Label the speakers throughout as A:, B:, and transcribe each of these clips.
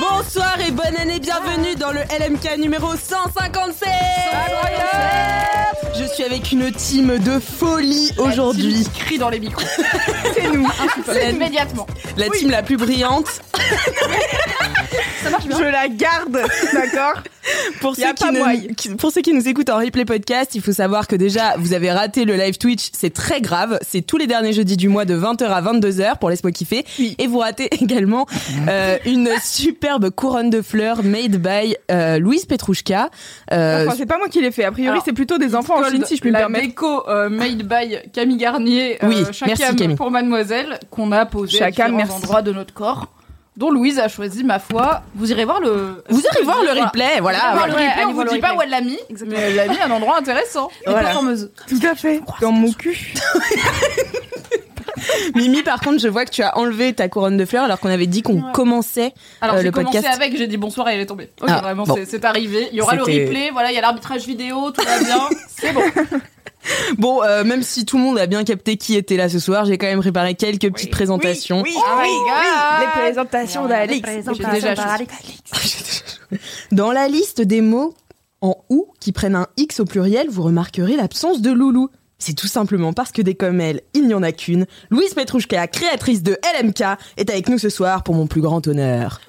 A: Bonsoir et bonne année, bienvenue dans le LMK numéro 157 Je suis avec une team de folie aujourd'hui.
B: crie dans les micros.
A: C'est nous, Ah,
B: C'est immédiatement.
A: la team la plus brillante.
B: Ça marche bien.
C: Je la garde, d'accord
A: Pour
C: Y a
A: ceux, qui
C: pas
A: ne,
C: moyen.
A: qui- pour ceux qui nous écoutent en replay podcast, il faut savoir que déjà, vous avez raté le live Twitch, c'est très grave. C'est tous les derniers jeudis du mois de 20h à 22h pour Laisse-moi kiffer. Et vous ratez également euh, une superbe couronne de fleurs made by euh, Louise Petrouchka. Euh,
C: Enfin, c'est pas moi qui l'ai fait. A priori,
B: Alors,
C: c'est plutôt des enfants en Chine, si je puis me
B: la
C: permettre.
B: déco euh, made by Camille Garnier, euh,
A: Oui,
B: Chacam
A: merci, Camille.
B: pour Mademoiselle, qu'on a posé à
C: Chacam,
B: différents
C: merci.
B: endroits de notre corps, dont Louise a choisi, ma foi. Vous irez voir le...
A: vous irez voir le
B: Voilà.
A: replay,
B: Vous irez
A: voilà.
B: voir
A: voilà.
B: le
C: Voilà.
B: replay,
C: Allez
B: on vous
C: voir le
B: dit pas où
C: replay.
B: elle l'a mis, mais elle l'a mis à un endroit intéressant. Et
A: Voilà.
B: performeuse.
C: Tout à fait. Dans mon cul.
A: Mimi, par contre, je vois que tu as enlevé ta couronne de fleurs alors qu'on avait dit qu'on
B: Ouais.
A: commençait.
B: Alors
A: Euh,
B: j'ai
A: le
B: commencé
A: podcast.
B: avec, j'ai dit bonsoir et elle est tombée. Ok,
A: Ah,
B: vraiment,
A: bon.
B: c'est- c'est arrivé. Il y aura le
A: C'était-
B: replay, voilà, il y a l'arbitrage vidéo, tout va bien. c'est bon.
A: Bon, euh, même si tout le monde a bien capté qui était là ce soir, j'ai quand même préparé quelques petites présentations.
C: Oui,
B: Oh my
C: Ah oui, oui.
B: God.
C: Les présentations d'Alix.
B: J'ai déjà choisi.
A: Dans la liste des mots en ou qui prennent un x au pluriel, vous remarquerez l'absence de loulou. C'est tout simplement parce que des comme elle, il n'y en a qu'une. Louise Petrouchka, créatrice de LMK, est avec nous ce soir pour mon plus grand honneur.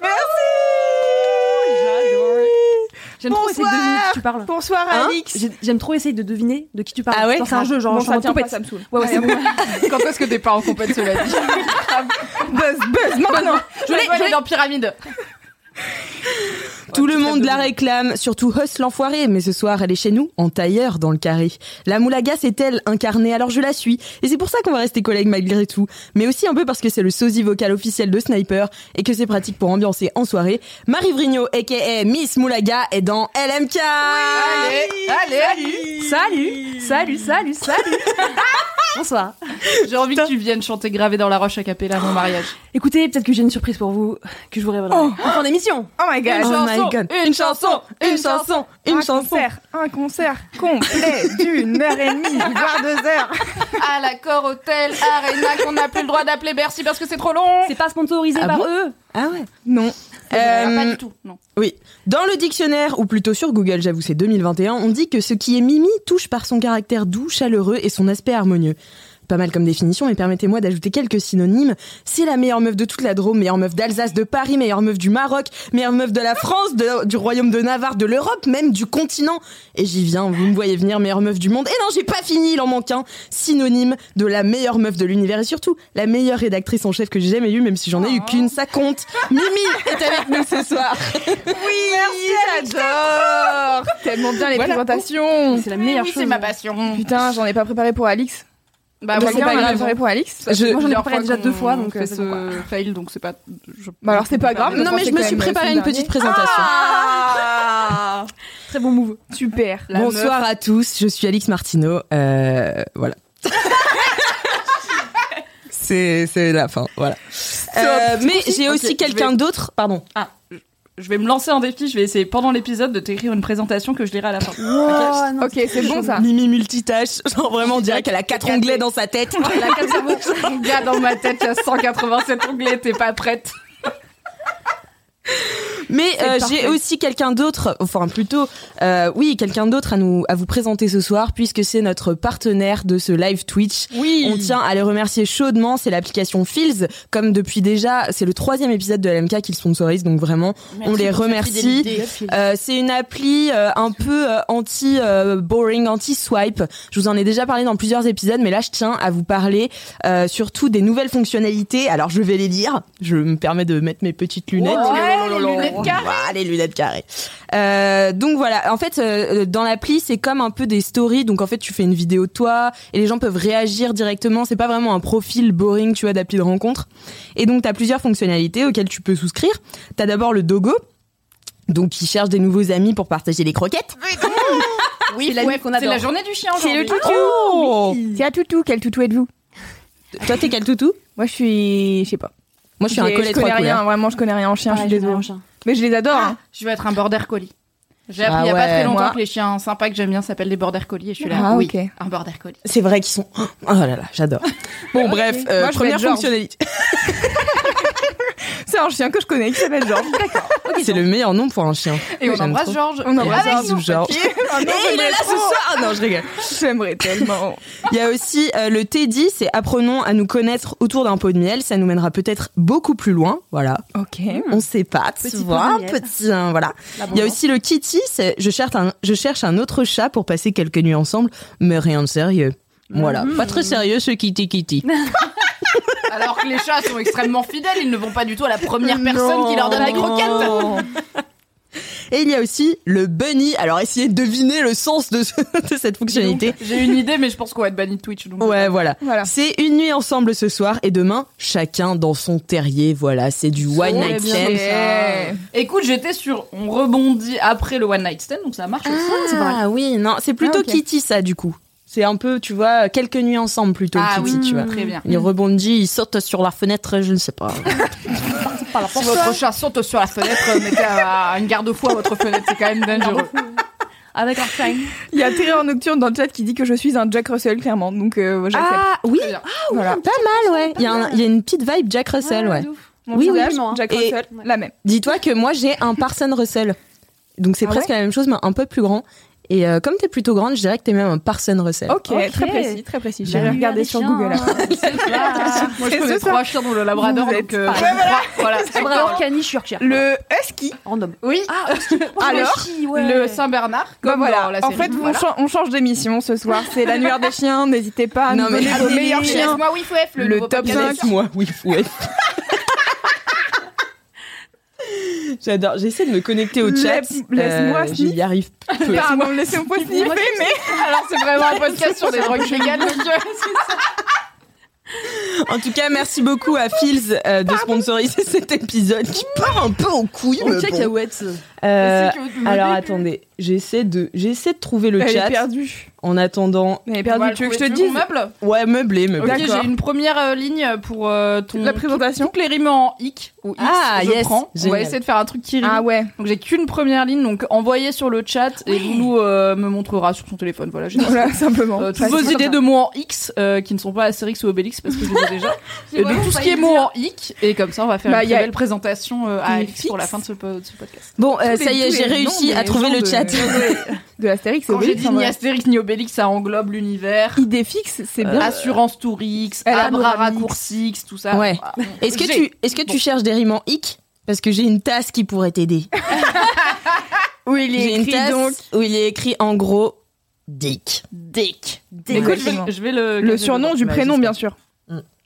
D: J'aime trop essayer de
C: Bonsoir.
D: deviner de qui tu parles.
C: Bonsoir,
A: Hein
C: Alix.
D: J'ai- J'aime trop essayer de deviner de qui tu parles.
A: Ah ouais
D: Genre, C'est un jeu, genre
B: Bon,
D: je suis en
B: ça tient pas,
D: compète.
B: ça me saoule.
D: Ouais, ouais, c'est bon.
B: Quand est-ce que t'es pas en compète, cela dit
C: Buzz, buzz, maintenant.
B: Je l'ai, je l'ai dans Pyramide.
A: Tout le monde la réclame, surtout Huss l'enfoiré, mais ce soir elle est chez nous, en tailleur dans le carré. La moulaga c'est elle incarnée, alors je la suis. Et c'est pour ça qu'on va rester collègues malgré tout. Mais aussi un peu parce que c'est le sosie vocal officiel de Sniper et que c'est pratique pour ambiancer en soirée. Marie Vrigno, aka Miss Moulaga, est dans LMK
B: Allez, allez,
D: Salut, salut, salut, salut. Bonsoir.
B: J'ai envie que tu viennes chanter gravé dans la roche à capella à mon mariage.
D: Écoutez, peut-être que j'ai une surprise pour vous que je vous révélerai.
C: Oh.
D: En fin d'émission.
C: Oh my god.
A: Oh
B: chanson,
A: my God.
B: une chanson,
A: Une chanson, une
D: Ah,
C: un
A: chanson.
C: concert, un concert complet d'une heure et demie, voire deux heures.
B: À l'accord hôtel Arena qu'on n'a plus le droit d'appeler Bercy parce que c'est trop long.
D: C'est pas sponsorisé
A: Ah
D: par
A: bon
D: eux.
A: Ah ouais Non.
B: Euh,
A: Euh,
B: Pas du tout, non.
A: Oui. Dans le dictionnaire, ou plutôt sur Google, j'avoue, c'est 2021, on dit que ce qui est Mimi touche par son caractère doux, chaleureux et son aspect harmonieux. Pas mal comme définition, mais permettez-moi d'ajouter quelques synonymes. C'est la meilleure meuf de toute la Drôme, meilleure meuf d'Alsace, de Paris, meilleure meuf du Maroc, meilleure meuf de la France, de- du royaume de Navarre, de l'Europe, même du continent. Et j'y viens, vous me voyez venir, meilleure meuf du monde. Et non, j'ai pas fini, il en manque un. Synonyme de la meilleure meuf de l'univers et surtout la meilleure rédactrice en chef que j'ai jamais eue, même si j'en ai eu qu'une, ça compte. Mimi est avec nous ce soir.
C: Oui, j'adore. Tellement bien les
B: Voilà.
C: présentations.
D: C'est la meilleure
B: oui,
D: chose.
B: c'est ma passion.
C: Putain, j'en ai pas préparé pour Alix.
B: Bah,
C: Quelqu'un
B: c'est
C: en
B: pas
C: a
B: grave.
C: préparé pour Alix.
A: Je-
D: Moi, j'en ai
B: Plusieurs
D: parlé
B: fois
D: déjà deux
B: qu'on
D: fois, donc,
B: fait
D: euh, c'est bon,
B: ce fail, donc c'est pas. je-
C: Bah alors, c'est pas grave.
A: Non, Ah, mais je me suis préparé euh, une petite présentation.
C: Ah
D: Très bon move.
C: Super.
B: La
A: Bonsoir à tous, je suis Alix Martineau. Euh, voilà. c'est c'est la fin, voilà. Euh, mais j'ai
B: Ok,
A: aussi
B: je vais-
A: quelqu'un d'autre, pardon.
B: Ah, je- je vais me lancer un défi. Je vais essayer pendant l'épisode de t'écrire une présentation que je lirai à la fin.
D: Oh, non.
C: Ok, c'est bon ça.
A: Mimi multitâche, genre vraiment on dirait qu'elle a quatre onglets dans sa tête.
B: La carte cerveau. Mon gars, dans ma tête, il y a 187 onglets, t'es pas prête.
A: Mais euh, j'ai
D: parfait.
A: aussi quelqu'un d'autre, enfin plutôt, euh, oui, quelqu'un d'autre à nous à vous présenter ce soir puisque c'est notre partenaire de ce live Twitch.
B: Oui.
A: On tient à les remercier chaudement, c'est l'application Fields. Comme depuis déjà, c'est le troisième épisode de LMK qu'ils sponsorisent, donc vraiment, on les remercie. Euh, c'est une appli euh, un peu anti-boring, anti-swipe. Je vous en ai déjà parlé dans plusieurs épisodes, mais là, je tiens à vous parler euh, surtout des nouvelles fonctionnalités. Alors, je vais les lire. Je me permets de mettre mes petites lunettes.
B: Ouais.
A: là là.
B: lunettes carrées.
A: Ah, les lunettes carrées. Euh, donc voilà, en fait, euh, dans l'appli, c'est comme un peu des stories. Donc en fait, tu fais une vidéo de toi et les gens peuvent réagir directement. C'est pas vraiment un profil boring, tu vois, d'appli de rencontre. Et donc, tu as plusieurs fonctionnalités auxquelles tu peux souscrire. Tu as d'abord le dogo. Donc, qui cherche des nouveaux amis pour partager les croquettes.
E: Oui,
D: la nuit qu'on
B: C'est la
D: adore.
B: journée du chien
A: C'est le
B: aujourd'hui.
A: toutou
C: Tiens, toutou, quel toutou êtes-vous
A: Toi, t'es quel toutou
C: Moi, je suis. Je sais pas.
A: Moi, je suis un
C: J'ai-
A: collet
C: connais
A: trois couleurs.
C: rien, vraiment, je connais rien en
D: Ah,
C: chien, je suis désolée. Mais je les adore.
B: Ah,
C: hein.
B: je veux être un border collie. J'ai appris
A: Ah
B: il y a pas
A: ouais,
B: très longtemps
C: moi.
B: que les chiens sympas que j'aime bien s'appellent des border collies et je suis là.
C: Ah,
B: oui,
C: ok.
B: un border collie.
A: C'est vrai qu'ils sont. Oh là là, j'adore. Bon, bref, euh,
C: Moi, je vais
A: première
C: être Georges.
A: fonctionnalité.
C: C'est un chien que je connais qui s'appelle Georges.
A: C'est le meilleur nom pour un chien.
B: Et on
A: J'aime
B: embrasse
A: trop.
B: Georges.
C: On embrasse
B: Avec
A: Georges
B: nous.
A: ou Georges.
C: Ah non,
A: Et il est là ce soir Ah Non, je rigole.
C: J'aimerais tellement.
A: Il y a aussi euh, le Teddy, c'est apprenons à nous connaître autour d'un pot de miel. Ça nous mènera peut-être beaucoup plus loin. Voilà, Hmm.
C: Ok.
A: on s'épate,
D: Petit
A: tu
D: pot
A: vois,
D: de
A: un
D: miel.
A: petit. hein, voilà. Il y a aussi le Kitty, c'est je cherche un, je cherche un autre chat pour passer quelques nuits ensemble, mais rien de sérieux. Voilà, pas très sérieux ce Kitty Kitty.
B: Alors que les chats sont extrêmement fidèles, ils ne vont pas du tout à la première personne qui leur donne des croquettes.
A: Et il y a aussi le Bunny. Alors essayez de deviner le sens de, ce- de cette fonctionnalité.
B: J'ai une idée, mais je pense qu'on va être banni de Twitch. Donc
A: Ouais, voilà.
C: Voilà.
A: C'est une nuit ensemble ce soir et demain, chacun dans son terrier. Voilà, c'est du one night stand.
C: Ouais.
B: Écoute, j'étais sur on rebondit après le one night stand, donc ça marche aussi.
A: Ah oui, non, c'est plutôt
C: Ah, ok.
A: Kitty ça du coup. C'est un peu, tu vois, quelques nuits ensemble plutôt
B: Ah
A: Kitty,
B: oui,
A: tu vois.
B: très bien.
C: Mm.
A: Il rebondit, il saute sur la fenêtre, je ne sais pas.
C: Ah,
B: Si votre chat saute sur la fenêtre, euh, mettez à- à une garde-fou à votre fenêtre, c'est quand même dangereux.
D: Avec un time.
C: Il y a Terreur Nocturne dans le chat qui dit que je suis un Jack Russell, clairement. Donc, euh, j'accepte.
A: oui,
B: Très bien.
A: voilà. pas mal, ouais. Il y, a un- il y a une petite vibe Jack
C: Ah,
A: Russell,
D: Ah,
A: ouais.
C: Mon
A: oui, oui,
C: visage,
D: non, hein.
C: Jack
A: Et-
C: Russell, la même.
A: Dis-toi que moi j'ai un Parson Russell. Donc c'est
C: Ah
A: presque la même chose, mais un peu plus grand. Et euh, comme t'es plutôt grande, je dirais que t'es même un Parson Russell.
C: Ok,
D: Ok.
C: très précis, très précis.
A: J'ai
C: J'ai regardé sur Google. après.
D: hein.
B: Moi, je
C: Et
B: connais
C: ce soir,
B: trois chiens dont le Labrador,
C: vous
B: donc
C: êtes
B: euh,
C: pareil.
B: trois, voilà. euh,
D: Labrador, caniche, Yorkshire.
C: Le husky.
D: Random.
B: Oui,
A: Ah, oh,
C: Alors,
B: le Saint-Bernard,
C: Ah Bah
B: comme dans
C: voilà.
B: la
C: En
B: série.
C: fait, on,
B: Voilà.
C: chan- on change d'émission ce soir. C'est l'annuaire des chiens. N'hésitez pas à
A: Non,
C: nous
A: mais-
C: donner
A: Ah,
C: vos
A: mais
C: meilleurs
A: oui,
C: chiens.
B: Laisse-moi oui, Fouef, le,
C: Le
B: nouveau
C: top
B: podcast.
A: 5, moi, oui, ouais. J'adore, j'essaie de me connecter au chat. Euh,
C: Laisse- laisse-moi
A: j'y
C: sniff.
A: y arrive peu.
C: Pardon, laissez-moi sniffer, mais
B: Alors, c'est vraiment un podcast sur des drogues légales, monsieur.
A: En tout cas, merci beaucoup à Fils de sponsoriser cet épisode qui part un peu en couille. mais bon. Euh, alors attendez, j'essaie de j'essaie de trouver le
C: elle est
A: chat
C: perdue.
A: en attendant.
C: Elle est
B: On va
C: perdue.
B: le
C: Tu veux que je te
B: trouver,
C: dise
B: qu'on meuble
A: Ouais, meublé, meublé.
B: Ok,
C: D'accord.
B: j'ai une première euh, ligne pour euh, ton.
C: la présentation
B: toutes les rimes en hic ou x,
A: Ah,
B: je
A: yes,
B: prends. On
A: génial.
B: va essayer de faire un truc qui rime.
C: Ah ouais.
B: Donc j'ai qu'une première ligne, donc envoyez sur le chat et Loulou euh, me montrera sur son téléphone. Voilà, j'ai
C: Voilà, simplement.
B: Euh, toutes
C: Facile.
B: vos idées de mots en X euh, qui ne sont pas Astérix ou Obélix parce que je les ai déjà. Euh, donc tout ce qui est mots en hic et comme ça on va faire
C: Bah,
B: une
C: y
B: très
C: a-
B: belle présentation euh, à
C: Et
B: Alix pour la
C: fixe. Ah,
B: fin de ce, po- de ce podcast.
A: Bon, euh,
C: Tous les-
A: ça y est,
C: tous
A: j'ai
C: les
A: réussi
C: noms
A: à
C: des
A: trouver
C: gens
A: le
C: de-
A: chat.
C: De Astérix, c'est
B: Quand j'ai dit ni
C: Obélix.
B: Astérix ni Obélix, ça englobe l'univers.
C: Idée fixe, c'est
B: euh,
C: bien.
B: Assurance Tourix,
C: Elle a
B: Abra
C: Abramix.
B: Raccourcix, tout ça. Ah,
A: Ouais.
B: Voilà.
A: Est-ce que tu
B: J'ai-
A: est-ce que
B: Bon.
A: tu cherches des rimes en hic parce que j'ai une tasse qui pourrait t'aider.
C: Oui, il
A: J'ai
C: est
A: une
C: écrit
A: tasse
C: donc.
A: où il est écrit en gros Dick. Dick.
B: Écoute, je
C: Exactement.
B: vais, je vais le.
C: Le surnom du
A: Bah,
C: prénom,
A: j'espère.
C: bien sûr.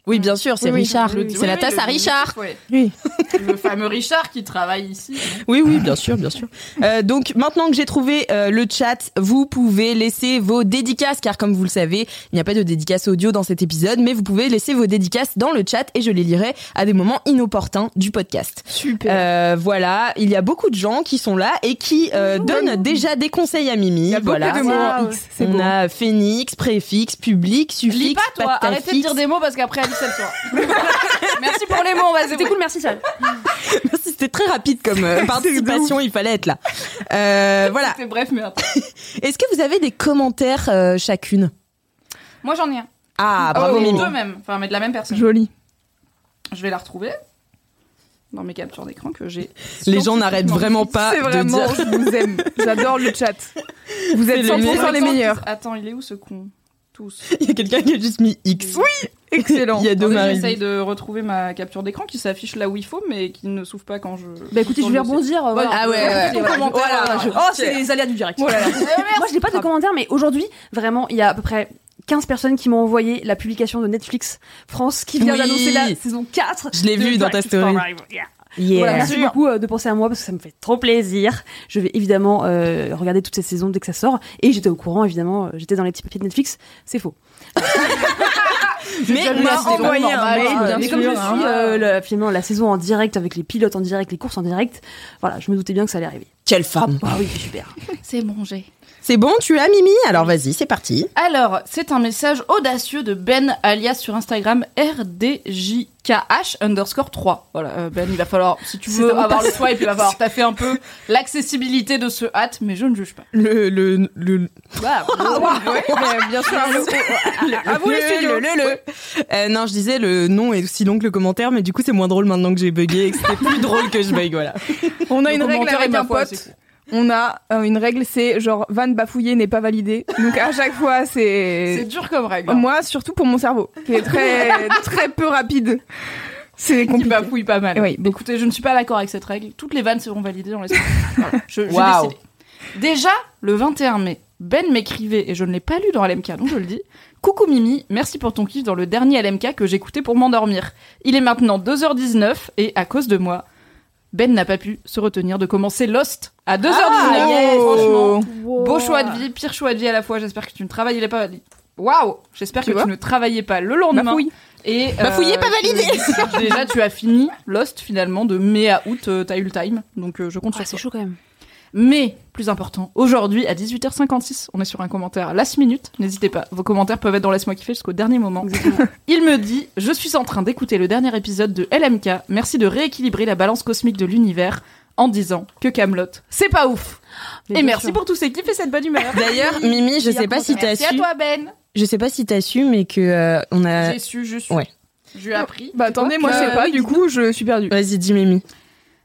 A: Oui, bien sûr, c'est
C: Oui, oui,
A: Richard.
B: Oui, oui,
A: c'est
B: oui,
A: la
B: oui,
A: tasse
B: le-
A: à Richard.
B: ouais.
C: Oui.
B: Le fameux Richard qui travaille ici.
A: Oui, oui, bien sûr, bien sûr. Euh, donc, maintenant que j'ai trouvé euh, le chat, vous pouvez laisser vos dédicaces, car comme vous le savez, il n'y a pas de dédicace audio dans cet épisode, mais vous pouvez laisser vos dédicaces dans le chat et je les lirai à des moments inopportuns du podcast.
C: Super.
A: Euh, voilà, il y a beaucoup de gens qui sont là et qui euh, donnent déjà des conseils à Mimi.
C: Il y a beaucoup
A: voilà. Ah,
C: de mots en
D: Waouh.
C: X. C'est
A: On
C: beau.
A: a phénix, préfixe, public,
B: Lis
A: suffixe,
B: pas, toi. Arrêtez de
A: patafixe.
B: dire des mots parce qu'après Alice, elle sera. Merci pour les mots, on va se
D: C'était
B: débrouiller.
D: cool, merci, Sal.
A: C'était très rapide comme euh, participation, il fallait être là. Euh, voilà.
B: C'était bref, mais attends.
A: Est-ce que vous avez des commentaires euh, chacune
B: Moi, j'en ai un.
A: Ah, bravo
B: Oh,
A: Mimi.
B: Deux même. Enfin, mais de la même personne.
C: Joli.
B: Je vais la retrouver dans mes captures d'écran que j'ai.
A: Les gens n'arrêtent vraiment pas
C: C'est
A: de
C: vraiment,
A: dire.
C: je vous aime. J'adore le chat. Vous
A: C'est
C: êtes
A: les
C: 100% les
B: Alexandre,
C: meilleurs.
B: Attends, il est où ce con Tous.
A: Il y a quelqu'un qui a juste mis X. Oui,
C: excellent.
A: Il y a deux
B: Attendez,
A: maris.
B: J'essaye de retrouver ma capture d'écran qui s'affiche là où il faut, mais qui ne s'ouvre pas quand je.
D: Bah écoutez, je vais rebondir. euh, voilà.
A: Ah ouais, ouais,
B: Ton
A: ouais.
B: commentaire,
A: Voilà,
B: voilà.
A: je-
D: Oh, c'est les aléas du direct.
C: Oh là là.
D: Moi, je n'ai pas de commentaires, mais aujourd'hui, vraiment, il y a à peu près 15 personnes qui m'ont envoyé la publication de Netflix France qui vient
A: Oui.
D: d'annoncer la saison 4.
A: Je l'ai
D: de
A: vu dans ta
D: Drive to
A: story.
D: Survive. Yeah.
A: Yeah.
D: Voilà, merci beaucoup euh, de penser à moi parce que ça me fait trop plaisir. Je vais évidemment euh, regarder toutes ces saisons dès que ça sort. Et j'étais au courant, évidemment, euh, j'étais dans les petits papiers de Netflix. C'est faux.
A: Mais
F: Je
A: on m'a
F: laisse des
A: envoyé
F: gens
A: un
F: normaux,
A: mail,
F: euh,
A: bien
D: mais
A: sûr.
D: comme je suis
C: hein.
D: euh, la, finalement la saison en direct avec les pilotes en direct, les courses en direct, voilà, je me doutais bien que ça allait arriver.
A: Quelle femme
D: Ah oui, c'est super.
B: C'est bon, j'ai.
A: C'est bon, tu as Mimi Alors vas-y, c'est parti.
B: Alors, c'est un message audacieux de Ben, alias sur Instagram RDJKH underscore 3. Voilà, euh, Ben, il va falloir, si tu veux avoir le swipe, il va falloir taffer un peu l'accessibilité de ce hâte, mais je ne juge pas.
A: Le le le.
B: Bah,
F: bien sûr,
A: À vous les Le le. le. Euh, non, je disais le nom est aussi long que le commentaire, mais du coup c'est moins drôle maintenant que j'ai bugué et que c'était plus drôle que je bug. Voilà.
C: On a une règle
F: commentaire est
C: avec
F: ma
C: un
F: foi,
C: pote. On a euh, une règle, c'est genre van bafouillé n'est pas validé. Donc à chaque fois,
B: C'est
C: c'est
B: dur comme règle. hein.
C: moi surtout pour mon cerveau qui est très très peu rapide. C'est
B: Qui
C: compliqué.
B: bafouille pas mal.
C: Oui, beaucoup.
B: Écoutez, je ne suis pas d'accord avec cette règle. Toutes les vannes seront validées dans l'espace. voilà, je, j'ai
F: Waouh.
B: décidé. Déjà, le 21 mai, Ben m'écrivait, et je ne l'ai pas lu dans LMK, donc je le dis. Coucou Mimi, merci pour ton kiff dans le dernier LMK que j'écoutais pour m'endormir. Il est maintenant 2h19, et à cause de moi, Ben n'a pas pu se retenir de commencer Lost à 2h19.
C: Ah,
B: Franchement, beau choix
D: Oh.
B: de vie, pire choix de vie à la fois. J'espère que tu ne travaillais pas. Waouh J'espère
C: Tu
B: que
C: vois
B: tu ne travaillais pas le lendemain.
C: Bafouille.
B: Et euh,
A: Bah, fouillez, pas validé.
B: tu- Déjà, tu as fini Lost finalement de mai à août, euh, t'as eu le time, donc euh, je compte sur
D: Ah, c'est
B: toi.
D: chaud quand même.
B: Mais plus important, aujourd'hui à 18h56, on est sur un commentaire last minute. N'hésitez pas, vos commentaires peuvent être dans laisse-moi kiffer jusqu'au dernier moment. Il me dit, je suis en train d'écouter le dernier épisode de LMK. Merci de rééquilibrer la balance cosmique de l'univers en disant que Camelot, c'est pas ouf. Et merci pour tous ces kiffs et cette bonne humeur.
A: D'ailleurs, Mimi, je sais pas si t'as
B: Merci à
A: su.
B: toi Ben.
A: Je sais pas si t'as su, mais que euh, on a.
B: J'ai su, je suis.
A: ouais.
B: J'ai appris.
C: Bah attendez, moi je sais
B: Euh,
C: pas. Du coup, je suis perdue.
A: Vas-y, dis Mimi.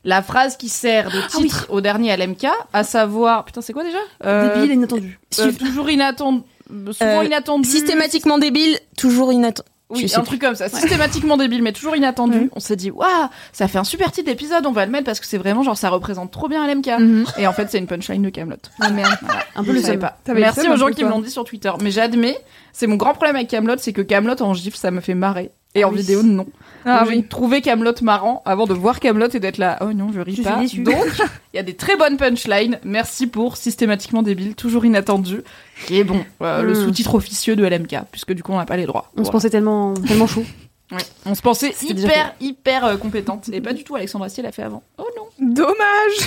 B: La phrase qui sert
A: Ah
B: de titre au dernier à l'MK, à savoir. Putain, c'est quoi déjà Euh,
D: Débile et inattendu.
B: euh, Toujours inattendu. Souvent
A: Euh,
B: inattendu.
A: Systématiquement débile, toujours inattendu.
B: Oui,
A: je sais
B: un truc comme ça. Systématiquement débile, mais toujours inattendu. On s'est dit, waouh, ça fait un super titre d'épisode, on va le mettre parce que c'est vraiment genre ça représente trop bien à l'MK.
C: Mhm.
B: Et en fait, c'est une punchline de Camelot.
A: Ah,
B: Ah,
D: Un
B: Je
D: peu
B: le
D: le
B: savais
D: seum.
B: pas.
C: T'avais le
B: Merci
C: seum un
B: aux gens
C: peu,
B: qui me
C: toi.
B: l'ont dit sur Twitter. Mais j'admets, c'est mon grand problème avec Camelot, c'est que Camelot en gif, ça me fait marrer. Et en vidéo, non.
C: Ah
B: Donc, J'ai
C: oui.
B: trouvé Camelot marrant avant de voir Camelot et d'être là. Oh non, je ris
D: Je suis
B: pas.
D: déçue.
B: Donc, il y a des très bonnes punchlines. Merci pour systématiquement débile, toujours inattendu. Qui est bon, euh, le
D: Mm.
B: sous-titre officieux de LMK, puisque du coup on n'a pas les droits.
D: On se
B: Voilà.
D: pensait tellement, tellement chaud.
B: Ouais. On se pensait
D: C'était déjà
B: hyper hyper euh, compétente et pas du tout. Alexandre Astier l'a fait avant. Oh non.
C: Dommage.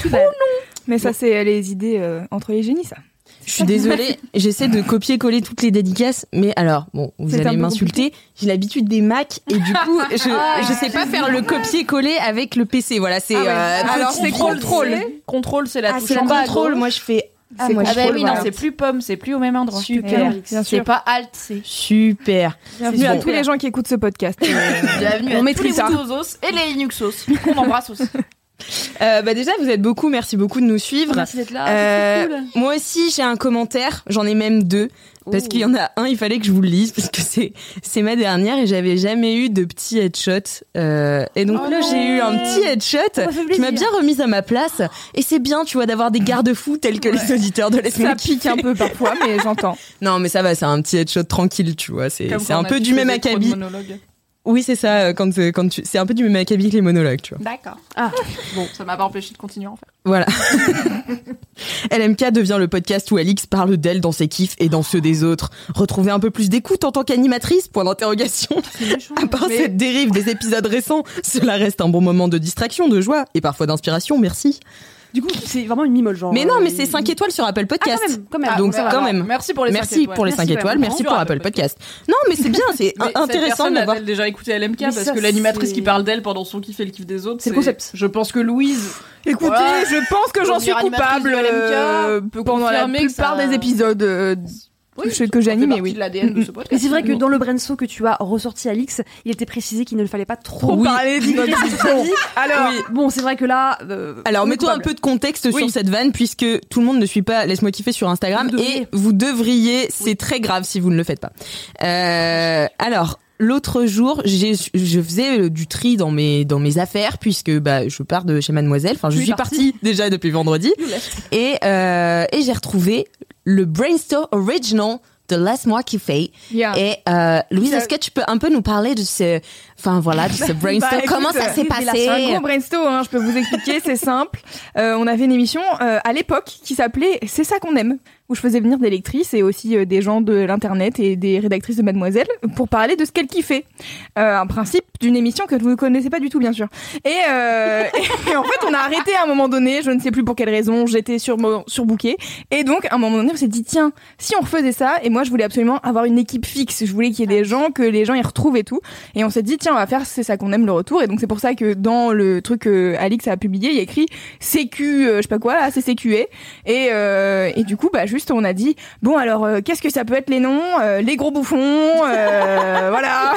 C: Oh non. Mais ça, c'est les idées euh, entre les génies, ça.
A: Je suis désolée, j'essaie de copier-coller toutes les dédicaces, mais alors, bon, vous
C: C'est un
A: allez
C: peu
A: m'insulter, j'ai l'habitude des Macs, et du coup, je,
B: Ah,
A: je sais pas faire le copier-coller avec le PC, voilà, c'est...
B: Ah ouais.
A: euh,
C: Alors, c'est contrôle.
B: Contrôle c'est la
A: ah,
B: touche
A: c'est le
B: en bas à
A: contrôle,
B: gauche.
A: moi je fais... Ah,
C: C'est
A: moi, je
B: Ah bah
C: contrôle,
B: oui non
C: voilà.
B: c'est plus pomme c'est plus au même endroit.
A: Super.
C: Eh, bien
B: C'est
C: sûr.
B: pas alt c'est.
A: Super.
C: Bienvenue à
A: bon.
C: tous les gens qui écoutent ce podcast.
B: Bienvenue à
C: On
B: tous les
C: maîtrise ça.
B: Windows et les Linuxos qu'on embrasse aussi.
A: Euh, bah déjà, vous êtes beaucoup, merci beaucoup de nous suivre.
D: Merci d'être là.
A: Euh, Moi aussi, j'ai un commentaire, j'en ai même deux, parce qu'il y en a un, il fallait que je vous le lise, parce que c'est c'est ma dernière et j'avais jamais eu de petit headshot. euh, et donc là, j'ai eu un petit headshot qui m'a bien remise à ma place. Et c'est bien, tu vois, d'avoir des garde-fous tels que les auditeurs de laisse
C: ça pique un peu parfois, mais j'entends.
A: Non, mais ça va, c'est un petit headshot tranquille, tu vois. C'est
B: Comme
A: c'est
B: quand
A: un
B: on a
A: peu
B: tous
A: du même
B: fait trop de
A: acabit.
B: monologues.
A: Oui, c'est ça, euh, quand, euh, quand tu... c'est un peu du même acabit que les monologues, tu vois.
B: D'accord.
D: Ah.
B: bon ça m'a pas empêché de continuer à en faire.
A: Voilà. LMK devient le podcast où Alix parle d'elle dans ses kiffs et dans ceux des autres. Retrouvez un peu plus d'écoute en tant qu'animatrice, point d'interrogation. À part
B: Mais-
A: cette dérive des épisodes récents, cela reste un bon moment de distraction, de joie et parfois d'inspiration, merci.
D: Du coup, c'est vraiment une mimole
B: Oh,
D: genre.
A: Mais non, mais
D: euh,
A: c'est 5 étoiles sur Apple
D: Ah,
A: Podcast.
D: quand même, quand même.
A: Donc,
B: Ah, ouais,
A: quand
B: alors,
A: même.
B: Merci pour les cinq
A: Merci
B: étoiles.
A: pour les 5
D: Merci,
A: étoiles,
D: bah,
A: merci
B: bonjour,
A: pour
B: Apple
A: Apple Podcast. Non, mais c'est bien, c'est
B: Mais cette
A: intéressant
B: personne
A: d'avoir.
B: a-t-elle déjà écouté LMK parce
D: ça,
B: que l'animatrice
D: c'est-
B: qui parle d'elle pendant son kiff et le kiff des autres
D: C'est le concept.
B: Je pense que Louise
C: Écoutez,
B: Voilà.
C: je pense que j'en suis
B: Devenir
C: coupable
B: animatrice de LMK,
C: euh,
B: peut
C: pendant la
B: confirmer que
C: plupart
B: ça-
C: des épisodes euh,
B: Oui,
C: que- que j'anime, mais oui.
B: de l'ADN de ce podcast.
D: Mais c'est vrai que dans le Brenso que tu as ressorti, Alix, il était précisé qu'il ne le fallait pas trop
C: Trop parler de notre
D: Sur sa vie.
C: Alors,
D: Oui. Bon, c'est vrai que là. euh,
A: Alors
D: on est
A: mets-toi un
D: coupable.
A: peu de contexte sur
C: Oui.
A: cette vanne puisque tout le monde ne suit pas Laisse-moi kiffer sur Instagram
D: Vous devriez.
A: et vous devriez, c'est très grave si vous ne le faites pas. Euh, alors l'autre jour, j'ai- je faisais euh, du tri dans mes dans mes affaires puisque bah je pars de chez Mademoiselle, enfin je
D: Tu es
A: suis partie déjà depuis vendredi et euh, et j'ai retrouvé le Brainstorm Original
G: de Laisse-moi kiffer.
C: Yeah.
G: Et euh, Louise,
C: Ah. Ça-
G: est-ce que tu peux un peu nous parler de ce, enfin voilà, de ce brainstorm
C: Bah, écoute,
G: Comment ça s'est passé
C: C'est un gros brainstorm, hein, je peux vous expliquer, c'est simple. Euh, on avait une émission euh, à l'époque qui s'appelait C'est ça qu'on aime, où je faisais venir des lectrices et aussi euh, des gens de l'Internet et des rédactrices de Mademoiselle pour parler de ce qu'elles kiffaient. Euh, un principe d'une émission que vous ne connaissez pas du tout, bien sûr. Et, euh, et en fait, on a arrêté à un moment donné, je ne sais plus pour quelle raison, j'étais sur surbookée. Et donc, à un moment donné, on s'est dit, tiens, si on refaisait ça, et moi, je voulais absolument avoir une équipe fixe, je voulais qu'il y ait des gens, que les gens y retrouvent et tout. Et on s'est dit, tiens, on va faire, c'est ça qu'on aime le retour. Et donc, c'est pour ça que dans le truc que Alix a publié, il y a écrit CQ, euh, je sais pas quoi, là, c'est CQA. Et, euh, et du coup, bah, juste, on a dit, bon, alors, euh, qu'est-ce que ça peut être les noms Euh, Les gros bouffons, euh, voilà.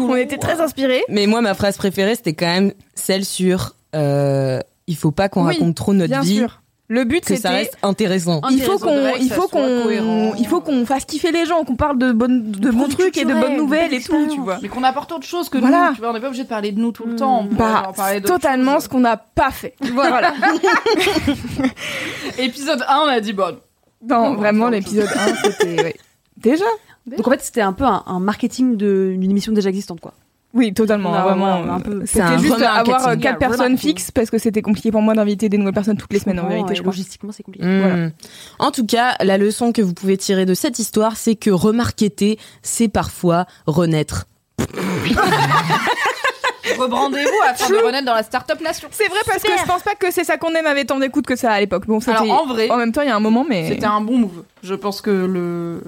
C: on était très inspirés.
A: Mais moi, ma phrase préférée, c'était quand même celle sur euh, il faut pas qu'on
C: Oui,
A: raconte trop notre
C: Bien
A: vie,
C: sûr. Le but,
A: que ça
C: c'était
A: reste intéressant.
C: il faut qu'on il
B: ça
C: faut
B: soit cohérent.
C: qu'on il faut qu'on fasse kiffer les gens qu'on parle de bonnes de bons trucs et de bonnes nouvelles et tout tu vois
B: Mais qu'on apporte autre chose que
C: Voilà.
B: nous. Tu vois, on n'est pas obligé de parler de nous tout le temps. On peut
C: bah
B: en parler
C: c'est
B: d'autres
C: totalement
B: choses.
C: ce qu'on n'a pas fait voilà
B: Épisode 1, on a dit bon.
C: non vraiment l'épisode 1 c'était ouais. déjà
D: Donc en fait, c'était un peu un, un marketing de- d'une émission déjà existante, quoi.
C: oui totalement
D: Non,
C: vraiment
D: voilà, un peu.
C: euh,
A: C'est un
C: c'était juste
A: remarketing.
C: avoir euh,
D: Yeah,
C: quatre personnes
D: remarketing.
C: fixes parce que c'était compliqué pour moi d'inviter des nouvelles personnes toutes les semaines en
D: Vraiment,
C: vérité
D: euh,
C: je crois Hmm.
D: Logistiquement, c'est compliqué.
A: Mm.
C: Voilà.
A: En tout cas, la leçon que vous pouvez tirer de cette histoire, c'est que remarqueter, c'est parfois renaître.
B: Rebrandez-vous afin de renaître dans la start-up nation.
C: c'est vrai parce que je pense pas que c'est ça qu'on aime avait tant d'écoute que ça à l'époque bon c'était
B: Alors en vrai,
C: en même temps il y a un moment mais
B: c'était un bon move. Je pense que le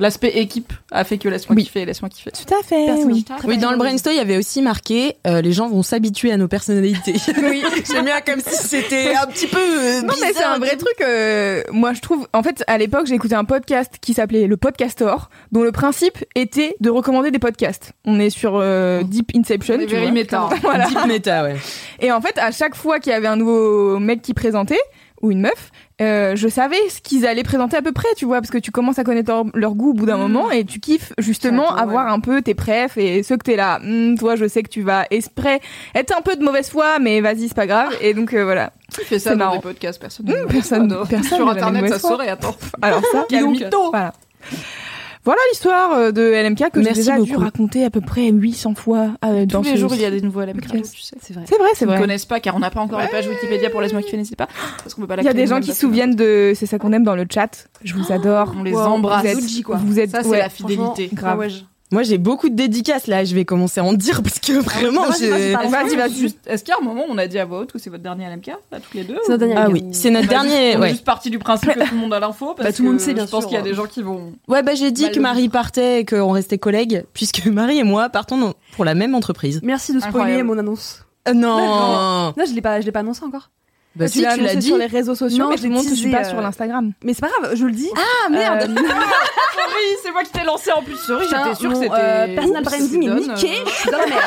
B: l'aspect équipe a fait que laisse-moi
C: Oui.
B: kiffer, laisse-moi kiffer.
C: tout à fait
B: Eh
C: oui
A: Oui, dans le brainstorm, il y avait aussi marqué euh, les gens vont s'habituer à nos personnalités.
C: oui
A: J'aime bien comme si c'était un petit peu. euh,
C: Non mais c'est
A: bizarre.
C: un vrai truc. euh, moi je trouve. En fait, à l'époque, j'ai écouté un podcast qui s'appelait le Podcastor, dont le principe était de recommander des podcasts. On est sur euh, Deep Inception.
B: Oh. On est
C: tu
B: very
C: vois.
B: meta.
C: Voilà.
A: Deep méta, ouais.
C: Et en fait, à chaque fois qu'il y avait un nouveau mec qui présentait ou une meuf, euh, je savais ce qu'ils allaient présenter à peu près, tu vois, parce que tu commences à connaître leur, leur goût au bout d'un
B: Mm.
C: moment et tu kiffes justement avoir un peu tes préfs et ceux que t'es là. Hmm, toi, je sais que tu vas exprès être un peu de mauvaise foi, mais vas-y, c'est pas grave. Et donc euh, voilà.
B: Qui fait
C: C'est
B: ça dans
C: marrant.
B: des podcasts Personne.
C: Hmm, personne, personne
B: Sur
C: n'a la
B: internet,
C: mauvaise
B: ça
C: foi.
B: saurait. Attends.
C: Alors ça,
B: Quel
C: donc,
B: mytho.
C: Voilà. Voilà l'histoire euh, de LMK que j'ai
A: Merci
C: déjà dû
A: beaucoup.
C: raconter à peu près 800 fois euh, dans
B: Tous les
C: ce-
B: jours, il y a des nouveaux LM
C: podcast.
B: Crado, tu sais.
D: C'est vrai.
C: C'est vrai, c'est
B: Ils ne
C: vrai.
B: connaissent pas car on n'a pas encore les pages Wikipédia pour laisse-moi kiffer, n'hésitez pas. Parce qu'on peut pas la
C: Il y a
B: créer
C: des gens
B: nous-mêmes
C: qui
B: parce
C: se
B: qu'on-
C: souviennent de c'est Oh, ça qu'on aime dans le chat. Je vous adore.
B: On les
C: Wow,
B: embrasse.
C: Vous êtes,
B: Uji, quoi.
C: Vous êtes
B: Ça, c'est
C: ouais.
B: la fidélité.
C: grave.
D: Ah ouais, je-
A: Moi, j'ai beaucoup de dédicaces là. Je vais commencer à en dire parce que vraiment,
D: vas-y,
A: je-
D: vas-y, parle.
C: Ah Vas-y, vas-y.
B: Juste, Est-ce qu'à un moment, on a dit à voix haute que c'est votre dernier LMK, là, tous les deux
D: C'est
B: ou-
D: notre dernier
A: Ah
D: regard.
A: oui, c'est notre
B: On a juste-
A: dernier.
B: On est
A: ouais.
B: juste parti du principe que tout le monde a l'info. Parce
D: Bah, tout le
B: que
D: monde sait, bien
B: Je pense
D: sûr.
B: qu'il y a des gens qui vont.
A: Ouais, bah j'ai dit
B: Bah,
A: que
B: le-
A: Marie partait et qu'on restait collègues, puisque Marie et moi partons dans- pour la même entreprise.
D: Merci de spoiler
B: Incroyable.
D: mon annonce.
A: Euh, non
D: Non, je l'ai pas, je l'ai pas annoncé encore.
A: Bah
C: Tu l'as annoncé sur les réseaux sociaux,
D: Non,
C: mais
D: je
C: tout le monde ne
D: l'ai
C: suis pas
D: teasé,
C: sur
D: euh,
C: l'Instagram.
D: Mais c'est pas grave, je le dis. Ah
C: merde.
B: Sorry, Oh c'est moi qui t'ai lancé en plus. Sorry,
D: Putain,
B: j'étais sûre que
D: mon,
B: c'était.
D: euh, personal
B: Oups, euh.
D: branding est
B: donne,
D: niqué, je suis dans la merde.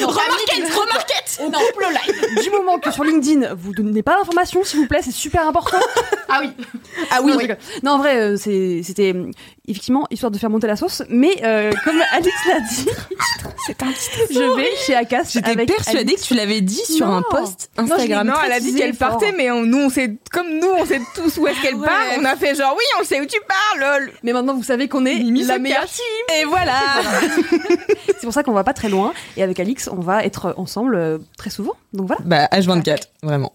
B: Remarquez, remarquez On coupe le live
D: du moment que sur LinkedIn, vous donnez pas l'information, s'il vous plaît, c'est super important.
B: Ah oui
D: Ah oui. Non, je rigole. Non, en vrai, euh, c'est- c'était euh, effectivement histoire de faire monter la sauce, mais euh, comme Alex l'a dit, je vais chez Akas.
A: J'étais
D: avec
A: persuadée
D: Alex.
A: que tu l'avais dit sur
D: Non.
A: un post
D: je l'ai-
A: Instagram.
C: non,
D: très
C: elle a dit
D: teasé
C: qu'elle
D: fort.
C: partait, mais on- nous, on sait, comme nous, on sait tous où est-ce qu'elle part. On a fait genre, oui, on sait où tu pars, lol.
D: Mais maintenant, vous savez qu'on est
C: Mimi
D: la
C: se
D: meilleure
C: cache.
D: team.
A: Et voilà
D: C'est pour ça qu'on va pas très loin. Et avec Alix, on va être ensemble euh, très souvent. Donc voilà.
A: Bah, H24, vraiment.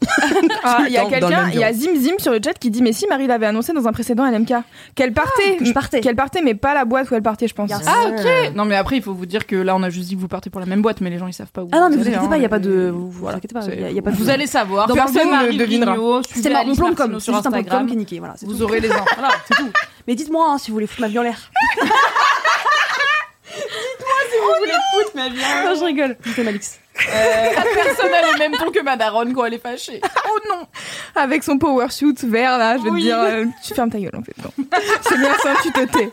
C: Ah, Il y a
A: Dans- dans le
C: quelqu'un,
A: même
C: il y a
A: bureau.
C: Zim Zim sur le chat qui dit mais si Marie l'avait annoncé dans un précédent LMK qu'elle partait,
D: Ah, que je partais.
C: qu'elle partait mais pas la boîte où elle partait je pense.
D: Garçon.
B: Ah ok Non mais après, il faut vous dire que là, on a juste dit que vous partez pour la même boîte, mais les gens, ils savent pas où.
D: Ah non, mais vous
B: allez,
D: inquiétez
B: hein.
D: pas, il y a pas de. Vous, vous
B: Voilà,
D: inquiétez pas,
B: c'est-
D: il y a- il y a pas de.
B: Vous allez savoir.
C: Dans
B: Personne
C: Personne
B: Marie
C: ne devinera.
B: Rignot,
D: C'était
B: suivez
D: ma- mon
B: Alice
D: plan de
B: Martineau
D: com. C'est
B: sur
D: juste un plan de com
B: Instagram.
D: qui est niqué. Voilà, c'est tout.
B: Vous aurez les infos. Voilà.
D: Mais dites-moi hein, si vous voulez foutre ma vie en l'air. dites-moi si vous voulez foutre ma vie en l'air. Non, je rigole. Je t'aime, Alix.
B: Euh, Personne n'a le même ton que ma daronne quand elle est fâchée.
C: Oh non Avec son power suit vert là, je vais
B: Oui.
C: te dire euh, tu fermes ta gueule en fait. Non. C'est bien ça, tu te tais.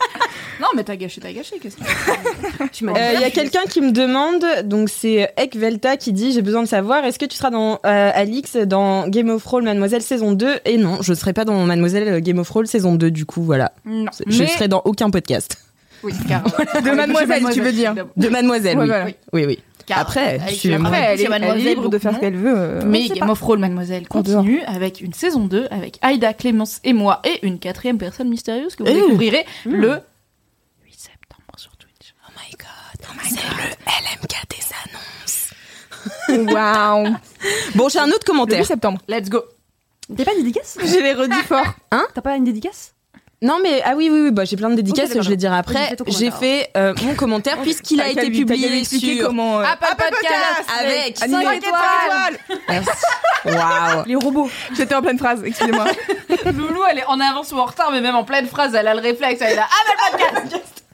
B: Non, mais t'as gâché, t'as gâché. Qu'est-ce que
D: Tu m'as
A: Euh, Il y a quelqu'un qui me demande, donc c'est Ekvelta qui dit J'ai besoin de savoir, est-ce que tu seras dans euh, Alix dans Game of Thrones Mademoiselle saison 2 Et non, je serai pas dans Mademoiselle Game of Thrones saison 2, du coup, voilà.
B: Non.
A: Je
B: Mais-
A: serai dans aucun podcast.
B: Oui, car.
A: Ah,
C: De mademoiselle, tu veux dire.
A: De Mademoiselle,
C: Ouais,
A: oui.
C: voilà.
A: Oui, oui.
B: Car-
A: Après,
B: Allez,
A: suivez-moi.
C: Après,
B: après,
C: elle est,
B: c'est
C: elle est
B: mademoiselle,
C: libre de
B: beaucoup
C: faire ce
B: non.
C: qu'elle veut. euh,
B: Mais
C: on sait
B: Game
C: pas.
B: of Roll, mademoiselle,
C: En dehors.
B: continue avec une saison 2 avec Aïda, Clémence et moi et une quatrième personne mystérieuse que vous découvrirez le 8 septembre sur Twitch.
C: Waouh.
A: Bon, j'ai un autre
C: Le 8
A: commentaire.
C: septembre.
B: Let's go
D: T'as Ah, pas une dédicace Hein
C: Je l'ai redit fort.
D: T'as pas une dédicace
A: Non, mais ah oui, oui, oui bah, j'ai plein de dédicaces,
D: Ok, d'accord.
A: je les dirai
D: J'ai fait
A: après.
D: ton
A: J'ai
D: commentaire.
A: fait euh, mon commentaire puisqu'il a
C: T'as qu'à
A: été
C: lui- t'as qu'à lui
A: publié
C: expliquer
A: sur
C: comment, euh,
A: Apple Podcast avec 5
C: Animal.
A: étoiles. Merci. Waouh.
C: Les robots. J'étais en pleine phrase, excusez-moi.
B: Loulou, elle est en avance ou en retard, mais même en pleine phrase, elle a le réflexe, elle a Ah, mais le podcast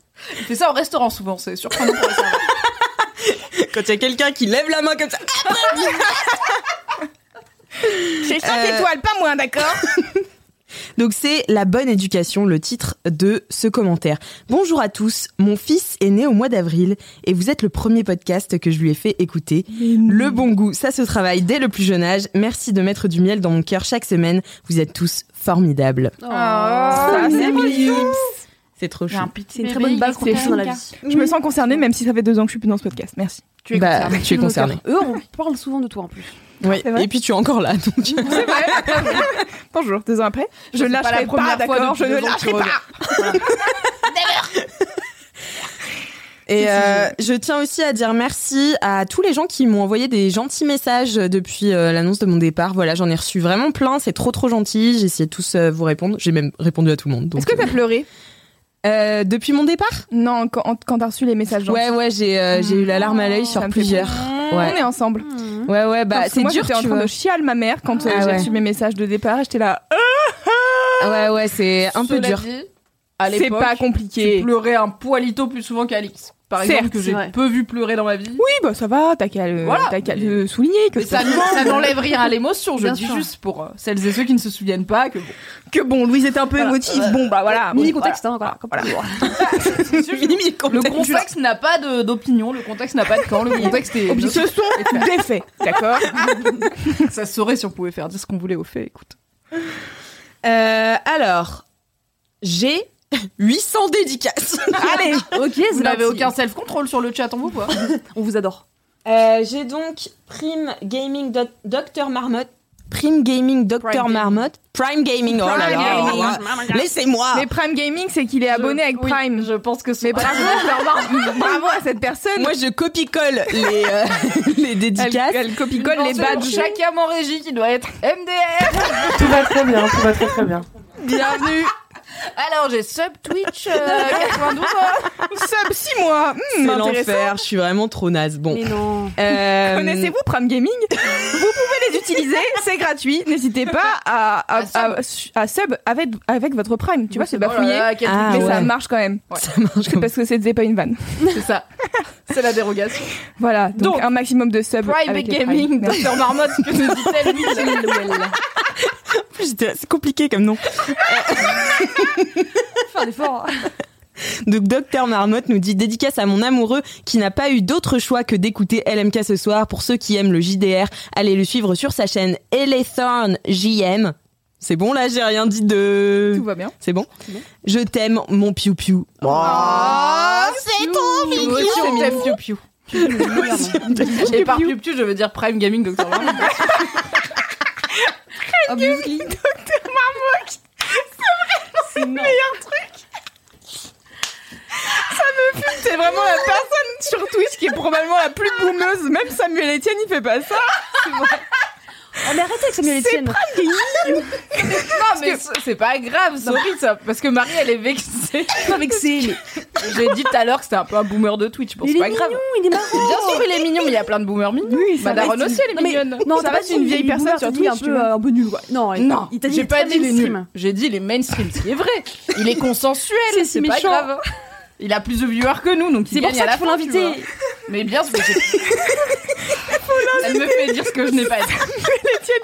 B: Il fait ça au restaurant souvent, c'est surprenant pour le cerveau.
A: Quand il y a quelqu'un qui lève la main comme ça. Ah, bah,
C: J'ai 5
A: Euh,
C: étoiles, pas moins, d'accord
A: Donc c'est La bonne éducation, le titre de ce commentaire. Bonjour à tous, mon fils est né au mois d'avril et vous êtes le premier podcast que je lui ai fait écouter. Le bon goût, ça se travaille dès le plus jeune âge. Merci de mettre du miel dans mon cœur chaque semaine. Vous êtes tous formidables.
C: Oh, Ça, c'est mignon.
A: C'est trop
B: J'ai
A: chou.
B: un petit
D: Ah, C'est une très
B: bébé
D: bonne balle qu'on
B: qui fait
D: touche dans la
B: caca.
D: vie.
C: Je me sens concernée, même si ça fait deux ans que je suis plus dans ce podcast. Merci.
B: Tu es
A: Bah,
B: concernée.
A: tu es concerné.
D: euh, Eux, on parle souvent de toi en plus.
A: Oui.
C: C'est vrai
A: Et puis tu es encore là. Donc.
C: C'est vrai. Bonjour, deux ans après. Je
B: C'est
C: ne
B: pas
C: lâcherai
B: la première
C: pas,
B: fois
C: d'accord
B: depuis
C: Je ne
B: deux ans que tu
C: lâcherai pas
A: Et euh, je tiens aussi à dire merci à tous les gens qui m'ont envoyé des gentils messages depuis euh, l'annonce de mon départ. Voilà, j'en ai reçu vraiment plein. C'est trop trop gentil. J'ai essayé de tous euh, vous répondre. J'ai même répondu à tout le monde. donc,
C: Est-ce que t'as pleuré
A: euh, depuis mon départ
C: Non, quand, quand t'as reçu les messages gentils.
A: Ouais, ouais, j'ai euh, j'ai eu la larme à l'œil
C: Ça
A: sur
C: me fait
A: plusieurs.
C: On est
A: Ouais,
C: ensemble.
A: ouais, ouais. Bah,
C: Parce que
A: c'est
C: moi,
A: dur,
C: j'étais en
A: tu
C: train
A: vois.
C: de chialer ma mère quand euh,
A: Ah
C: j'ai
A: ouais.
C: reçu mes messages de départ. J'étais là, Euh,
A: Ouais, ouais, c'est un peu
B: Cela
A: dur.
B: dit, à
C: oh, c'est
B: l'époque,
C: pas
B: tu
C: compliqué.
B: pleurais un poilito plus souvent qu'Alix. Par
C: Certes,
B: exemple, que
D: c'est
B: j'ai
D: vrai.
B: peu vu pleurer dans ma vie.
C: Oui, bah ça va, t'as qu'à le,
B: Voilà.
C: t'as qu'à le souligner que,
B: Mais ça,
C: ça-
B: ça n'enlève rien à l'émotion, je
D: Bien
B: dis
D: sûr.
B: juste pour euh, celles et ceux qui ne se souviennent pas que bon,
C: que bon, Louise était un peu émotive. Bon, bah voilà.
D: Mini
C: bon,
D: contexte, hein, encore. Comme toujours.
B: le contexte n'a pas de- d'opinion, le contexte n'a pas de camp, le contexte est.
C: voilà. Ce sont des faits, d'accord
B: ça se saurait si on pouvait faire dire ce qu'on voulait au fait, écoute.
A: Euh, alors, j'ai 800 dédicaces.
C: Allez,
B: Vous
D: Ok, c'est
B: n'avez
D: parti.
B: aucun self-control sur le chat, on vous voit.
D: On vous adore.
A: Euh, j'ai donc Prime Gaming Doc- Dr Marmotte. Prime Gaming Dr Marmotte. Prime Gaming. Oh là
C: Prime
A: là.
C: Gaming.
A: là là. Laissez-moi.
C: mais Prime Gaming, c'est qu'il est abonné avec
B: Oui,
C: Prime.
B: Je pense que c'est
C: Mais bravo, bravo à cette personne.
A: Moi, je copie-colle les, euh, les
C: elle,
A: dédicaces.
C: elle copie-colle les badges.
B: Chacun en régie qui doit être MDR.
D: Tout va très bien, tout va très très bien.
C: Bienvenue.
B: Alors j'ai sub Twitch euh, 92.
C: Sub 6 mois. Hmm,
A: C'est
C: intéressant.
A: l'enfer. Je suis vraiment trop naze. Bon.
D: Mais non.
A: Euh,
C: Connaissez-vous Prime Gaming Vous pouvez les utiliser, c'est gratuit. N'hésitez pas à, à, à- à sub avec, avec votre Prime. Tu vois, c'est
B: Oh
C: bafouillé.
B: là là, quel-
A: Ah,
C: mais
A: ouais.
C: ça marche quand même.
A: Ça marche comme
C: Parce que c'était pas une vanne.
B: C'est ça. C'est la dérogation.
C: Voilà, donc,
B: Donc,
C: un maximum de subs.
B: Prime
C: avec les
B: Gaming,
C: primes. Merci.
B: Dr Marmotte, que nous dit-elle Michel
A: En plus, j'étais- C'est compliqué comme nom.
D: Faire un effort.
A: Donc, Docteur Marmotte nous dit dédicace à mon amoureux qui n'a pas eu d'autre choix que d'écouter LMK ce soir. Pour ceux qui aiment le JDR, allez le suivre sur sa chaîne Elethorn JM. C'est bon là, j'ai rien dit de.
C: Tout va bien.
A: C'est bon Je t'aime, mon piou-piou.
B: Oh.
H: C'est trop
B: Piu, Moi aussi, on t'aime, Piu Piu. Et par Piu Piu, je veux dire Prime Gaming Dr. Marmotte.
D: Obviously.
C: C'est vraiment la personne sur Twitch qui est probablement la plus boumeuse. Même Samuel Etienne, il fait pas ça.
D: Ah, mais arrêtez avec Samuel Etienne.
B: Non, mais c'est- c'est pas grave, sorry ça. Parce que Marie, elle est vexée.
D: Pas vexé. mais-
B: J'ai dit tout à l'heure que c'était un peu un boomer de Twitch. Bon,
D: Il
B: c'est
D: est
B: pas
D: mignon,
B: grave.
D: il est marrant.
B: Bien sûr, il est mignon, mais il y a plein de boomers mignons.
D: Oui,
B: Bah, Daron aussi, elle est
D: Non, mais-
B: mignonne.
D: Non,
C: Ça
D: t'as
C: va,
D: pas dit
C: c'est une
D: il est
C: vieille
D: boomer,
C: personne sur
D: t'as dit un
C: Twitch,
D: peu,
C: tu vois.
D: euh, un peu nul, quoi. Non, il-
B: Non,
D: il t'a dit
B: j'ai pas dit les nuls.
D: mainstream.
B: J'ai dit les mainstream, ce qui est vrai. Il est consensuel,
D: C'est si
B: c'est pas
D: méchant.
B: grave. Il a plus de viewers que nous, donc il
D: C'est pour
B: gagne à
D: ça
B: la
D: qu'il faut
B: fin, tu vois.
D: l'inviter.
B: Mais bien sûr. j'ai- Elle me fait dire ce que je n'ai pas dit.
C: Etienne,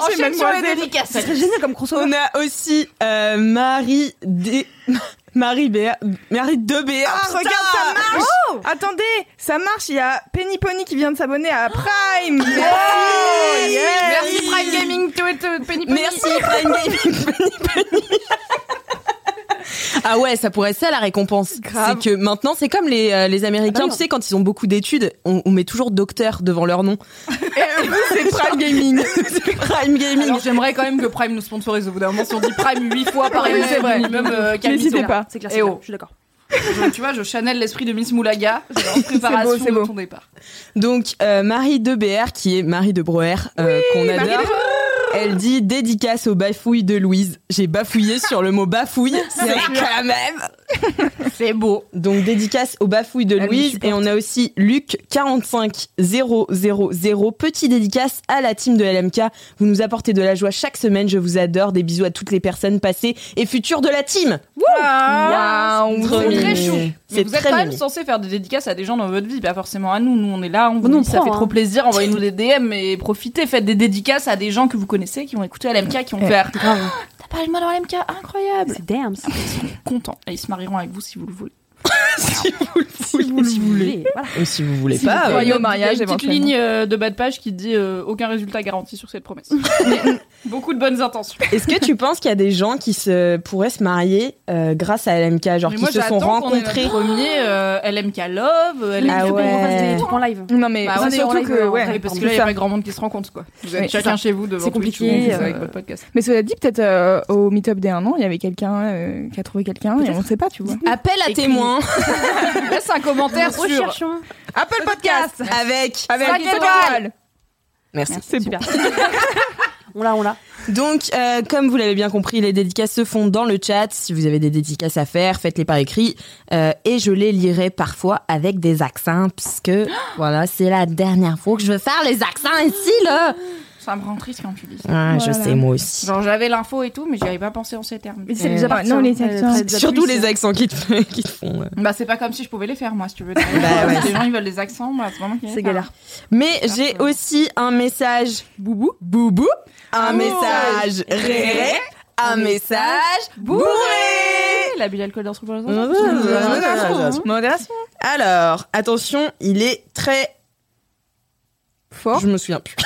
D: Oh,
C: c'est
B: Enchaîne sur les
C: mademoiselle.
B: dédicaces.
D: Ce serait génial comme crossover.
A: On a aussi euh, Marie D... Marie Béa... Marie de Béa.
C: Ah,
A: putain
C: regarde, ça marche Oh, Attendez, ça marche, il y a Penny Pony qui vient de s'abonner à Prime Merci.
B: Merci Prime Gaming, tout et tout, Penny Penny.
A: Merci Prime Gaming, Penny Penny. Ah ouais, ça pourrait être ça la récompense.
C: Grave.
A: C'est que maintenant, c'est comme les, euh, les Américains,
D: Ah oui.
A: tu sais, quand ils ont beaucoup d'études, on, on met toujours docteur devant leur nom.
C: c'est Prime Gaming.
A: Prime Gaming.
B: Alors, j'aimerais quand même que Prime nous sponsorise au bout d'un moment. Si on dit Prime 8 fois par
C: Oui,
B: année,
C: c'est vrai.
B: Même euh, Camille,
C: N'hésitez
B: voilà.
C: pas.
D: C'est clair,
B: Eh
D: c'est clair,
B: oh.
D: je suis d'accord.
B: Je- tu vois, je chanel l'esprit de Miss Moulaga genre, en préparation
C: c'est beau.
B: de ton départ.
A: Donc, euh, Marie de BR, qui est Marie de Broer, euh, qu'on adore. Elle dit dédicace aux bafouilles de Louise. J'ai bafouillé sur le mot bafouille. C'est quand même.
B: C'est beau.
A: Donc dédicace aux bafouilles de
B: me
A: Louise et on a aussi Luc 45000 petit dédicace à la team de LMK. Vous nous apportez de la joie chaque semaine, je vous adore, des bisous à toutes les personnes passées et futures de la team.
C: Waouh.
A: Trop
B: C'est Ah,
A: mignon.
B: très chou. Mais
A: C'est
B: vous êtes
A: très
B: quand même
A: mignon.
B: censé faire des dédicaces à des gens dans votre vie, pas forcément à nous. Nous, on est là, on vous
D: Nous, on
B: dit, ça
D: prend,
B: fait
D: hein.
B: trop plaisir. Envoyez-nous des DM et profitez. Faites des dédicaces à des gens que vous connaissez, qui ont écouté à l'MK, qui ont fait. Ah, T'as parlé de moi dans l'MK, incroyable.
D: C'est damn.
B: Content. Et ils se marieront avec vous si vous le voulez.
D: Si vous voulez. Voilà.
A: Ou si vous voulez
C: Si
A: pas.
C: vous
A: euh,
C: croyez.
B: Il y a
C: Ah au mariage,
B: une petite
C: éventuellement.
B: ligne euh, de bas de page qui dit euh, aucun résultat garanti sur cette promesse. Mais, beaucoup de bonnes intentions.
A: Est-ce que tu penses qu'il y a des gens qui se pourraient se marier euh, grâce à LMK, genre
B: Mais
A: qui
B: moi,
A: se sont
B: j'attends qu'on ait notre
A: rencontrés
B: Premier euh, LMK Love, euh, LMK
A: Ah
D: Faut qu'on
A: ouais.
D: fasse des trucs en live.
C: Non mais
B: Bah,
C: c'est
B: on est
C: surtout
D: en live,
C: que
D: en
C: ouais,
D: live,
B: Oui, parce que
C: c'est
B: là, il n'y a
C: ça.
B: pas grand monde qui se rencontre, quoi. Vous êtes
C: Ouais,
B: chacun chez vous devant
D: C'est
B: Twitch ou
D: compliqué,
B: vous êtes avec
C: euh,
B: votre podcast.
C: Mais cela dit, peut-être euh, au meet-up des 1 an, il y avait quelqu'un euh, qui a trouvé quelqu'un et on sait pas, tu vois.
A: Appel à témoins
B: Laisse un commentaire sur
D: Nous recherchons.
A: Apple Podcast avec
C: Avec
B: Cinq
C: des
B: étoiles.
A: Merci.
C: C'est super.
D: On l'a, on l'a.
A: Donc, euh, comme vous l'avez bien compris, les dédicaces se font dans le chat. Si vous avez des dédicaces à faire, faites-les par écrit. Euh, et je les lirai parfois avec des accents, puisque voilà, c'est la dernière fois que je veux faire les accents ici, là.
B: Ça me rend triste quand tu dis ça.
A: Ah, Je
C: Voilà.
A: sais, moi aussi.
B: Genre, j'avais l'info et tout, mais j'y avais pas pensé en ces termes.
D: Mais ça
C: Euh,
D: nous appartient.
C: non, les
D: Euh,
C: acteurs.
D: ça nous a
A: Surtout
D: plu,
A: les
D: ça.
B: hein.
A: accents qui te, qui te font. euh.
B: Bah, c'est pas comme si je pouvais les faire, moi, si tu veux.
A: ouais.
B: Les gens, ils veulent des accents, moi, c'est vraiment qu'il y a
D: C'est
B: pas.
D: galère.
A: Mais j'ai aussi un message. Boubou. Boubou. Un message. Réré. Un message. Bourré.
B: L'abus d'alcool dans Mmh. ce pour les enfants.
A: Mmh. Modération.
C: Modération.
A: Alors, attention, il est très
C: Fort,
A: Je me souviens plus.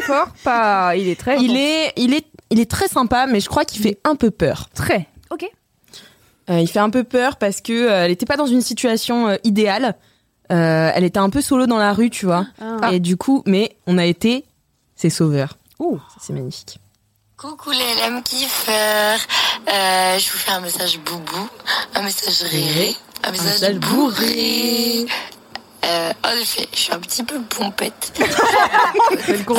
C: fort, pas. Il est très.
A: Il est, il est, il est très sympa, mais je crois qu'il fait un peu peur.
C: très.
A: Euh, il fait un peu peur parce que euh, elle n'était pas dans une situation euh, idéale. Euh, elle était un peu solo dans la rue, tu vois.
D: Ah.
A: Et du coup, mais on a été ses sauveurs.
D: Ouh.
A: Ça, c'est magnifique.
I: Coucou les lames kiffeurs, euh, je vous fais un message boubou, un message réré, un message,
A: message
I: bourré. Euh, en effet, je suis un petit peu pompette.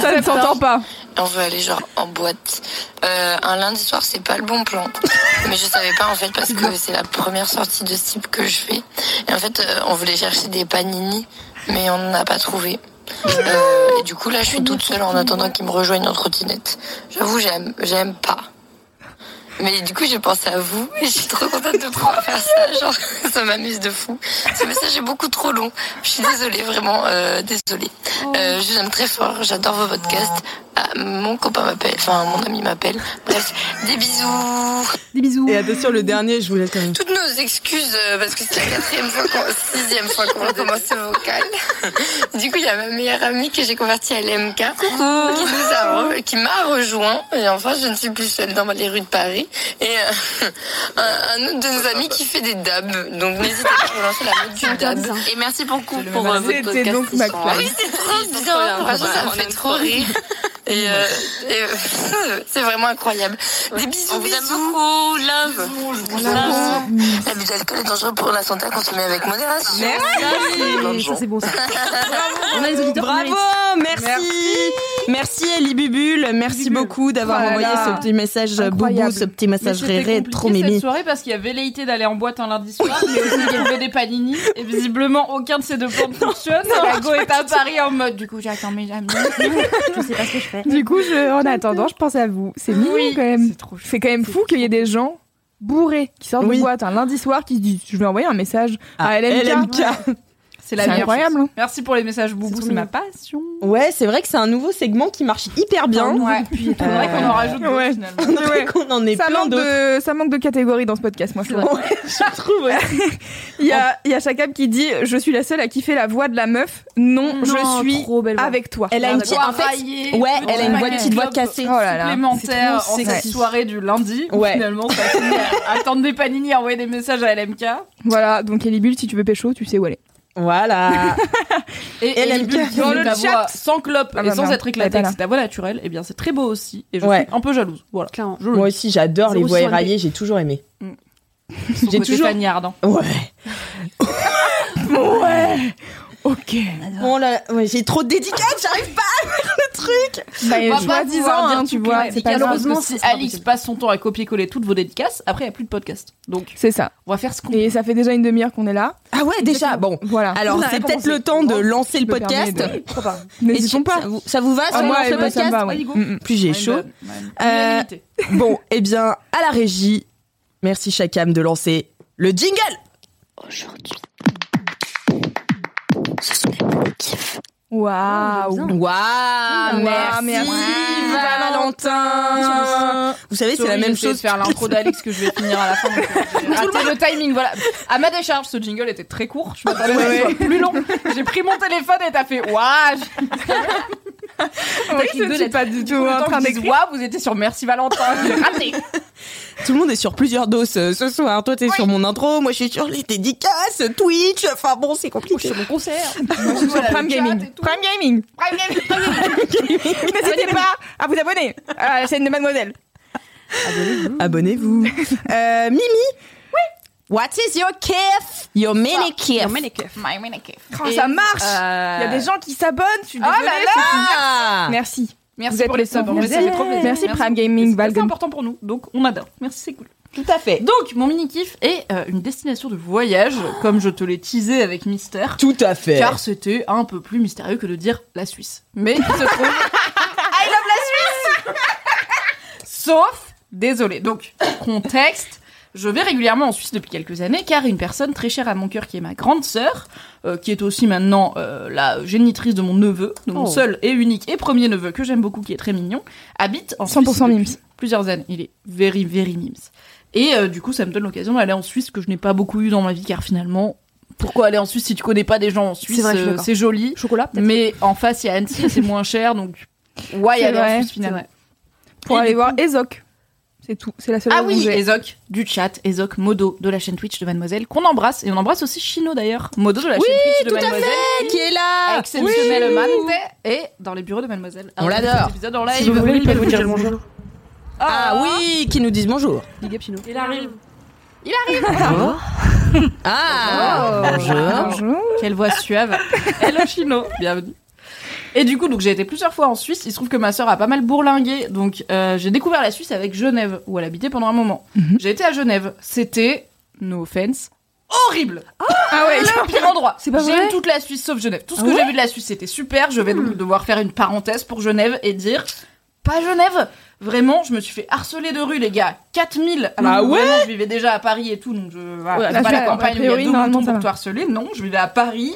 C: Ça ne s'entend pas.
I: On veut aller genre en boîte. Euh, un lundi soir, c'est pas le bon plan. Mais je savais pas en fait parce que c'est la première sortie de ce type que je fais. Et en fait, euh, on voulait chercher des panini, mais on n'en a pas trouvé. Euh, et du coup, là, je suis toute seule en attendant qu'ils me rejoignent en trottinette. J'avoue, j'aime, j'aime pas. Mais du coup, j'ai pensé à vous et je suis trop contente de pouvoir faire ça. Genre, ça m'amuse de fou. Ce message est beaucoup trop long. Je suis désolée, vraiment, euh, désolée. Euh, je vous aime très fort, j'adore vos podcasts. Ah, mon copain m'appelle, enfin mon ami m'appelle. Bref, des bisous.
C: Des bisous.
A: Et attention, le dernier, je vous laisse quand même.
I: Toutes nos excuses euh, parce que c'est la quatrième fois, qu'on, sixième fois qu'on recommence ce vocal. Du coup, il y a ma meilleure amie que j'ai convertie à LMK qui, nous a re- qui m'a rejoint. Et enfin, je ne suis plus seule dans les rues de Paris. Et euh, un, un autre de nos amis qui fait des dabs. Donc n'hésitez pas à vous lancer la mode du dab. Et merci beaucoup pour euh, votre
C: C'était donc
I: ah
C: McFly.
I: oui, c'est trop bien. Franchement, ça me fait trop rire. Et, euh, et, euh, c'est vraiment incroyable. Des bisous, On bisous. beaucoup. Love. Love. L'abus d'alcool est dangereux pour la santé à consommer avec modération.
D: Et Ça, c'est bon, ça. On a les auditeurs. qu'on
A: Bravo,
D: mérite.
A: merci, merci Ellie Bubule, merci beaucoup d'avoir
C: Voilà.
A: envoyé ce petit message euh, boubou,
C: Incroyable.
A: ce petit message
B: Mais c'était
A: réré,
B: compliqué
A: trop
B: cette
A: mimi.
B: soirée parce qu'il y a velléité d'aller en boîte un lundi soir, mais aussi il y avait des panini. Et visiblement, aucun de ces deux plans ne fonctionne. Lago est à Paris en mode du coup, j'attends mes amis.
D: Je sais pas ce que je fais.
C: Du coup, je, en attendant, je pense à vous. C'est mignon quand même.
B: C'est trop chou.
C: C'est quand même fou qu'il y ait des gens bourrés qui sortent
A: Oui. Ah,
C: Ah, de boîte un lundi soir qui se disent je vais envoyer un message à LMK.
A: LMK.
B: C'est la
C: C'est
B: meilleure
C: incroyable.
B: chose.
C: hein.
B: Merci pour les messages boubou, c'est ma passion.
A: Ouais, c'est vrai que c'est un nouveau segment qui marche hyper bien. Ah,
B: Ouais. C'est vrai qu'on en rajoute d'autres,
C: Ouais.
B: finalement.
A: On dirait qu'on en est
C: Ça
A: plein
C: manque,
A: d'autres.
C: de, ça manque de catégories dans ce podcast, moi je trouve.
A: Je trouve. ouais.
C: Il y a, il y a Chakab qui dit Je suis la seule à kiffer la voix de la meuf. Non, je suis
D: trop belle. voix.
C: avec toi.
A: Elle a une petite.
B: Voix
A: En fait,
B: raillée,
A: ouais, elle a une
B: Ouais.
A: voix- petite voix cassée.
C: Oh là là.
B: supplémentaire
A: c'est trop
B: en cette
A: sexy.
B: soirée du lundi. où
A: Ouais.
B: Finalement, ça finit à attendre des panini, à envoyer des messages à LMK.
C: Voilà, donc Elibul, si tu veux pécho, tu sais où elle est.
A: Voilà.
B: Et
A: LMK.
B: LMK qui
C: Dans
B: dit
C: le
B: ta
C: chat.
B: voix sans clope
C: Ah
B: et
C: bah
B: sans
C: merde,
B: être éclatée,
C: elle est pas
B: que c'est ta voix naturelle, et bien c'est très beau aussi. Et je
A: Ouais.
B: suis un peu jalouse. Voilà.
D: Clairement.
B: Je le
A: Moi aussi, j'adore les
D: Zéro
A: voix
D: sur le
A: éraillées. J'ai toujours aimé.
B: dis. Son
A: j'ai
B: côté
A: toujours-
B: fagnarde, hein.
A: Ouais.
C: Ok.
A: Bon là, ouais, j'ai trop de dédicaces. J'arrive pas.
C: Bah,
B: On va
C: je vois
B: pas
C: 10
B: pouvoir
C: ans,
B: dire
C: hein,
B: toutes
C: tu
B: les
C: vois. C'est
B: dédicaces,
C: pas grave.
B: parce que
D: Malheureusement,
B: si
D: c'est pas
B: Alix passe son temps à copier-coller toutes vos dédicaces, après, il n'y a plus de podcast. Donc,
C: C'est ça.
B: on va faire ce qu'on
C: Et ça fait déjà une demi-heure qu'on est là.
A: Ah ouais, déjà. Bon.
C: Voilà.
A: Alors, c'est peut-être le temps de
C: Oh,
A: lancer le
C: me permets
A: podcast.
C: de-
D: Pourquoi pas
C: N'hésitons pas.
A: Ça vous, ça vous va
C: Ah,
A: ça
C: moi,
A: lance
C: eh
A: le
C: ben, ça
A: podcast
C: me va,
B: Ouais, bah,
C: ouais.
B: go.
C: Mm, mm.
A: Plus j'ai chaud. Euh, Bon, eh bien, à la régie, merci Chakam de lancer le jingle.
J: Aujourd'hui, ce sont des bons kiffs.
C: Waouh.
A: Oh.
D: Bien.
A: Waouh,
C: Waouh,
A: bah, merci,
C: merci,
A: Valentin. Vous savez, c'est la même chose.
B: faire l'intro d'Alix que je vais finir à la fin. donc J'ai raté le timing, voilà. À ma décharge, ce jingle était très court. Je m'attendais à ce qu'il soit plus long. J'ai pris mon téléphone et t'as fait Waouh
C: Ah Oui, je suis pas du tout en train
B: je
C: d'écrire.
B: Waouh, vous étiez sur Merci Valentin. J'ai raté.
A: Tout le monde est sur plusieurs doses euh, ce soir. Toi, t'es sur mon intro, moi, je suis sur les dédicaces, Twitch. Enfin bon, c'est compliqué.
B: mon concert.
C: Je suis sur
B: Voilà,
C: Prime
B: le chat
C: Gaming.
B: et tout.
C: Prime Gaming.
B: Prime Gaming, Prime Gaming.
C: N'hésitez pas à vous abonner à la chaîne de Mademoiselle.
A: Abonnez-vous. Euh, Mimi. Oui. What is your kiff? Your mini kiff.
B: My mini kiff.
C: Oh, ça
B: Ah,
C: marche.
B: bah.
C: Il y a des gens qui s'abonnent.
B: Oh
C: Je suis désolée.
A: Ah.
C: Merci.
B: Merci
C: oh Vous êtes
B: pour les
C: les
B: subs. en
C: pauvres.
B: vrai, ça fait trop plaisir.
C: Merci Prime
B: C'est
C: Gaming,
B: très
C: Valgum.
B: important pour nous, donc on adore. Merci, c'est cool.
A: Tout à fait.
B: Donc, mon mini kiff est euh, une destination de voyage, comme je te l'ai teasé avec Mister.
A: Tout à fait.
B: Car c'était un peu plus mystérieux que de dire la Suisse. Mais il se trouve. I love la Suisse Sauf, désolé. Donc, contexte. Je vais régulièrement en Suisse depuis quelques années car une personne très chère à mon cœur qui est ma grande sœur, euh, qui est aussi maintenant euh, la génitrice de mon neveu, de mon
A: Oh.
B: seul et unique et premier neveu que j'aime beaucoup, qui est très mignon, habite en Suisse
C: 100%
B: depuis
C: mimes.
B: plusieurs années. Il est very, very mimes. Et euh, du coup, ça me donne l'occasion d'aller en Suisse que je n'ai pas beaucoup eu dans ma vie car finalement, pourquoi aller en Suisse si tu connais pas des gens en Suisse
D: vrai, je suis
B: euh,
D: d'accord.
B: C'est joli.
D: Chocolat peut-être
B: Mais en face, il y a Annecy, et c'est moins cher, donc why
C: C'est
B: aller
C: vrai,
B: en Suisse finalement
C: Pour
B: Et
C: aller
B: du
C: voir Ezoc. C'est tout. C'est la seule
B: Ah
C: raison que
B: oui,
C: j'ai.
B: Ezoc du chat, Ezoc Modo de la chaîne Twitch de Mademoiselle, qu'on embrasse. Et on embrasse aussi Chino d'ailleurs, Modo de la chaîne Twitch de Mademoiselle.
A: Qui est
B: Ah,
A: là?
B: Exceptionnellement et dans les bureaux de Mademoiselle.
A: On
B: Après
A: l'adore.
B: cet épisode en live.
D: Si vous voulez, il peut vous dire le bonjour.
A: Ah oui, qui nous disent bonjour.
D: Big up, Chino.
B: Il arrive.
A: Ah.
D: Oh.
A: Bonjour.
C: Bonjour.
B: Quelle voix suave. Hello Chino, bienvenue. Et du coup, donc j'ai été plusieurs fois en Suisse. Il se trouve que ma sœur a pas mal bourlingué, donc euh, j'ai découvert la Suisse avec Genève, où elle habitait pendant un moment.
D: Mhm.
B: J'ai été à Genève. C'était, no offense, horrible.
C: Ah ouais.
B: Oh, le pire endroit.
D: C'est pas
B: J'ai
D: vrai Ah
B: eu toute la Suisse sauf Genève. Tout ce que j'ai vu de la Suisse, c'était super. Je vais donc devoir faire une parenthèse pour Genève et dire pas Genève. Vraiment, je me suis fait harceler de rue, les gars. 4000. Alors,
A: Ah
B: que
A: ouais
B: vraiment, je vivais déjà à Paris et tout, donc je voilà,
C: Ouais,
B: c'est pas
C: ça,
B: la campagne
C: a
B: où il y a
C: priori,
B: deux
C: normalement,
B: moutons
C: ça
B: pour
C: va.
B: te harceler. Non, je vivais à Paris.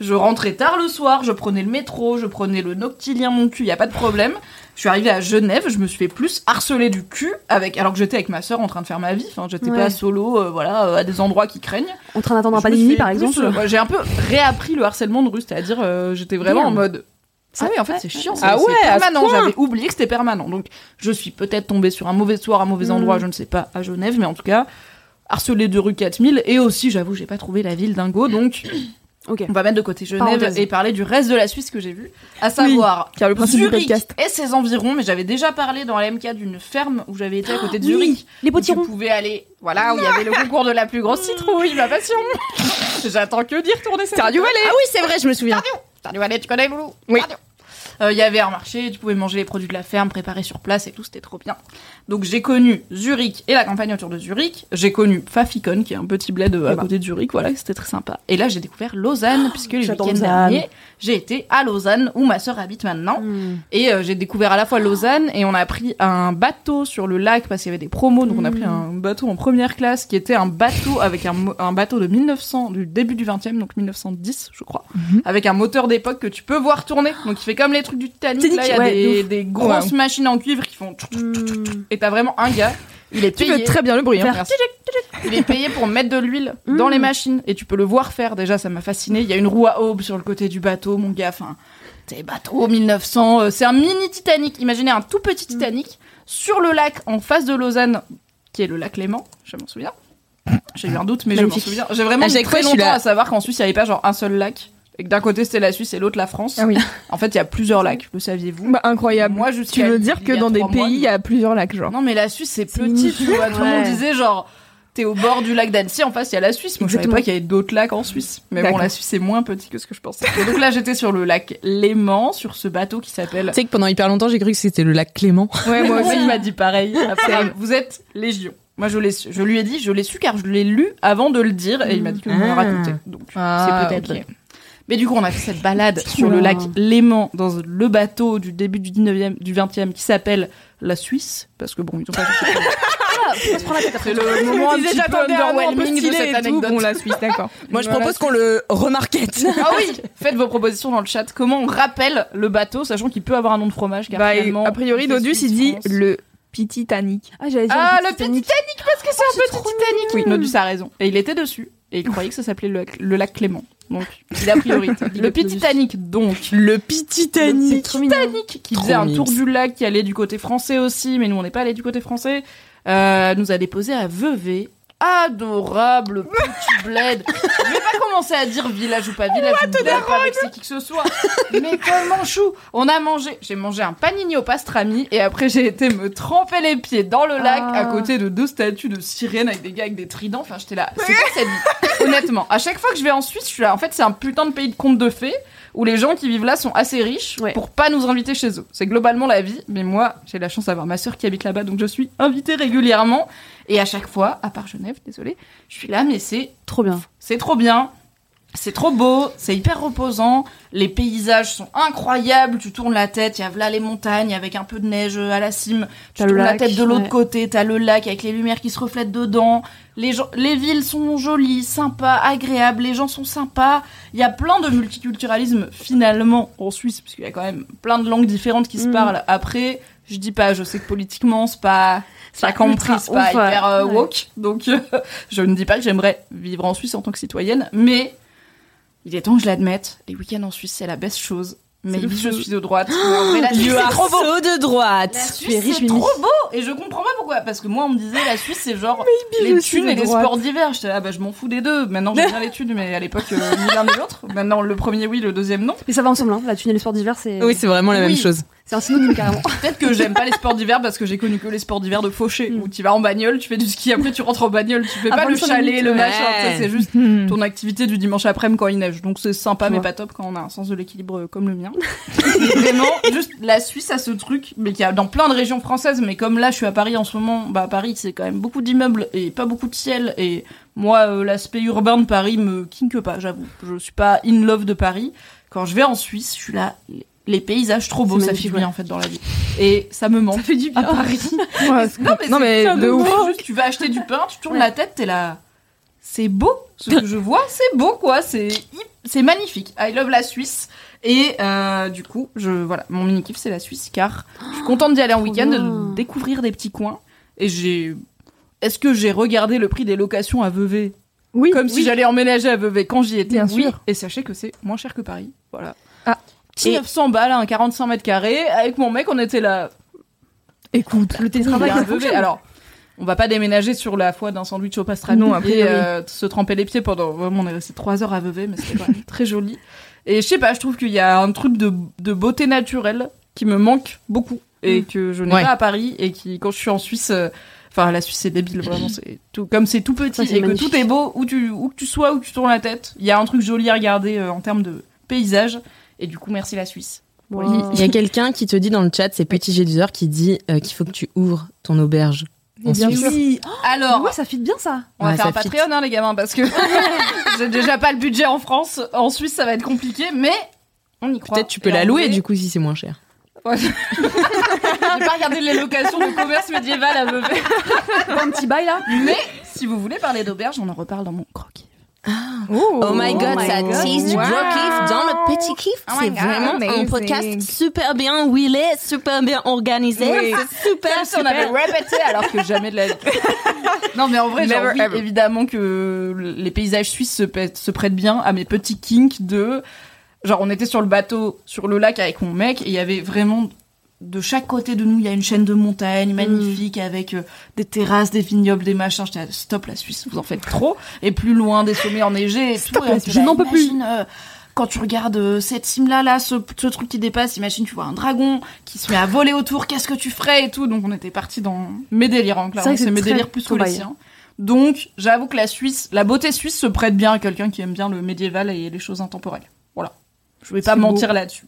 B: Je rentrais tard le soir, je prenais le métro, je prenais le noctilien mon cul, y a pas de problème. Je suis arrivée à Genève, je me suis fait plus harceler du cul avec alors que j'étais avec ma sœur en train de faire ma vie, enfin j'étais
D: Ouais.
B: pas solo euh, voilà euh, à des endroits qui craignent.
D: En train d'attendre un
B: Je me
D: panini,
B: suis
D: par
B: plus,
D: exemple.
B: euh, ouais, J'ai un peu réappris le harcèlement de rue, c'est-à-dire euh, j'étais vraiment en
D: Merde.
B: mode. Ah
D: Ah
B: oui, en fait,
D: ouais.
B: c'est chiant. c'est-
A: Ah
B: c'est
A: ouais, à ce
B: permanent.
A: point.
B: J'avais oublié que c'était permanent. Donc, je suis peut-être tombée sur un mauvais soir, un mauvais endroit, je ne sais pas, à Genève, mais en tout cas, harcelée de rue 4000. Et aussi, j'avoue, j'ai pas trouvé la ville dingo. Donc,
D: Ok.
B: on va mettre de côté Genève
D: Parenthèse.
B: et parler du reste de la Suisse que j'ai vu, à savoir
C: Car le principe du
B: Zurich
C: podcast.
B: et ses environs. Mais j'avais déjà parlé dans l'MK d'une ferme où j'avais été à côté de Zurich. Où
D: Les
B: tu
D: potirons.
B: pouvais aller, voilà, où il y avait le concours de la plus grosse citrouille, ma passion. J'attends que d'y retourner. cette
A: Ah oui, c'est vrai, je me souviens.
B: Tardio, allez, tu connais Loulou
A: Oui.
B: Tardio. Euh, Il y avait un marché, tu pouvais manger les produits de la ferme préparés sur place et tout, c'était trop bien. Donc j'ai connu Zurich et la campagne autour de Zurich. J'ai connu Fafikon, qui est un petit bled
D: Eh
B: euh, à
D: ben.
B: côté de Zurich, voilà, c'était très sympa. Et là j'ai découvert Lausanne,
A: Ah,
B: puisque le
D: j'adore
B: week-end
D: Lausanne.
B: dernier, j'ai été à Lausanne, où ma sœur habite maintenant. Et euh, j'ai découvert à la fois Lausanne et on a pris un bateau sur le lac parce qu'il y avait des promos. Donc on a
D: Mm.
B: pris un bateau en première classe qui était un bateau avec un, mo- un bateau de 1900, du début du 20e, donc 1910, je crois,
D: Mm-hmm.
B: avec un moteur d'époque que tu peux voir tourner. Donc il fait comme les trucs du Titanic.
D: Titanic,
B: Là, il y a
D: ouais,
B: des, des grosses machines en cuivre qui font. Et t'as vraiment un gars. Il est
C: Tu
B: payé.
C: fais très bien le bruit. hein. Mm.
B: Faire Il est payé pour mettre de l'huile dans les machines et tu peux le voir faire. Déjà, ça m'a fasciné. Il y a une roue à aube sur le côté du bateau, mon gars. Enfin, c'est bateau 1900. euh, C'est un mini Titanic. Imaginez un tout petit Titanic sur le lac en face de Lausanne, qui est le lac Léman. Je m'en souviens. J'ai eu un doute, mais
K: Magnifique.
B: je m'en souviens. J'ai vraiment
C: Ah,
K: À
B: mis
K: chaque fois,
B: très
K: je
B: longtemps
K: suis là.
B: à savoir qu'en Suisse, il n'y avait pas genre un seul lac. Et que d'un côté, c'était la Suisse et l'autre, la France.
C: Ah oui.
B: En fait, il y a plusieurs lacs. Le saviez-vous
C: Bah, incroyable.
B: Moi, je
C: Tu veux dire que dans des pays, il y a plusieurs lacs, genre.
B: non, mais la Suisse, c'est petit, tu vois. Tout le monde disait genre. T'es au bord du lac d'Annecy, en face il y a la Suisse. Moi je savais
C: Exactement.
B: pas qu'il y avait d'autres lacs en Suisse. Mais bon,
C: D'accord.
B: la Suisse est moins petit que ce que je pensais. Et donc là j'étais sur le lac Léman, sur ce bateau qui s'appelle.
K: Tu sais que pendant hyper longtemps, j'ai cru que c'était le lac Clément.
C: Ouais, moi aussi.
B: il m'a dit pareil. Après, vous êtes légion. Moi je, l'ai su- je lui ai dit, je l'ai su car je l'ai lu avant de le dire et il m'a dit que je me le
K: Ah.
B: racontais. Donc
L: Ah,
B: c'est peut-être.
L: ok.
B: Mais du coup, on a fait cette balade sur le lac Léman dans le bateau du début du 19e, du 20e qui s'appelle la Suisse. Parce que bon, ils ont pas cherché. C'est le moment un petit peu underwhelming de cette anecdote.
C: Bon, la Suisse, d'accord.
K: Moi, je propose qu'on le remarquette.
B: Ah oui Faites vos propositions dans le chat. Comment on rappelle le bateau, sachant qu'il peut avoir un nom de fromage car
C: Bah, et
B: finalement,
C: a priori,
B: il fait
C: Dodus,
B: Suisse,
C: il dit
B: France.
C: le Titanic.
D: Ah, j'allais dire.
B: Ah, le petit
D: Titanic.
B: Titanic Parce que c'est un petit Titanic Oui, Nodus a raison. Et il était dessus. Et il croyait que ça s'appelait le, lac- le lac Clément. Donc, il a priorité. le petit Titanic, donc.
K: Le petit Titanic.
B: Titanic qui
K: Trop
B: faisait un
K: mimes.
B: tour du lac, qui allait du côté français aussi, mais nous on n'est pas allé du côté français, euh, nous a déposé à Vevey. Adorable petit bled. Je vais pas commencer à dire village ou pas village, je ne blague pas avec c'est qui que ce soit. Mais comment chou On a mangé, j'ai mangé un panini au pastrami et après j'ai été me tremper les pieds dans le lac à côté de deux statues de sirènes avec des gars avec des tridents. Enfin, j'étais là, c'est quoi cette vie Honnêtement, à chaque fois que je vais en Suisse, je suis là. En fait, c'est un putain de pays de contes de fées où les gens qui vivent là sont assez riches
D: Ouais.
B: pour pas nous inviter chez eux. C'est globalement la vie, mais moi, j'ai la chance d'avoir ma sœur qui habite là-bas, donc je suis invitée régulièrement. Et à chaque fois, à part Genève, désolée, je suis là, mais c'est
D: Trop bien.
B: c'est trop bien. C'est trop beau, c'est hyper reposant, les paysages sont incroyables, tu tournes la tête, il y a là les montagnes avec un peu de neige euh, à la cime, tu
D: T'as le
B: tournes la
D: lac,
B: tête de l'autre
D: ouais.
B: côté, t'as le lac avec les lumières qui se reflètent dedans, les, gens- les villes sont jolies, sympas, agréables, les gens sont sympas, il y a plein de multiculturalisme finalement en Suisse, parce qu'il y a quand même plein de langues différentes qui se
D: Mm.
B: parlent. Après, je dis pas, je sais que politiquement c'est pas... Ça compris,
D: ultra
B: c'est pas
D: ouf, ouais.
B: hyper euh,
D: Ouais.
B: woke, donc euh, je ne dis pas que j'aimerais vivre en Suisse en tant que citoyenne, mais il est temps que je l'admette, les week-ends en Suisse, c'est la best chose. Mais oui, je suis de droite. mais en vrai, la Suisse,
K: You
B: c'est
K: are
B: trop beau.
K: so de
B: La
K: droite.
D: Tu es
B: Suisse,
D: riche,
B: c'est
D: Mimi.
B: trop beau. Et je comprends pas pourquoi. Parce que moi, on me disait, la Suisse, c'est genre les
C: suis
B: thunes
C: de
B: et les
C: droite.
B: sports d'hiver. J'étais là, ah bah, je m'en fous des deux. Maintenant, j'aime bien les thunes, mais à l'époque, euh, ni l'un ni l'autre. Maintenant, le premier oui, le deuxième non.
D: Mais ça va ensemble, hein. La thune et le sport d'hiver, c'est
K: Oui, c'est vraiment la
B: Oui.
K: même chose.
D: c'est un synonyme carrément.
B: Peut-être que j'aime pas les sports d'hiver parce que j'ai connu que les sports d'hiver de Fauché où tu vas en bagnole, tu fais du ski, après tu rentres en bagnole, tu fais
D: Ah,
B: pas le
D: prendre Mm. cinq
B: chalet,
D: minutes,
B: le
D: ouais.
B: machin, tu sais, c'est juste ton activité du dimanche après-midi quand il neige. Donc c'est sympa mais
D: Ouais.
B: pas top quand on a un sens de l'équilibre euh, comme le mien. Mais Vraiment, juste la Suisse a ce truc, mais qu'il y a dans plein de régions françaises, mais comme là je suis à Paris en ce moment, bah à Paris c'est quand même beaucoup d'immeubles et pas beaucoup de ciel et moi euh, l'aspect urbain de Paris me kinque pas, j'avoue. Je suis pas in love de Paris. Quand je vais en Suisse, je suis là les paysages trop beaux,
D: C'est
B: ça
D: magnifique,
B: fait du bien en fait dans la vie. Et ça me manque. Ça fait du bien. À Paris. non mais,
C: Non,
B: c'est-
C: mais
B: ça
C: de
B: me
C: ouf.
B: manque. Juste, tu vas acheter du pain, tu tournes la tête, t'es là. C'est beau. Ce que je vois, c'est beau quoi. C'est hip- c'est magnifique. I love la Suisse. Et euh, du coup, je voilà, mon mini kiff c'est la Suisse car je suis contente d'y aller en week-end, de
D: bien.
B: découvrir des petits coins. Et j'ai. Est-ce que j'ai regardé le prix des locations à Vevey
C: Oui,
B: Comme si j'allais emménager à Vevey quand j'y étais.
C: Bien
B: oui.
C: sûr.
B: Et sachez que c'est moins cher que Paris. Voilà.
C: Ah.
B: Petit
C: Et-
B: 900 balles à un 45 mètres carrés. Avec mon mec, on était là.
C: Écoute, le
B: Il
C: télétravail,
B: y a un bébé. Alors, on va pas déménager sur la foi d'un sandwich au pastrami
C: Non, a
B: et
C: priori.
B: euh, se tremper les pieds pendant. Vraiment, on est resté trois heures à Vevey, mais c'était quand même très joli. Et je sais pas, je trouve qu'il y a un truc de, de beauté naturelle qui me manque beaucoup
C: Hmm.
B: et que je n'ai
K: Ouais.
B: pas à Paris et qui, quand je suis en Suisse, euh, enfin la Suisse c'est débile vraiment, c'est tout comme c'est tout petit
D: Ouais, c'est
B: et que
D: magnifique.
B: tout est beau où tu où que tu sois où que tu tournes la tête, il y a un truc joli à regarder euh, en termes de paysage et du coup merci la Suisse.
K: Il
D: Oh.
K: y a quelqu'un qui te dit dans le chat, c'est Petit Géduseur, qui dit euh, qu'il faut que tu ouvres ton auberge.
D: Mais bien sûr. Ah,
B: Alors,
D: Ouais, ça fit bien ça.
B: on va
K: Ouais,
B: faire
K: ça
B: un Patreon, hein, les gamins, parce que j'ai déjà pas le budget en France. En Suisse, ça va être compliqué, mais on y croit.
K: Peut-être tu peux
B: Et
K: la
B: en
K: louer
B: vrai,
K: du coup si c'est moins cher.
B: J'ai pas regardé les locations de commerce médiéval à Vevey.
D: Un petit bail là.
B: Mais si vous voulez parler d'auberge, on en reparle dans mon croquis.
M: Oh my god,
D: my
M: ça
D: God.
M: tease du
C: Wow.
M: gros kiff dans le petit kiff.
C: Oh my
M: c'est
C: God,
M: vraiment un
C: amazing.
M: podcast super bien wheelé, super bien organisé. C'est super,
B: Comme si on avait répété alors que jamais de la vie. non, mais en vrai, genre,
C: Never
B: oui,
C: ever.
B: évidemment que les paysages suisses se, pètent- se prêtent bien à mes petits kinks de. Genre, on était sur le bateau, sur le lac avec mon mec, et il y avait vraiment. De chaque côté de nous, il y a une chaîne de montagnes magnifique avec euh, des terrasses, des vignobles, des machins. J'étais là, stop la Suisse, vous en faites trop. Et plus loin, des sommets enneigés. Et tout, et on était
D: je
B: là,
D: n'en peux plus.
B: imagine, euh, quand tu regardes euh, cette cime là, là, ce, ce truc qui dépasse, imagine tu vois un dragon qui se met à voler autour, qu'est-ce que tu ferais et tout. Donc on était parti dans mes délires, hein,
D: C'est vrai
B: clairement.
D: que c'est
B: C'est mes
D: très
B: délires plus que
D: ton
B: les
D: bail.
B: siens. Donc j'avoue que la Suisse, la beauté suisse se prête bien à quelqu'un qui aime bien le médiéval et les choses intemporelles. Voilà. Je vais pas
D: C'est beau.
B: mentir là-dessus.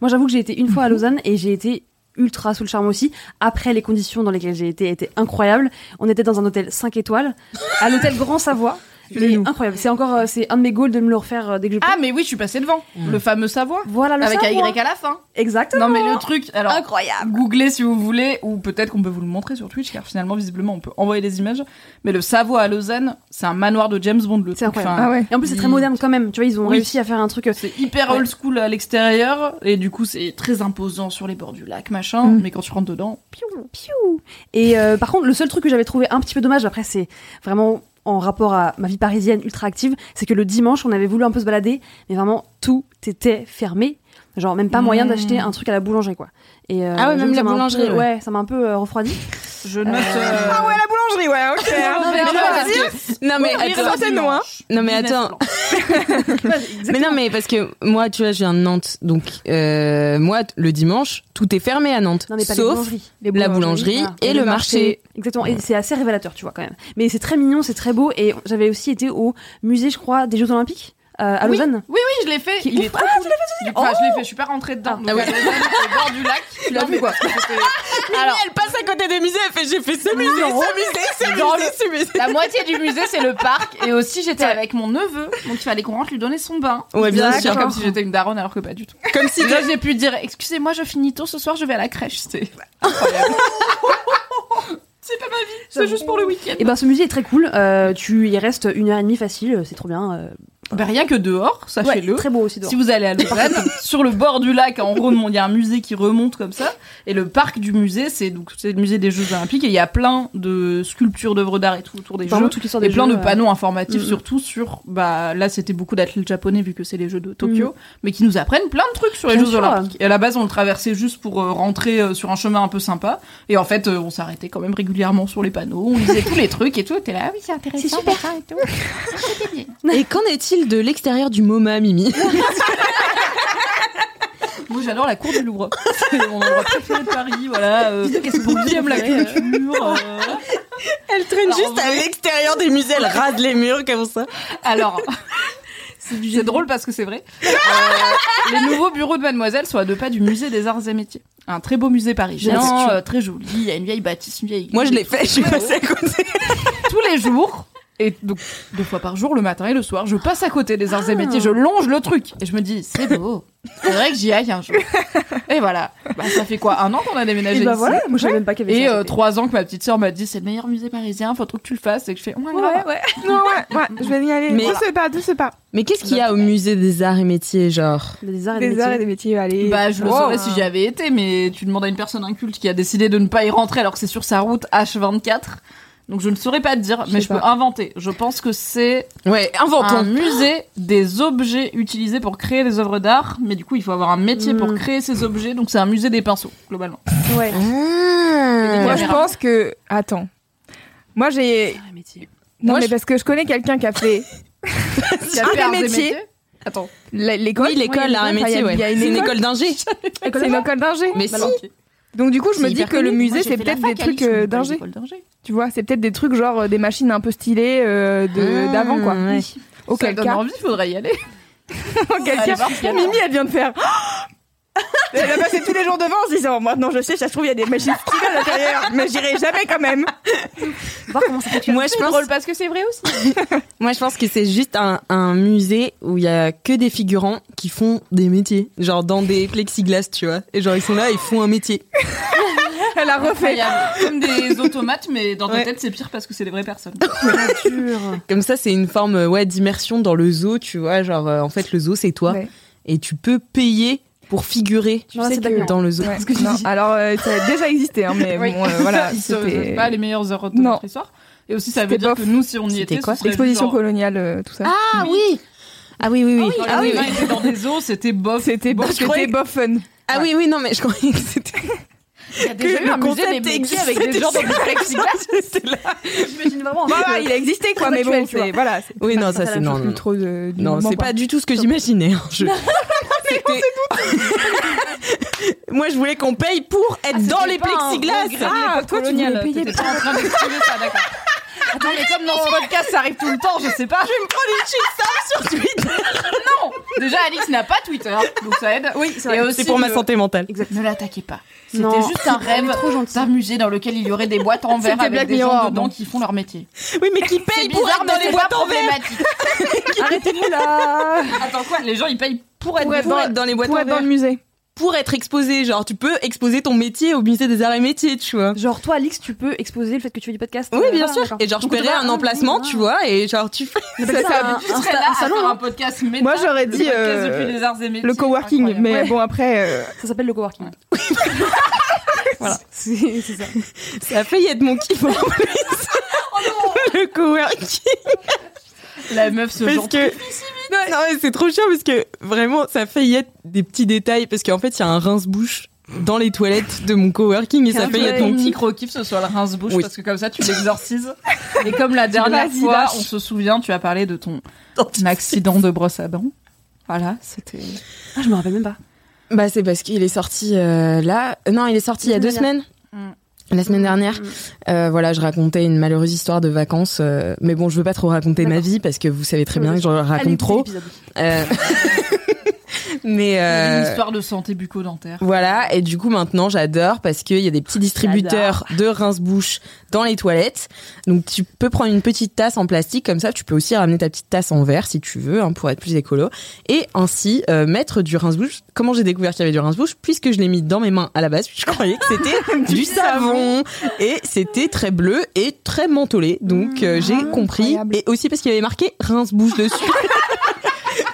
D: Moi, j'avoue que j'ai été une fois à Lausanne et j'ai été ultra sous le charme aussi. Après, les conditions dans lesquelles j'ai été étaient incroyables. On était dans un hôtel 5 étoiles, à l'hôtel Grand Savoie. Mais incroyable. C'est encore, euh, c'est un de mes goals de me le refaire euh, dès que je peux.
B: Ah mais oui, je suis passée devant. Le fameux Savoie.
D: voilà Mmh. le
B: Avec un
D: Savoie.
B: Y à la fin.
D: Exactement.
B: Non mais le truc, alors
D: Incroyable.
B: Googlez si vous voulez, ou peut-être qu'on peut vous le montrer sur Twitch, car finalement, visiblement, on peut envoyer des images. Mais le Savoie à Lausanne, c'est un manoir de James Bond, le
D: C'est
B: truc.
D: incroyable.
B: Enfin,
C: Ah ouais.
D: Et en plus, c'est très moderne quand même. Tu vois, ils ont
B: Oui.
D: réussi à faire un truc. euh,
B: C'est hyper old school à l'extérieur, et du coup, c'est très imposant sur les bords du lac, machin.
C: Mm.
B: Mais quand tu rentres dedans,
D: Piou. Et euh, par contre, le seul truc que j'avais trouvé un petit peu dommage, après, c'est vraiment en rapport à ma vie parisienne ultra active, c'est que le dimanche, on avait voulu un peu se balader, mais vraiment tout était fermé. Genre, même pas moyen d'acheter un truc à la boulangerie, quoi. Et, euh,
M: Ah ouais,
D: j'avoue
M: même
D: que
M: la
D: ça m'a un
M: boulangerie,
D: peu-
M: ouais.
D: Ouais, ça m'a un peu euh, refroidi.
B: je note. euh,
C: Ah ouais, la boulangerie, ouais, ok.
B: on verra parce que-
K: Non mais
B: Oui,
K: attends.
B: Rosette
A: hein.
C: attends.
B: Blanche.
K: Non, mais
B: Guinness
K: attends.
B: Blanche.
K: Mais non mais parce que moi tu vois je viens de Nantes donc euh, moi t- le dimanche tout est fermé à Nantes
D: Non, mais pas les
K: sauf
D: boulangeries.
K: la boulangerie
D: voilà.
K: et, le marché.
D: Exactement, et c'est assez révélateur, tu vois, quand même. Mais c'est très mignon, c'est très beau, et j'avais aussi été au musée, je crois, des Jeux Olympiques, euh, à Lausanne.
B: Oui, oui, je l'ai fait.
D: Qui est
B: Il est
D: ouf.
B: trop cool. Du coup, Enfin, je l'ai fait, je suis pas rentrée dedans.
D: Ah.
B: Donc, à Lausanne, au bord du lac. Tu l'as vu quoi
K: Elle passe à côté des musées elle fait j'ai fait ce musée ce musée ce musée ce musée.
B: La moitié du musée, c'est le parc. Et aussi, j'étais avec mon neveu. Donc, il fallait qu'on rentre lui donner son bain.
K: Ouais, bien
B: D'accord.
K: sûr.
B: Comme si j'étais une daronne, alors que pas du tout.
K: Comme si
B: Et là, j'ai pu dire Excusez-moi, je finis tôt ce soir, je vais à la crèche. C'était incroyable. c'est pas ma vie, c'est juste pour le week-end.
D: Et ben, ce musée est très cool, euh, tu y restes une heure et demie facile, c'est trop bien. euh,
B: Bah, rien que dehors,
D: ouais,
B: sachez-le.
D: très beau aussi dehors.
B: si vous allez à Lausanne, sur le bord du lac, en remonte, il y a un musée qui remonte comme ça, et le parc du musée, c'est donc c'est le musée des Jeux Olympiques, et il y a plein de sculptures d'œuvres d'art et tout autour des
D: Vraiment
B: Jeux.
D: toutes les sortes
B: Et
D: de
B: plein
D: jeux,
B: de
D: euh,
B: panneaux informatifs,
D: Mm.
B: surtout sur. Bah, là, c'était beaucoup d'athlètes japonais, vu que c'est les Jeux de Tokyo, mais qui nous apprennent plein de trucs sur les
D: Mm-hmm. Bien
B: Jeux
D: sûr.
B: Olympiques. Et à la base, on le traversait juste pour euh, rentrer euh, sur un chemin un peu sympa. Et en fait, euh, on s'arrêtait quand même régulièrement sur les panneaux, on lisait tous les trucs et tout. T'es là, ah oui, c'est
D: euh,
B: intéressant. machin et tout. C'était bien.
K: Et qu'en est-il de l'extérieur du MoMA Mimi
B: Moi, j'adore la cour du Louvre. C'est mon endroit préféré de Paris, voilà. euh, pour qui aime la culture. euh.
K: Elle traîne
B: Alors, en
K: juste à l'extérieur des musées elle rase les murs comme ça.
B: Alors, c'est drôle parce que c'est vrai. Euh, les nouveaux bureaux de Mademoiselle sont à deux pas du musée des arts et métiers. Un très beau musée parisien, euh, très joli. Il y a une vieille bâtisse, une vieille. église.
K: Moi je l'ai fait je suis passée à côté.
B: tous les jours. Et donc, deux fois par jour, le matin et le soir, je passe à côté des arts et métiers, je longe le truc. Et je me dis, c'est beau. C'est vrai que j'y aille un jour. Et voilà. Bah, ça fait quoi Un an qu'on a
C: Eh
B: déménagé
D: Et bah
B: ici.
D: voilà, moi je savais même pas qu'il y avait
B: Et
D: ça.
B: euh, trois ans que ma petite sœur m'a dit c'est le meilleur musée parisien, faut trop que tu le fasses. Et que je fais ouais, grave.
C: Ouais, ouais. Non, ouais, ouais, je vais y aller.
K: Mais-
C: Mais... Douce pas, douce pas.
K: Mais qu'est-ce qu'il y a au musée des arts et métiers genre
D: Des arts et des
C: Des heures et
D: métiers.
C: des métiers, allez.
B: Bah je le
C: Wow.
B: saurais si j'y avais été, mais tu demandes à une personne inculte qui a décidé de ne pas y rentrer alors que c'est sur sa route H24. Donc je ne saurais pas te dire, mais je peux inventer. Je pense que c'est
K: Ouais
B: un
K: inventons.
B: musée des objets utilisés pour créer des œuvres d'art, mais du coup il faut avoir un métier pour créer ces objets, donc c'est un musée des pinceaux globalement.
D: Ouais.
K: Ah.
C: Moi, je pense que. Attends. Moi, j'ai.
D: Arts et métiers.
C: Non,
B: Moi,
C: mais
B: je-
C: parce que je connais quelqu'un qui a fait
B: Qui a fait
C: des
B: arts et
C: métiers.
B: Attends.
C: l- l'école.
K: Oui l'école
C: là
K: arts et métiers ouais. C'est une école Bah d'ingé.
C: C'est une école d'ingé.
K: Mais si
C: Donc du coup, je me
B: Bah C'est
C: dis
B: hyper
C: que le
B: connu. Moi,
C: musée,
B: j'ai
C: c'est
B: fait la
C: peut-être des
B: fac à
C: trucs
B: Lille,
C: euh,
B: c'est une
C: d'ingé.
B: école d'ingé.
C: Tu vois, c'est peut-être des trucs genre euh, des machines un peu stylées euh,
A: Ah,
C: de- d'avant quoi.
K: ouais.
B: Ah, ça
C: Auquel
B: donne
C: cas,
B: envie, faudrait y aller.
C: auquel
B: Allez
C: cas,
B: voir ce qu'il y a.
C: Mimi, elle vient de faire. Elle a passé tous les jours devant en se disant maintenant je sais, ça se trouve il y a des machines stylées à l'intérieur, mais j'irai jamais quand même.
D: Voir comment ça fonctionne.
A: Moi, je pense,
C: parce que c'est vrai aussi.
A: moi, je pense que c'est juste un, un musée où il y a que des figurants qui font des métiers. Genre dans des plexiglas, tu vois. Et genre, ils sont là, ils font un métier.
C: Elle a refait.
B: Incroyable. Comme des automates, mais dans ta tête, c'est pire parce que c'est des vraies personnes.
A: Comme ça, c'est une forme euh, ouais, d'immersion dans le zoo, tu vois. Genre, euh, en fait, le zoo, c'est toi.
C: Ouais.
A: Et tu peux payer pour figurer
D: Non,
A: tu sais
D: c'est
A: que
D: d'accord.
A: dans le zoo.
C: Ouais. Non, alors euh, ça a déjà existé, hein, mais
B: Oui.
C: bon, euh, voilà.
B: Ils se-
C: c'était-
B: c'est pas les meilleures heures de
C: Non.
B: notre histoire. Et aussi, ça veut
C: C'était
B: dire
C: bof.
B: que nous, si on y
A: C'était
B: était,
A: quoi
B: ce serait
C: L'exposition
B: genre-
C: coloniale, euh, tout ça.
N: Ah oui
A: Ah oui, oui, oui.
B: Quand les humains étaient dans des eaux, c'était bof.
C: c'était
B: Bon,
C: bon,
B: je
C: c'était
B: croyais-
C: bof fun.
A: Ah oui, oui, non, mais je croyais que c'était.
B: Il y a déjà eu un musée des métiers avec des gens dans des plexiglas.
D: J'imagine
B: Oh,
D: vraiment.
C: Bah, bah, il a existé quoi, mais bon,
D: actuel, tu
C: c'est- voilà. c'est-
A: Oui, non, ça,
D: la
A: c'est.
D: même
A: Non,
C: c'est
A: non, non.
C: trop de- du
A: Non,
C: moment,
A: c'est
C: quoi.
A: pas du tout ce que j'imaginais. hein. Je... C'était- Moi, je voulais qu'on paye pour être dans les plexiglas.
B: Ah,
C: toi, tu voulais payer
B: T'étais pas en train d'exprimer ça, d'accord. Attends, mais comme dans ce podcast, ça arrive tout le temps, je sais pas. Je vais me prendre une shitstorm sur Twitter. Non Déjà, Alix n'a pas Twitter, hein, donc ça aide. Oui,
A: C'est pour ma santé mentale.
B: Ne l'attaquez pas. C'était
D: Non.
B: juste un rêve d'un musée dans lequel il y aurait des boîtes en verre
C: C'était
B: avec
C: Black
B: des
C: Mirror,
B: gens dedans
C: bon.
B: qui font leur métier.
A: Oui, mais qui
B: C'est
A: paye pour
B: bizarre,
A: être
B: mais
A: dans les
B: c'est pas
A: boîtes en verre
B: problématique.
C: Arrêtez-vous là
B: Attends, quoi Les gens, ils payent pour être
C: Pour être
A: Pour
C: dans-
A: être dans les boîtes
C: Pour
A: en
C: être dans
A: verre.
C: le musée.
A: Pour être exposé, genre tu peux exposer ton métier au musée des arts et métiers, tu vois.
D: Genre, toi, Alix, tu peux exposer le fait que tu fais du podcast
A: Oui,
D: euh,
A: bien
D: voilà,
A: sûr.
D: d'accord.
A: Et genre je
D: Donc, on
A: paierais
D: va-
A: un emplacement, tu vois, et genre tu fais.
D: On appelle
C: Ça,
D: ça
C: ça-
D: un-
B: Tu
D: un
B: serais
D: sta-
B: là
D: un
B: à faire
D: salon,
B: un
D: hein.
B: podcast méta,
C: Moi, j'aurais
B: le
C: dit,
B: podcast
C: euh,
B: depuis les arts et métiers.
C: Le coworking,
B: incroyable.
C: mais bon, après. euh,
D: ça s'appelle le coworking. Voilà. C'est c'est ça.
A: Ça a failli être mon kiff en plus.
B: Oh
A: Le coworking.
B: La meuf se
A: Parce
B: genre.
A: que. Non, non, mais c'est trop chiant parce que vraiment ça a failli être des petits détails parce qu'en fait il y a un rince-bouche dans les toilettes de mon coworking et ça a failli être
B: Ton
A: mon
B: petit
A: kiff.
B: gros-kiff, ce soit le rince-bouche,
A: Oui.
B: parce que comme ça, tu l'exorcises. Et comme la dernière
C: vas-y,
B: fois,
C: lâche.
B: on se souvient, tu as parlé de ton accident de brosse à dents. Voilà, c'était.
D: Ah, je me rappelle même pas.
A: Bah c'est parce qu'il est sorti euh, là. Non, il est sorti il y a deux semaines.
B: Mm.
A: La semaine
D: Mm.
A: dernière, Euh, voilà, je racontais une malheureuse histoire de vacances, euh, mais bon, je veux pas trop raconter ma vie parce que vous savez très bien que je
D: Allez,
A: raconte trop.
D: écoutez l'épisode.
A: Euh, mais euh,
B: Une histoire de santé bucco-dentaire.
A: voilà, et du coup maintenant j'adore parce qu'il y a des petits distributeurs de rince-bouche dans les toilettes. Donc tu peux prendre une petite tasse en plastique comme ça, tu peux aussi ramener ta petite tasse en verre si tu veux hein, pour être plus écolo et ainsi euh, mettre du rince-bouche. Comment j'ai découvert qu'il y avait du rince-bouche Puisque je l'ai mis dans mes mains à la base, je croyais que c'était du savon et c'était très bleu et très mentholé. Donc euh, j'ai compris
C: incroyable.
A: et aussi parce qu'il y avait marqué rince-bouche dessus.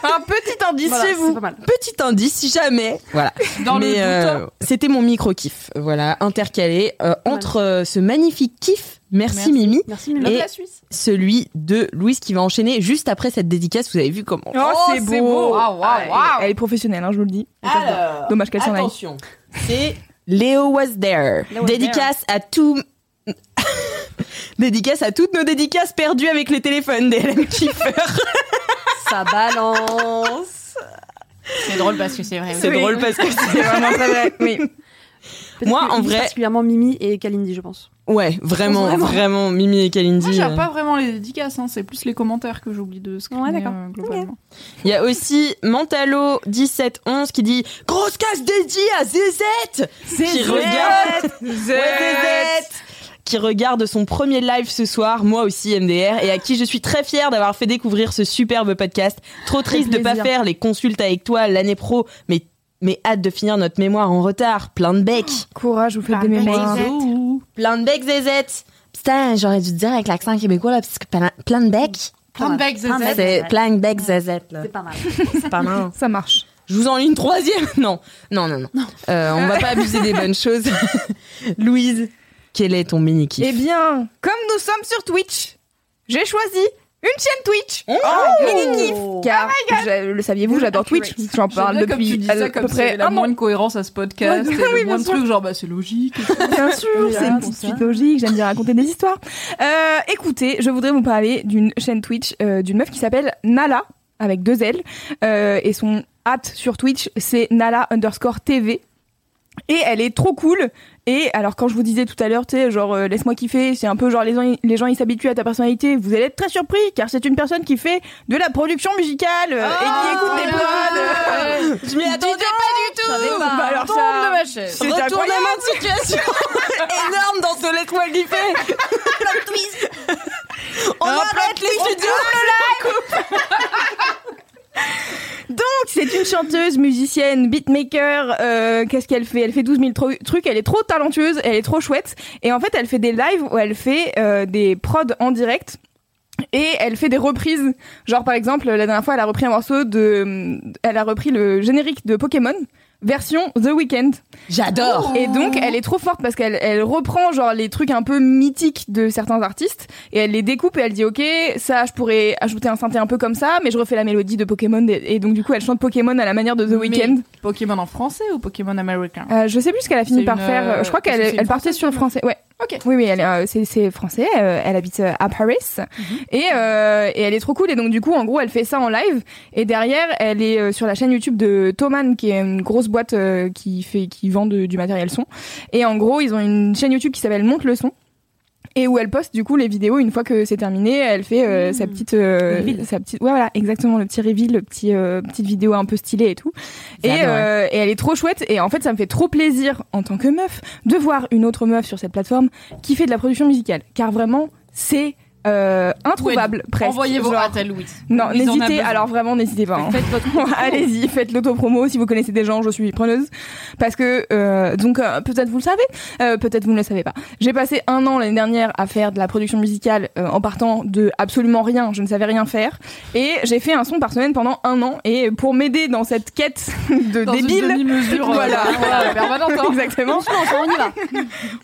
C: Un petit indice
D: Voilà,
C: chez
D: c'est
C: vous.
D: pas mal.
A: Petit indice si jamais. Voilà.
B: Dans le
A: Mais,
B: doute, hein.
A: euh, c'était mon micro kiff, voilà, intercalé euh, entre euh, ce magnifique kiff, merci,
B: Merci.
A: Mimi,
D: Merci, Mimi.
A: et
B: la Suisse.
A: celui de Louise qui va enchaîner juste après cette dédicace. Vous avez vu comment
C: Oh,
B: c'est
C: c'est beau. Ah,
B: beau. Waouh, waouh,
C: Elle-
B: waouh.
C: Elle est professionnelle, hein, je vous le dis.
A: Alors,
C: Dommage qu'elle s'en aille.
A: attention, c'est Léo was there.
D: Léo was
A: dédicace à tout. dédicace à toutes nos dédicaces perdues avec les téléphones des LM kiffeurs.
D: Ça balance.
B: C'est drôle parce que c'est vrai.
A: c'est
C: Oui.
A: drôle parce que
C: C'est vraiment très vrai. Oui.
D: Peut-être
A: Moi,
D: que
A: en
D: Mimi,
A: vrai-
D: Particulièrement Mimi et Kalindi, je pense.
A: ouais, vraiment,
D: Vraiment.
A: vraiment, Mimi et Kalindi.
B: Moi,
A: euh,
B: j'aime pas vraiment les dédicaces, hein, c'est plus les commentaires que j'oublie de euh, ce
D: Ouais, d'accord.
C: euh,
B: globalement.
A: Il y a aussi Mentalo 1711 qui dit grosse casse dédiée à Zézette qui regarde Ouais, Zézette qui regarde son premier live ce soir, moi aussi MDR, et à qui je suis très fière d'avoir fait découvrir ce superbe podcast. Trop triste de pas
C: plaisir.
A: faire les consultes avec toi l'année pro, mais mais hâte de finir notre mémoire en retard. Plein de becs,
C: Courage, vous faites des mémoires.
A: plein de becs Zézette. Putain, j'aurais dû te dire avec l'accent québécois là, parce que plein- plein de becs,
B: Plein de becs,
D: Plein de
B: Zézette.
D: becs.
A: c'est plein de becs Zézette là.
D: C'est pas mal.
A: C'est pas mal.
C: Ça marche.
A: Je vous en lis une troisième Non, non, non, non. Euh, on va pas abuser des bonnes choses. Louise, quel est ton mini kiff
C: Eh bien, comme nous sommes sur Twitch, j'ai choisi une chaîne Twitch. Oh, mini kiff. Car je- le saviez-vous, j'adore Twitch. J'en parle
B: J'aime bien
C: depuis
B: comme tu dis
C: à
B: ça,
C: peu
B: comme c'est
C: près
B: la
C: un an.
B: moins de cohérence à ce podcast, et le moins de trucs genre bah c'est logique.
C: Bien sûr, c'est une petite suite logique. J'aime bien raconter des histoires. Euh, écoutez, je voudrais vous parler d'une chaîne Twitch euh, d'une meuf qui s'appelle Nala avec deux L euh, et son hâte sur Twitch c'est Nala underscore TV. Et elle est trop cool Et alors, quand je vous disais tout à l'heure, tu sais, genre, euh, laisse-moi kiffer, c'est un peu genre, les gens, les gens ils s'habituent à ta personnalité. Vous allez être très surpris, car c'est une personne qui fait de la production musicale euh, et qui
B: Oh,
C: écoute des prods. euh,
M: Je m'y attendais pas du tout.
C: bah, alors ça, c'est incroyable.
M: Retournement de situation énorme dans ce laisse-moi kiffer. Plot twist. On arrête les studios.
C: Donc, c'est une chanteuse, musicienne, beatmaker. euh, Qu'est-ce qu'elle fait Elle fait 12 000 tru- trucs. Elle est trop talentueuse, elle est trop chouette. Et en fait, elle fait des lives où elle fait euh, des prods en direct. Et elle fait des reprises. Genre, par exemple, la dernière fois, elle a repris un morceau de. Elle a repris le générique de Pokémon, version The Weeknd.
M: J'adore.
C: Et donc, elle est trop forte parce qu'elle elle reprend genre les trucs un peu mythiques de certains artistes et elle les découpe et elle dit ok ça je pourrais ajouter un synthé un peu comme ça mais je refais la mélodie de Pokémon et et donc du coup elle chante Pokémon à la manière de The Weeknd.
B: Pokémon en français ou Pokémon américain
C: Euh, je sais plus ce qu'elle a fini
B: C'est
C: par
B: une,
C: faire. euh, Je crois
B: euh, parce
C: qu'elle
B: que c'est une
C: elle partait sur le français. Ouais. Ok. Oui oui elle est, euh, c'est c'est français. euh, elle habite euh, à Paris et euh, et elle est trop cool et donc du coup en gros elle fait ça en live et derrière elle est euh, sur la chaîne YouTube de Thoman qui est une grosse boîte euh, qui fait qui vend de- du matériel son et en gros ils ont une chaîne YouTube qui s'appelle Monte le son. Et où elle poste du coup les vidéos une fois que c'est terminé, elle fait
B: Mmh.
C: euh, sa petite, euh, sa petite, ouais voilà exactement le petit reveal, le petit euh, petite vidéo un peu stylée et tout. Et, euh, et elle est trop chouette. Et en fait, ça me fait trop plaisir en tant que meuf de voir une autre meuf sur cette plateforme qui fait de la production musicale. Car vraiment, c'est euh, introuvable presque.
B: Envoyez vos
C: Genre-
B: rates à Louis.
C: Non,
B: Ils en ont
C: n'hésitez.
B: besoin.
C: Alors vraiment, n'hésitez pas. hein.
B: Faites votre
C: Allez-y, faites l'autopromo si vous connaissez des gens, je suis preneuse. Parce que, euh, donc, euh, peut-être vous le savez, euh, peut-être vous ne le savez pas. J'ai passé un an l'année dernière à faire de la production musicale euh, en partant de absolument rien, je ne savais rien faire. Et j'ai fait un son par semaine pendant un an. Et pour m'aider dans cette quête de
B: Dans une
C: débile,
B: demi-mesure, euh,
C: Voilà.
B: voilà, permanente, hein.
C: Exactement. on y va.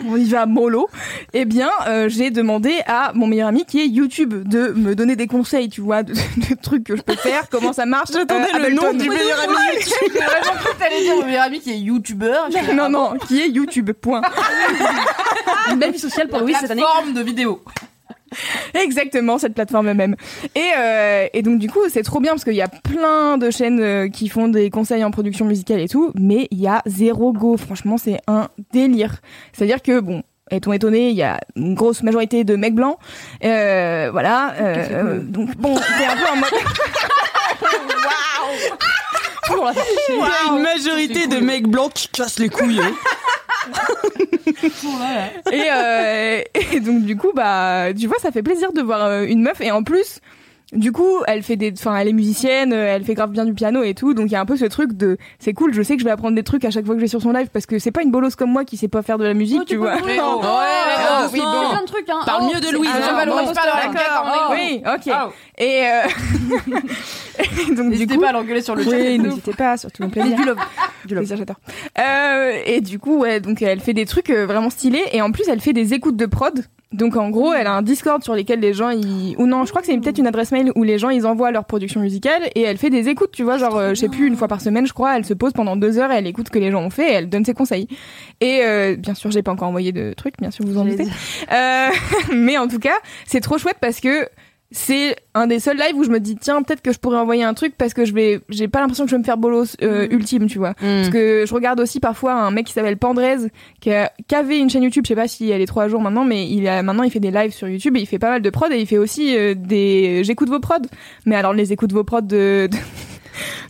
C: on y va mollo. Eh bien, euh, j'ai demandé à mon meilleur ami qui est YouTube de me donner des conseils, tu vois, de, de trucs que je peux faire, comment ça
A: Oh,
C: marche. euh, J'attendais le nom du meilleur ami.
B: J'ai vraiment cru que t'allais dire mon meilleur ami qui est youtubeur.
C: non, non, qui est YouTube. Point.
D: Une belle vie sociale pour Louis cette année.
B: Forme de vidéo.
C: Exactement, cette plateforme même. Et, euh, et donc du coup, c'est trop bien parce qu'il y a plein de chaînes euh, qui font des conseils en production musicale et tout, mais il y a zéro go. Franchement, c'est un délire. C'est-à-dire que bon. Est-on étonné Il y a une grosse majorité de mecs blancs, Euh, voilà. euh, euh, donc bon, c'est un peu en mode. Waouh
K: une majorité de mecs blancs qui cassent les couilles.
C: et, euh, et donc du coup bah tu vois ça fait plaisir de voir euh, une meuf et en plus du coup elle fait des enfin elle est musicienne euh, elle fait grave bien du piano et tout donc il y a un peu ce truc de c'est cool je sais que je vais apprendre des trucs à chaque fois que je vais sur son live parce que c'est pas une bolosse comme moi qui sait pas faire de la
D: Oh,
C: musique tu vois
B: Non,
M: Ah,
B: oui,
M: doucement.
B: bon.
D: plein de trucs, hein.
M: Parle mieux de Louis.
B: Ah,
M: hein.
B: non,
M: Bon.
B: valorise pas dans la
C: D'accord.
B: quête, on est con.
C: oui ok
B: Oh.
C: et, euh, et donc du
B: N'hésitez
C: coup
B: pas à l'engueuler sur le chat.
C: oui, n'hésitez pas, surtout mon plaisir. du love. Du love. j'adore. Euh, et du coup, ouais, donc elle fait des trucs euh, vraiment stylés et en plus elle fait des écoutes de prod. Donc en gros, elle a un Discord sur lesquels les gens ils ou non, je crois que c'est peut-être une adresse mail où les gens ils envoient leur production musicale et elle fait des écoutes, tu vois, genre euh, je sais plus une fois par semaine, je crois, elle se pose pendant deux heures et elle écoute ce que les gens ont fait et elle donne ses conseils. Et euh, bien sûr, j'ai pas encore envoyé de trucs, bien sûr vous en doutez. Euh, mais en tout cas, c'est trop chouette parce que c'est un des seuls lives où je me dis tiens peut-être que je pourrais envoyer un truc parce que je vais j'ai pas l'impression que je vais me faire bolos euh,
B: Mm.
C: ultime tu vois
A: Hmm.
C: parce que je regarde aussi parfois un mec qui s'appelle Pandrez qui, a- qui avait une chaîne YouTube je sais pas si elle est trois jours maintenant mais il a maintenant il fait des lives sur YouTube et il fait pas mal de prod et il fait aussi euh, des j'écoute vos prods mais alors les écoute vos prods de de,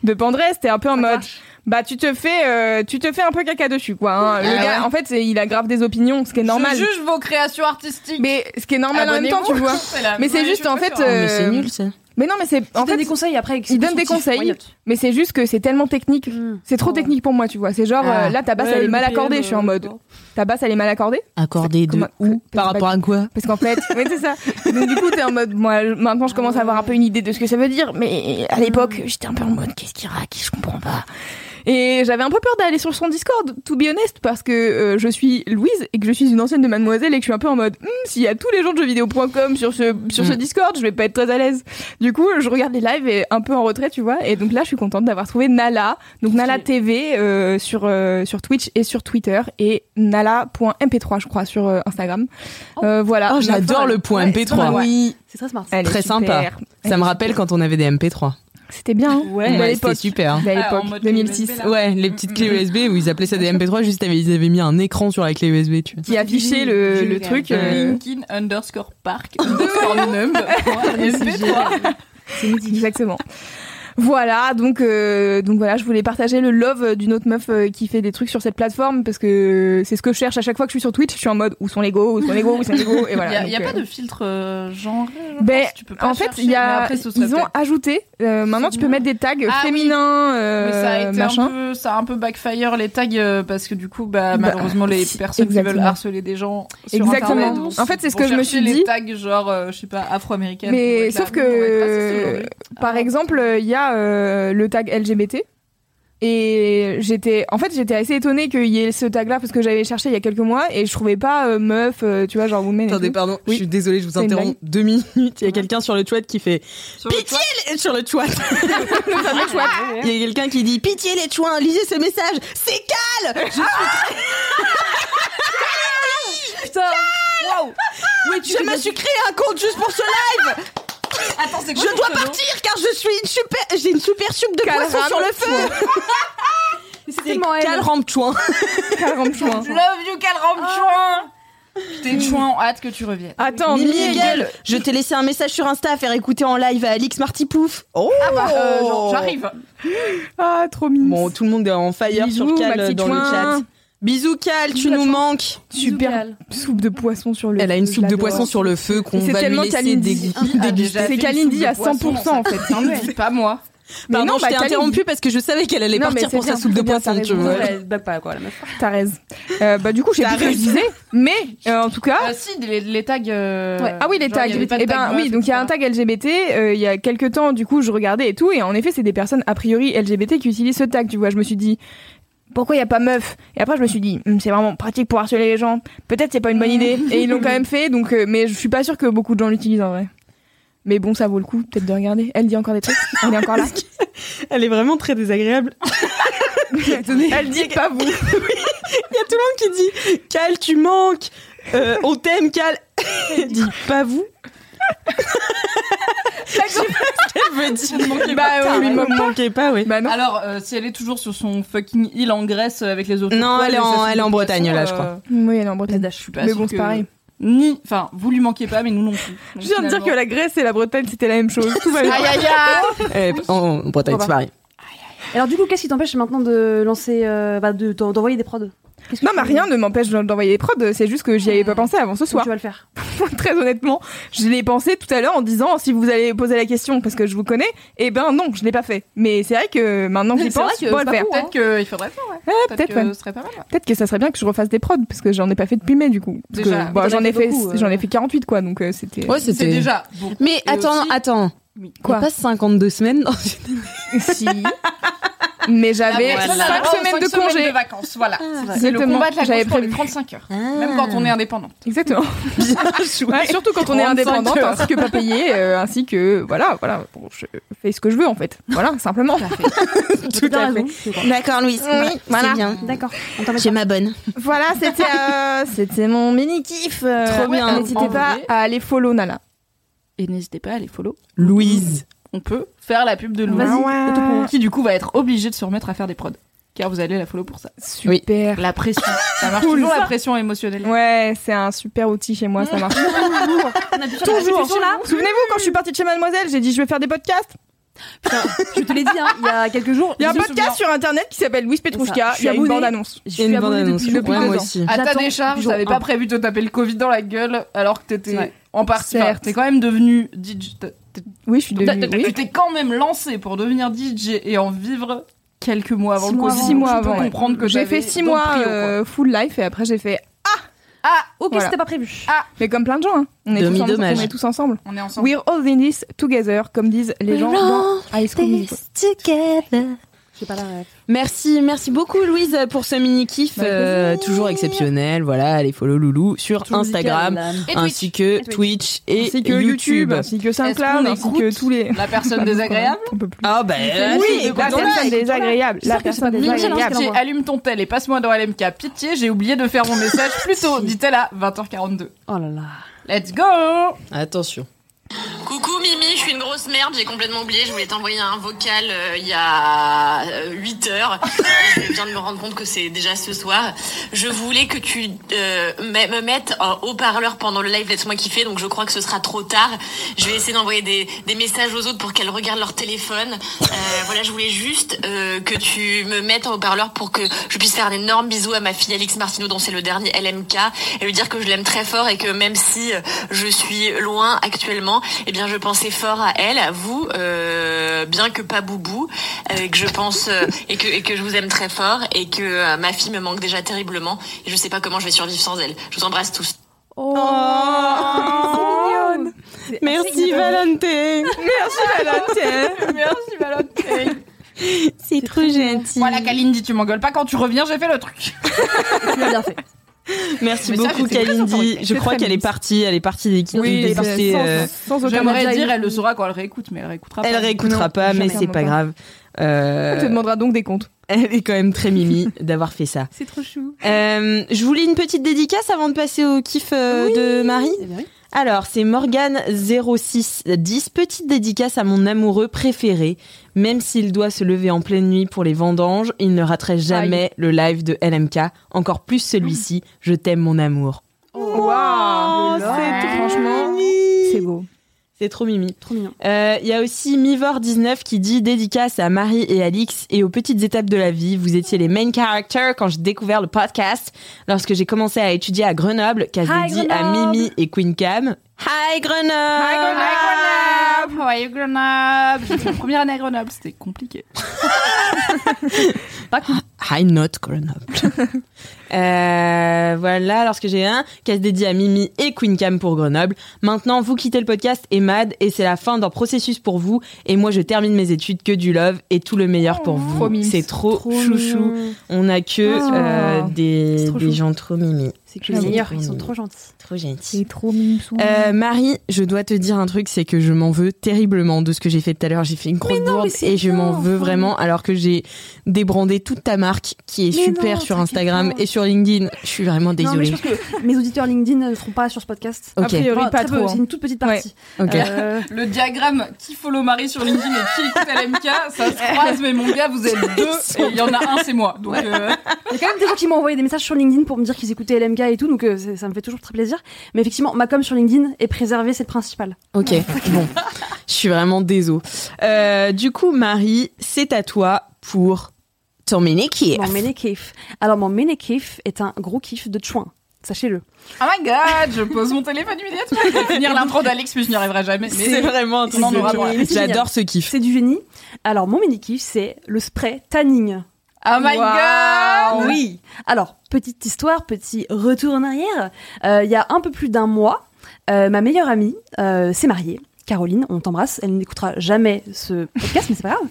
C: de Pandrez t'es un peu en mode bah tu te fais euh, tu te fais un peu caca dessus quoi hein. le
B: Ah
C: gars
B: ouais.
C: en fait c'est- il a grave des opinions ce qui est normal
B: Je juge vos créations artistiques.
C: mais ce qui est normal en même temps tu
B: Abonnez-vous.
C: vois
B: C'est la
C: mais c'est
B: vraie
C: juste en
B: chose
C: fait
A: Oh,
B: à faire.
C: euh,
K: ça.
C: mais non mais c'est en
D: Il donne
C: fait
D: des conseils Hmm. après.
C: il donne des conseils. Mais c'est juste que c'est tellement technique.
D: Mm.
C: C'est trop technique pour moi, tu vois. C'est genre,
K: Ah.
C: euh, là, ta basse, elle est mal accordée.
D: euh,
C: Je suis en mode, ta basse, elle est mal accordée.
K: Accordé de
C: Comment-
K: où Par rapport à quoi
C: Parce qu'en fait, oui, c'est ça. Et Donc, du coup, t'es en mode, moi, maintenant, je commence à avoir un peu une idée de ce que ça veut dire. Mais à l'époque, j'étais un peu en mode, qu'est-ce qu'il raque Je comprends pas. Et j'avais un peu peur d'aller sur son Discord, to be honest, parce que euh, je suis Louise et que je suis une ancienne de Mademoiselle et que je suis un peu en mode, Hmm, s'il y a tous les gens de jeuxvideo.com sur ce, sur ce Discord, je vais pas être très à l'aise. Du coup, je regarde les lives et un peu en retrait, tu vois. Et donc là, je suis contente d'avoir trouvé Nala, donc Nala TV euh, sur, euh, sur Twitch et sur Twitter et nala.mp3, je crois, sur euh, Instagram. Euh, voilà.
K: Oh, j'adore
C: Enfin,
K: le point MP3.
C: Ouais.
K: Oui.
D: C'est très smart.
C: Elle est
K: Très sympa.
C: super.
K: Ça me rappelle quand on avait des MP3.
C: C'était bien. hein.
L: Ouais.
C: Belle
A: Ouais, c'était
C: époque.
A: super. hein.
C: Belle
B: Ah, en
C: époque,
B: mode
C: 2006.
B: USB, là.
A: Ouais, les petites clés USB où ils appelaient ça des MP3, juste avaient- ils avaient mis un écran sur la clé USB, tu vois.
C: Qui affichait le, le truc. euh,
B: Linkin underscore park underscore numb.
C: MP3. Exactement. Voilà, donc euh, donc voilà, je voulais partager le love d'une autre meuf euh, qui fait des trucs sur cette plateforme parce que c'est ce que je cherche à chaque fois que je suis sur Twitch. Je suis en mode où sont les go, où sont les go, où sont les go, et
B: Il
C: voilà. donc,
B: n'y a,
C: euh,
B: pas de filtre euh, genré, genre,
C: Ben,
B: tu peux pas
C: en fait,
B: chercher,
C: il y a,
B: mais après, ce serait
C: ils ont
B: peut-être-
C: ajouté. euh, maintenant, tu peux mettre des tags
B: Ah oui.
C: féminins, euh,
B: Mais ça a été
C: machin.
B: un peu, ça a un peu backfire les tags euh, parce que du coup, bah,
C: Bah,
B: malheureusement, les
C: si,
B: personnes qui veulent
C: exactement.
B: harceler des gens sur
C: Exactement.
B: Internet vont-
C: En fait, c'est ce
B: vont
C: que je me
B: chercher
C: suis
B: les
C: dit.
B: tags genre, euh, je sais pas, afro-américaine.
C: Mais
B: pour être là,
C: sauf que-
B: oui, on va être raciste aujourd'hui.
C: Par exemple, euh, il y a euh, le tag LGBT. Et j'étais, en fait, j'étais assez étonnée qu'il y ait ce tag-là parce que j'avais cherché il y a quelques mois et je trouvais pas euh, meuf, euh, tu vois, genre woman. et
A: Attendez,
C: tout.
A: pardon,
C: Oui.
A: je suis désolée, je vous
C: C'est une
A: interromps deux minutes. Il y a quelqu'un sur le chat qui fait
C: euh,
A: Pitié les- sur le chat. Il y a quelqu'un qui dit Pitié les chouins, lisez ce message, c'est cal Ah Je suis-
D: Putain, waouh Oui, tu
A: Je me suis créé un compte juste pour ce live
B: Attends, c'est quoi
A: Je
B: ton
A: dois
B: pseudo
A: partir car je suis une super j'ai une super soupe de
C: Cal
A: poisson sur
C: Ram
A: le feu
D: C'est
A: C'est
D: tellement elle.
A: Cal Rampchouin
B: Love you, Calram Chouin T'es Chouin, hâte que tu reviennes.
C: Attends,
A: Mimi
C: Mimi Hegel.
A: Hegel, je t'ai laissé un message sur Insta à faire écouter en live à Alix Marty Pouf Oh
C: bah,
B: Euh, genre, J'arrive.
C: Ah, trop mignon.
A: Bon, tout le monde est en fire
C: Bisous,
A: sur Cal euh,
C: Maxi
A: dans le
C: Chouin.
A: chat. Bisous Cal, tu
D: Bisous,
A: nous
D: Chouin.
A: manques
C: Super soupe de poisson sur le.
A: Elle a une
C: je
A: soupe de
C: l'adore.
A: poisson sur le feu qu'on
C: Et c'est
A: va lui
C: tellement
A: laisser
C: Kalindi.
A: dégoûter.
B: Ah, déjà,
C: C'est
B: fait une
C: Kalindi
B: soupe
C: à
B: de poisson,
C: 100% en fait.
B: Non, mais dis pas moi.
C: Mais
A: Pardon,
C: non,
A: je t'ai
C: bah, Kalindi.
A: interrompu parce que je savais qu'elle allait
C: Non, mais
A: partir
C: c'est
A: pour sa
C: bien,
A: soupe de
C: c'est bien, t'as
A: poisson, tu
C: raison.
A: vois.
D: Elle bug pas, quoi, la meuf.
C: Thérèse. Euh, bah du coup, je sais plus ce que je disais, mais euh, en tout cas,
B: Ah si, les, les tags. euh,
C: Ah oui, les
B: genre,
C: tags.
B: il y avait pas de
C: Eh ben
B: tag
C: oui,
B: meuf,
C: donc il y a un
B: etc.
C: tag LGBT. euh, il y a quelques temps, du coup, je regardais et tout, et en effet, c'est des personnes a priori LGBT qui utilisent ce tag. Tu vois, je me suis dit. Pourquoi il n'y a pas meuf Et après, je me suis dit, Hum, c'est vraiment pratique pour harceler les gens. Peut-être c'est pas une bonne
B: Hmm.
C: idée. Et ils l'ont quand même fait, donc, euh, mais je suis pas sûre que beaucoup de gens l'utilisent en vrai. Mais bon, ça vaut le coup, peut-être de regarder. Elle dit encore des trucs. Elle est encore là.
A: Elle est vraiment très désagréable.
C: Elle dit pas vous.
A: Il y a tout le monde qui dit Cal, tu manques. Euh, on t'aime, Cal. Elle dit pas vous. Je sais pas ce qu'elle veut dire.
C: Bah, oui,
A: me manquez pas, oui.
C: Bah non.
B: Alors, euh, si elle est toujours sur son fucking île en Grèce euh, avec les autres.
A: Non, elle est en- elle est en Bretagne, là, je crois.
C: Oui, elle est en Bretagne.
B: euh, Je suis pas
C: Mais
B: sûre
C: bon, c'est
B: que-
C: pareil.
B: Ni, enfin, vous lui manquez pas, mais nous non plus.
C: Je viens de dire que la Grèce et la Bretagne, c'était la même chose. Tout va bien.
B: Aïe aïe aïe
A: Eh, en Bretagne, c'est
C: bah,
A: pareil.
D: Alors, du coup, qu'est-ce qui t'empêche maintenant de lancer, euh, bah, de- d'en- d'envoyer des prods Qu'est-ce que
C: Non,
D: tu-
C: mais rien ne m'empêche d'en- d'envoyer des prods. C'est juste que j'y avais pas pensé avant ce soir.
D: Tu vas le faire.
C: Très honnêtement, je l'ai pensé tout à l'heure en disant si vous allez poser la question parce que je vous connais, eh ben non, je l'ai pas fait. Mais c'est vrai que maintenant que j'y pense, je dois le faire. hein.
B: Peut-être qu'il faudrait le faire, hein. ouais. Peut-être
C: peut-être,
B: que
C: ouais.
B: ce serait pas mal. ouais.
C: Peut-être que ça serait bien que je refasse des prods parce que j'en ai pas fait depuis mai du coup. Parce
B: Déjà,
C: que, bah,
D: mais
C: j'en
D: t'en
C: ai
D: as fait
C: fait,
D: beaucoup, euh.
C: j'en ai fait 48 quoi, donc euh, c'était.
A: Ouais,
B: C'est
A: c'était
B: déjà bon.
A: Mais attends,
B: aussi-
A: attends.
B: Oui.
A: Quoi
C: Quoi
A: On passe 52 semaines dans une-
C: si. Mais j'avais
B: Ah,
C: 5
B: bon, voilà. Oh,
C: semaines de
B: cinq semaines
C: congé.
B: de vacances, voilà. C'est le
C: Ah, Exactement.
B: combat de la
C: J'avais
B: gauche pour les
C: prévu.
B: 35 heures.
A: Ah.
B: Même quand on est indépendant.
C: Exactement. Ouais, surtout quand on est
B: 35
C: indépendante,
B: heures.
C: ainsi que pas payée, euh, ainsi que voilà, voilà. Bon, je fais ce que je veux en fait. Voilà, simplement.
D: Tout
A: à D'accord, Louise.
C: Oui, voilà.
A: bien.
D: D'accord. On t'embête
A: ma bonne.
C: Voilà, c'était euh, c'était mon mini kiff. euh.
A: Trop bien.
C: N'hésitez pas
B: Envoyez.
C: à aller follow Nala.
B: Et n'hésitez pas à les follow.
A: Louise.
B: On peut faire la pub de
D: pas.
B: Louis,
D: Vas-y. et tout pour moi.
B: qui du coup va être obligée de se remettre à faire des prods. Car vous allez la follow pour ça.
C: Super.
B: La pression. Ça marche toujours la pression émotionnelle.
C: Ouais, c'est un super outil chez moi, ça marche.
D: On a pu faire la
C: Mmh. Toujours.
D: discussion, là.
C: Souvenez-vous quand je suis partie de chez Mademoiselle, j'ai dit je vais faire des podcasts.
D: Je te l'ai dit, hein, il y a quelques jours.
C: Il y a un
D: je me
C: podcast sur internet qui s'appelle Louise Petrouchka.
D: je suis
C: Il y a une
D: abonnée.
C: bande annonce.
D: Je
A: Et
D: suis
A: une bonne
D: abonnée
A: annonce.
D: depuis
A: Ouais,
C: deux
A: moi
C: ans.
A: aussi.
B: À ta
D: J'attends
B: décharge,
D: du jour
B: t'avais pas
D: un.
B: prévu de taper le Covid dans la gueule alors que
D: C'est
B: t'étais
D: vrai.
B: en partie. enfin,
C: Certes.
B: T'es quand même devenu DJ. t'es- t'es-
C: Oui, je suis devenue.
B: Tu t'es quand même lancé pour devenir DJ et en vivre quelques mois avant
D: Six
B: le
D: mois
B: Covid.
D: avant.
C: Six mois
B: Je peux
C: avant. ouais.
B: comprendre que
C: J'ai
B: t'avais
C: fait six
B: dans le
C: mois
B: prio, quoi.
C: euh, full life et après j'ai fait.
B: Ah,
D: Ok,
C: Voilà.
D: c'était pas prévu.
C: Mais comme plein de gens, hein. on, est tous ensemble,
A: Demi-dommage.
C: on est tous ensemble.
B: on est ensemble.
C: We're all in this together, comme disent les gens dans High School Musical.
D: J'ai pas la ref.
A: Merci, merci beaucoup Louise pour ce mini kiff euh, toujours exceptionnel. Voilà, allez follow Loulou sur Instagram ainsi que Twitch et
C: ainsi que
A: YouTube.
C: YouTube, ainsi que
B: qu'on
C: SoundCloud, ainsi que
B: écoute
C: tous les.
B: La personne désagréable.
C: On peut plus.
A: Ah ben
C: Oui, Euh, bah, la personne désagréable. La
D: J'espère que c'est pas
C: personne
D: des gens qui
C: désagréable.
D: l'envoient.
B: Pitié, allume ton tel et passe-moi dans LMK. Pitié, j'ai oublié de faire mon message plus tôt, dit-elle à 20h42.
D: Oh là là.
B: Let's go
A: attention.
O: Coucou Mimi, je suis une grosse merde, j'ai complètement oublié, je voulais t'envoyer un vocal euh, il y a 8 heures. Et je viens de me rendre compte que c'est déjà ce soir. Je voulais que tu euh, me me mettes en haut-parleur pendant le live Laisse-moi kiffer, donc je crois que ce sera trop tard. Je vais essayer d'envoyer des, des messages aux autres pour qu'elles regardent leur téléphone. Euh, voilà, je voulais juste euh, que tu me mettes en haut-parleur pour que je puisse faire un énorme bisou à ma fille Alix Martineau, dont c'est le dernier LMK, et lui dire que je l'aime très fort et que même si euh, je suis loin actuellement, eh bien je pensais fort à elle, à vous, euh, bien que pas boubou, euh, et que je pense euh, et, que, et que je vous aime très fort et que euh, ma fille me manque déjà terriblement et je sais pas comment je vais survivre sans elle. Je vous embrasse tous.
C: Oh,
A: Oh. Merci Valentin.
C: Merci Valentin.
B: Merci Valentin.
A: C'est trop gentil.
B: Voilà, Kalindi, tu m'engueules pas quand tu reviens, j'ai fait le truc.
D: Tu l'as bien fait.
A: Merci
B: Mais ça,
A: beaucoup
B: j'étais très
A: Kalindi.
B: enthousiasmée.
A: Je crois qu'elle est partie, elle est partie des
C: Oui,
A: des-
C: elle est
A: des-
C: sans-
A: euh,
C: sans aucun
B: J'aimerais
C: intérêt.
B: dire, elle le saura quand elle réécoute, mais elle réécoutera
A: Elle
B: pas.
A: réécoutera
C: Non,
A: pas, mais
C: j'en
A: c'est
C: ferme
A: pas
C: pas.
A: grave. Euh,
C: On te demandera donc des comptes.
A: elle est quand même très mimi d'avoir fait ça.
C: C'est trop chou.
A: Euh, je voulais une petite dédicace avant de passer au kiff euh, de Marie.
D: Eh bien oui.
A: Alors, c'est Morgane0610. Petite dédicace à mon amoureux préféré. Même s'il doit se lever en pleine nuit pour les vendanges, il ne raterait jamais le live de LMK. Encore plus celui-ci. Je t'aime, mon amour.
C: Waouh,
A: Oh, c'est trop
C: franchement,
A: mimi.
C: c'est beau.
A: C'est trop mimi.
D: Trop mignon.
A: Euh, Il y a aussi Mivor19 qui dit dédicace à Marie et Alix et aux petites étapes de la vie. Vous étiez les main characters quand j'ai découvert le podcast. Lorsque j'ai commencé à étudier à Grenoble, qu'a
D: Hi,
A: dit à
D: Grenoble.
A: Mimi et Queen Cam. Hi Grenoble!
B: Hi Grenoble, how are you Grenoble J'ai fait ma première année à Grenoble, c'était compliqué.
A: High Note Grenoble. Euh, voilà, lorsque j'ai un, casse dédié à Mimi et Queen Cam pour Grenoble. Maintenant, vous quittez le podcast et Mad, et c'est la fin d'un processus pour vous. Et moi, je termine mes études que du love et tout le meilleur pour
C: trop
A: vous.
C: mimes.
A: C'est trop, chouchou. On a que
D: Oh.
A: euh,
D: C'est
A: des,
D: trop
A: des
D: chou.
A: gens trop mimi,
D: C'est
A: Ah
D: que les
A: oui.
D: meilleurs, ils sont trop gentils.
A: trop gentils.
C: C'est trop mignon.
A: Euh, Marie, je dois te dire un truc, c'est que je m'en veux terriblement de ce que j'ai fait tout à l'heure. J'ai fait une grosse bourde et je m'en veux vraiment alors que j'ai débrandé toute ta marque qui est
D: Mais
A: super
D: non,
A: sur
D: t'inquiète
A: Instagram
D: pas.
A: et sur LinkedIn. Je suis vraiment
D: Non, mais
A: désolée.
D: je pense que mes auditeurs LinkedIn ne seront pas sur ce podcast.
A: Ok,
C: A priori,
D: Enfin,
C: pas
D: très peu,
C: trop.
D: C'est
C: hein.
D: une toute petite partie.
A: ok.
D: Euh,
B: Le diagramme qui follow Marie sur LinkedIn et qui écoute LMK, ça se croise, mais mon gars, vous êtes deux et il y en a un, c'est moi. Donc, euh,
D: Il y a quand même des gens qui m'ont envoyé des messages sur LinkedIn pour me dire qu'ils écoutaient LMK et tout, donc euh, c'est- ça me fait toujours très plaisir. Mais effectivement, ma com sur LinkedIn est préservée, c'est le principal.
A: Ok, bon. Je suis vraiment désolée. Euh, du coup, Marie, c'est à toi pour t'emmener qui est.
D: Mon Ménékif. Alors, mon Ménékif est un gros kiff de chouin. Sachez-le.
B: oh my god, je pose mon téléphone immédiatement. Je vais finir l'intro d'Alex, mais je n'y arriverai jamais. Mais
A: C'est vraiment un truc.
B: On en
A: de
B: aura
A: ouf.
B: droit.
A: J'adore ce kiff.
D: C'est du génie. Alors, mon Ménékif, c'est le spray tanning.
B: Oh my god
D: Ah Oui. Alors, petite histoire, petit retour en arrière. Euh, Il y a un peu plus d'un mois, euh, ma meilleure amie euh, s'est mariée. Caroline, on t'embrasse. Elle n'écoutera jamais ce podcast, mais c'est pas grave.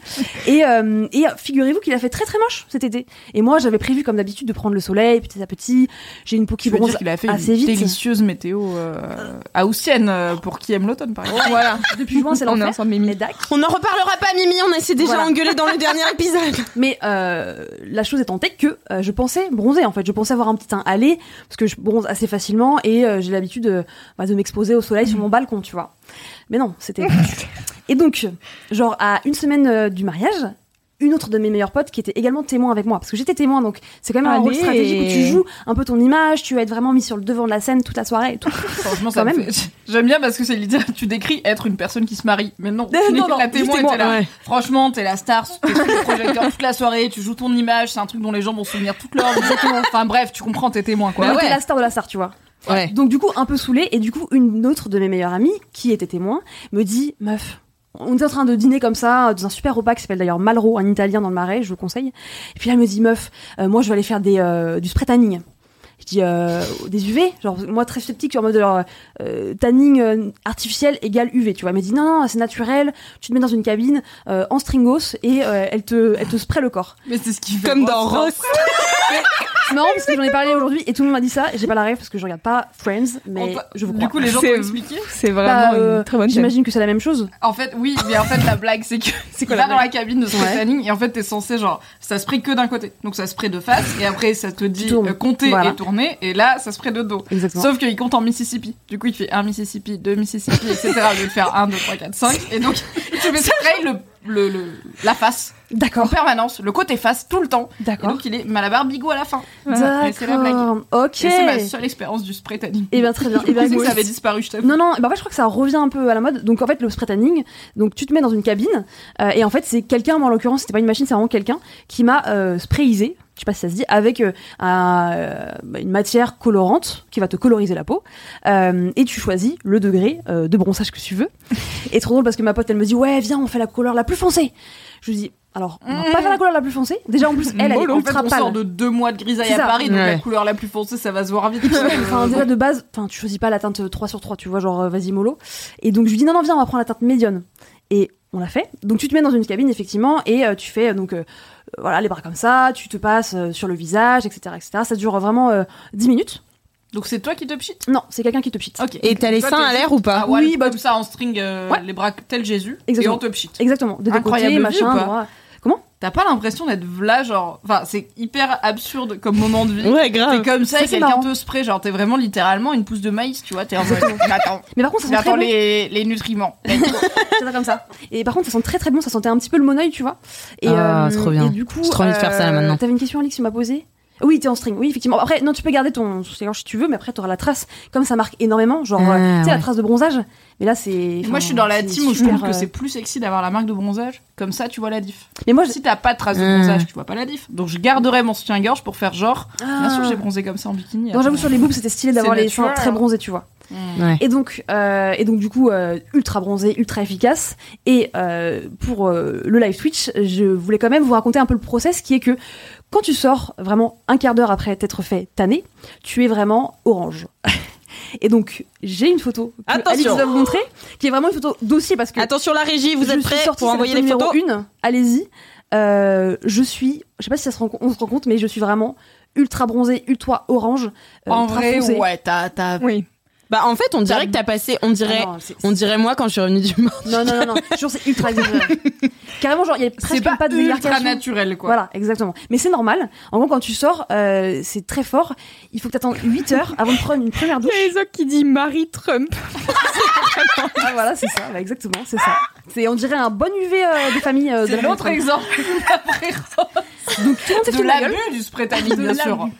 D: Et, euh, et figurez-vous qu'il a fait très très moche cet été. Et moi, j'avais prévu, comme d'habitude, de prendre le soleil petit à petit. J'ai une peau
B: Tu
D: qui
B: veux
D: bronze
B: dire qu'il a fait
D: assez
B: une
D: vite.
B: délicieuse météo euh, haussienne euh, pour qui aime l'automne, par
D: Oh,
B: exemple.
C: Voilà.
D: Depuis juin, c'est
C: On est
D: l'enfer.
C: ensemble, Mimi.
D: Mais dac.
A: On n'en reparlera pas, Mimi. On s'est déjà
D: Voilà.
A: engueulé dans le dernier épisode.
D: Mais euh, la chose étant telle que euh, je pensais bronzer en fait, je pensais avoir un petit teint allé parce que je bronze assez facilement et euh, j'ai l'habitude de, bah, de m'exposer au soleil sur mon balcon, tu vois. Mais non, c'était. et donc, genre à une semaine euh, du mariage, une autre de mes meilleures potes qui était également témoin avec moi parce que j'étais témoin donc c'est quand même un rôle
C: Allez.
D: stratégique où tu joues un peu ton image, tu vas être vraiment mis sur le devant de la scène toute la soirée et tout.
B: Franchement, ça
D: Quand
B: me
D: même.
B: fait- J'aime bien parce que c'est l'idée, tu décris être une personne qui se marie. Mais non,
D: Non,
B: tu n'es
D: non,
B: que la témoin et
D: justement,
B: t'es là.
A: ouais.
B: Franchement, t'es la star, t'es sous le projecteur toute la soirée, tu joues ton image, c'est un truc dont les gens vont se souvenir toute leur vie. Enfin bref, tu comprends, t'es témoin quoi.
D: Mais t'es la star de la star, tu vois.
A: Ouais.
D: Donc du coup, un peu saoulée, et du coup, une autre de mes meilleures amies, qui était témoin, me dit, meuf, on était en train de dîner comme ça, dans un super repas qui s'appelle d'ailleurs Malro, un italien dans le marais, je vous conseille. Et puis elle me dit, meuf, euh, moi je vais aller faire des, euh, du spray tanning. Je dis, euh, des UV Genre, moi très sceptique, en mode genre, euh, tanning euh, artificiel égale UV, tu vois. Elle me dit, non, non, c'est naturel, tu te mets dans une cabine, euh, en stringos, et euh, elle, te, elle te spray le corps.
B: Mais c'est ce qui fait.
A: Comme dans Ross.
D: C'est marrant parce que j'en ai parlé aujourd'hui et tout le monde m'a dit ça. et J'ai pas la rêve parce que je regarde pas Friends, mais je vous crois.
B: Du coup, les gens t'ont
C: C'est-
B: expliqué
C: C'est
D: Bah,
C: vraiment
D: euh,
C: une très bonne chaîne.
D: J'imagine que c'est la même chose.
B: En fait, oui, mais en fait, la blague, c'est que c'est
D: quoi
B: quoi
D: la
B: là dans la cabine de ce
D: Ouais.
B: ligne et en fait, t'es censé genre, ça se prie que d'un côté, donc ça se prie de face, et après, ça te dit
D: tournes.
B: euh, compter
D: Voilà.
B: et tourner, et là, ça se prie de dos.
D: Exactement.
B: Sauf qu'il compte en Mississippi. Du coup, il fait un Mississippi, deux Mississippi, etc. Au lieu de faire 1, 2, 3, 4, 5. Et donc, tu fais ça pareil, le, le, le- la face. En
D: D'accord.
B: permanence. Le côté face, tout le temps. Et
D: D'accord.
B: donc, il est malabar bigot à la fin. Et c'est la blague.
D: D'accord. Ok.
B: Et c'est ma seule expérience du spray tanning.
D: Et bien très bien.
B: Je
D: Eh ben,
B: pensais que ça
D: écoute.
B: avait disparu, je t'avoue.
D: Non, non, bah en fait, je crois que ça revient un peu à la mode. Donc, en fait, le spray tanning, donc tu te mets dans une cabine, euh, et en fait, c'est quelqu'un, moi en l'occurrence, c'était pas une machine, c'est vraiment quelqu'un qui m'a euh, sprayisé, je sais pas si ça se dit, avec euh, un, euh, bah, une matière colorante qui va te coloriser la peau, euh, et tu choisis le degré euh, de bronzage que tu veux. Et trop drôle parce que ma pote, elle me dit, ouais, viens, on fait la couleur la plus foncée. Je lui dis, alors, on va pas faire la couleur la plus foncée. Déjà, en plus, elle, elle est
B: Mollo. Mmh. en fait,
D: ultra
B: on sort
D: pâle.
B: de deux mois de grisaille
D: C'est
B: à
D: ça.
B: Paris, donc
A: Ouais.
B: la couleur la plus foncée, ça va se voir vite.
D: Enfin, déjà de base, enfin, tu choisis pas la teinte 3 sur 3, tu vois, genre euh, vas-y mollo. Et donc je lui dis non, non, viens, on va prendre la teinte médiane. Et on l'a fait. Donc tu te mets dans une cabine, effectivement, et euh, tu fais euh, donc euh, voilà les bras comme ça, tu te passes euh, sur le visage, etc. etc. Ça dure vraiment euh, 10 minutes.
B: donc c'est toi qui te pchit
D: Non, c'est quelqu'un qui te pchite.
B: Ok.
A: Et t'as les
B: Toi,
A: seins à
B: t'es-
A: l'air ou pas
B: Ah ouais,
D: Oui, bah-
B: comme ça en string, euh,
D: Ouais.
B: les bras tel Jésus,
D: Exactement.
B: et on te pchit.
D: Exactement, de deux
B: Incroyable
D: côtés,
B: vue,
D: machin,
B: ou pas
D: droit.
B: T'as pas l'impression d'être là, genre. Enfin, c'est hyper absurde comme moment de vie.
A: Ouais,
B: T'es
A: grave.
B: comme ça,
D: Ça,
B: et
D: c'est
B: quelqu'un
D: marrant.
B: te spray, genre t'es vraiment littéralement une pousse de maïs, tu vois. T'es en mode. Mais attends,
D: Mais par contre, ça
B: mais
D: sent très
B: attends
D: bon.
B: les, les nutriments.
D: C'est ça comme ça. Et par contre, ça sent très très bon, ça sentait un petit peu le monoeil, tu vois. Et, euh,
A: Ah, trop bien.
D: et du coup, euh,
A: J'ai trop envie de faire ça, là, maintenant.
D: T'avais une question, Alix, tu m'as posée Oui, t'es en string, oui, effectivement. Après, non, tu peux garder ton sous-gorge si tu veux, mais après, t'auras la trace. Comme ça marque énormément, genre,
A: Ah,
D: euh, tu sais, la
A: ouais.
D: trace de bronzage. Mais là, c'est.
B: Moi, je suis dans la
D: c'est
B: team où je
D: super,
B: trouve que
D: euh,
B: c'est plus sexy d'avoir la marque de bronzage. Comme ça, tu vois la diff.
D: Mais moi, je-
B: Si t'as pas de trace de
A: Hmm.
B: bronzage, tu vois pas la diff. Donc, je garderai mon soutien-gorge pour faire genre. Bien sûr,
D: Ah.
B: j'ai bronzé comme ça en bikini.
D: Non, j'avoue, sur les boobs, c'était stylé d'avoir
B: C'est
D: les seins
B: naturel,
D: très
B: hein.
D: bronzés, tu vois.
B: Hmm.
A: Ouais.
D: Et donc, euh, et donc du coup, euh, ultra bronzé, ultra efficace. Et euh, pour euh, le live Twitch, je voulais quand même vous raconter un peu le process qui est que quand tu sors vraiment un quart d'heure après t'être fait tanner, tu es vraiment orange. et donc, j'ai une photo que
A: Attention.
D: Alix va vous montrer, qui est vraiment une photo dossier parce que
A: Attention la régie, vous
D: je
A: êtes
D: suis
A: prêts
D: sortie,
A: pour
D: c'est la
A: envoyer
D: photo
A: les
D: numéro
A: photos
D: Une, allez-y. Euh, je suis, je sais pas si ça se rend, on se rend compte, mais je suis vraiment ultra bronzée, ultra orange. euh,
B: En
D: ultra
B: vrai,
D: foncée.
B: ouais, t'as. t'as-
C: Oui.
A: Bah en fait, on dirait que t'as passé, on
D: Ah
A: dirait,
D: non, c'est-
A: on dirait moi quand je suis revenue du mort.
D: Non, non, non, non. Toujours, c'est ultra exagéré. Carrément, genre, il y a
B: C'est
D: presque
B: pas,
D: pas de
B: ultra
D: démarcation.
B: naturel, quoi.
D: Voilà, exactement. Mais c'est normal. En gros, quand tu sors, euh, c'est très fort. Il faut que t'attendes 8 heures avant de prendre une première douche.
C: Les autres qui dit Marie Trump.
D: Ah, voilà, c'est ça. Bah, exactement, c'est ça. C'est, on dirait un bon UV euh, des familles euh, de
B: C'est
D: la
B: l'autre
D: famille
B: exemple
D: Trump. Tout le monde s'est
B: de
D: foutu de ma
B: l'abus
D: gueule,
B: du spray tanning, bien
D: De
B: sûr. hein.
D: l'abus.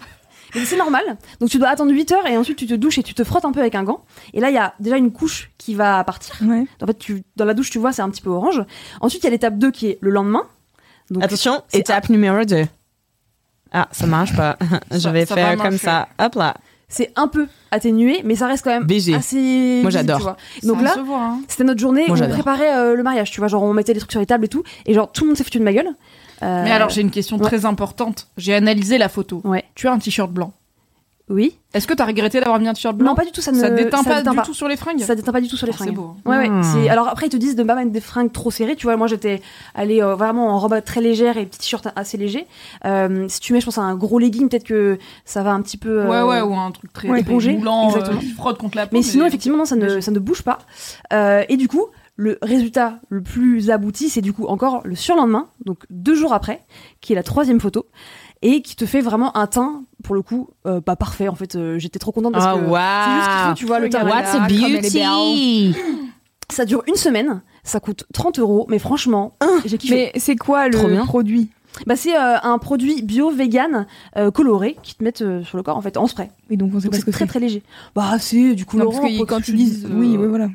D: mais c'est normal. Donc, tu dois attendre 8 heures et ensuite, tu te douches et tu te frottes un peu avec un gant. Et là, il y a déjà une couche qui va partir.
C: Ouais.
D: En fait, tu, dans la douche, tu vois, c'est un petit peu orange. Ensuite, il y a l'étape 2 qui est le lendemain. Donc,
A: Attention,
D: c'est-
A: étape numéro 2. Ah, ça marche pas. Je
B: Ça-
A: vais
B: ça
A: faire
B: va
A: comme
B: marcher.
A: ça. Hop là.
D: c'est un peu atténué, mais ça reste quand même
A: BG.
D: assez.
A: Moi,
D: visible,
A: j'adore.
D: tu vois. Donc là,
B: se voit, hein.
D: c'était notre journée
A: Moi,
D: où on
A: j'adore.
D: préparait euh, le mariage, tu vois, genre on mettait les trucs sur les tables et tout, et genre tout le monde s'est foutu de ma gueule. Euh,
B: Mais alors, j'ai une question
D: ouais.
B: très importante. J'ai analysé la photo.
D: Ouais.
B: Tu as un t-shirt blanc.
D: Oui.
B: Est-ce que t'as regretté d'avoir mis un t-shirt blanc
D: Non, pas du tout, ça ne.
B: Ça déteint pas
D: déteint
B: du tout sur les fringues
D: Ça déteint pas du tout sur les
B: Ah,
D: fringues.
B: C'est beau.
D: Ouais, ouais.
A: Hmm.
D: c'est- Alors après, ils te disent de pas mettre des fringues trop serrées. Tu vois, moi j'étais allée euh, vraiment en robe très légère et petit t-shirt assez léger. Euh, si tu mets, je pense, un gros legging, peut-être que ça va un petit peu. euh,
B: Ouais, ouais, ou un truc très
D: ouais,
B: très
D: plongé,
B: moulant, euh,
D: exactement.
B: qui frotte contre la peau.
D: Mais sinon, effectivement, non, ça ne,
B: mais-
D: ça ne bouge pas. Euh, et du coup, le résultat le plus abouti, c'est du coup encore le surlendemain, donc deux jours après, qui est la troisième photo, et qui te fait vraiment un teint, pour le coup, euh, pas parfait. En fait, Euh, j'étais trop contente parce
A: Oh,
D: que c'est juste qu'il faut,
A: wow.
D: tu vois, le teint.
A: What's a beauty?
D: Ça dure une semaine, ça coûte 30 euros, mais franchement, j'ai kiffé.
C: Mais c'est quoi
A: Trop
C: le
A: bien.
C: produit
D: Bah, c'est euh, un produit bio, vegan, euh, coloré, qui te mettent euh, sur le corps, en fait, en spray.
C: Oui, donc on sait
D: Donc
C: pas ce
D: c'est
C: que
D: très
C: c'est.
D: très léger. Bah, c'est du
C: Non,
D: colorant.
C: parce que
D: pour
C: quand
D: tu
C: ils disent.
D: dises,
C: Oui,
D: euh,
C: oui, voilà.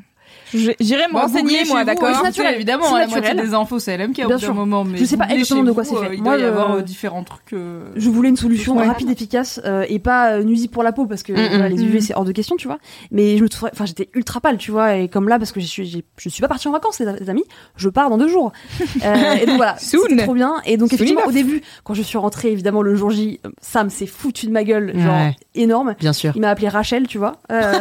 C: J'ai- J'irai me
B: Bon,
C: renseigner,
B: googlez
C: moi,
B: chez vous,
C: d'accord
B: hein,
D: C'est naturel,
B: Évidemment,
D: c'est
B: la moitié
D: naturel.
B: des infos, c'est LMK au
D: Bien
B: bout
D: sûr.
B: d'un moment. Mais
D: Je sais pas
B: googlez
D: exactement
B: chez
D: de quoi
B: vous,
D: c'est fait.
B: euh, Il
D: Moi,
B: doit y avoir
D: euh,
B: euh, différents trucs. euh,
D: je voulais une solution
C: Ouais.
D: rapide, efficace euh, et pas euh, nuisible pour la peau parce que
A: Mm,
D: voilà,
A: mm.
D: les UV c'est hors de question, tu vois. Mais je me trouvais, enfin j'étais ultra pâle, tu vois, et comme là parce que je suis, j'ai- je suis pas partie en vacances, les, a- les amis, je pars dans deux jours. Euh, et donc voilà,
C: Soon.
D: c'était trop bien. Et donc
C: Soon
D: effectivement
C: enough.
D: au début, quand je suis rentrée, évidemment le jour J, euh, Sam s'est foutu de ma gueule, genre
A: Ouais.
D: énorme.
A: Bien sûr.
D: euh, Il m'a appelé Rachel, tu vois. Euh,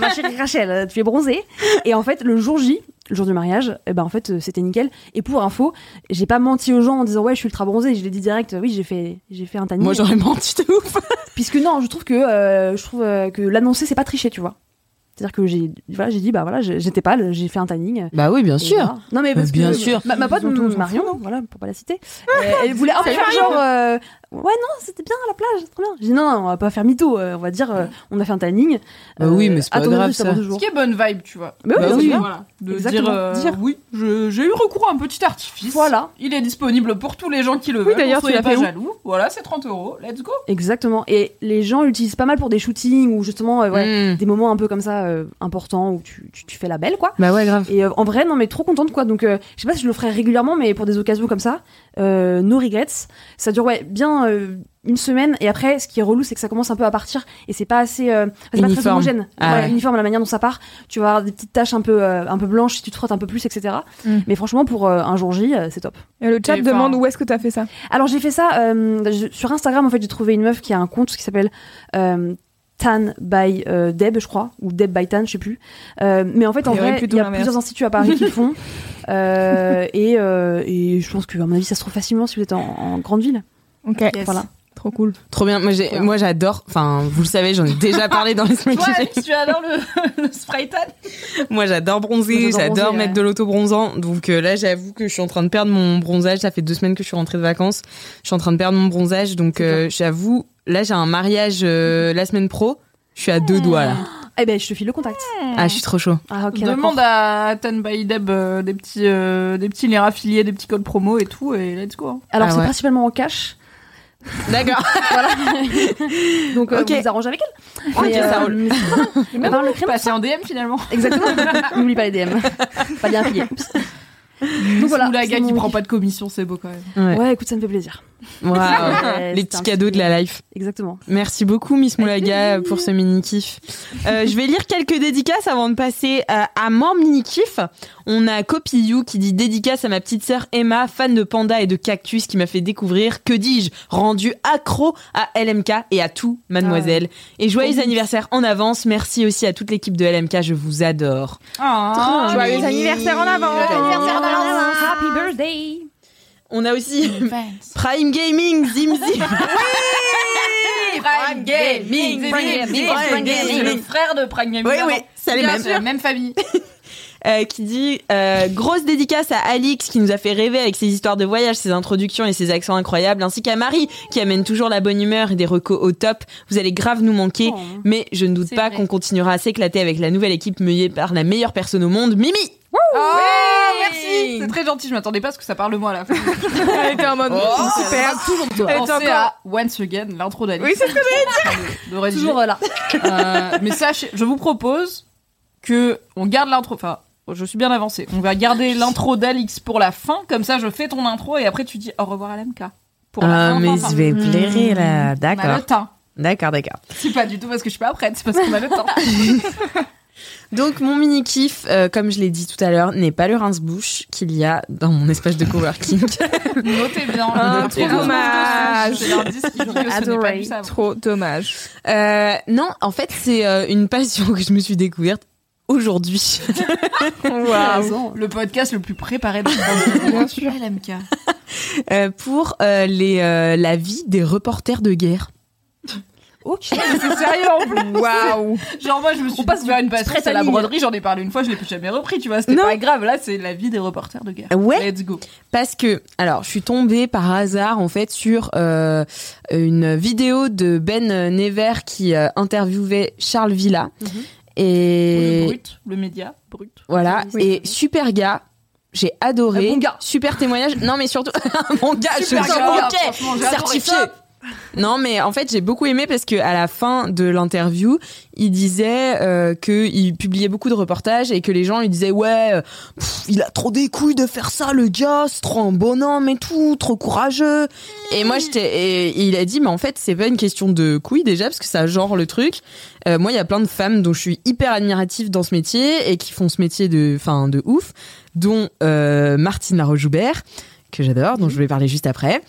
D: ma chérie Rachel, tu es bronzée. Et en fait, le jour J, le jour du mariage, eh ben en fait euh, c'était nickel. Et pour info, j'ai pas menti aux gens en disant ouais je suis ultra bronzée, je l'ai dit direct, euh, oui j'ai fait j'ai fait un tanning.
A: Moi, j'aurais menti de ouf.
D: Puisque non, je trouve que euh, je trouve euh, que l'annoncer c'est pas tricher, tu vois. C'est-à-dire que j'ai voilà, j'ai dit bah voilà, j'ai- j'étais pâle, j'ai fait un tanning.
A: Bah oui, bien
D: Et voilà. Non mais
A: Mais
D: parce
A: bien
D: que
A: sûr.
D: Ma, ma pote
A: Ils ont Ah, tous-
D: Marion, voilà, pour pas la citer, euh, elle voulait un peu
C: Salut,
D: faire
C: Marion.
D: genre euh, ouais non c'était bien à la plage, c'est trop bien. J'ai dit non, non, on va pas faire mytho, euh, on va dire euh, on a fait un tanning.
A: Bah oui, mais c'est pas
D: attendez
A: grave,
D: juste avant
A: ça.
D: deux
B: Ce
D: jours.
B: qui est bonne vibe, tu vois.
D: Bah oui,
B: Parce
D: bien
B: que,
D: sûr.
B: voilà, de
D: Exactement.
B: dire, euh,
D: Dire.
B: oui, je- j'ai eu recours à un petit artifice.
D: Voilà.
B: Il est disponible pour tous les gens qui le veulent.
C: d'ailleurs,
B: soyez
C: tu l'as
B: pas
C: fait où
B: jaloux. Voilà, c'est 30 euros. Let's go.
D: Exactement. Et les gens l'utilisent pas mal pour des shootings ou justement euh,
A: Hmm. Mm.
D: ouais, des moments un peu comme ça euh, importants où tu, tu, tu fais la belle quoi.
A: Bah ouais, grave.
D: Et euh, en vrai, non, mais trop contente quoi. Donc, euh, je sais pas si je le ferai régulièrement, mais pour des occasions comme ça, euh, no regrets. Ça dure ouais bien euh, une semaine et après, ce qui est relou, c'est que ça commence un peu à partir et c'est pas assez, euh, c'est pas très
A: Uniforme.
D: homogène,
A: Ah
D: Ouais,
A: ouais.
D: uniforme la manière dont ça part. Tu vas avoir des petites taches un peu euh, un peu blanches si tu te frottes un peu plus, etc.
A: Mm.
D: Mais franchement, pour euh, un jour J, euh, c'est top.
C: Et le chat
B: Et
C: demande
B: enfin-
C: où est-ce que t'as fait ça
D: Alors j'ai fait ça euh, je- sur Instagram. En fait, j'ai trouvé une meuf qui a un compte qui s'appelle euh, Tan by euh, Deb, je crois, ou Deb by Tan, je sais plus. Euh, mais en fait, en
C: Il y aurait
D: vrai, il
C: plutôt
D: y a
C: l'inverse.
D: plusieurs instituts à Paris qui le font. Euh, et, euh, et je pense que, à mon avis, ça se trouve facilement si vous êtes en, en grande ville.
C: Ok,
D: Voilà.
C: trop cool.
A: Trop bien. Moi, j'ai, moi, j'adore. Enfin, vous le savez, j'en ai déjà parlé dans les semaines
B: Toi,
A: qui
B: Alex, tu adores le, le spray tan.
A: viennent. Moi, j'adore bronzer.
D: Moi, j'adore
A: J'adore
D: bronzer,
A: mettre
D: ouais.
A: de l'auto-bronzant. Donc euh, là, j'avoue que je suis en train de perdre mon bronzage. Ça fait deux semaines que je suis rentrée de vacances. Je suis en train de perdre mon bronzage. Donc euh, j'avoue, là, j'ai un mariage euh, la semaine pro. Je suis à deux doigts là.
D: Eh ben, je te file le contact.
A: Ah, je suis trop chaud.
D: Ah, ok, d'accord.
B: Demande à Tan by Deb euh, des petits, euh, des petits liens affiliés, des petits codes promo et tout, et let's go. hein.
D: Alors,
A: Ah
D: c'est
A: ouais.
D: principalement en cash.
A: D'accord.
D: Donc, euh,
A: Ok.
D: vous vous arrangez avec elle.
A: Ok, ça roule.
D: mais c'est pas mal.
B: Mais
D: Par le créneau.
B: Passer en DM finalement.
D: Exactement. N'oublie pas les DM. Pas bien affilié. Oups. Donc voilà.
B: Ou la
D: c'est
B: gars qui
D: mon
B: prend
D: kiff.
B: pas de commission, c'est beau quand même.
A: Ouais.
D: Ouais, écoute, ça me fait plaisir.
A: Waouh.
D: Ah, Ouais,
A: Les
D: c'était un
A: petits
D: petit-
A: cadeaux de la life.
D: Exactement.
A: Merci beaucoup, Miss Moulaga, pour ce mini-kiff. Euh, je vais lire quelques dédicaces avant de passer euh, à mon mini-kiff. On a Copillou qui dit dédicace à ma petite sœur Emma, fan de panda et de cactus, qui m'a fait découvrir, que dis-je, rendu accro à LMK et à tout, mademoiselle. Et joyeux anniversaire en avance. Merci aussi à toute l'équipe de LMK, je vous adore.
B: Ah,
C: Joyeux anniversaire en avant
D: Happy birthday.
A: On a aussi Prime Gaming, Zim Zim.
B: Prime Gaming,
A: Prime Gaming, Prime Gaming.
B: le frère de Prime Gaming.
A: Oui,
B: pardon.
A: oui, c'est les
B: Bien
A: mêmes.
B: sûr, la même famille.
A: euh, qui dit euh, grosse dédicace à Alix qui nous a fait rêver avec ses histoires de voyage, ses introductions et ses accents incroyables, ainsi qu'à Marie qui amène toujours la bonne humeur et des recos au top. Vous allez grave nous manquer, mais je ne doute
B: Oh, hein. C'est
A: pas
B: vrai.
A: qu'on continuera à s'éclater avec la nouvelle équipe meuillée par la meilleure personne au monde, Mimi.
B: Oh, merci. C'est très gentil, je m'attendais pas à ce que ça parle de moi à la fin.
C: Elle était en mode super.
A: Ah,
C: Elle était
B: Pensez
C: encore.
B: à Once Again, l'intro d'Alice.
C: Oui, c'est ce que j'allais
B: de, de rédiger.
D: Toujours euh, là.
B: Euh, mais sachez, je vous propose que on garde l'intro. Enfin, je suis bien avancée. On va garder l'intro d'Alix pour la fin. Comme ça, je fais ton intro et après tu dis au revoir à l'MK. Pour la fin, fin, fin.
A: Euh, Ah, vais plairer là,
B: On a le temps.
A: d'accord, d'accord.
B: C'est pas du tout parce que je suis pas prête, c'est parce qu'on a le temps.
A: Donc mon mini kiff, euh, comme je l'ai dit tout à l'heure, n'est pas le rince-bouche qu'il y a dans mon espace de coworking.
B: Notez bien.
C: Ah,
B: Notez
C: trop
B: bien.
C: dommage.
B: C'est l'indice qui dit que ce n'est pas du savon.
C: Trop dommage.
A: Euh, non, en fait, c'est euh, une passion que je me suis découverte aujourd'hui.
D: Waouh.
B: Le podcast le plus préparé de
C: Ah,
B: la Bien sûr. LMK.
A: Euh, pour euh, les, euh, la vie des reporters de guerre. Euh,
D: Ok.
B: C'est sérieux en plus.
C: Waouh.
B: Genre moi je me suis passe vers une passion,
A: spray
B: c'est la
A: tanning.
B: broderie, j'en ai parlé une fois, je l'ai plus jamais repris, tu vois, c'était
A: Non.
B: pas grave, là c'est la vie des reporters de guerre.
A: Ouais.
B: Let's go.
A: Parce que, alors, je suis tombée par hasard, en fait, sur euh, une vidéo de Ben Never qui euh, interviewait Charles Villa.
B: Le
A: Et
B: brut, le média brut.
A: voilà, et super gars. J'ai adoré.
D: Un bon gars.
A: Super témoignage. Non, mais surtout, un bon gars. je
B: Super
A: suis
B: gars,
A: ok.
B: franchement, j'ai adoré
A: certifié.
B: ça.
A: Non, mais en fait, j'ai beaucoup aimé parce que à la fin de l'interview, il disait euh, que il publiait beaucoup de reportages et que les gens lui disaient ouais, euh, pff, il a trop des couilles de faire ça, le gars, c'est trop un bonhomme et tout, trop courageux. Et moi, j'étais, et il a dit, mais en fait, c'est pas une question de couilles déjà parce que ça genre le truc. Euh, moi, il y a plein de femmes dont je suis hyper admirative dans ce métier et qui font ce métier de, enfin, de ouf, dont euh, Martine Laroche-Joubert que j'adore, dont je vais parler juste après.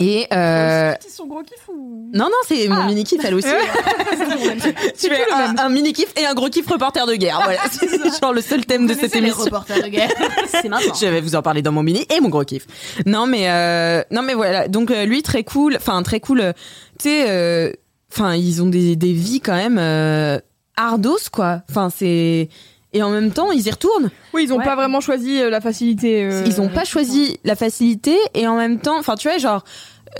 A: Et euh,
B: C'est son gros kiff ou
A: non, non, c'est mon mini kiff elle aussi. tu mets
B: Ah. tout le Ah,
A: un, un mini kiff et un gros kiff reporter de guerre. Voilà, c'est genre le seul thème de cette émission.
B: de guerre.
D: C'est maintenant.
A: Je vais vous en parler dans mon mini et mon gros kiff. Non mais euh, non mais voilà. Donc euh, lui très cool, enfin très cool. euh, tu sais, euh, enfin ils ont des, des vies quand même euh, ardos quoi. Enfin c'est et en même temps ils y retournent.
C: Oui, ils ont
D: Ouais.
C: pas vraiment choisi euh, la facilité. euh,
A: Ils ont pas choisi la facilité et en même temps, enfin tu vois genre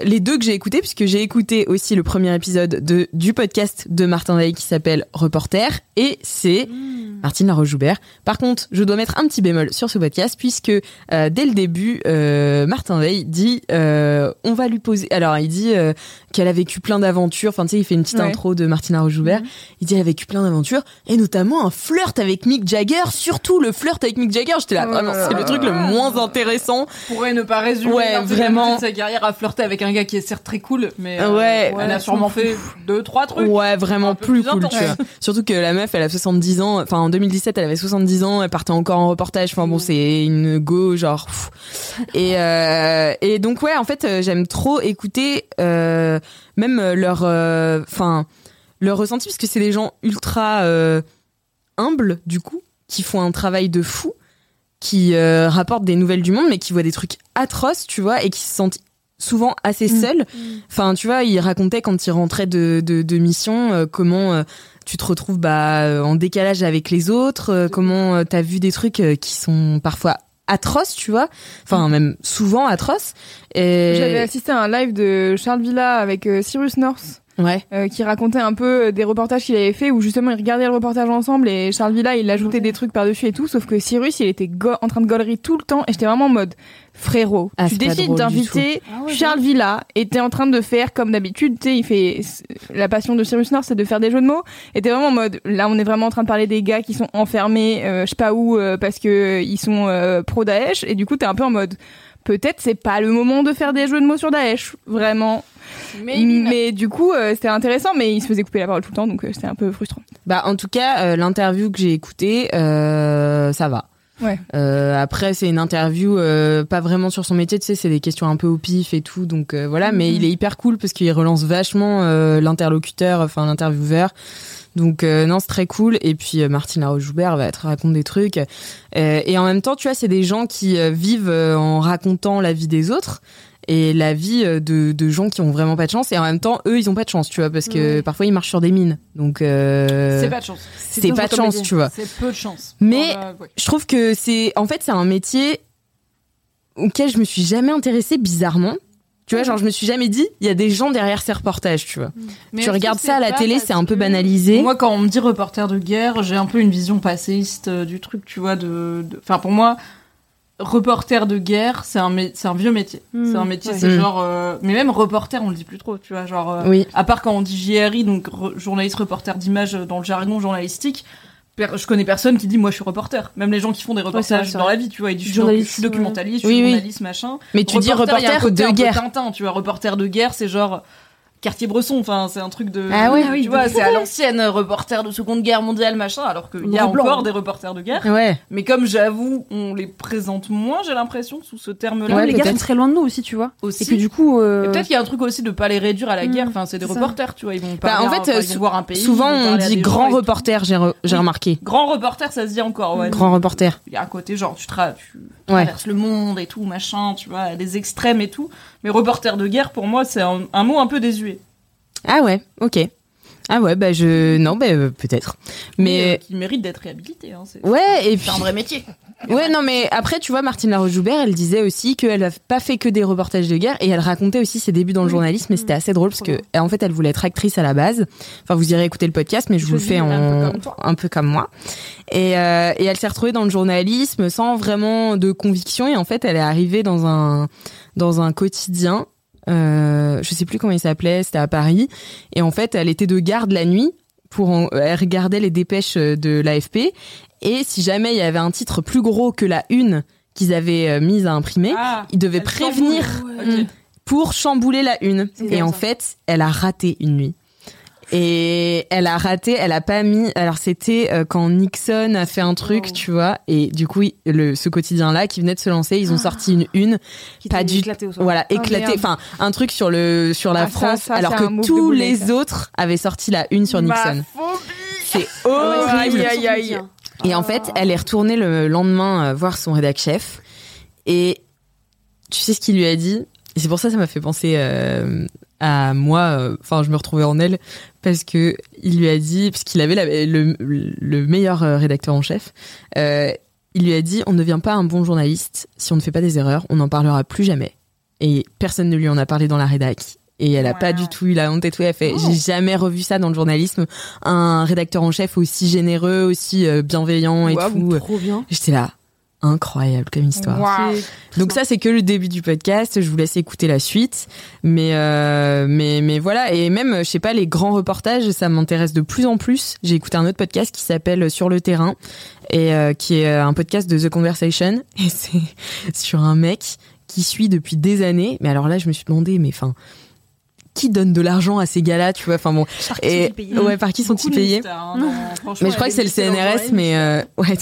A: les deux que j'ai écoutés puisque j'ai écouté aussi le premier épisode de du podcast de Martin Day qui s'appelle Reporter et c'est
C: Hmm.
A: Martine Laroche-Joubert. Par contre, je dois mettre un petit bémol sur ce podcast puisque euh, dès le début, euh, Martin Veil dit euh, on va lui poser. Alors, il dit euh, qu'elle a vécu plein d'aventures. Enfin, tu sais, il fait une petite
C: Ouais. Hmm.
A: intro de Martine Laroche-Joubert. Il dit elle a vécu plein d'aventures et notamment un flirt avec Mick Jagger. Surtout le flirt avec Mick Jagger. J'étais Oh là, vraiment, c'est le truc le moins intéressant.
B: Pourrait ne pas résumer
A: Ouais,
B: l'intégralité
A: vraiment.
B: de sa carrière à flirter avec un gars qui est certes très cool, mais euh,
A: Ouais.
B: elle a sûrement fait deux trois trucs.
A: Ouais, vraiment
B: Un peu
A: plus,
B: plus
A: cool,
B: intense.
A: tu vois. Surtout que la meuf, elle a 70 ans. Enfin, en 2017, elle avait 70 ans. Elle partait encore en reportage. Enfin, bon, c'est une go, genre. pff. Et, euh, et donc, ouais, en fait, euh, j'aime trop écouter euh, même euh, leur, euh, enfin, leur ressenti, parce que c'est des gens ultra euh, humbles, du coup, qui font un travail de fou, qui euh, rapportent des nouvelles du monde, mais qui voient des trucs atroces, tu vois, et qui se sentent souvent assez seuls. Enfin, tu vois, il racontait quand il rentrait de, de, de mission euh, comment euh, tu te retrouves bah, euh, en décalage avec les autres, euh, comment euh, t'as vu des trucs euh, qui sont parfois atroces, tu vois, enfin même souvent atroces.
C: J'avais
A: Et...
C: assisté à un live de Charles Villa avec euh, Cyrus North.
A: Ouais.
C: euh, qui racontait un peu euh, des reportages qu'il avait fait où justement ils regardaient le reportage ensemble et Charles Villa il ajoutait des trucs par-dessus et tout sauf que Cyrus il était go- en train de gaulerie tout le temps et j'étais vraiment en mode frérot
A: Ah,
C: tu
A: c'est pas
C: décides
A: drôle du
C: d'inviter Charles Villa et t'es en train de faire comme d'habitude tu sais il fait la passion de Cyrus North c'est de faire des jeux de mots et t'es vraiment en mode là on est vraiment en train de parler des gars qui sont enfermés euh, je sais pas où euh, parce que euh, ils sont pro Daesh et du coup t'es un peu en mode peut-être c'est pas le moment de faire des jeux de mots sur Daesh vraiment mais du coup, euh, c'était intéressant, mais il se faisait couper la parole tout le temps, donc euh, c'était un peu frustrant.
A: Bah, en tout cas, euh, l'interview que j'ai écoutée, euh, ça va.
C: Ouais.
A: Euh, après, c'est une interview euh, pas vraiment sur son métier, tu sais, c'est des questions un peu au pif et tout, donc euh, voilà. Mais il est hyper cool parce qu'il relance vachement euh, l'interlocuteur, enfin l'intervieweur. Donc euh, non, c'est très cool. Et puis euh, Martine Laroche-Joubert va te raconter des trucs. Euh, et en même temps, tu vois, c'est des gens qui euh, vivent euh, en racontant la vie des autres et la vie euh, de, de gens qui ont vraiment pas de chance. Et en même temps, eux, ils ont pas de chance, tu vois, parce que Euh, parfois ils marchent sur des mines. Donc euh,
B: C'est pas de chance.
A: c'est pas de chance, tu vois.
B: C'est peu de chance.
A: Mais-
B: Dans la- ouais.
A: Je trouve que c'est, en fait, c'est un métier auquel je me suis jamais intéressée bizarrement. Tu vois, genre, je me suis jamais dit, il y a des gens derrière ces reportages, tu vois.
B: Mais
A: tu
B: est-ce que
A: regardes
B: c'est
A: ça à la
B: pas
A: télé,
B: parce
A: c'est un peu
B: que-
A: banalisé.
B: Moi, quand on me dit reporter de guerre, j'ai un peu une vision passéiste euh, du truc, tu vois. De, de- enfin, pour moi, reporter de guerre, c'est un, mé- c'est un vieux métier.
D: Mmh,
B: c'est un métier,
D: ouais.
B: c'est
A: Mmh.
B: genre, euh, mais même reporter, on le dit plus trop, tu vois. Genre, euh,
A: Oui.
B: à part quand on dit JRI, donc re- journaliste reporter d'image euh, dans le jargon journalistique. per- Je connais personne qui dit moi je suis reporter. Même les gens qui font des reportages
D: vrai, c'est
B: dans
D: vrai.
B: la vie, tu vois, ils disent je suis doc- je
D: Journaliste,
B: suis documentaliste, je
A: ouais.
B: suis
A: Oui, oui.
B: journaliste, machin.
A: Mais tu dis
B: il y a un
A: reporter
B: côté un
A: de
B: peu
A: guerre.
B: Tintin, tu vois, reporter de guerre, c'est genre quartier Bresson, enfin c'est un truc de
A: Ah ouais,
B: tu
A: oui,
B: vois, c'est à l'ancienne reporter de Seconde Guerre mondiale machin, alors qu'il y a
D: Noir et blanc.
A: hein.
B: encore des reporters de guerre,
A: Ouais.
B: mais comme j'avoue, on les présente moins, j'ai l'impression sous ce terme-là
A: Ouais,
D: les gars sont
A: peut-être.
D: très loin de nous aussi, tu vois.
B: aussi.
D: Et que du coup, euh,
B: Et peut-être qu'il y a un truc aussi de pas les réduire à la
D: Mmh,
B: guerre, enfin c'est des
D: c'est ça.
B: reporters, tu vois, ils vont
A: Mm, Bah,
B: pas
A: en fait, euh, sou-
B: voir un pays.
A: Souvent,
B: ils vont
A: on
B: parler à
A: dit
B: des
A: grand
B: gens et
A: reporter, j'ai re- j'ai
B: Oui.
A: remarqué.
B: tout. Grand reporter, ça se dit encore, ouais.
A: Grand reporter.
B: Il y a un côté genre tu, tra- tu
A: Ouais.
B: traverses le monde et tout, machin, tu vois, des extrêmes et tout. Mais reporter de guerre, pour moi, c'est un, un mot un peu désuet.
A: Ah ouais, ok. Ah ouais, bah je. Non, bah euh, peut-être.
B: euh,
A: Mais.
B: qui mérite d'être réhabilité. Hein, c'est
A: Ouais, et puis.
B: c'est un vrai métier.
A: Ouais, non, mais après, tu vois, Martine Laroche-Joubert, elle disait aussi qu'elle n'a pas fait que des reportages de guerre et elle racontait aussi ses débuts dans le journalisme et c'était assez drôle parce que, en fait, elle voulait être actrice à la base. Enfin, vous irez écouter le podcast, mais je, vous le fais en...
B: un peu comme toi.
A: un peu comme moi. Et, euh, et elle s'est retrouvée dans le journalisme sans vraiment de conviction et en fait, elle est arrivée dans un, dans un quotidien. Euh, je sais plus comment il s'appelait, c'était à Paris. Et en fait, elle était de garde la nuit pour en- elle regardait les dépêches euh, de l'AFP et si jamais il y avait un titre plus gros que la une qu'ils avaient euh, mise à imprimer,
B: Ah,
A: ils devaient
B: elle
A: prévenir
B: chamboule.
A: pour chambouler la une. Et en fait, elle a raté une nuit. Et elle a raté, elle a pas mis. Alors c'était euh, quand Nixon a fait un truc, tu vois. Et du coup, il- le, ce quotidien-là qui venait de se lancer, ils ont
B: Ah.
A: sorti une une,
D: Qui
A: pas
D: était
A: du,
D: éclatée au sol.
A: voilà,
D: Ah,
A: éclaté.
D: merde.
A: Enfin, un truc sur le sur la
D: Ah, ça,
A: France,
D: ça,
A: alors
D: c'est un
A: que
D: move de
A: tous
D: boulet,
A: les
D: ça.
A: autres avaient sorti la une sur
D: Ma
A: Nixon. C'est
D: Aïe,
A: horrible.
D: aïe, aïe.
A: Et en fait, elle est retournée le lendemain euh, voir son rédac chef. Et tu sais ce qu'il lui a dit Et c'est pour ça que ça m'a fait penser euh, à moi. euh, Enfin, je me retrouvais en elle parce que il lui a dit, parce qu'il avait la- le, le meilleur euh, rédacteur en chef. euh, il lui a dit on ne devient pas un bon journaliste si on ne fait pas des erreurs. On n'en parlera plus jamais. Et personne ne lui en a parlé dans la rédac. Et elle a pas du tout eu la honte et tout. Elle fait, j'ai jamais revu ça dans le journalisme. Un rédacteur en chef aussi généreux, aussi euh, bienveillant et tout. euh,
D: trop bien.
A: J'étais là, incroyable comme histoire.
D: Waouh.
A: Donc ça, c'est que le début du podcast. Je vous laisse écouter la suite. Mais, euh, mais, mais voilà. Et même, je sais pas, les grands reportages, ça m'intéresse de plus en plus. J'ai écouté un autre podcast qui s'appelle euh, Sur le terrain et euh, qui est euh, un podcast de The Conversation. Et c'est sur un mec qui suit depuis des années. Mais alors là, je me suis demandé, mais enfin, qui donne de l'argent à ces gars-là, tu vois Enfin bon, et ouais, par qui sont-ils payés
B: hein,
A: mais je crois que c'est le CNRS, mais euh, ouais,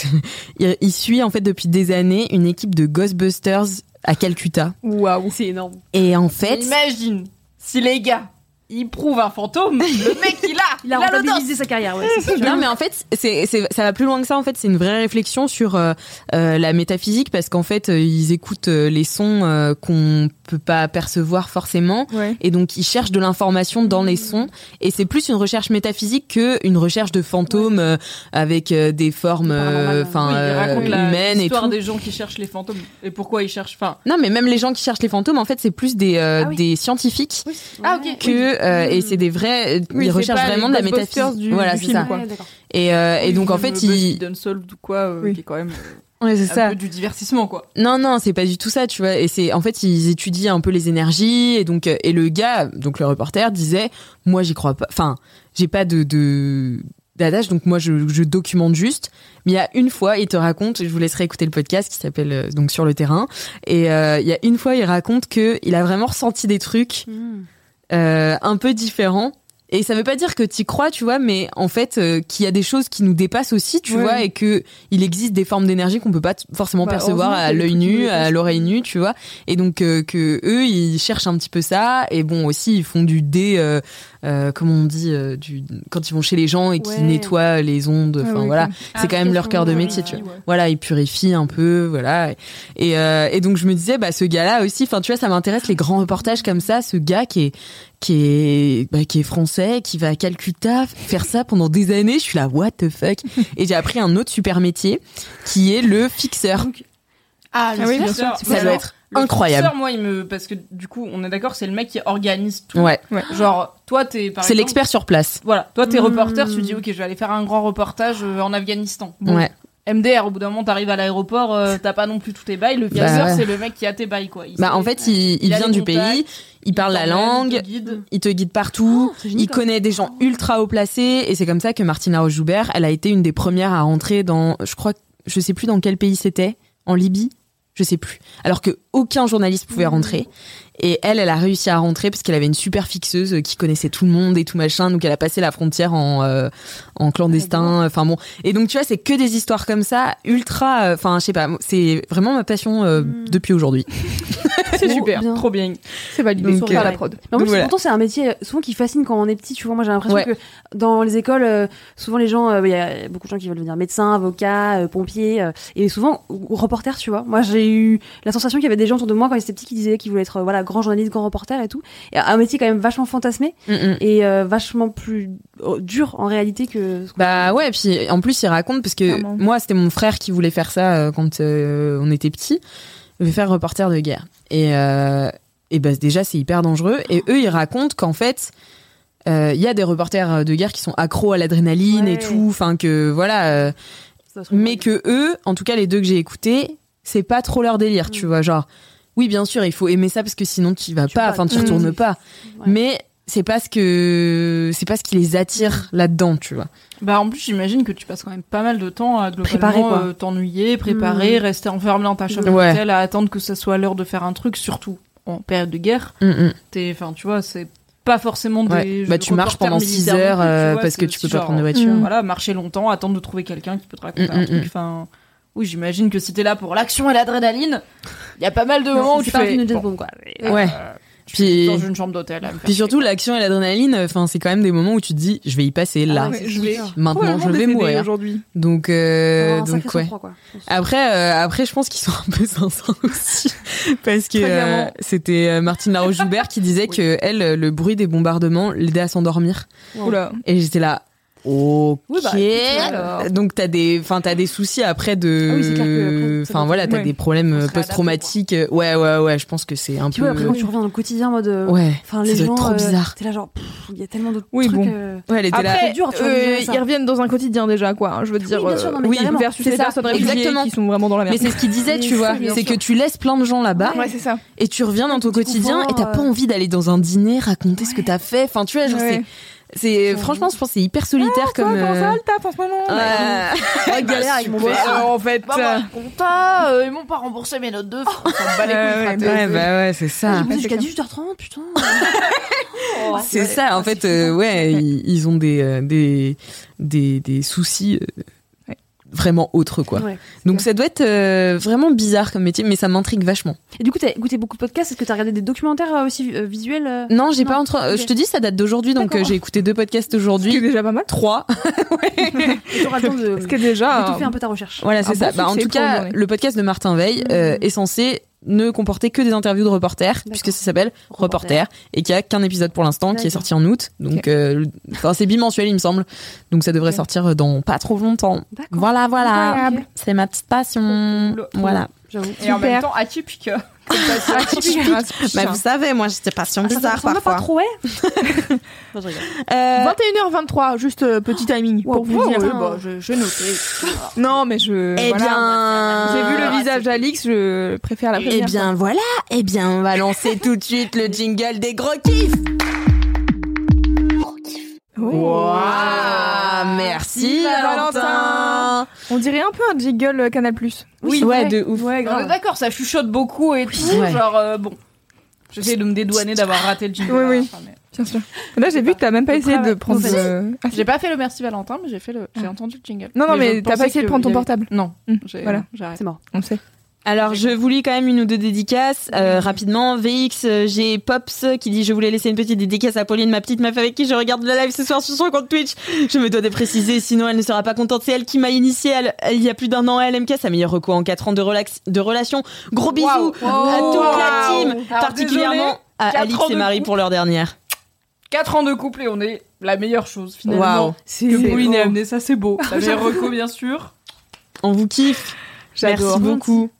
A: il, il suit en fait depuis des années une équipe de Ghostbusters à Calcutta.
D: Waouh, c'est énorme.
A: Et en fait,
B: Imagine si les gars, ils prouvent un fantôme, le mec il a,
D: Il a
B: le
D: rentabilisé sa carrière, ouais. c'est sûr.
A: non, mais en fait, c'est, c'est- ça va plus loin que ça. En fait, c'est une vraie réflexion sur euh, euh, la métaphysique parce qu'en fait, euh, ils écoutent euh, les sons euh, qu'on peut pas percevoir forcément,
C: Ouais.
A: et donc ils cherchent de l'information dans les sons. Et c'est plus une recherche métaphysique que une recherche de fantômes euh, avec euh, des formes, euh, enfin,
B: Oui, il
A: euh,
B: raconte la-
A: humaines et
B: l'histoire
A: tout.
B: des gens qui cherchent les fantômes et pourquoi ils cherchent. Enfin,
A: Non, mais même les gens qui cherchent les fantômes, en fait, c'est plus des, euh,
B: Ah oui.
A: des scientifiques
B: ah ok.
A: que euh, et c'est des vrais. ils
B: Oui, c'est
A: recherchent
B: pas les
A: vraiment de la
B: Ghostbusters
A: métaphysique.
B: du-
A: voilà,
B: du
A: c'est
B: film,
A: ça.
B: quoi. Ouais,
D: d'accord.
A: et, euh, et donc en fait, ils.
B: Unsolved ou quoi, euh, qui est quand même euh,
A: Ouais, c'est
B: un
A: ça.
B: peu du divertissement quoi.
A: Non, non, c'est pas du tout ça, tu vois. Et c'est en fait, ils étudient un peu les énergies et donc euh, et le gars, donc le reporter, disait, moi, j'y crois pas. Enfin, j'ai pas de de d'adage, donc moi, je, je documente juste. Mais il y a une fois, il te raconte. Je vous laisserai écouter le podcast qui s'appelle euh, donc sur le terrain. Et euh, il y a une fois, il raconte que il a vraiment ressenti des trucs
D: Hmm.
A: euh, un peu différents. Et ça veut pas dire que t'y crois, tu vois, mais en fait, euh, qu'il y a des choses qui nous dépassent aussi, tu
K: Ouais.
A: vois, et que il existe des formes d'énergie qu'on peut pas t- forcément
K: Bah,
A: percevoir
K: heureusement qu'il y
A: à
K: a des
A: l'œil
K: trucs qui nous
A: nu,
K: dépassent.
A: à l'oreille nue, tu vois. Et donc euh, que eux, ils cherchent un petit peu ça. Et bon, aussi, ils font du dé, euh, euh, comment on dit, euh, du quand ils vont chez les gens et
K: Ouais.
A: qu'ils nettoient les ondes. Enfin
K: Ah oui,
A: voilà,
K: comme-
A: c'est quand même leur cœur de métier, tu vois. Voilà, ils purifient un peu, voilà. Et, euh, et donc je me disais, bah ce gars-là aussi, enfin tu vois, ça m'intéresse les grands reportages comme ça, ce gars qui est qui est bah, qui est français, qui va à Calcutta faire ça pendant des années. Je suis là, what the fuck. Et j'ai appris un autre super métier qui est le fixeur.
B: Ah,
A: le Ah oui, bien sûr. sûr. Ça doit être incroyable.
B: moi, il me parce que du coup, on est d'accord, c'est le mec qui organise tout.
A: Ouais.
B: Genre, toi, t'es par
A: C'est
B: exemple-
A: l'expert sur place.
B: Voilà, toi t'es
A: Mmh.
B: reporter, tu dis ok, je vais aller faire un grand reportage euh, en Afghanistan. Bon.
A: Ouais.
B: MDR, au bout d'un moment t'arrives à l'aéroport, euh, t'as pas non plus tous tes bails. Le
A: Bah
B: casseur,
A: ouais.
B: c'est le mec qui a tes bails quoi. Il
A: Bah
B: sait-
A: en fait, il, il
B: Il a
A: vient
B: les
A: du
B: contacts,
A: pays, il parle la langue,
B: il te guide,
D: Oh,
A: partout, il
B: comme
A: connaît des gens ultra haut placés et c'est comme ça que Martina Roche-Joubert, elle a été une des premières à rentrer dans je crois je sais plus dans quel pays c'était, en Libye, je sais plus. Alors que aucun journaliste
B: Mm.
A: pouvait rentrer et elle elle a réussi à rentrer parce qu'elle avait une super fixeuse euh, qui connaissait tout le monde et tout machin donc elle a passé la frontière en euh, en clandestin, enfin bon. Et donc tu vois, c'est que des histoires comme ça ultra euh, enfin je sais pas, c'est vraiment ma passion euh, depuis aujourd'hui.
B: C'est super, Mm. trop bien.
C: C'est validé
A: Donc,
C: sur
A: euh,
C: par la prod.
D: Mais en plus,
A: Voilà.
D: pourtant, c'est un métier euh, souvent qui fascine quand on est petit. Tu vois, moi, j'ai l'impression
A: Ouais.
D: que dans les écoles, euh, souvent les gens, euh, il y a beaucoup de gens qui veulent devenir médecin, avocat, euh, pompier, euh, et souvent ou- ou reporter. Tu vois, moi, j'ai eu la sensation qu'il y avait des gens autour de moi quand ils étaient petits qui disaient qu'ils voulaient être euh, voilà grand journaliste, grand reporter et tout. Et un métier quand même vachement fantasmé
A: Mm-mm.
D: et euh, vachement plus euh, dur en réalité que. ce qu'on-
A: Bah ouais, puis en plus il raconte parce que
D: Clairement.
A: moi c'était mon frère qui voulait faire ça euh, quand euh, on était petit. Il voulait faire reporter de guerre. Et euh, et bah déjà c'est hyper dangereux. Et eux ils racontent qu'en fait euh, il y a des reporters de guerre qui sont accros à l'adrénaline et tout. Enfin que voilà. euh, mais que eux, en tout cas les deux que j'ai écoutés, c'est pas trop leur délire, tu vois. Genre oui bien sûr il faut aimer ça parce que sinon Mm. tu y vas pas, enfin tu
D: Mm.
A: retournes pas. Mais c'est pas ce que c'est pas ce qui les attire là-dedans, tu vois.
B: Bah en plus j'imagine que tu passes quand même pas mal de temps à globalement
A: Préparer, quoi.
B: euh, t'ennuyer, préparer,
A: Mm.
B: rester enfermé dans ta chambre
A: Ouais.
B: d'hôtel à attendre que ça soit l'heure de faire un truc, surtout en période de guerre.
A: Mm, mm.
B: T'es, enfin tu vois, c'est pas forcément des.
A: Ouais. Bah, tu marches
B: reporters
A: pendant six heures,
B: militaires non plus,
A: euh,
B: tu vois,
A: parce que
B: c'est
A: tu peux
B: aussi
A: pas prendre de voiture.
B: mm, Voilà, marcher longtemps, attendre de trouver quelqu'un qui peut te raconter
A: Mm,
B: un
A: mm,
B: truc.
A: mm.
B: Enfin, oui, j'imagine que si t'es là pour l'action et l'adrénaline, il y a pas mal de moments où tu
D: pas
B: fais.
D: une
B: bon,
D: jet bomb, quoi.
A: Ouais.
B: je suis
A: Puis-
B: dans une chambre d'hôtel. à me faire
A: Puis surtout, l'action et l'adrénaline, enfin, c'est quand même des moments où tu te dis, je vais y passer
D: Ah
A: là.
C: ouais, je vais-
A: Maintenant, je
C: probablement
A: vais
C: décédée
A: mourir.
C: aujourd'hui.
A: Donc, euh,
D: Oh,
A: donc ouais.
D: Quoi.
A: Après, euh, après, je pense qu'ils sont un peu sincères aussi, parce que
C: Très
A: euh,
C: clairement.
A: c'était euh, Martine Laroche Joubert qui disait que elle, euh, le bruit des bombardements l'aidait à s'endormir.
C: Oula.
A: Et j'étais là. Ok.
C: bah, écoute, alors.
A: Donc t'as des, enfin t'as des soucis après de,
D: Ah oui, c'est clair que après, ça
A: enfin
D: doit-
A: voilà, t'as
C: ouais.
A: des problèmes euh, post-traumatiques. Ouais, ouais, ouais. Je pense que c'est un
D: Tu
A: peu.
D: vois, après, quand tu reviens dans le quotidien, en mode. euh,
A: ouais.
D: Enfin,
A: ça
D: les
A: doit
D: gens.
A: être trop
D: euh,
A: bizarre.
D: T'es là, genre, pff, il y a tellement d'autres
C: Oui,
D: trucs.
C: bon.
D: euh,
A: Ouais, elle était là.
C: Après,
D: C'est dur, tu vois,
C: euh,
D: de gérer ça.
C: ils reviennent dans un quotidien déjà, quoi. hein, je veux dire,
D: bien sûr, non, mais
C: oui,
D: carrément.
C: versus
A: C'est
C: les
A: ça,
C: personnes réfugiées
A: exactement.
C: qui sont vraiment dans la
A: Mais
C: merde.
A: c'est ce qu'il disait, tu vois.
C: bien
A: C'est
C: sûr.
A: que tu laisses plein de gens là-bas
C: Ouais, c'est ça.
A: et tu reviens dans ton
D: petit
A: quotidien
D: couvent,
A: et t'as pas
D: euh.
A: envie d'aller dans un dîner, raconter ce que t'as fait. Enfin, tu vois, genre,
C: Ouais.
A: c'est. c'est- Franchement, je pense que c'est hyper solitaire comme.
C: Comment ça
A: euh,
C: le taf en ce moment
A: ouais. bah,
C: Ouais, galère avec mon bosseur, en fait.
B: Bah, moi, je compta, euh, ils m'ont pas remboursé mes notes de francs. On s'en bat les couilles,
C: Ouais,
B: frate.
A: Ouais, bah ouais, c'est ça.
D: Ils me disent
C: c'est
D: Ah, jusqu'à
C: clair.
D: 18h30, putain.
A: C'est ça, en fait, euh, ouais, ils, ils ont des, euh, des, des, des soucis euh,
C: Ouais.
A: vraiment autres, quoi.
D: Ouais,
A: Donc ça doit être euh, vraiment bizarre comme métier, mais ça m'intrigue vachement.
D: Et du coup, t'as écouté beaucoup de podcasts. Est-ce que t'as regardé des documentaires euh, aussi euh, visuels euh
A: Non, j'ai
D: Non,
A: pas entre. euh,
D: ok.
A: Je te dis, ça date d'aujourd'hui, donc euh,
D: D'accord.
A: j'ai écouté deux podcasts aujourd'hui.
C: C'est déjà pas mal.
A: Trois.
D: Et T'auras le temps de.
C: Ce qui est déjà.
D: fait un peu ta recherche.
A: Voilà, c'est ça.
C: Un bon
A: Bah, en
C: succès
A: tout
C: pour une
A: cas,
C: journée.
A: le podcast de Martin Veil euh, est censé ne comporter que des interviews de reporters, puisque ça s'appelle Reporter, et qu'il n'y a qu'un épisode pour l'instant qui est
D: D'accord.
A: sorti en août. Donc,
C: Ok.
A: euh, le- enfin, c'est bimensuel, il me semble. Donc, ça devrait
C: Ok.
A: sortir euh, dans pas trop longtemps.
D: D'accord.
A: Voilà, voilà.
D: Incroyable.
A: C'est ma petite passion.
B: Trop cool.
A: Voilà.
D: J'avoue.
B: Et en même
C: euh, Super.
B: temps, atypique.
C: Ah,
A: Bah, vous savez, moi, j'étais passion
D: Ah, ça te
A: bizarre
D: ressemble pas
A: parfois.
D: trop, ouais.
C: Euh, 21h23, juste euh, petit timing pour vous dire.
D: bah,
B: je, je notais.
C: Non, mais je.
A: Eh
C: Euh, voilà.
A: bien.
C: J'ai vu le visage d'Alix, je préfère la
A: Eh
C: première.
A: bien, voilà. Eh bien, on va lancer tout de suite le jingle des gros kiffs.
C: Oh.
A: Waouh, merci
C: Valentin.
A: Valentin.
C: On dirait un peu un jiggle euh, Canal Plus.
A: Oui, ouais, de ouf.
C: Ouais,
B: On est
C: grave.
B: D'accord, ça chuchote beaucoup et tout.
A: Ouais.
B: Genre, euh, bon. J'essaie de me dédouaner d'avoir raté le jingle.
C: Oui,
B: à la
C: oui.
B: fin, mais-
C: Bien sûr. Là, j'ai vu que t'as même pas essayé de
B: travail.
C: prendre.
B: Nous,
C: euh, ah,
B: J'ai pas fait le merci Valentin, mais j'ai fait le. J'ai entendu le jingle.
C: Non, non,
B: je
C: mais t'as
B: pensais
C: pas essayé de
B: que
C: prendre
B: il
C: ton
B: y avait-
C: portable.
B: Non,
C: Mm.
B: j'ai-
C: Voilà.
B: j'arrête.
D: C'est mort.
C: On sait.
A: Alors, je vous lis quand même une ou deux dédicaces euh, rapidement. VX, euh, j'ai Pops qui dit Je voulais laisser une petite dédicace à Pauline, ma petite meuf avec qui je regarde le live ce soir sur son compte Twitch. Je me dois de préciser, sinon elle ne sera pas contente. C'est elle qui m'a initiée elle- elle, il y a plus d'un an à LMK, sa meilleure reco en 4 ans de, relax, de relation. Gros bisous à toute la
B: Wow.
A: team,
B: Alors,
A: particulièrement
B: désolé,
A: à
B: quatre
A: Alix
B: ans
A: et
B: de
A: Marie
B: couple.
A: pour leur dernière.
B: 4 ans de couple et on est la meilleure chose finalement.
A: Waouh.
B: Que Pauline ait amené, ça c'est beau. La meilleure reco, bien sûr.
A: On vous kiffe.
C: J'adore.
A: Merci beaucoup.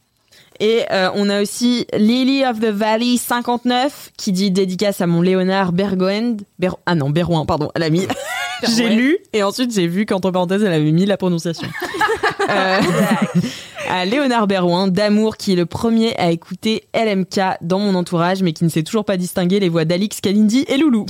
A: Et euh, on a aussi Lily of the Valley 59 qui dit dédicace à mon Léonard Bergoend. Ber- ah non, Berouin, pardon, elle a mis. j'ai lu et ensuite j'ai vu qu'entre parenthèses elle avait mis la prononciation. Euh, à Léonard Berouin d'amour qui est le premier à écouter LMK dans mon entourage mais qui ne sait toujours pas distinguer les voix d'Alix, Kalindi et Loulou.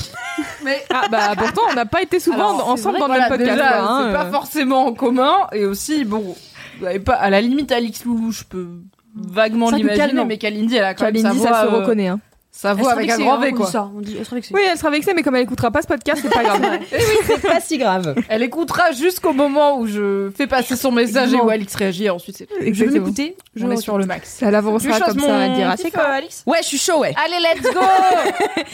C: Ah, bah pourtant, on n'a pas été souvent
B: Alors,
C: ensemble
B: c'est
C: dans
B: vrai
C: le
B: que
C: podcast.
B: voilà,
C: quoi,
B: déjà,
C: hein,
B: c'est pas
C: euh.
B: forcément en commun et aussi bon, vous avez pas à la limite Alix Loulou, je peux vaguement
D: C'est vrai que
B: l'imaginer,
D: Kalindi-
B: mais Kalindi elle a quand même
C: Kalindi,
B: sa
C: ça
B: voix,
C: se
B: euh,
C: reconnaît. hein.
B: sa voix avec un grand V quoi.
D: On dit, elle se
C: Oui, elle sera vexée, mais comme elle écoutera pas ce podcast, c'est pas grave.
A: C'est pas si grave.
B: Elle écoutera jusqu'au moment où je fais passer son message et où
D: Exactement.
B: Alex réagit et ensuite c'est
C: Je vais
D: m'écouter.
B: je on est sur le max.
C: Ça l'avancera comme ça, elle dira.
B: c'est quoi Alix
A: Ouais, je suis chaud ouais.
B: Allez, let's go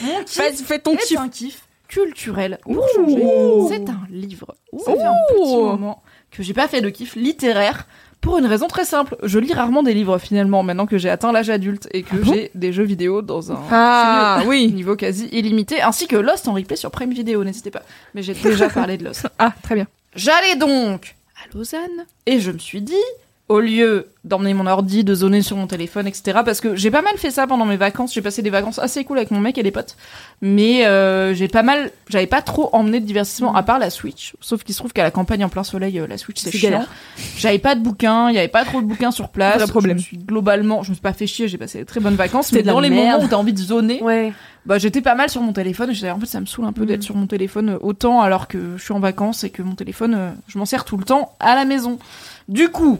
B: Mon kiff
A: Vas-y, fais ton
B: est
A: kiff.
B: un kiff culturel pour changer. C'est un livre. Ça fait un petit moment que j'ai pas fait de kiff littéraire pour une raison très simple. Je lis rarement des livres finalement maintenant que j'ai atteint l'âge adulte et que j'ai des jeux vidéo dans un
C: Ah,
B: sérieux
C: oui.
B: niveau quasi illimité ainsi que Lost en replay sur Prime Video, n'hésitez pas. Mais j'ai déjà parlé de Lost.
C: Ah, très bien.
B: J'allais donc à Lausanne et je me suis dit, au lieu d'emmener mon ordi, de zoner sur mon téléphone, etc., parce que j'ai pas mal fait ça pendant mes vacances, j'ai passé des vacances assez cool avec mon mec et des potes, mais euh, j'ai pas mal, j'avais pas trop emmené de divertissement à part la Switch, sauf qu'il se trouve qu'à la campagne en plein soleil, euh, la Switch c'est
D: C'est
B: chiant.
D: galère.
B: J'avais pas de bouquins, il y avait pas trop de bouquins sur place.
C: Vrai problème.
B: Je me suis globalement, je me suis pas fait chier, j'ai passé des très bonnes vacances,
D: C'était
B: mais
D: de la
B: dans les moments
D: merde.
B: où t'as envie de zoner,
D: Ouais.
B: bah, j'étais pas mal sur mon téléphone. et j'étais là, En fait, ça me saoule un peu d'être sur mon téléphone euh, autant alors que je suis en vacances et que mon téléphone, euh, je m'en sers tout le temps à la maison. Du coup,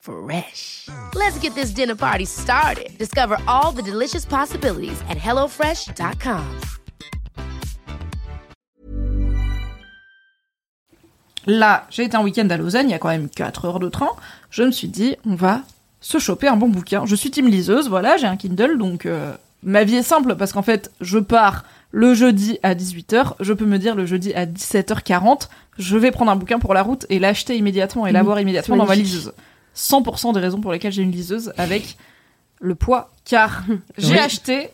P: Fresh. Let's get this dinner party started. Discover all the delicious possibilities at hellofresh.com.
B: Là, j'ai été un week-end à Lausanne, il y a quand même 4 heures de train. Je me suis dit, on va se choper un bon bouquin. Je suis team liseuse, voilà, j'ai un Kindle, donc euh, ma vie est simple parce qu'en fait, je pars le jeudi à 18h, je peux me dire le jeudi à 17h40, je vais prendre un bouquin pour la route et l'acheter immédiatement
A: Mmh,
B: et l'avoir immédiatement dans ma liseuse. 100% des raisons pour lesquelles j'ai une liseuse avec le poids, car j'ai
A: Mmh. Oui.
B: acheté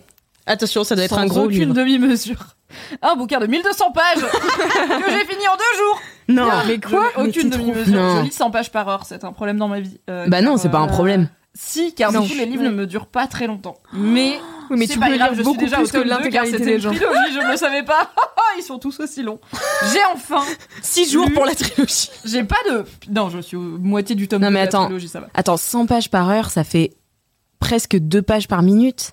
A: Attention, ça doit être
B: sans
A: un gros
B: aucune
A: livre.
B: demi-mesure. Un bouquin de 1200 pages que j'ai fini en deux jours.
A: Non,
B: Ah,
A: mais
B: je
A: quoi
B: n'ai
A: Mais
B: Aucune
A: t'es trop-
B: demi-mesure.
A: Non.
B: Je lis 100 pages par heure, c'est un problème dans ma vie. Euh,
A: Bah non,
B: car,
A: c'est pas un
B: euh,
A: problème.
B: Si, car
A: Non.
B: du coup, les livres ne me durent pas très longtemps. Mais,
C: Oui, mais
B: c'est
C: tu
B: pas
C: peux
B: grave,
C: lire
B: je suis
C: beaucoup
B: déjà
C: plus
B: au
C: que
B: tome deux, car
C: l'intégralité
B: c'était
C: des
B: une
C: gens.
B: trilogie, je ne le savais pas. Oh, Ils sont tous aussi longs. J'ai enfin.
A: 6 jours
B: lu-
A: pour la trilogie.
B: J'ai pas de. Non, je suis au moitié du tome
A: Non,
B: deux
A: mais
B: de la
A: attends.
B: trilogie, ça va.
A: Attends, 100 pages par heure, ça fait presque 2 pages par minute.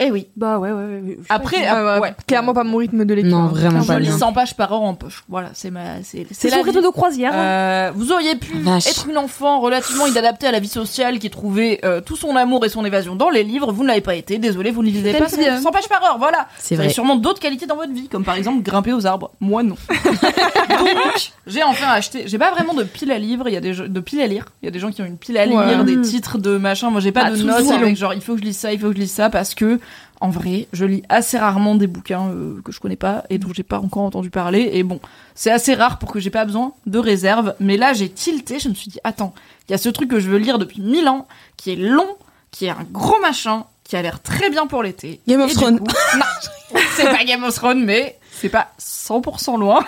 B: Eh oui.
D: Bah ouais, ouais, ouais.
B: Après,
C: Ah,
B: euh,
C: bah,
B: ouais.
C: Clairement pas mon rythme de lecture.
A: Non,
C: hein.
A: vraiment
B: Je
A: pas
B: lis
A: bien.
B: 100 pages par heure en poche. Voilà, c'est ma. C'est
D: C'est
B: la
D: son
B: vie.
D: rythme de croisière. hein.
B: Euh, vous auriez pu
C: Ah,
A: Vache.
B: être une enfant relativement inadaptée à la vie sociale qui trouvait euh, tout son amour et son évasion dans les livres. Vous ne l'avez pas été. Désolé, vous ne lisez pas 100 pages par heure. Voilà.
A: C'est
B: Vous avez
A: vrai.
B: sûrement d'autres qualités dans votre vie, comme par exemple grimper aux arbres. Moi, non. Donc, j'ai enfin acheté. J'ai pas vraiment de pile à livres. Il y a des jeux- de pile à lire. Il y a des gens qui ont une pile à lire,
C: Ouais.
B: des titres de machin. Moi, j'ai pas
C: Ah,
B: de
C: tout
B: notes
C: aussi long.
B: avec genre il faut que je lise ça, il faut que je lise ça parce que en vrai, je lis assez rarement des bouquins euh, que je connais pas et dont j'ai pas encore entendu parler. Et bon, c'est assez rare pour que j'ai pas besoin de réserve. Mais là, j'ai tilté. Je me suis dit attends, il y a ce truc que je veux lire depuis mille ans, qui est long, qui est un gros machin, qui a l'air très bien pour l'été.
A: Game
B: Et
A: of
B: du
A: Thrones.
B: coup- non, c'est pas Game of Thrones, mais c'est pas 100% loin.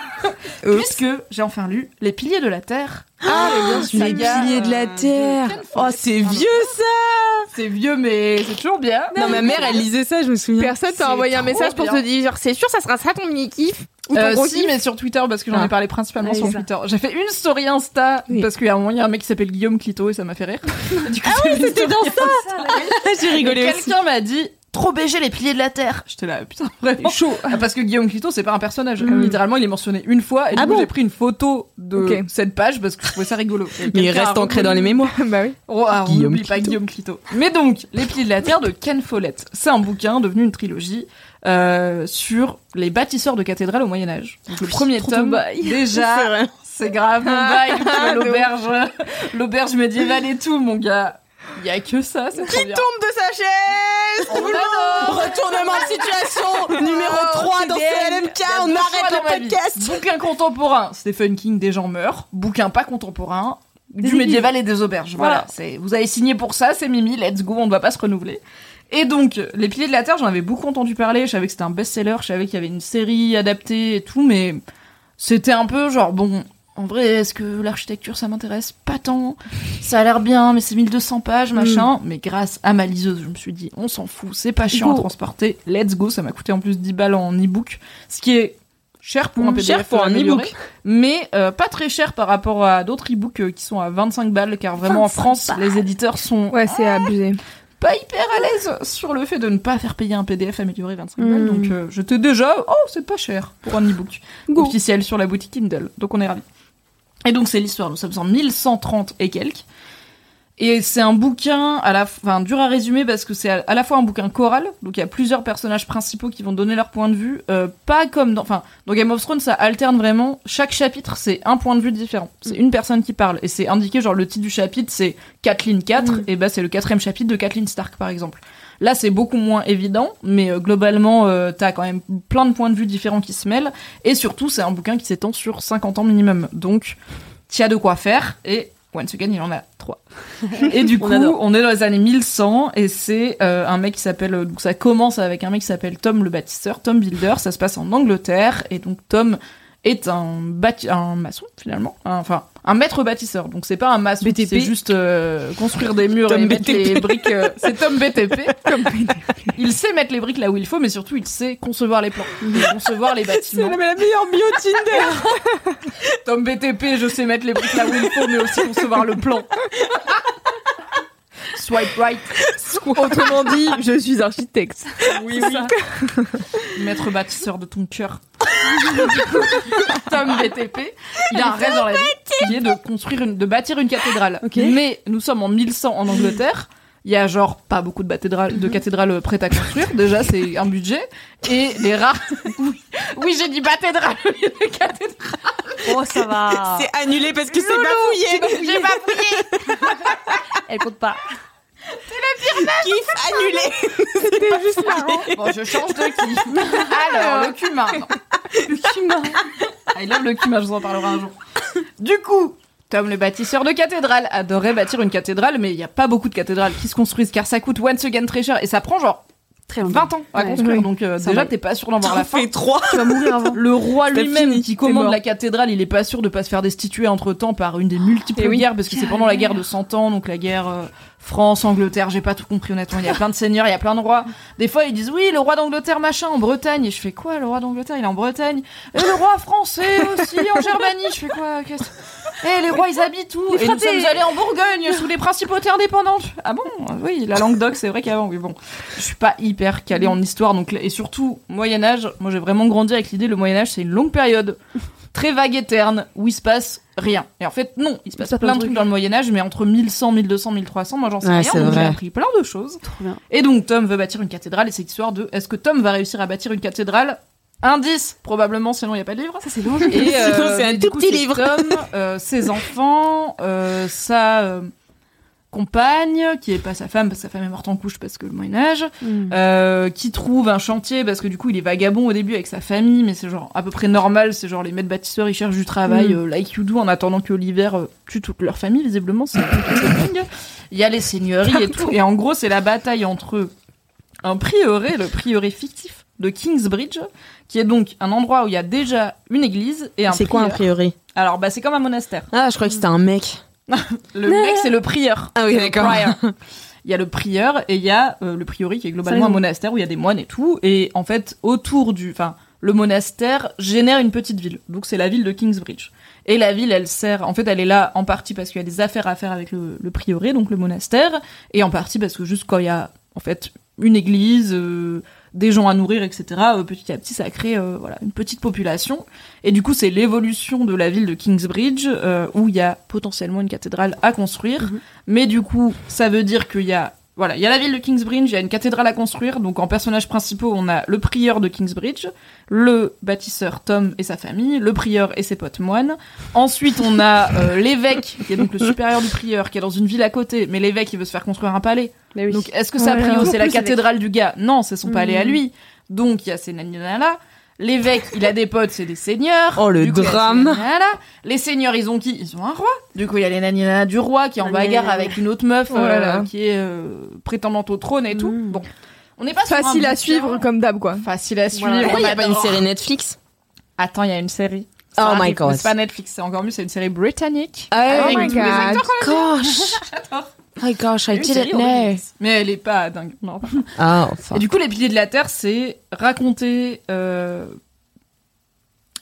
B: puisque j'ai enfin lu Les Piliers de la Terre. Ah,
K: Les piliers
B: euh,
K: de la terre. Oh, c'est vieux ça.
B: C'est vieux, mais c'est toujours bien.
A: Non, ma mère, elle lisait ça, je me souviens.
C: Personne
B: C'est
C: t'a envoyé un
B: trop
C: message pour
B: bien.
C: te dire genre, c'est sûr, ça sera ça ton mini kiff ou ton
B: Euh,
C: gros
B: si,
C: kiff.
B: mais sur Twitter, parce que j'en ai parlé principalement
D: Ah,
B: sur
D: c'est ça.
B: Twitter. J'ai fait une story Insta,
C: Oui.
B: parce qu'il y a un moment, il y a un mec qui s'appelle Guillaume Clito et ça m'a fait rire. du coup, j'ai fait une story Insta.
A: J'ai
B: Et
A: rigolé aussi.
B: Quelqu'un m'a dit Trop BG les piliers de la Terre. J'étais là, putain, vraiment. Mm. Chaud. Ah, Parce que Guillaume Clito, c'est pas un personnage. Littéralement, il est mentionné une fois, et du
A: Ah
B: coup,
A: bon
B: j'ai pris une photo de
C: Ok.
B: cette page parce que je trouvais ça rigolo.
A: Mais
B: Et
A: il
B: quelqu'un
A: reste
B: a
A: ancré dans les
B: reconnu-
A: mémoires.
C: bah oui.
B: Oh, ah, on
A: Guillaume
B: n'oublie pas
A: Clito.
B: Guillaume Clito. Mais donc, Les Piliers de la Terre de Ken Follett. C'est un bouquin devenu une trilogie euh, sur les bâtisseurs de cathédrales au Moyen-Âge. Donc, le premier
A: trop ton
B: tome,
A: bail. C'est
B: déjà,
A: vrai.
B: c'est Ah, grave mon bail, tu vois, l'auberge, l'auberge médiévale et tout, mon gars. Il y a que ça, c'est trop
K: Tombe
B: bien.
K: de sa chaise.
B: On adore.
K: Retournement de situation numéro 3 dans CLMK.
B: Il y a
K: On
B: deux
K: arrête
B: choix dans ma
K: le
B: vie.
K: podcast.
B: Bouquin contemporain, Stephen King, des gens meurent. Bouquin pas contemporain, du médiéval et des auberges. Voilà, c'est vous avez signé pour ça, c'est Mimi, let's go, on ne va pas se renouveler. Et donc, euh, Les Piliers de la Terre, j'en avais beaucoup entendu parler, je savais que c'était un best-seller, je savais qu'il y avait une série adaptée et tout, mais c'était un peu genre, bon, en vrai, est-ce que l'architecture, ça m'intéresse Pas tant. Ça a l'air bien, mais c'est 1200 pages,
A: Mm.
B: machin. Mais grâce à ma liseuse, je me suis dit, on s'en fout, c'est pas chiant à
D: Go.
B: transporter, let's go, ça m'a coûté en plus 10 balles en e-book, ce qui est cher pour un
A: Mmh,
B: PDF
A: cher pour un
B: euh, amélioré,
A: e-book.
B: mais euh, pas très cher par rapport à d'autres e-books euh, qui sont à 25 balles, car vraiment en France, les éditeurs sont
C: Ouais, c'est abusé.
B: pas hyper à l'aise sur le fait de ne pas faire payer un PDF amélioré 25 balles.
C: Mm.
B: Donc euh, j'étais déjà, oh, c'est pas cher pour un e-book
C: Go.
B: officiel sur la boutique Kindle. Donc on est ravis. Et donc c'est l'histoire, nous sommes en 1130 et quelques. Et c'est un bouquin à la f- enfin dur à résumer parce que c'est à, à la fois un bouquin choral, donc il y a plusieurs personnages principaux qui vont donner leur point de vue, euh, pas comme dans enfin dans Game of Thrones ça alterne vraiment, chaque chapitre c'est un point de vue différent, c'est une personne qui parle et c'est indiqué genre le titre du chapitre c'est Kathleen 4 et ben c'est le quatrième chapitre de Kathleen Stark par exemple. Là c'est beaucoup moins évident, mais euh, globalement euh, t'as quand même plein de points de vue différents qui se mêlent et surtout c'est un bouquin qui s'étend sur 50 ans minimum, donc t'y as de quoi faire et once again il en a trois. Et du coup, on, est dans les années 1100 et c'est euh, un mec qui s'appelle. euh, Donc ça commence avec un mec qui s'appelle Tom le bâtisseur, Tom Builder. Ça se passe en Angleterre et donc Tom est un, bâti- un maçon finalement, un- enfin un maître bâtisseur. Donc c'est pas un maçon, qui sait juste euh, construire des murs
L: Tom
B: et mettre
L: BTP.
B: les briques. euh, c'est Tom BTP. Il sait mettre les briques là où il faut, mais surtout il sait concevoir les plans, concevoir les bâtiments.
L: la meilleure bio Tinder.
B: Tom BTP, je sais mettre les briques là où il faut, mais aussi concevoir le plan. Swipe right.
C: Autrement dit, je suis architecte.
B: Oui, oui. Maître bâtisseur de ton cœur. Tom BTP, il a un rêve dans la vie qui est de construire une, de bâtir une cathédrale. Mais nous sommes en 1100 en Angleterre. Il y a genre pas beaucoup de cathédrales, de cathédrales prêtes à construire. Déjà, c'est un budget. Et les rares. Oui, oui, j'ai dit cathédrale. au lieu de cathédrale.
D: Oh, ça va.
M: C'est annulé parce que c'est bafouillé.
B: J'ai pas fouillé.
D: Elle compte pas.
M: Kiff annulé.
B: Bon, je change de qui. Alors, le cumin. Le cumin. I love le cumin, je vous en parlerai un jour. Du coup, Tom le bâtisseur de cathédrale adorait bâtir une cathédrale, mais il n'y a pas beaucoup de cathédrales qui se construisent car ça coûte once again très cher et ça prend genre
D: Très longtemps.
B: 20 ans à
D: Ouais.
B: construire. Donc euh,
D: Ça
B: déjà,
D: va.
B: t'es pas sûr d'en voir la fin.
M: fait trois.
D: Tu vas mourir avant.
B: Le roi
M: C'était
B: lui-même
M: fini,
B: qui
M: t'es
B: commande
M: mort.
B: la cathédrale, il est pas sûr de pas se faire destituer entre temps par une des multiples
M: Eh
B: guerres, parce que c'est pendant la guerre de 100 ans, donc la guerre euh, France, Angleterre, j'ai pas tout compris honnêtement, il y a plein de seigneurs, il y a plein de rois. Des fois ils disent oui, le roi d'Angleterre machin en Bretagne, et je fais quoi, le roi d'Angleterre il est en Bretagne, et le roi français aussi en Germanie, je fais quoi, qu'est-ce Eh, les rois ils habitent tout, et nous sommes allés en Bourgogne, sous les principautés indépendantes. Ah bon Oui, la Languedoc, c'est vrai qu'avant, oui bon je suis pas hyper calée en histoire donc et surtout Moyen Âge moi j'ai vraiment grandi avec l'idée le Moyen Âge c'est une longue période très vague et terne où il se passe rien et en fait non il se passe plein de trucs dans le Moyen Âge mais entre 1100 1200 1300 moi j'en sais
A: Ouais,
B: rien
A: c'est
B: donc j'ai
A: vrai.
B: appris plein de choses
D: Trop bien.
B: et donc Tom veut bâtir une cathédrale et cette histoire de est-ce que Tom va réussir à bâtir une cathédrale indice probablement sinon il y a pas de livre
D: Ça, c'est long.
B: et euh,
M: C'est un
B: mais
M: tout
B: du coup,
M: petit
B: c'est
M: livre.
B: Tom, euh, ses enfants, euh, sa euh, compagne, qui est pas sa femme, parce que sa femme est morte en couche parce que le Moyen-Âge, euh, qui trouve un chantier parce que du coup il est vagabond au début avec sa famille, mais c'est genre à peu près normal, c'est genre les maîtres bâtisseurs ils cherchent du travail,
A: Mm.
B: euh, like you do, en attendant que l'hiver euh, tue toute leur famille, visiblement c'est un truc de dingue. Il y a les seigneuries et tout, et en gros c'est la bataille entre un prieuré, le prieuré fictif de Kingsbridge, qui est donc un endroit où il y a déjà une église et un
A: C'est quoi un
B: prieur.
A: priori
B: Alors, bah, c'est comme un monastère.
A: Ah, je crois que c'était un mec.
B: Le mec, c'est le prieur.
A: Ah oui,
B: C'est le
A: d'accord.
B: prior. Il y a le prieur et il y a euh, le prieuré qui est globalement un monastère où il y a des moines et tout. Et en fait, autour du. Enfin, le monastère génère une petite ville. Donc, c'est la ville de Kingsbridge. Et la ville, elle sert. En fait, elle est là en partie parce qu'il y a des affaires à faire avec le, le prieuré, donc le monastère. Et en partie parce que juste quand il y a, en fait, une église, euh, des gens à nourrir, etc., euh, petit à petit, ça crée euh, voilà, une petite population. Et du coup, c'est l'évolution de la ville de Kingsbridge, euh, où il y a potentiellement une cathédrale à construire. Mais du coup, ça veut dire qu'il y a... Voilà, il y a la ville de Kingsbridge, il y a une cathédrale à construire. Donc, en personnages principaux, on a le prieur de Kingsbridge, le bâtisseur Tom et sa famille, le prieur et ses potes moines. Ensuite, on a euh, l'évêque, qui est donc le supérieur du prieur, qui est dans une ville à côté. Mais l'évêque, il veut se faire construire un palais. Donc, est-ce que sa
C: Ouais,
B: prio,
C: toujours
B: c'est la
C: plus Mhm.
B: cathédrale du gars Non, c'est son palais à lui. Donc, il y a ces là L'évêque, il a des potes, c'est des seigneurs.
A: Oh, le
B: Du coup, il y a ces
A: drame.
B: naninana. Les seigneurs, ils ont qui Ils ont un roi. Du coup, il y a les naninana du roi qui est en
D: Nanana.
B: bagarre avec une autre meuf
C: Ah, Oh là
B: euh,
C: là. Mhm.
B: qui est euh, prétendante au trône et tout. Bon, on n'est pas sur un
C: Facile à
B: bouquin.
C: suivre comme d'hab quoi.
B: Facile à suivre.
A: Pourquoi il n'y
B: on
A: a pas une
B: adore.
A: série Netflix
B: Attends, il y a une série.
A: Oh
B: Ça
A: my
B: arrive,
A: God.
B: mais C'est pas Netflix, c'est encore mieux, c'est une série britannique.
A: Oh
B: Avec
C: my
B: tous les
C: God.
B: acteurs qu'on aime.
A: gosh Oh gosh, I
B: Une série
A: didn't know
B: horrible. Mais elle est pas dingue. Non,
A: Ah, enfin.
B: Et du coup, les piliers de la Terre, c'est raconter euh,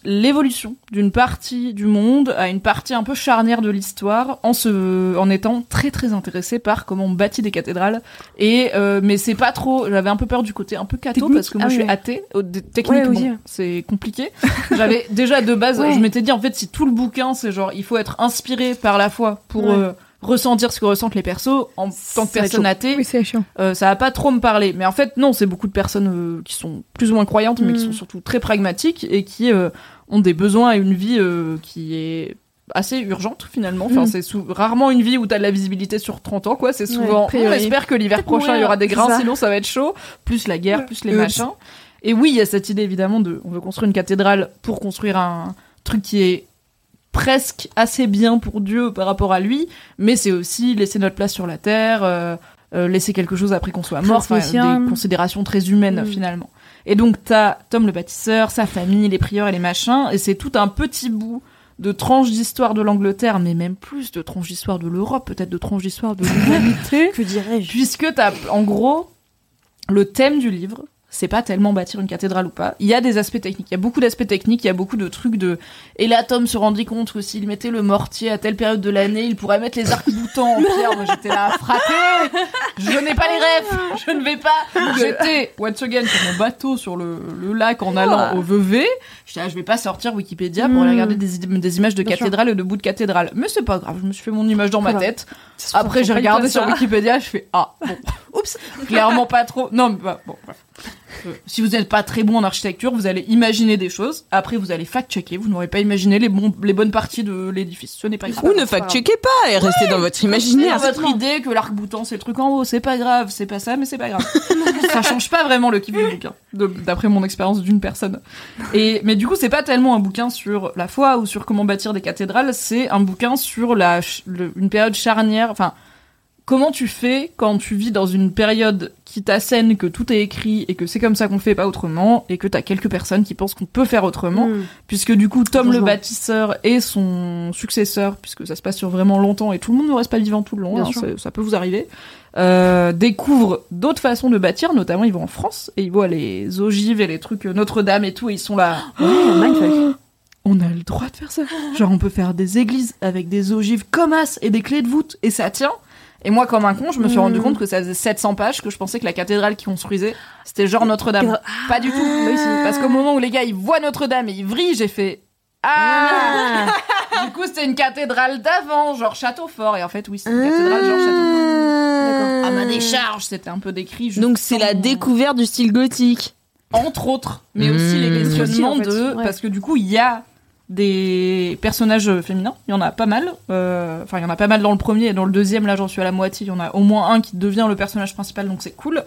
B: l'évolution d'une partie du monde à une partie un peu charnière de l'histoire, en se, en étant très très intéressé par comment on bâtit des cathédrales. Et euh, mais c'est pas trop. J'avais un peu peur du côté un peu catho
D: Technique.
B: parce que moi
D: Ah
B: je suis
D: ouais.
B: athée. Au- d- Technique,
D: Ouais,
B: bon,
D: aussi.
B: c'est compliqué. J'avais déjà de base,
D: Ouais.
B: je m'étais dit en fait si tout le bouquin c'est genre il faut être inspiré par la foi pour
D: Ouais.
B: euh, ressentir ce que ressentent les persos en tant que
D: va être
B: personne athée.
C: Oui, c'est chiant.
B: Euh, ça va pas trop me parler. Mais en fait, non, c'est beaucoup de personnes euh, qui sont plus ou moins croyantes, mais qui sont surtout très pragmatiques et qui euh, ont des besoins et une vie euh, qui est assez urgente finalement. Enfin, c'est sou- rarement une vie où t'as de la visibilité sur 30 ans, quoi. C'est souvent, on
C: priori.
B: espère que l'hiver prochain, il y aura des grains, sinon ça va être chaud. Plus la guerre, plus les
C: Oups.
B: machins. Et oui, il y a cette idée évidemment de, on veut construire une cathédrale pour construire un truc qui est presque assez bien pour Dieu par rapport à lui, mais c'est aussi laisser notre place sur la terre, euh, euh, laisser quelque chose après qu'on soit mort, enfin,
D: Transmission.
B: des considérations très humaines finalement. Et donc t'as Tom le bâtisseur, sa famille, les prieurs et les machins, et c'est tout un petit bout de tranches d'histoire de l'Angleterre, mais même plus de tranches d'histoire de l'Europe, peut-être de tranches d'histoire de l'humanité.
D: que dirais-je
B: Puisque t'as, en gros, le thème du livre, c'est pas tellement bâtir une cathédrale ou pas. Il y a des aspects techniques. Il y a beaucoup d'aspects techniques. Il y a beaucoup de trucs de. Et là, Tom se rendit compte que s'il mettait le mortier à telle période de l'année, il pourrait mettre les arcs-boutants en pierre. Moi, j'étais là, frappé. Je n'ai pas les rêves. Je ne vais pas. J'étais, once again, sur mon bateau sur le, le lac en allant au Vevey. J'étais là, je vais pas sortir Wikipédia pour aller regarder des, idées- des images de cathédrales et de bouts de cathédrales. Mais c'est pas grave. Je me suis fait mon image dans ma
D: Voilà.
B: tête. Après, j'ai regardé sur Wikipédia. Je fais, ah, bon. Oups, clairement pas trop. Non, mais bah, bon, bref. Euh, si vous n'êtes pas très bon en architecture, vous allez imaginer des choses. Après, vous allez fact-checker. Vous n'aurez pas imaginé les, bons- les bonnes parties de l'édifice. Ce n'est pas grave.
A: Ou ne fact-checkez pas et restez dans votre imaginaire.
B: C'est votre idée que l'arc-boutant c'est le truc en haut, c'est pas grave, c'est pas ça, mais c'est pas grave. ça change pas vraiment le kiff du bouquin, de- d'après mon expérience d'une personne. Et mais du coup c'est pas tellement un bouquin sur la foi ou sur comment bâtir des cathédrales, c'est un bouquin sur la ch- le- une période charnière, enfin comment tu fais quand tu vis dans une période qui t'assène que tout est écrit et que c'est comme ça qu'on fait pas autrement et que t'as quelques personnes qui pensent qu'on peut faire autrement
D: Mm.
B: puisque du coup Tom le
D: Heureusement.
B: bâtisseur et son successeur puisque ça se passe sur vraiment longtemps et tout le monde ne reste pas vivant tout le long
D: Bien
B: hein,
D: sûr.
B: ça, ça peut vous arriver euh, découvrent d'autres façons de bâtir notamment ils vont en France et ils voient les ogives et les trucs Notre-Dame et tout et ils sont là
D: Oh.
B: on a le droit de faire ça. Genre, on peut faire des églises avec des ogives comme as et des clés de voûte, et ça tient. Et moi, comme un con, je me suis rendu compte que ça faisait 700 pages, que je pensais que la cathédrale qu'ils construisaient, c'était genre Notre-Dame. Pas du tout. Parce qu'au moment où les gars, ils voient Notre-Dame et ils vrillent, j'ai fait Ah Du coup, c'était une cathédrale d'avant, genre château fort. Et en fait, oui, c'était une cathédrale genre château fort. À ma décharge, c'était un peu décrit. juste
A: Ah. Donc c'est la
B: sans-
A: découverte du style gothique.
B: entre autres, mais aussi les
A: Mmh.
B: questionnements
D: Aussi, en fait,
B: de.
D: ouais.
B: Parce que du coup, il y a des personnages euh, féminins, il y en a pas mal. euh, Enfin, il y en a pas mal dans le premier et dans le deuxième, là j'en suis à la moitié, il y en a au moins un qui devient le personnage principal, donc c'est cool.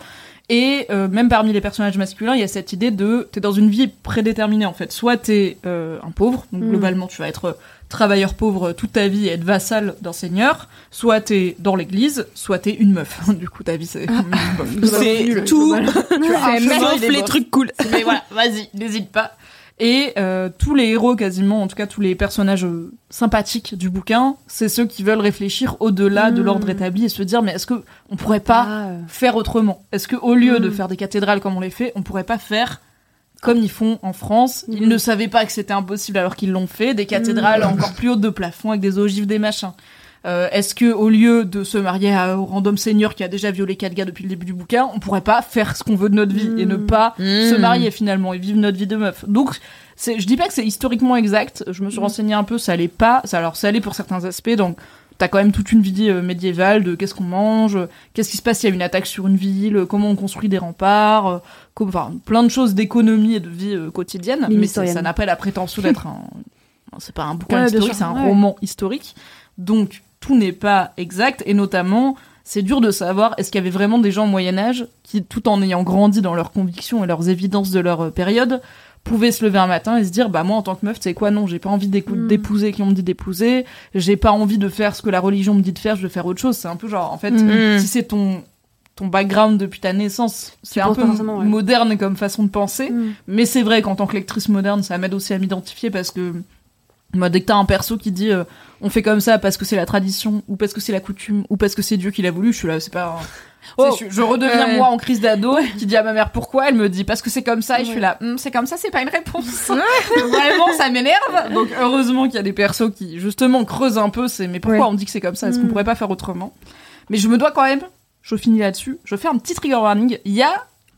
B: Et euh, même parmi les personnages masculins, il y a cette idée de. T'es dans une vie prédéterminée en fait. Soit t'es euh, un pauvre, donc
D: Mm.
B: globalement tu vas être euh, travailleur pauvre euh, toute ta vie et être vassal d'un seigneur. Soit t'es dans l'église, soit t'es une meuf. du coup ta vie c'est. une meuf.
A: C'est tout,
B: C'est même-
A: sauf les trucs cool.
B: mais voilà, vas-y, n'hésite pas. Et euh, tous les héros quasiment, en tout cas tous les personnages euh, sympathiques du bouquin, c'est ceux qui veulent réfléchir au-delà de l'ordre établi et se dire mais est-ce que on pourrait pas
D: Ah.
B: faire autrement Est-ce que au lieu de faire des cathédrales comme on les fait, on pourrait pas faire comme ils font en France Ils ne savaient pas que c'était impossible alors qu'ils l'ont fait, des cathédrales encore plus hautes de plafond avec des ogives, des machins. Euh, Est-ce que au lieu de se marier à, au random seigneur qui a déjà violé quatre gars depuis le début du bouquin, on pourrait pas faire ce qu'on veut de notre vie et ne pas se marier finalement et vivre notre vie de meuf. Donc c'est, je dis pas que c'est historiquement exact. Je me suis renseignée un peu, ça allait pas. Ça, alors ça allait pour certains aspects. Donc t'as quand même toute une vie euh, médiévale de qu'est-ce qu'on mange, euh, qu'est-ce qui se passe s'il y a une attaque sur une ville, euh, comment on construit des remparts, euh, comme- enfin plein de choses d'économie et de vie euh, quotidienne.
D: Mine
B: Mais ça,
D: historienne.
B: ça n'a pas la prétention d'être un, c'est pas un bouquin
D: Ouais, bien
B: historique,
D: sûr,
B: c'est un
D: ouais.
B: roman historique. Donc tout n'est pas exact et notamment c'est dur de savoir est-ce qu'il y avait vraiment des gens au Moyen Âge qui, tout en ayant grandi dans leurs convictions et leurs évidences de leur euh, période, pouvaient se lever un matin et se dire bah moi en tant que meuf c'est quoi non j'ai pas envie d'écou-
D: Mm.
B: d'épouser qui on me dit d'épouser j'ai pas envie de faire ce que la religion me dit de faire je vais faire autre chose c'est un peu genre en fait
A: Mm.
B: si c'est ton ton background depuis ta naissance c'est un
D: penses
B: peu
D: pas forcément, ouais.
B: moderne comme façon de penser
D: Mm.
B: mais c'est vrai qu'en tant que lectrice moderne ça m'aide aussi à m'identifier parce que moi, dès que t'as un perso qui dit euh, on fait comme ça parce que c'est la tradition ou parce que c'est la coutume ou parce que c'est Dieu qui l'a voulu, je suis là, c'est pas. un-
A: Oh,
B: Tu sais, je, je redeviens
A: ouais.
B: moi en crise d'ado qui dit à ma mère pourquoi, elle me dit parce que c'est comme ça et je suis là, Hum, c'est comme ça, c'est pas une réponse. Vraiment, ça m'énerve. Donc heureusement qu'il y a des persos qui justement creusent un peu, c'est mais pourquoi on dit que c'est comme ça Est-ce qu'on
A: Hum.
B: pourrait pas faire autrement Mais je me dois quand même, je finis là-dessus, je fais un petit trigger warning. Il y a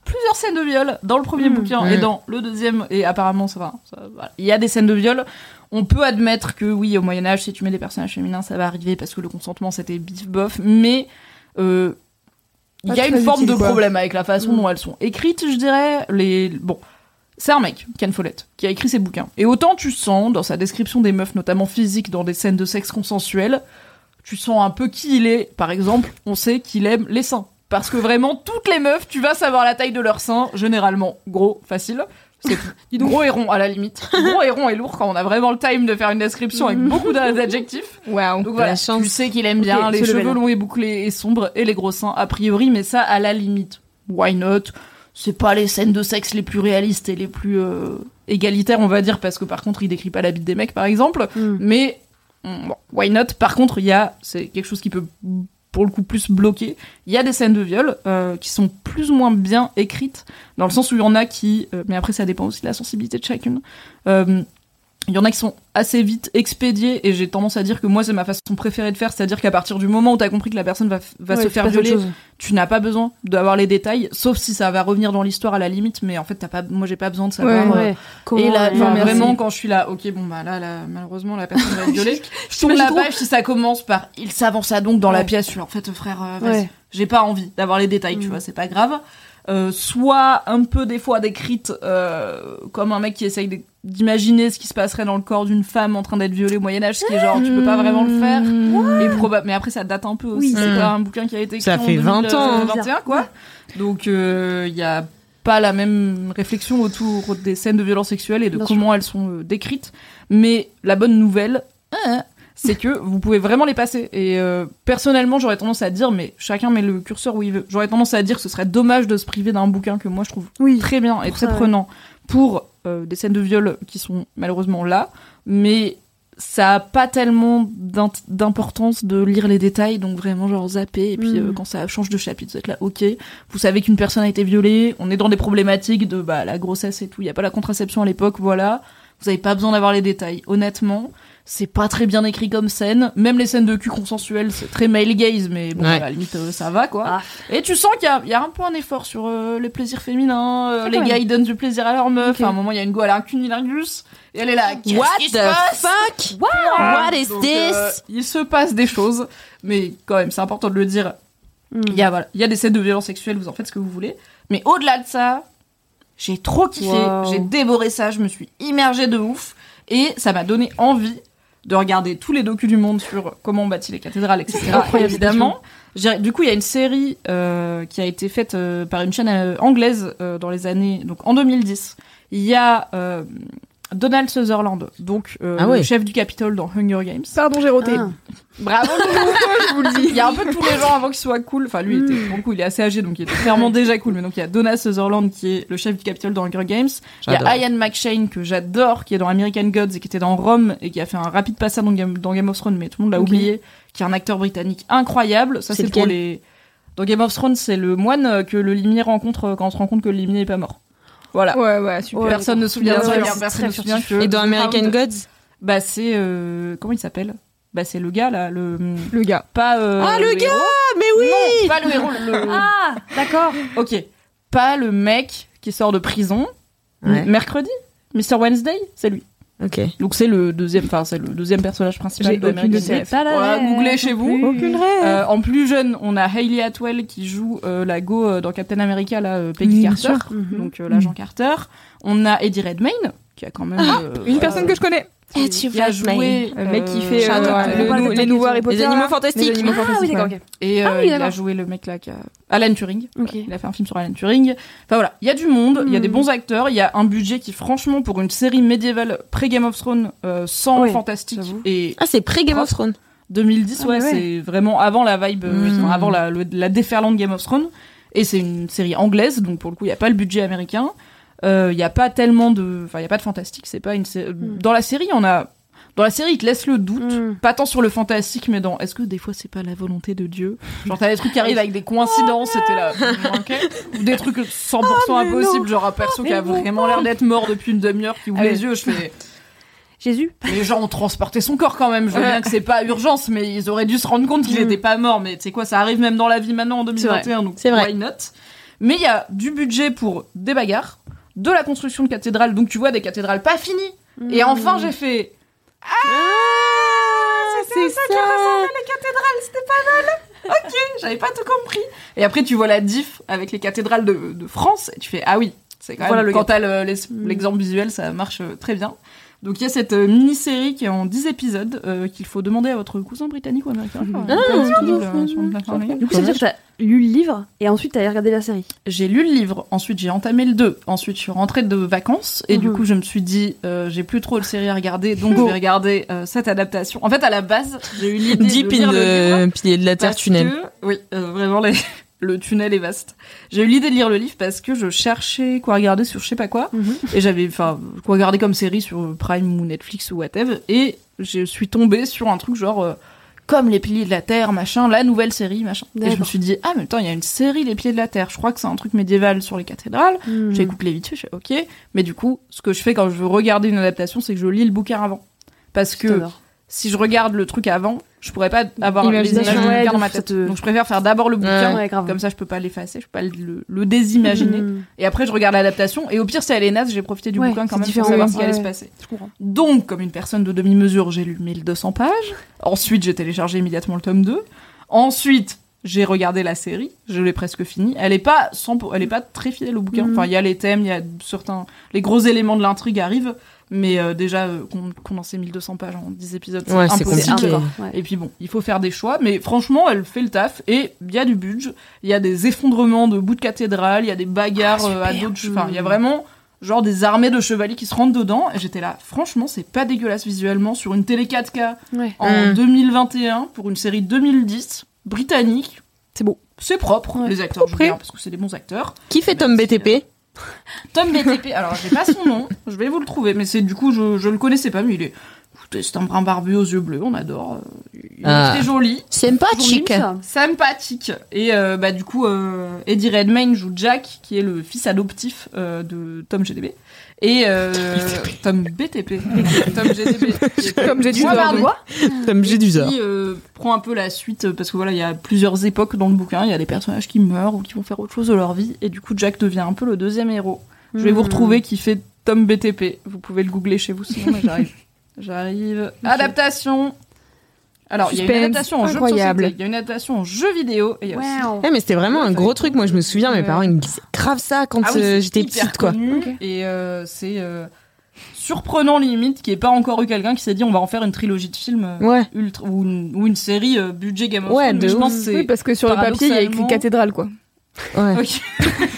B: plusieurs scènes de viol dans le premier bouquin et
A: Mm.
B: dans le deuxième et apparemment ça va. ça va. Il y a des scènes de viol on peut admettre que oui, au Moyen Âge, si tu mets des personnages féminins, ça va arriver parce que le consentement c'était bif bof, mais euh, il y a
C: Pas
B: une
C: très
B: forme
C: utile,
B: de
C: quoi. Mm.
B: problème avec la façon dont elles sont écrites, je dirais. Les bon, c'est un mec, Ken Follett, qui a écrit ses bouquins. Et autant tu sens dans sa description des meufs, notamment physiques, dans des scènes de sexe consensuel, tu sens un peu qui il est. Par exemple, on sait qu'il aime les seins. Parce que vraiment, toutes les meufs, tu vas savoir la taille de leurs seins, généralement gros, facile. C'est tout. Gros et rond à la limite. Gros et rond et lourd quand on a vraiment le time de faire une description avec beaucoup d'adjectifs.
C: Waouh.
B: Donc voilà,
A: La chance.
B: tu sais qu'il aime bien
D: Ok,
B: les
D: ce
B: cheveux
D: level.
B: longs et bouclés et sombres et les gros seins a priori, mais ça à la limite. Why not C'est pas les scènes de sexe les plus réalistes et les plus euh, égalitaire, on va dire, parce que par contre, il décrit pas la bite des mecs, par exemple.
A: Hmm.
B: Mais mm, bon, why not Par contre, il y a, c'est quelque chose qui peut pour le coup plus bloqué. Il y a des scènes de viol euh, qui sont plus ou moins bien écrites, dans le sens où il y en a qui, euh, mais après ça dépend aussi de la sensibilité de chacune. Euh, il y en a qui sont assez vite expédiés et j'ai tendance à dire que moi c'est ma façon préférée de faire, c'est-à-dire qu'à partir du moment où t'as compris que la personne va, f- va
D: Ouais,
B: se
D: tu
B: faire
D: passes à autre
B: violer,
D: chose.
B: tu n'as pas besoin d'avoir les détails, sauf si ça va revenir dans l'histoire à la limite, mais en fait t'as pas, moi j'ai pas besoin de savoir.
D: Ouais,
B: euh,
D: ouais. Comment-
B: et là,
D: ouais,
B: genre,
D: merci.
B: vraiment, quand je suis là, ok, bon, bah là, là, malheureusement, la personne va être violée. je tourne
D: J'imagine
B: la
D: trop.
B: page si ça commence par il s'avança donc dans la
D: Ouais.
B: pièce. Je suis là, en fait, frère, euh, vas-y.
D: Ouais.
B: j'ai pas envie d'avoir les détails,
D: Mm.
B: tu vois, c'est pas grave. Euh, soit un peu des fois décrite euh, comme un mec qui essaye de- d'imaginer ce qui se passerait dans le corps d'une femme en train d'être violée au Moyen Âge, ce qui est genre tu peux pas vraiment le faire. Et proba- mais après ça date un peu aussi,
D: Mm. Oui.
B: c'est
A: Mm.
B: pas un bouquin qui a été écrit
A: Ça
B: en
A: fait 20 ans, hein.
B: 2021 quoi. Donc euh, il y a pas la même réflexion autour des scènes de violence sexuelle et de
D: Bien
B: comment elles sont euh, décrites. Mais la bonne nouvelle, hein, c'est que vous pouvez vraiment les passer. Et euh, personnellement, j'aurais tendance à dire, mais chacun met le curseur où il veut. J'aurais tendance à dire que ce serait dommage de se priver d'un bouquin que moi je trouve très bien et très
D: ça, ouais.
B: prenant pour euh, des scènes de viol qui sont malheureusement là, mais ça a pas tellement d'int- d'importance de lire les détails, donc vraiment genre zapper, et puis
D: Mm.
B: euh, quand ça change de chapitre, vous êtes là, ok, vous savez qu'une personne a été violée, on est dans des problématiques de bah, la grossesse et tout, il n'y a pas la contraception à l'époque, voilà, vous n'avez pas besoin d'avoir les détails, honnêtement, c'est pas très bien écrit comme scène, même les scènes de cul consensuelles, c'est très male gaze, mais bon,
A: Ouais.
B: à la limite, euh, ça va quoi.
D: Ah.
B: Et tu sens qu'il y a- il y, a un peu un effort sur euh, le plaisir féminin, euh,
D: Ah,
B: les
D: quand
B: gars
D: même.
B: ils donnent du plaisir à leur meuf,
D: Ok.
B: à un moment il y a une go, elle a un cunilingus, et elle est là, qu'est-ce
A: What
B: qui se
A: the
B: passe
A: fuck What is
B: Donc,
A: this
B: euh, Il se passe des choses, mais quand même, c'est important de le dire.
A: Hmm.
B: Il y, a, voilà, il y a des scènes de violence sexuelle, vous en faites ce que vous voulez. Mais au-delà de ça, j'ai trop kiffé,
D: Wow.
B: j'ai dévoré ça, je me suis immergée de ouf. Et ça m'a donné envie de regarder tous les docus du monde sur comment on bâtit les cathédrales, etc.
D: incroyable,
B: évidemment. J'ai- Du coup, il y a une série euh, qui a été faite euh, par une chaîne euh, anglaise euh, dans les années. Donc en 2010, il y a euh, Donald Sutherland, donc euh,
A: Ah ouais.
B: le chef du Capitole dans Hunger Games.
C: Pardon, j'ai roté.
B: Bravo Loulou, je vous le dis. Il y a un peu tous les gens avant qu'ils soient cool. Enfin, lui, il était, pour le coup, il est assez âgé, donc il était clairement déjà cool. Mais donc, il y a Donna Sutherland, qui est le chef du Capitole dans Hunger Games. Il y
A: J'adore.
B: a Ian McShane, que j'adore, qui est dans American Gods et qui était dans Rome et qui a fait un rapide passage dans Game, dans Game of Thrones, mais tout le monde l'a oublié, qui est un acteur britannique incroyable. Ça,
A: C'est
B: c'est pour
A: lequel
B: les. Dans Game of Thrones, c'est le moine euh, que le limier rencontre euh, quand on se rend compte que le limier est pas mort. Voilà.
C: Ouais, Ah. ouais, super.
B: personne ne se souvient de
D: Ouais,
B: ça,
D: ouais,
B: personne
D: c'est
B: ne
D: très
B: se souvient que.
A: Et dans American
B: Brown-
A: Gods
B: Bah, c'est. euh, Comment il s'appelle Bah, c'est le gars, là, le.
C: Le gars.
B: Pas. euh,
A: Ah, le gars
B: héros.
A: Mais oui
B: Non, pas le héros. le-
D: Ah, d'accord.
B: Ok. Pas le mec qui sort de prison m-
A: Ouais.
B: mercredi. Mr. Wednesday, c'est lui.
A: Ok.
B: Donc c'est le deuxième, enfin c'est le deuxième personnage principal.
C: J'ai
B: de
C: aucune
B: American
C: idée.
B: Gods. Voilà, googlez chez vous.
A: Aucune rêve
B: Euh, en plus jeune, on a Hayley Atwell qui joue euh, la go euh, dans Captain America, là, euh, Peggy
C: Oui, bien
B: Carter,
D: Mhm.
B: donc euh, l'agent Carter. On a Eddie Redmayne qui a quand même euh,
C: Une personne que je connais.
B: qui a joué
C: Le mec qui
B: euh,
C: fait euh,
A: Sherlock, le
C: ouais, le nou-
D: Potter
C: les nouveaux Harry Potter.
A: Les animaux
C: là.
A: fantastiques.
C: Les animaux
D: Ah oui,
C: fantastiques.
D: d'accord,
C: ouais.
D: ok.
B: Et
D: Ah
B: euh,
D: oui,
B: il a
D: d'accord.
B: joué le mec là, qui a- Alan Turing.
D: Ok.
B: Il a fait un film sur Alan Turing. Enfin voilà, il y a du monde, il y a des bons acteurs, il y a un budget qui, franchement, pour une série médiévale pré-Game of Thrones, euh, sans
D: Ouais,
B: fantastique
D: j'avoue.
B: et
A: Ah, c'est pré-Game of Thrones.
B: 2010,
D: Ah,
B: ouais,
D: mais ouais.
B: c'est vraiment avant la vibe, euh,
A: Mm.
B: enfin, avant la, le- la déferlante Game of Thrones. Et c'est une série anglaise, donc pour le coup, il n'y a pas le budget américain. Euh, Il n'y a pas tellement de. Enfin, il n'y a pas de fantastique. C'est pas une sé-
D: Hmm.
B: Dans la série, on a. Dans la série, il te laisse le doute,
D: Mm.
B: pas tant sur le fantastique, mais dans est-ce que des fois c'est pas la volonté de Dieu Genre t'as des trucs qui arrivent avec des coïncidences,
D: Oh,
B: c'était là, ok ou des trucs 100% impossibles, genre un perso qui a vraiment l'air d'être mort depuis une demi-heure, qui ouvre
D: Oh, Ah oui.
B: les yeux, je fais
D: Jésus.
B: les gens ont transporté son corps quand même. Je veux bien que c'est pas urgence, mais ils auraient dû se rendre compte qu'il
D: Mm.
B: était pas mort. Mais tu sais quoi, ça arrive même dans la vie maintenant en
D: C'est vrai.
B: 2021, donc
A: C'est vrai.
B: why not Mais il y a du budget pour des bagarres, de la construction de cathédrales, donc tu vois des cathédrales pas finies. Et enfin, j'ai fait. Ah, c'était ça, qui ressemblait à la cathédrale, c'était pas mal. Ok, j'avais pas tout compris. Et après, tu vois la diff avec les cathédrales de, de France, et tu fais ah oui, c'est quand même
D: Voilà le
B: quand t'as le- l'ex- l'exemple visuel, ça marche euh, très bien. Donc il y a cette euh, mini-série qui est en 10 épisodes euh, qu'il faut demander à votre cousin britannique ou américain. je crois, euh, pas disponible, euh, sur le plateforme.
D: Du coup, ça veut dire que t'as lu le livre et ensuite t'as regardé la série.
B: J'ai lu le livre, ensuite j'ai entamé le 2, ensuite je suis rentrée de vacances et du
D: Mhm.
B: coup je me suis dit euh, j'ai plus trop de séries à regarder donc
A: Oh.
B: je vais regarder euh, cette adaptation. En fait à la base j'ai eu l'idée de
A: Deep in
B: lire le livre
A: the pilier de la terre
B: parce
A: tunnel.
B: que- oui, euh, vraiment les Le tunnel est vaste. J'ai eu l'idée de lire le livre parce que je cherchais quoi regarder sur je sais pas quoi.
D: Mhm.
B: Et j'avais, enfin, quoi regarder comme série sur Prime ou Netflix ou whatever. Et je suis tombée sur un truc genre, euh, comme les piliers de la Terre, machin, la nouvelle série, machin. Et je me
D: D'accord.
B: suis dit, ah, mais attends, il y a une série Les Pieds de la Terre. Je crois que c'est un truc médiéval sur les cathédrales.
D: Hmm.
B: J'ai écouté vite fait, je fais, ok. Mais du coup, ce que je fais quand je veux regarder une adaptation, c'est que je lis le bouquin avant. Parce que
D: J'adore.
B: si je regarde le truc avant, je pourrais pas avoir les
D: Imagination,
B: images du
D: ouais,
B: bouquin
D: de
B: dans ma
D: fou, ça
B: tête.
D: te-
B: Donc je préfère faire d'abord le bouquin,
D: Ouais, grave.
B: euh, comme ça je peux pas l'effacer, je peux pas le, le- le désimaginer.
D: Mhm.
B: Et après je regarde l'adaptation, et au pire si elle est naze, j'ai profité du
D: Ouais,
B: bouquin quand
D: c'est
B: même pour
D: différent,
B: savoir
D: ouais.
B: ce qui allait
D: Ouais.
B: se passer.
C: Je comprends.
B: Donc, comme une personne de demi-mesure, j'ai lu 1200 pages. Ensuite, j'ai téléchargé immédiatement le tome 2. Ensuite, j'ai regardé la série. Je l'ai presque finie. Elle est pas sans, elle est pas très fidèle au
D: Mm.
B: bouquin. Enfin, il y a les thèmes, il y a certains, les gros éléments de l'intrigue arrivent. Mais euh, déjà, euh, con- condenser 1200 pages en 10 épisodes, c'est
A: Ouais, c'est
B: impossible.
A: compliqué.
B: quoi.
D: Ouais.
B: Et puis bon, il faut faire des choix, mais franchement, elle fait le taf. Et il y a du budget, il y a des effondrements de bouts de cathédrale, il y a des bagarres
D: Ah,
B: euh, à d'autres. Enfin, il y a vraiment genre des armées de chevaliers qui se rentrent dedans. Et j'étais là, franchement, c'est pas dégueulasse visuellement sur une télé 4K
D: Ouais.
B: en
A: Mm.
B: 2021 pour une série 2010 britannique.
C: C'est beau.
B: C'est propre, hein.
D: Ouais.
B: les acteurs jouent
A: Propre.
B: bien parce que c'est des bons acteurs. hein.
A: Qui fait Tom BTP
B: Tom BTP, alors j'ai pas son nom, je vais vous le trouver, mais c'est du coup je, je le connaissais pas, mais il est. écoutez, C'est un brin barbu aux yeux bleus, on adore. euh, Il est
A: Ah.
B: très joli.
A: C'est pas
D: Ah,
A: chic.
B: Sympathique. Et euh, bah du coup, euh, Eddie Redmayne joue Jack, qui est le fils adoptif euh, de Tom GDB. Et euh, Tom BTP. Tom GDB.
C: Comme j'ai dit,
B: Moi,
C: dehors de
B: pardon.
C: moi.
A: Tom
B: Et Qui euh, prend un peu la suite euh, parce que voilà, il y a plusieurs époques dans le bouquin. Il y a des personnages qui meurent ou qui vont faire autre chose de leur vie. Et du coup, Jack devient un peu le deuxième héros. Je
A: Hmm.
B: vais vous retrouver qui fait Tom BTP. Vous pouvez le googler chez vous sinon, mais j'arrive. J'arrive. Adaptation. Alors, il y a une
C: Suspense.
B: adaptation en jeu de
C: Incroyable.
B: société, il y a une adaptation en jeu vidéo et il y a aussi-
A: Ouais, Eh, mais c'était vraiment un gros truc. Moi, je me souviens, mes
B: Ouais.
A: parents, ils me disaient grave ça quand
B: Ah oui,
A: euh,
B: c'est
A: j'étais
B: hyper
A: petite, quoi.
B: connu, Et euh, c'est euh, surprenant limite qu'il n'y ait pas encore eu quelqu'un qui s'est dit on va en faire une trilogie de films euh,
A: Ouais.
B: ultra ou une, ou une série euh, budget Game of
A: Ouais,
B: Thrones,
A: de
B: mais je
A: ouf.
B: pense que c'est
C: Mm. Oui, parce que sur le papier, il y a écrit
B: Paradoxalement-
C: cathédrale, quoi.
A: Ouais.
B: Ok.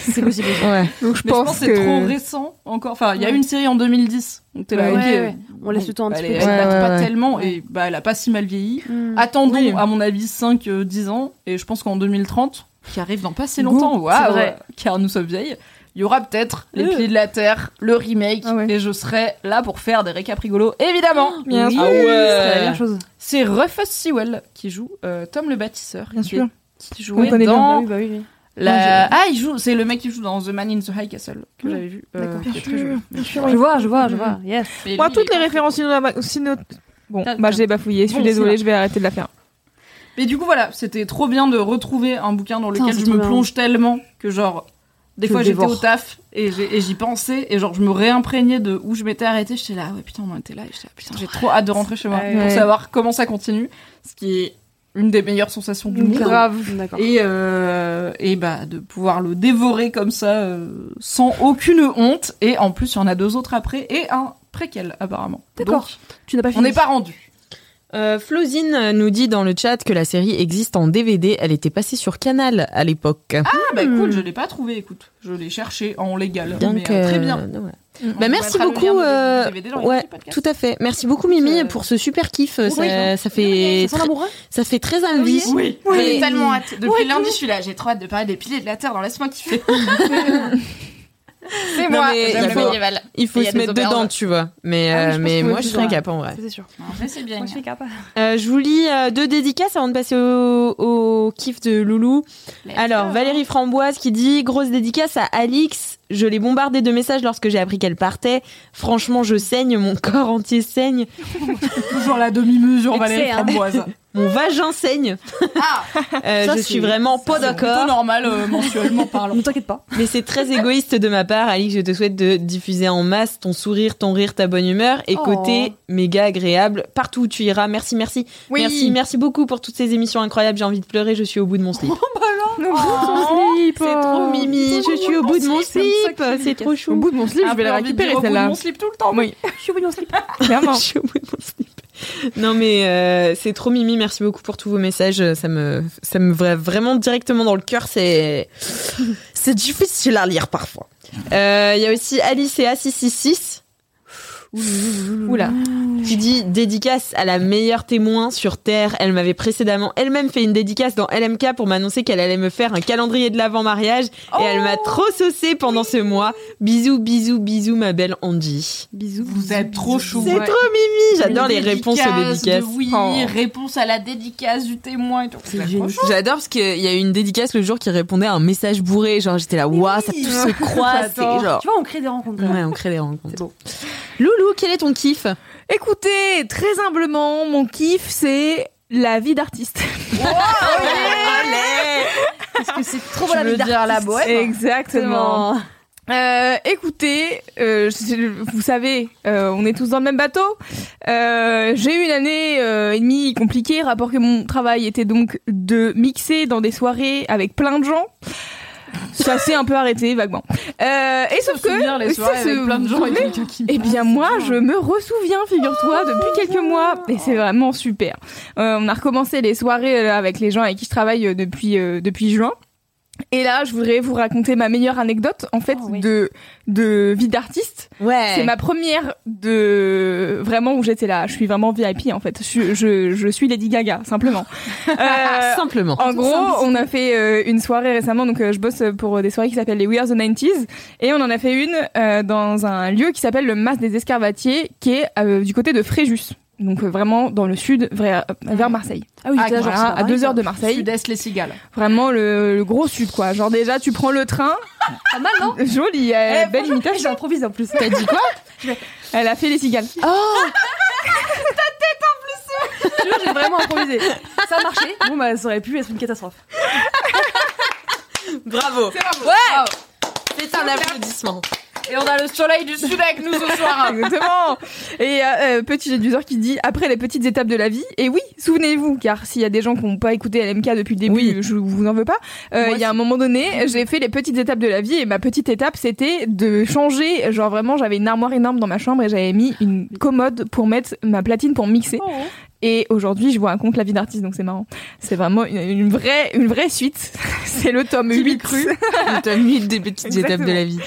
D: C'est possible.
A: Ouais.
C: Donc je
B: Mais je pense
C: pense
B: que c'est trop
C: que.
B: récent encore. Enfin, il y a eu une série en 2010. Donc t'es là,
D: Ouais,
B: ok,
D: ouais, ouais.
B: bon,
D: On laisse le temps un petit
B: elle
D: peu.
B: est- Elle
D: parce que-
A: Ouais,
B: date
A: ouais,
B: pas
A: ouais.
B: tellement et bah, elle a pas si mal vieilli.
D: Mm.
B: Attendons,
A: Oui.
B: à mon avis, 5-10 ans. Et je pense qu'en 2030, qui arrive dans pas si longtemps,
D: c'est
B: waouh,
D: vrai.
B: car nous sommes vieilles, il y aura peut-être Les Pieds de la Terre, le remake.
C: Ah ouais. Oh,
B: Et je serai là pour faire des récaps rigolos, évidemment.
D: Bien sûr.
A: Ah
D: C'est la
A: ouais.
D: meilleure chose.
B: C'est Rufus Sewell qui joue euh, Tom le Bâtisseur.
C: Bien
B: qui
C: sûr.
B: est- Qui
C: On
B: jouait
C: connaît
B: dans
C: bien. Bah oui, bah oui, oui.
B: la... Ah, il joue. C'est le mec qui joue dans The Man in the High Castle que j'avais vu. euh,
C: D'accord.
B: qui est
C: Bien
B: très
C: sûr,
B: joli.
D: Je vois, je vois, je vois. Yes.
B: Mais
C: Moi,
B: lui,
C: toutes
B: il est
C: les références cinéma- ciné- Bon,
B: T'as-
C: bah je l'ai bafouillé, je suis
B: Bon,
C: désolée,
B: c'est
C: je vais arrêter de la faire.
B: Mais du coup, voilà, c'était trop bien de retrouver un bouquin dans lequel
D: Putain, c'est
B: je me
D: trop bien.
B: plonge tellement que, genre, des
D: Tu
B: fois
D: le
B: j'étais au
D: dévores.
B: taf et j'ai- et j'y pensais et, genre, je me réimprégnais de où je m'étais arrêtée. J'étais là, ah ouais, putain, on en était là. Et j'étais là, putain, j'ai trop hâte de rentrer chez moi
C: Ouais.
B: pour savoir comment ça continue. Ce qui est une des meilleures sensations du monde.
C: Grave.
D: D'accord.
B: Et, euh, et bah, de pouvoir le dévorer comme ça, euh, sans aucune honte. Et en plus, il y en a deux autres après et un préquel, apparemment.
D: D'accord.
B: Donc,
D: Tu n'as pas
B: on
D: fini.
B: n'est pas rendu.
A: Euh, Flozine nous dit dans le chat que la série existe en DVD. Elle était passée sur Canal à l'époque.
B: Ah bah
C: Hmm.
B: cool, je l'ai pas trouvé, écoute. Je l'ai cherché en légal.
A: Bien
B: mais,
A: que-
B: euh, très bien.
A: donc voilà.
B: On
A: Bah, merci
B: mettra le
A: beaucoup.
B: lien de-
A: euh,
B: du DVD dans les
A: ouais,
B: petits podcasts.
A: tout à fait. Merci beaucoup Mimi
B: Euh,
A: pour ce super kiff. ça, ça
D: Ça
A: fait
D: sent l'amoureux
A: ça fait très envie.
B: Oui,
A: Oui.
B: j'ai tellement hâte. Depuis
A: Ouais,
B: lundi, je suis là. J'ai trop hâte de parler des piliers de la Terre dans Laisse-moi kiffer.
A: Non,
B: C'est moi,
A: mais
B: j'aime
A: il
B: le
A: faut-
B: médiéval.
A: Il faut
B: Et il y a
A: se
B: des
A: mettre
B: auberges.
A: dedans, tu vois. Mais,
D: Ah oui,
A: euh,
D: je pense
A: mais
D: que
A: moi,
D: oui,
A: je
D: je
A: suis
D: vois.
A: incapable en vrai.
D: C'est sûr.
B: En vrai, c'est bien.
D: Moi, je suis capable.
A: Euh, je vous lis euh, deux dédicaces avant de passer au, au kiff de Loulou. Alors, Valérie Framboise qui dit Grosse dédicace à Alix. Je l'ai bombardée de messages lorsque j'ai appris qu'elle partait. Franchement, je saigne, mon corps entier saigne,
B: Toujours la demi-mesure, Valérie
D: Excès, hein.
B: Framboise.
C: Oh,
A: mon vagin saigne. Euh,
D: Ça,
A: je
D: c'est-
A: suis vraiment pas
B: C'est plutôt
A: d'accord.
B: normal, euh, mensuellement parlant.
D: Ne t'inquiète pas.
A: Mais c'est très égoïste de ma part, Alix. Je te souhaite de diffuser en masse ton sourire, ton rire, ta bonne humeur et
D: Oh.
A: côté méga agréable partout où tu iras. Merci, merci. Merci, merci beaucoup pour toutes ces émissions incroyables. J'ai envie de pleurer, je suis au bout de mon slip. Oh, C'est trop mimi, je suis au bout de mon slip, c'est trop
C: Au
A: chou.
C: bout de mon slip, je vais la récupérer celle-là.
B: mon slip tout le temps.
C: Oui.
D: Je suis au bout de mon slip.
C: Ah
A: Je suis au bout de mon slip. Non mais euh, c'est trop mimi, merci beaucoup pour tous vos messages, ça me ça me va vraiment directement dans le cœur, c'est c'est difficile à lire parfois. Euh, Il y a aussi Alice et A666
C: Oula.
A: Qui dit dédicace à la meilleure témoin sur Terre. Elle m'avait précédemment elle-même fait une dédicace dans LMK pour m'annoncer qu'elle allait me faire un calendrier de l'avant-mariage. Et
B: Oh
A: elle m'a trop saucé pendant ce mois. Bisous, bisous, bisous, ma belle Angie.
C: Bisous.
B: Vous êtes trop chou.
A: C'est
B: ouais.
A: trop mimi. J'adore
B: Une
A: les réponses aux
B: dédicace de
A: dédicaces. Oh.
B: Oui,
C: Oh.
B: réponse à la dédicace du témoin et tout. C'est trop chou.
A: J'adore parce qu'il y a eu une dédicace le jour qui répondait à un message bourré. Genre, j'étais là, waouh, ça tout se croise. c'est
B: J'adore.
A: Genre,
D: Tu vois, on crée des rencontres.
A: ouais, on crée des rencontres.
D: C'est beau.
A: Loulou, quel est ton kiff
C: Écoutez, très humblement, mon kiff, c'est la vie d'artiste.
D: Parce que c'est trop
B: Tu
D: la Ah
B: veux
D: vie
B: dire la boîte
C: Exactement. Euh, écoutez, euh, je- vous savez, euh, on est tous dans le même bateau. Euh, J'ai eu une année euh, et demie compliquée, rapport que mon travail était donc de mixer dans des soirées avec plein de gens. Ça s'est un peu arrêté vaguement. Euh, et sauf que
B: souvenir, les soirées
C: se-
B: avec plein de gens et quelqu'un qui
C: Eh bien moi, je me ressouviens, figure-toi, depuis quelques mois, et c'est vraiment super. Euh, on a recommencé les soirées euh, avec les gens avec qui je travaille euh, depuis euh, depuis juin. Et là, je voudrais vous raconter ma meilleure anecdote en fait de de vie d'artiste.
A: Ouais. Euh,
C: C'est ma première de vraiment où j'étais là. Je suis vraiment VIP en fait. Je je, je suis Lady Gaga simplement. Euh,
A: Simplement.
C: en gros, on a fait euh, une soirée récemment, donc euh, je bosse pour des soirées qui s'appellent les We Are the 90s, et on en a fait une euh, dans un lieu qui s'appelle le Mas des Escarvatiers, qui est euh, du côté de Fréjus, donc euh, vraiment dans le sud, vrai- vers Marseille,
D: Ah oui,
B: Ah,
D: j'étais là, genre,
C: Voilà,
D: c'est pas
C: à
D: pareil,
C: deux heures de
B: Sud-Est,
C: Marseille,
B: les cigales.
C: vraiment le, le gros sud quoi. Genre déjà, tu prends le train,
D: Pas mal, non
C: jolie, euh, belle imitation.
D: J'improvise en plus.
C: T'as dit quoi Elle a fait les cigales.
D: Oh Tu vois, j'ai vraiment improvisé. Ça a marché. Bon, bah, ça aurait pu être une catastrophe.
A: Bravo. Ouais. C'est un applaudissement.
B: Et on a le soleil du sud avec nous ce soir.
C: Exactement. Et euh, euh, petit géduseur qui dit après les petites étapes de la vie. Et oui, souvenez-vous, car s'il y a des gens qui n'ont pas écouté LMK depuis le début, je vous en veux pas. Euh, Il y a un moment donné, j'ai fait les petites étapes de la vie et ma petite étape c'était de changer. Genre vraiment, j'avais une armoire énorme dans ma chambre et j'avais mis une commode pour mettre ma platine pour mixer. Et aujourd'hui, je vois un compte la vie d'artiste, donc c'est marrant. C'est vraiment une, une vraie, une vraie suite. C'est le tome 8 cru.
A: T'as mis des petites
C: Exactement.
A: étapes de la vie.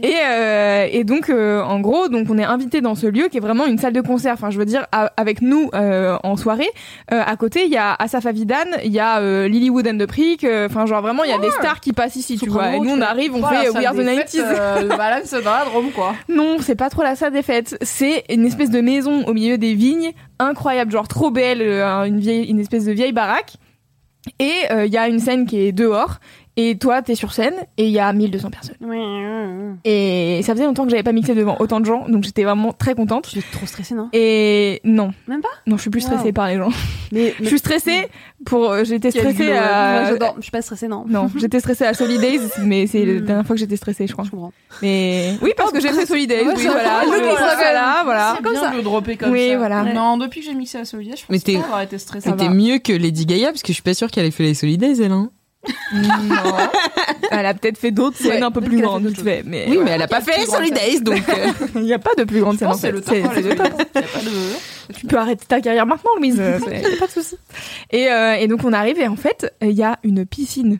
C: Et, euh, et donc, euh, en gros, donc on est invité dans ce lieu qui est vraiment une salle de concert. Enfin, je veux dire, à- avec nous euh, en soirée, euh, à côté, il y a Asaf Avidan, il y a euh, Lily Wood and the Prick. euh, Enfin, genre vraiment, il y a des stars qui passent ici, tu vois. Et nous, on arrive, on fait euh, We Are the 90s.
B: euh, Balance dans la drôme, quoi.
C: Non, c'est pas trop la salle des fêtes. C'est une espèce de maison au milieu des vignes, incroyable, genre trop belle, euh, une, vieille, une espèce de vieille baraque. Et euh, il y a une scène qui est dehors. Et toi, t'es sur scène et il y a 1200 personnes. Et ça faisait longtemps que j'avais pas mixé devant autant de gens, donc j'étais vraiment très contente.
D: Tu es trop stressée, non
C: Et non.
D: Même pas
C: Non, je suis plus stressée
D: Wow.
C: par les gens.
D: Mais,
C: Je suis stressée pour. euh, J'étais stressée
D: à...
C: à.
D: euh, Je suis pas stressée, non.
C: Non, j'étais stressée à Solidays, mais c'est la
D: Hmm.
C: dernière fois que j'étais stressée, je crois.
D: Je comprends.
C: Mais oui, parce que j'ai fait Solidays, oui, voilà.
D: le
C: je-
D: glisse,
C: voilà,
D: quand même.
C: voilà, voilà.
B: C'est bien de le dropper comme
C: Oui,
B: ça.
C: voilà.
B: Ah. Non, depuis que j'ai mixé la solide, je
A: Mais
B: pense
A: t'es-
B: pas avoir été stressée.
A: C'était mieux que Lady Gaga parce que je suis pas sûre qu'elle ait fait les Solidays, elle. Hein.
C: Non. Elle a peut-être fait d'autres scènes un peu plus
D: qu'elle a
C: grandes,
D: fait
C: tu sais, mais
A: Oui, mais elle a pas fait les Solidays, donc. euh,
C: il n'y a pas de plus grande
B: Je
C: scène. en
B: pense que c'est
C: fait.
B: le top.
C: C'est-
B: hein,
C: c'est
B: les
C: le top.
B: Solidays. Y a pas de-
C: Tu peux arrêter ta carrière maintenant, Louise. euh, c'est- pas de souci. Et, euh, et donc on arrive et en fait, il y a une piscine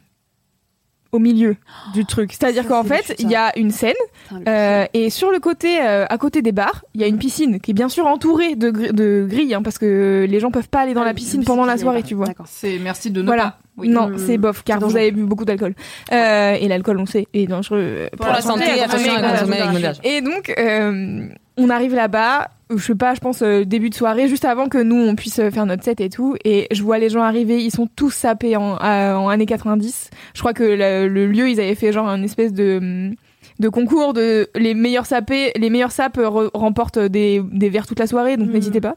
C: au milieu du truc. C'est-à-dire
D: Oh, Ça,
C: qu'en
D: c'est le
C: fait,
D: futur.
C: il y a une scène
D: Putain, le-
C: euh, et sur le côté, euh, à côté des bars, il y a une piscine qui est bien sûr entourée de, gr- de grilles hein, parce que les gens peuvent pas aller dans
D: Ah,
C: la
D: le-
C: piscine
D: le
C: pendant
D: piscine,
C: la
D: il y
C: soirée,
D: avait pas.
C: tu vois.
D: D'accord.
B: C'est merci de ne
C: Voilà.
B: pas. Oui.
C: Non,
D: Hmm.
C: c'est bof, car
D: C'est
C: vous
D: dangereux.
C: avez bu beaucoup d'alcool. Euh, et l'alcool, on sait, est dangereux euh,
B: Pour la santé, attention à
C: voilà.
B: consommer
A: avec modération.
C: Et donc, euh, on arrive là-bas, je sais pas, je pense euh, début de soirée, juste avant que nous on puisse euh, faire notre set et tout. Et je vois les gens arriver, ils sont tous sapés en, à- en années 90. Je crois que le, le lieu, ils avaient fait genre une espèce de hum, de concours de les meilleurs sapés, les meilleurs sapes re- remportent des, des verres toute la soirée, donc
D: Mhm.
C: n'hésitez pas.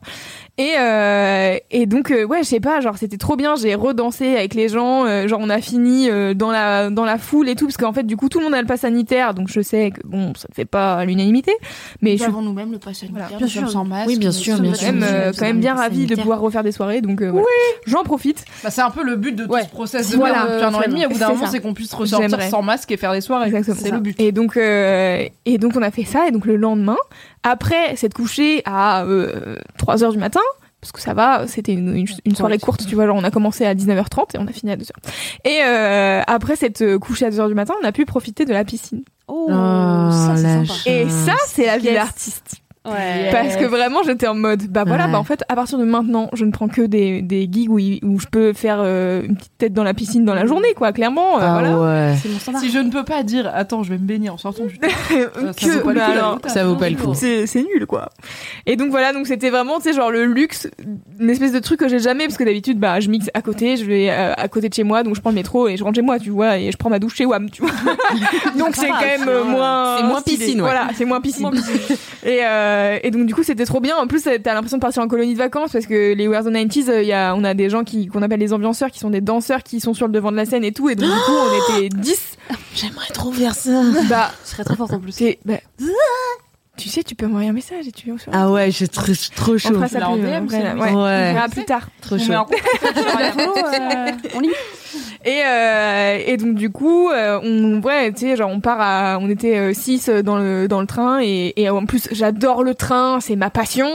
C: Et, euh, et donc euh, ouais, je sais pas, genre c'était trop bien, j'ai redansé avec les gens, euh, genre on a fini euh, dans la dans la foule et tout parce qu'en fait du coup tout le monde a le pass sanitaire, donc je sais que bon, ça ne fait pas l'unanimité, mais je suis
B: avons nous-mêmes le passage
C: Voilà.
B: sanitaire,
D: Bien
B: nous sommes
D: sûr.
B: sans masque.
A: Oui, bien
B: nous
A: sûr,
B: sommes
A: bien
B: dans
C: quand
A: sûr.
B: la
C: même,
B: même-
C: euh, quand même bien
D: passe
C: ravie de
D: sanitaire.
C: pouvoir refaire des soirées, donc euh, voilà. j'en profite.
B: Bah, c'est un peu le but de tout
C: Ouais.
B: ce process de
C: Voilà.
B: merde depuis un an et demi. Au bout d'un
C: C'est
B: moment,
C: ça.
B: c'est qu'on puisse ressortir
C: J'aimerais.
B: sans masque et faire des soirées.
C: Exactement.
B: C'est le but.
C: Et donc, euh, et donc on a fait ça. Et donc le lendemain, après s'être couché à euh, 3 heures du matin, parce que ça va, c'était une, une- une soirée courte, tu vois, genre on a commencé à 19h30 et on a fini à 2h. Et euh, après s'être couché à 2h du matin, on a pu profiter de la piscine.
D: Oh,
A: Oh,
D: ça, c'est
A: la
D: sympa.
A: chance.
C: Et ça, c'est la vie
D: Yes.
C: d'artiste.
Q: Ouais.
C: Parce que vraiment, j'étais en mode, bah voilà,
A: Ouais.
C: bah en fait, à partir de maintenant, je ne prends que des, des gigs où, il- où je peux faire euh, une petite tête dans la piscine dans la journée, quoi, clairement. euh,
A: Ah
C: voilà.
A: ouais.
D: C'est mon standard.
B: Si je ne peux pas dire, attends, je vais me baigner en sortant du.
C: Que-
B: vaut pas le
C: bah
B: coup,
C: alors,
B: la
A: Ça vaut pas le coup.
C: c'est c'est nul, quoi. Et donc voilà, donc c'était vraiment, tu sais, genre le luxe, une espèce de truc que j'ai jamais, parce que d'habitude, bah, je mixe à côté, je vais euh, à côté de chez moi, donc je prends le métro et je rentre chez moi, tu vois, et je prends ma douche chez WAM, tu vois. donc c'est quand même euh, moins.
A: C'est moins
C: stylé.
A: piscine, ouais.
C: Voilà, c'est moins piscine. et, euh, et donc du coup, c'était trop bien. En plus, t'as l'impression de partir en colonie de vacances, parce que les Wears the 90s, euh, il y a, on a des gens qui qu'on appelle les ambianceurs, qui sont des danseurs qui sont sur le devant de la scène et tout, et donc du coup, on était 10.
A: J'aimerais trop faire ça.
C: Bah,
D: Je serais très forte en plus.
C: c'est. bah, tu sais, tu peux m'envoyer un message et tu viens sur
A: Ah ouais, je suis tr- je suis trop
C: on
A: chaud.
C: fera ça
B: Là, en
C: plus,
B: DM,
C: euh,
B: c'est
C: là,
B: le
C: ouais. On
A: Ouais,
C: verra plus tard.
A: trop
B: On met
A: chaud.
B: un compte.
D: Ah euh,
C: Et, euh, et donc du coup, euh, on ouais, tu sais, genre on part à, on était 6 dans le dans le train et, et en plus j'adore le train, c'est ma passion.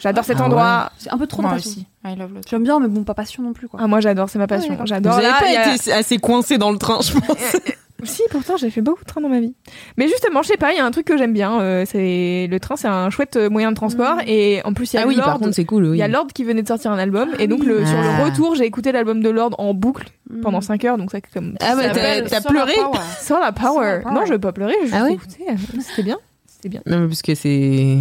C: J'adore cet
A: Ah
C: endroit.
D: C'est un peu trop de
B: Moi
D: passion.
B: aussi. I love le
D: J'aime bien, mais bon, pas passion non plus, quoi.
C: Ah moi j'adore, c'est ma passion.
A: Vous
C: J'adore.
A: avez
C: Là,
A: pas
C: il y a-
A: été assez coincé dans le train, je pense.
C: Si pourtant j'ai fait beaucoup de train dans ma vie. Mais justement, je sais pas, il y a un truc que j'aime bien. euh, c'est le train, c'est un chouette euh, moyen de transport et en
A: Ah
C: plus il y a Lorde.
A: c'est cool.
C: Il y a Lorde qui venait de sortir un album et donc le, sur
A: Ah.
C: le retour j'ai écouté l'album de Lorde en boucle
D: Hmm,
C: pendant 5 heures donc ça comme
A: Ah ouais, t'as-
B: s'appelle
A: t'as
B: Solar
A: pleuré
B: Power.
C: Sans la power. Non, je vais pas pleurer. Je
A: Ah
C: vais
A: oui
C: écouter. C'était bien. C'était bien.
A: Non, mais parce que c'est.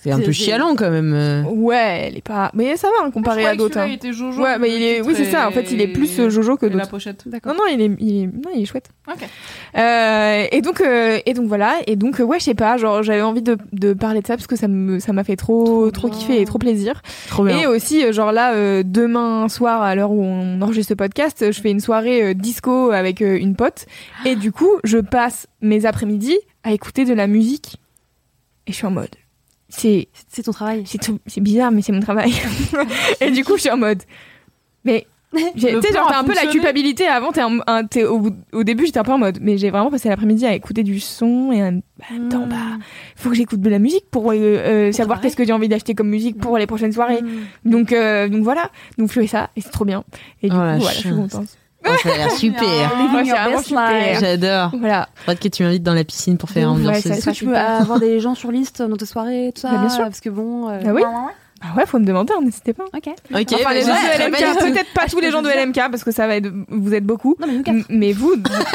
A: C'est un peu chialant quand même. euh.
C: Ouais, elle est pas. Mais ça va hein, comparé à d'autres. hein.
B: était Jojo.
C: Ouais, mais il est. Oui, c'est ça. En fait, il est plus euh, Jojo que
B: la
C: d'autres.
B: pochette.
C: Non, non, il est, il est, non, il est chouette.
B: Ok.
C: Euh, et donc, euh, et donc voilà, et donc euh, ouais, je sais pas, genre j'avais envie de, de parler de ça parce que ça me, ça m'a fait trop, trop, kiffer et trop plaisir.
A: Trop bien.
C: Et aussi, euh, genre là, euh, demain soir, à l'heure où on enregistre ce podcast, euh, je fais une soirée euh, disco avec euh, une pote. Et du coup, je passe mes après-midi à écouter de la musique. Et je suis en mode. C'est
D: C'est- C'est ton travail.
C: c'est tout- c'est bizarre, mais c'est mon travail. et du coup, je suis en mode. Mais. j'ai- Tu sais,
B: Le plan
C: genre,
B: a
C: t'as un peu la
B: fonctionné.
C: culpabilité avant. t'es en- un- t'es au, bout- au début, j'étais un peu en mode. Mais j'ai vraiment passé l'après-midi à écouter du son et en bah, en même temps,
B: Hmm.
D: Hmm.
C: bah, faut que j'écoute de la musique pour euh, euh, savoir
D: travailler.
C: qu'est-ce que j'ai envie d'acheter comme musique pour les prochaines soirées.
D: Hmm.
C: Donc, euh, donc voilà. Donc, je fais ça et c'est trop bien. Et du
A: Oh,
C: coup,
A: la
C: voilà, je suis
A: chance.
C: contente.
A: Oh, ça a l'air super.
C: Ouais,
D: Living
C: c'est
D: your
C: vraiment
D: best
C: super.
D: life.
A: J'adore.
C: Voilà.
A: Faudrait que tu m'invites dans la piscine pour faire
C: Ouais,
A: ambiance.
C: ça-
D: Est-ce que tu peux
C: Super.
D: avoir des gens sur liste dans tes soirées, tout ça
C: Bah, bien sûr.
D: Parce que bon. euh,
C: Ah oui Bah ouais, faut me demander, n'hésitez pas.
D: Ok.
A: Ok,
C: Enfin, les gens
A: vas-y.
C: de LMK,
A: Vas-y.
B: Ah,
C: peut-être pas tous les gens de LMK parce que ça va être, vous êtes beaucoup.
D: Non, mais nous quatre.
C: Mais vous,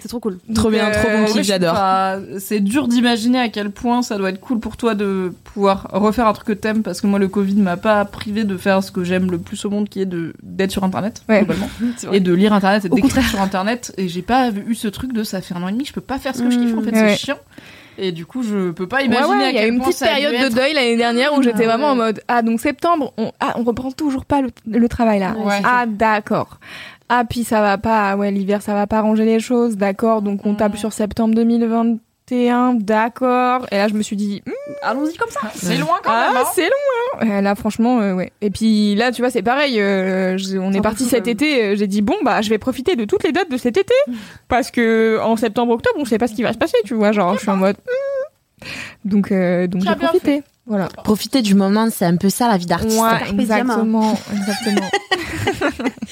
D: C'est trop cool.
A: Trop bien, trop bon
B: Euh, ouais,
A: kiff,
B: je sais
A: j'adore.
B: pas, C'est dur d'imaginer à quel point ça doit être cool pour toi de pouvoir refaire un truc que t'aimes parce que moi le Covid m'a pas privé de faire ce que j'aime le plus au monde qui est de d'être sur internet
C: Ouais.
B: globalement et de lire internet et d'écrire sur internet et j'ai pas eu ce truc de ça fait un an et demi je peux pas faire ce que je kiffe en fait
C: Hmm, Ouais.
B: c'est chiant et du coup je peux pas imaginer
C: Ouais, ouais,
B: à
C: il y a
B: quel
C: eu une
B: point
C: petite
B: ça a dû
C: période de
B: être- Ah,
C: deuil l'année dernière où j'étais vraiment en mode ah donc septembre on ah, on reprend toujours pas le, le travail là
B: Ouais.
C: ah d'accord ah puis ça va pas ah ouais l'hiver ça va pas ranger les choses d'accord donc on tape sur septembre 2021 d'accord et là je me suis dit Hmm,
D: Allons-y comme ça.
B: c'est loin quand même
C: ah
B: hein.
C: c'est long hein. Euh, là franchement euh, ouais et puis là tu vois c'est pareil euh, je- on est parti cet été euh, j'ai dit bon bah je vais profiter de toutes les dates de cet été parce que en septembre octobre on sait pas ce qui va se passer tu vois genre je suis en mode Hmm. donc euh, donc
B: Tu
C: j'ai
B: as bien
C: profité voilà
Q: Profiter du moment, c'est un peu ça la vie d'artiste.
C: Ouais,
D: Carpe diem,
C: exactement, exactement.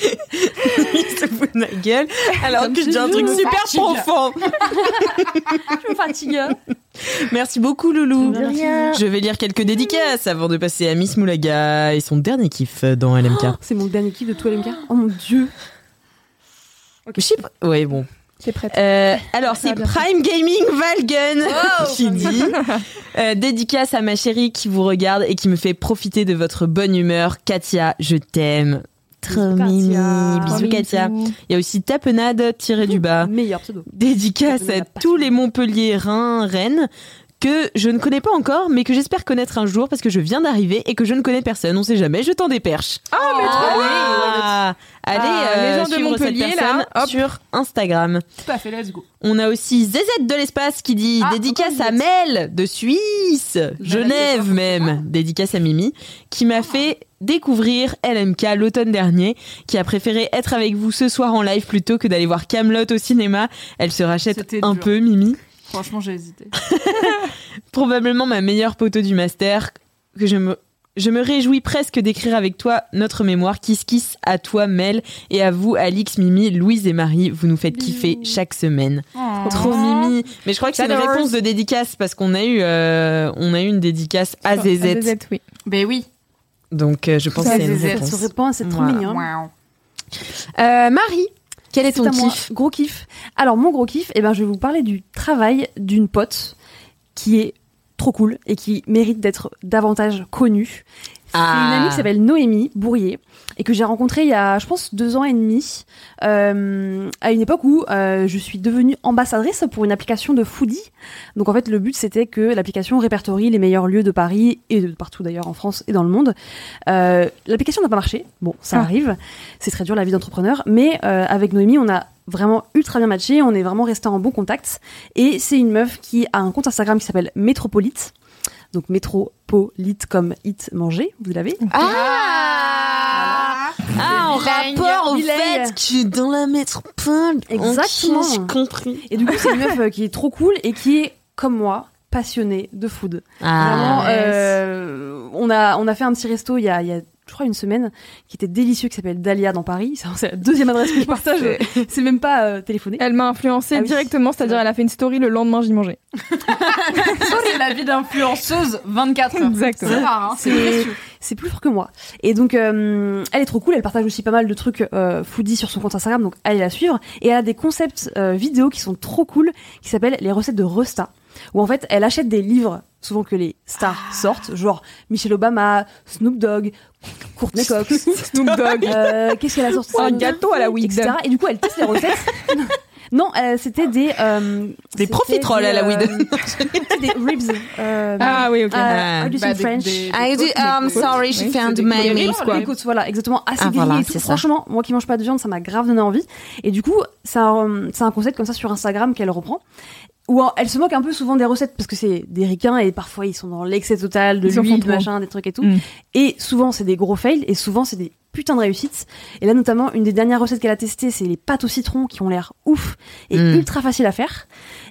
A: Il se fout de ma gueule. Alors que je dis un truc
B: toujours.
A: super profond.
D: Je me fatigue.
A: Merci beaucoup, Loulou.
D: De
A: Je vais lire quelques dédicaces avant de passer à Miss Moulaga et son dernier kiff dans LMK.
D: C'est mon dernier kiff de tout LMK. Oh mon dieu.
A: Je sais pas- Ouais, bon.
C: T'es prête
A: Euh, alors, c'est
C: va bien.
A: Prime Gaming Valgen qui dit euh, Dédicace à ma chérie qui vous regarde et qui me fait profiter de votre bonne humeur. Katia, je t'aime. Trop
D: Bisous,
A: mimi.
D: Katia.
A: Bisous, Katia. Il y a aussi Tapenade tiré du bas.
D: Meilleur pseudo.
A: Dédicace à
D: Tapenade,
A: tous les Montpellier, Rhin, Rennes que je ne connais pas encore, mais que j'espère connaître un jour parce que je viens d'arriver et que je ne connais personne. On sait jamais, je t'en déperche.
C: Ah, mais trop bien
A: Ah, allez,
C: Ah,
A: euh,
C: les gens de
A: suivre cette
C: Montpellier, là,
A: personne
C: hop.
A: sur Instagram.
B: tout à fait let's go
A: On a aussi ZZ de l'espace qui dit
B: Ah,
A: dédicace
B: encore
A: à
B: une
A: Mel de Suisse, Genève même, dédicace à Mimi, qui
B: Ah.
A: m'a fait découvrir LMK l'automne dernier, qui a préféré être avec vous ce soir en live plutôt que d'aller voir Camelot au cinéma. Elle se rachète
B: C'était
A: un
B: dur.
A: peu, Mimi.
B: franchement j'ai hésité
A: Probablement ma meilleure poteau du master que je me Je me réjouis presque d'écrire avec toi notre mémoire. Kiss kiss à toi, Mel, et à vous, Alix, Mimi, Louise et Marie. Vous nous faites kiffer chaque semaine.
C: Oh.
B: Oh.
A: Trop mimi. Mais je crois que c'est une
C: J'adore.
A: réponse de dédicace parce qu'on a eu, euh, on a eu une dédicace à ZZ.
C: ZZ, Ah, oui.
B: Ben oui.
A: Donc euh, je pense que c'est une réponse.
D: se répand, c'est trop
A: Voilà.
D: mignon.
C: Euh, Marie,
A: Quel est
D: C'est
A: ton
D: à moi.
A: kiff
D: Gros kiff. Alors, mon gros kiff, eh ben, je vais vous parler du travail d'une pote qui est trop cool et qui mérite d'être davantage connue. C'est
A: Ah.
D: une amie qui s'appelle Noémie Bourrier et que j'ai rencontrée il y a, je pense, deux ans et demi, euh, à une époque où euh, je suis devenue ambassadrice pour une application de foodie. Donc en fait, le but c'était que l'application répertorie les meilleurs lieux de Paris et de partout d'ailleurs en France et dans le monde. Euh, l'application n'a pas marché, bon, ça
C: Ah.
D: arrive, c'est très dur la vie d'entrepreneur, mais euh, avec Noémie, on a vraiment ultra bien matché, on est vraiment resté en bon contact. Et c'est une meuf qui a un compte Instagram qui s'appelle Métropolite. Donc métropolite comme it manger, vous l'avez
A: Ah Ah, en rapport au
D: Bilingue.
A: fait que dans la métropole.
D: Exactement.
A: Ok, J'ai compris.
D: Et du coup, c'est une meuf euh, qui est trop cool et qui est, comme moi, passionnée de food.
A: Ah.
D: Vraiment, euh, on, a, on a fait un petit resto il y a, il y a, je crois, une semaine, qui était délicieux, qui s'appelle Dahlia dans Paris. Ça, C'est la deuxième adresse que je partage. c'est même pas euh, téléphoné.
C: Elle m'a influencée
D: Ah oui.
C: directement, c'est-à-dire elle a fait une story le lendemain j'y mangeais.
B: c'est la vie d'influenceuse 24 heures.
C: Exactement.
B: C'est rare, hein.
D: C'est- C'est plus fort que moi. Et donc, euh, elle est trop cool. Elle partage aussi pas mal de trucs euh, foodie sur son compte Instagram. Donc, allez la suivre. Et elle a des concepts euh, vidéos qui sont trop cool, qui s'appellent les recettes de Resta. Où en fait, elle achète des livres, souvent que les stars sortent, genre Michelle Obama, Snoop Dogg, Courtney Cox.
C: Snoop Dogg.
D: Euh, qu'est-ce qu'elle a sorti
C: Un gâteau à la Whip.
D: etc. Et du coup, elle teste les recettes. non, euh, c'était des. euh,
A: Des
D: c'était
A: profiteroles
D: des,
A: à la
D: euh,
A: Whedon.
D: C'était des ribs. euh,
C: Ah oui, ok.
D: euh,
A: Ah.
D: how do you
B: Bah,
D: say
B: des-
D: French.
B: des- Ah.
A: I do, I'm sorry, she
C: Oui, c'est
A: found
C: des
A: my
C: colibris,
A: name.
C: quoi.
D: Des côtes, voilà, exactement, assez
A: Ah,
D: grillées
A: voilà,
D: et tout.
A: c'est ça.
D: Franchement, moi qui mange pas de viande, ça m'a grave donné envie. Et du coup, c'est un, c'est un concept comme ça sur Instagram qu'elle reprend. Où euh, elle se moque un peu souvent des recettes parce que c'est des ricains et parfois ils sont dans l'excès total de
C: Ils en font
D: l'huile, du
C: trop.
D: machin, des trucs et tout.
C: Mm.
D: Et souvent c'est des gros fails et souvent c'est des putains de réussites. Et là notamment une des dernières recettes qu'elle a testées c'est les pâtes au citron qui ont l'air ouf et
A: Mm.
D: ultra facile à faire.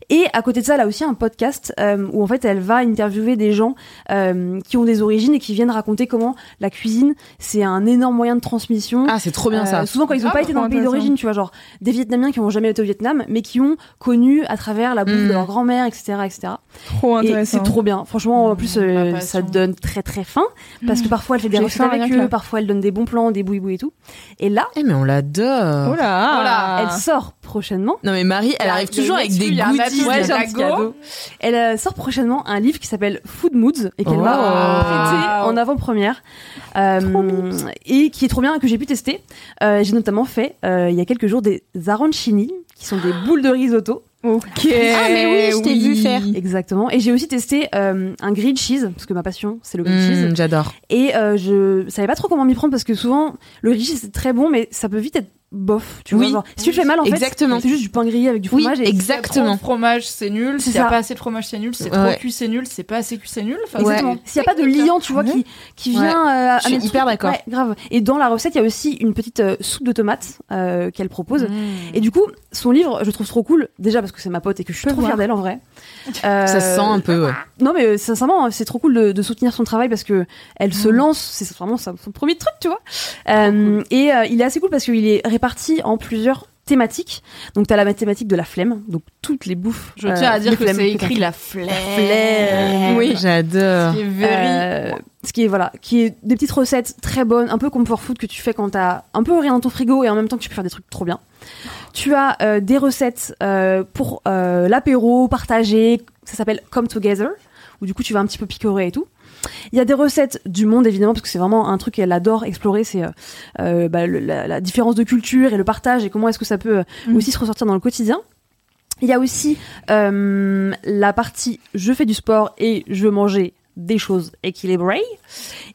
D: Et à côté de ça elle a aussi un podcast euh, où en fait elle va interviewer des gens euh, qui ont des origines et qui viennent raconter comment la cuisine c'est un énorme moyen de transmission.
A: Ah, c'est trop bien ça.
D: Euh, souvent quand ils n'ont
C: Ah,
D: pas été dans le pays
C: intéressant.
D: d'origine, tu vois, genre des Vietnamiens qui n'ont jamais été au Vietnam, mais qui ont connu à travers la bouffe
A: Mm.
D: de leur grand-mère, etc., etc.
C: Trop
D: Et c'est
C: intéressant.
D: trop bien. Franchement, en plus, euh,
B: ma
D: ça
B: passion.
D: donne très très faim parce que parfois elle fait des
C: J'ai
D: recettes
C: faim rien
D: avec
C: que là.
D: eux, parfois elle donne des bons plans, des boui et tout. Et là,
A: Eh, mais on l'adore.
C: Oh là.
B: Oh là.
D: elle sort prochainement.
A: Non, mais Marie, elle
B: Il y a-
A: arrive
B: il y a
A: toujours
B: une
A: avec des
B: exclue, il y a un
A: goodies.
B: baptême,
A: là.
B: il y a un
A: Petit
B: go.
A: cadeau.
D: Elle euh, sort prochainement un livre qui s'appelle Food Moods et qu'elle
A: Wow.
D: va euh, prêter en avant-première Euh, et qui est trop bien que j'ai pu tester. Euh, j'ai notamment fait euh, il y a quelques jours des arancini qui sont des boules de risotto.
C: Ok.
A: Ah, mais oui, je t'ai vu faire.
D: Exactement. Et j'ai aussi testé euh, un grilled cheese, parce que ma passion, c'est le grilled cheese.
A: Mm, J'adore.
D: Et euh, je savais pas trop comment m'y prendre, parce que souvent, le grilled cheese, c'est très bon, mais ça peut vite être bof. Tu
A: Oui.
D: vois, genre, si tu le fais mal, en
A: Exactement.
D: fait, c'est juste du pain grillé avec du
A: Oui,
D: fromage. et
B: Trop de
A: exactement.
B: fromage, c'est nul.
D: C'est
B: S'il n'y a
D: ça.
B: pas assez de fromage, c'est nul. C'est
A: Ouais.
B: trop cuit, c'est nul. C'est pas assez cuit, c'est nul. Enfin,
D: Exactement.
B: ouais.
D: S'il n'y a pas de liant, tu vois, qui, qui
A: Ah Ouais.
D: vient. euh,
A: Je suis
D: amener le
A: hyper
D: truc.
A: d'accord.
D: Ouais, grave. Et dans la recette, il y a aussi une petite euh, soupe de tomates euh, qu'elle propose.
B: Mmh.
D: Et du coup, son livre, je le trouve trop cool. Déjà parce que c'est ma pote et que je suis
C: Peux
D: trop
C: voir.
D: fière d'elle en vrai. Euh,
A: Ça se sent un peu, ouais.
D: Non, mais euh, sincèrement, hein, c'est trop cool de, de soutenir son travail parce que elle
A: Mmh.
D: se lance. C'est vraiment sa- son premier truc, tu vois. Euh, et euh, il est assez cool parce qu'il est réparti en plusieurs thématiques. Donc, t'as la mathématique de la flemme, donc toutes les bouffes.
B: Je
D: euh,
B: tiens à
D: de
B: dire que
D: flemme
B: c'est
D: t'as
B: écrit euh, la
D: Eh.
B: flemme.
D: flemme.
A: Oui, j'adore.
B: Qui est very-
D: Euh, ce qui est voilà, qui est des petites recettes très bonnes, un peu comfort food que tu fais quand t'as un peu rien dans ton frigo et en même temps que tu peux faire des trucs trop bien. Tu as euh, des recettes euh, pour euh, l'apéro partagé, ça s'appelle Come Together, où du coup tu vas un petit peu picorer et tout. Il y a des recettes du monde évidemment parce que c'est vraiment un truc qu'elle adore explorer, c'est euh, euh, bah, le- la, la différence de culture et le partage et comment est-ce que ça peut euh, aussi se ressortir dans le quotidien. Il y a aussi euh, la partie je fais du sport et je veux manger des choses équilibrées.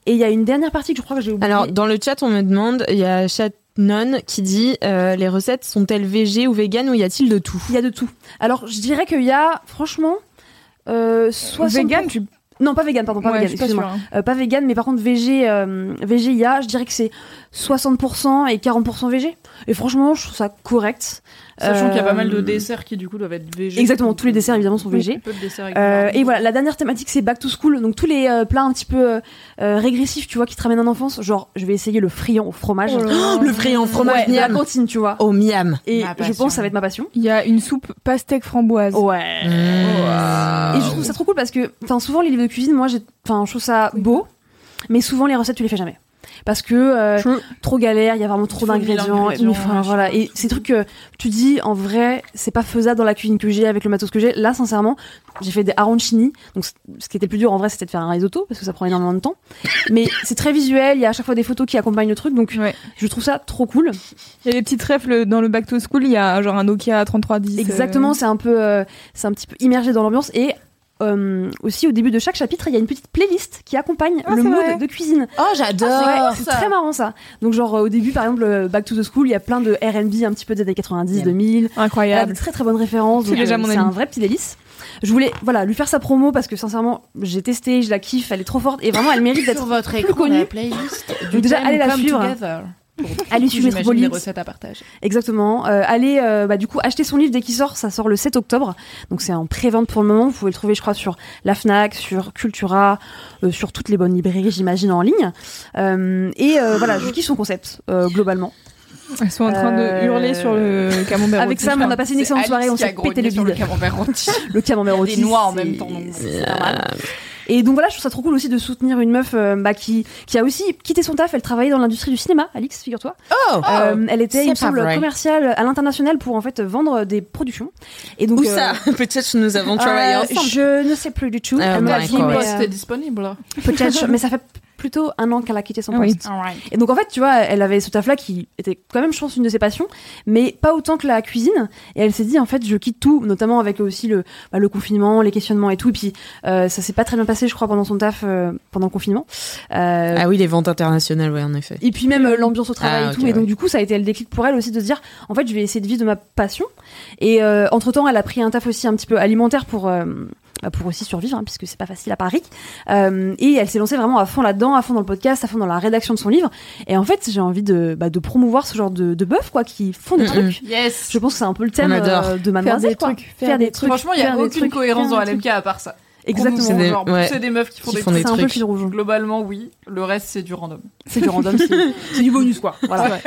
D: Et il y a une dernière partie que je crois que j'ai oubliée.
A: Alors, dans le chat, on me demande, il y a Chatnon qui dit euh, Les recettes sont-elles végé ou vegan ou y a-t-il de tout
D: il y a de tout. Alors je dirais qu'il y a franchement euh, 60...
C: Vegan, tu
D: Non, pas vegan, pardon, pas
C: Ouais,
D: vegan,
C: je suis pas sûre, hein.
D: excuse-moi. Euh, pas vegan, mais par contre, VG, euh, VGIA, je dirais que c'est 60% et 40% VG. Et franchement, je trouve ça correct.
B: Sachant qu'il y a pas mal de
D: Euh,
B: desserts qui du coup doivent être végés.
D: Exactement, tous les desserts évidemment sont végés.
B: Peu de desserts avec
D: Euh,
B: marron.
D: et voilà, la dernière thématique c'est back to school, donc tous les euh, plats un petit peu euh, euh, régressifs, tu vois, qui te ramènent en enfance. Genre, je vais essayer le friand au fromage.
A: Oh, le friand au fromage,
D: ouais, la
A: miam.
D: cantine, tu vois.
A: Oh, miam.
D: Et
B: Ma
D: je
B: passion.
D: pense que ça va être ma passion.
C: Il y a une soupe pastèque
D: Oh.
C: framboise.
D: Ouais.
A: Oh.
D: Et je trouve ça trop cool parce que, enfin, souvent les livres de cuisine, moi, j'ai, enfin, je trouve ça beau, mais souvent les recettes, tu les fais jamais. Parce que euh,
C: True.
D: trop galère, il y a vraiment trop
B: Faut mille
D: d'ingrédients.
B: ingrédients,
D: mais enfin,
B: ouais,
D: voilà. Et ces trucs que tu dis, en vrai, c'est pas faisable dans la cuisine que j'ai avec le matos que j'ai. Là, sincèrement, j'ai fait des arancini. Donc, c- ce qui était le plus dur en vrai, c'était de faire un risotto parce que ça prend énormément de temps. Mais c'est très visuel. Il y a à chaque fois des photos qui accompagnent le truc. Donc,
C: Ouais.
D: je trouve ça trop cool.
C: Il y a des petites trèfles dans le back to school, il y a genre un Nokia euh, 3310.
D: Exactement, c'est un peu, euh, c'est un petit peu immergé dans l'ambiance et euh, aussi au début de chaque chapitre, il y a une petite playlist qui accompagne
C: Ah,
D: le
C: c'est
D: mood
C: vrai.
D: de cuisine.
A: Oh, j'adore.
D: Ouais, c'est très marrant ça. Donc genre euh, au début, par exemple, euh, Back to the School, il y a plein de R&B un petit peu des années 90,
A: Bien.
D: 2000.
C: euh, incroyable.
D: Elle a de très très bonnes références.
C: C'est
D: donc,
C: déjà
D: euh,
C: mon
D: C'est
C: ami.
D: un vrai petit délice. Je voulais voilà lui faire sa promo parce que sincèrement, j'ai testé, je la kiffe, elle est trop forte et vraiment elle mérite
R: Sur
D: d'être
R: votre écran,
D: connue.
R: la playlist du
D: Donc déjà,
R: thème
D: allez la
R: Come
D: suivre.
R: Together.
D: à l'issue
B: J'imagine
D: métropolite.
B: des recettes à partager.
D: Exactement. Euh, allez, euh, bah, du coup, acheter son livre dès qu'il sort. Ça sort le 7 octobre. Donc, c'est en pré-vente pour le moment. Vous pouvez le trouver, je crois, sur la Fnac, sur Cultura, euh, sur toutes les bonnes librairies, j'imagine, en ligne. Euh, et euh, voilà, je kiffe son concept, euh, globalement.
C: Elles sont en train
D: Euh,
C: de hurler sur le Euh, camembert.
D: Avec
C: rôti,
D: Sam,
C: je
D: on a passé une excellente
B: C'est
D: soirée. On
B: Alice qui
D: s'est
B: a grogné
D: pété le
B: sur
D: bide.
B: camembert rôti.
D: Le camembert
B: Il y a
D: aussi.
B: des noix en même temps, donc
D: C'est normal. Et donc voilà, je trouve ça trop cool aussi de soutenir une meuf euh, bah, qui, qui a aussi quitté son taf. Elle travaillait dans l'industrie du cinéma, Alix, figure-toi.
A: Oh.
D: Euh, elle était,
A: C'est
D: il me
A: pas
D: semble,
A: vrai.
D: commerciale à l'international pour en fait vendre des productions. Et donc,
A: Où
D: euh,
A: ça Peut-être nous avons travaillé
D: Euh,
A: ensemble.
D: Je ne sais plus du tout.
A: Ah,
D: Elle
A: bah,
D: m'a dit,
A: d'accord.
D: mais,
A: Ouais.
B: C'était
D: euh,
B: disponible.
D: peut-être, mais ça fait plutôt un an qu'elle a quitté son
C: Ah oui.
D: poste. Et donc en fait, tu vois, elle avait ce taf-là qui était quand même, je pense, une de ses passions, mais pas autant que la cuisine. Et elle s'est dit, en fait, je quitte tout, notamment avec aussi le, bah, le confinement, les questionnements et tout. Et puis euh, ça s'est pas très bien passé, je crois, pendant son taf, euh, pendant le confinement. Euh,
A: Ah oui, les ventes internationales, oui, en effet.
D: et puis même euh, l'ambiance au travail
A: Ah,
D: et
A: ok,
D: tout. Et donc
A: ouais.
D: du coup, ça a été le déclic pour elle aussi de se dire, en fait, je vais essayer de vivre de ma passion. Et entre temps, elle a pris un taf aussi un petit peu alimentaire pour euh, bah, pour aussi survivre, hein, puisque c'est pas facile à Paris. Euh, et elle s'est lancée vraiment à fond là-dedans, à fond dans le podcast, à fond dans la rédaction de son livre. Et en fait, j'ai envie de bah, de promouvoir ce genre de de bœufs quoi, qui font des
A: Mm,
D: trucs.
B: Yes.
D: Je pense que c'est un peu le thème
A: On adore.
D: euh, de
C: Faire
D: Mademoiselle,
C: des
D: quoi.
C: trucs.
D: faire, des trucs.
B: Franchement, il y a
D: faire des
B: aucune
D: trucs,
B: cohérence
D: faire
B: dans
D: des
B: LMK à part ça.
D: Exactement.
B: C'est
A: des-
B: des, genre,
A: ouais.
B: c'est des meufs qui font
A: Qui
B: des
A: font
B: trucs.
D: C'est un peu le
A: trucs.
D: fil rouge. hein.
B: Globalement, oui. Le reste, c'est du random.
D: C'est du random. c'est-
B: C'est du bonus, quoi.
D: Voilà.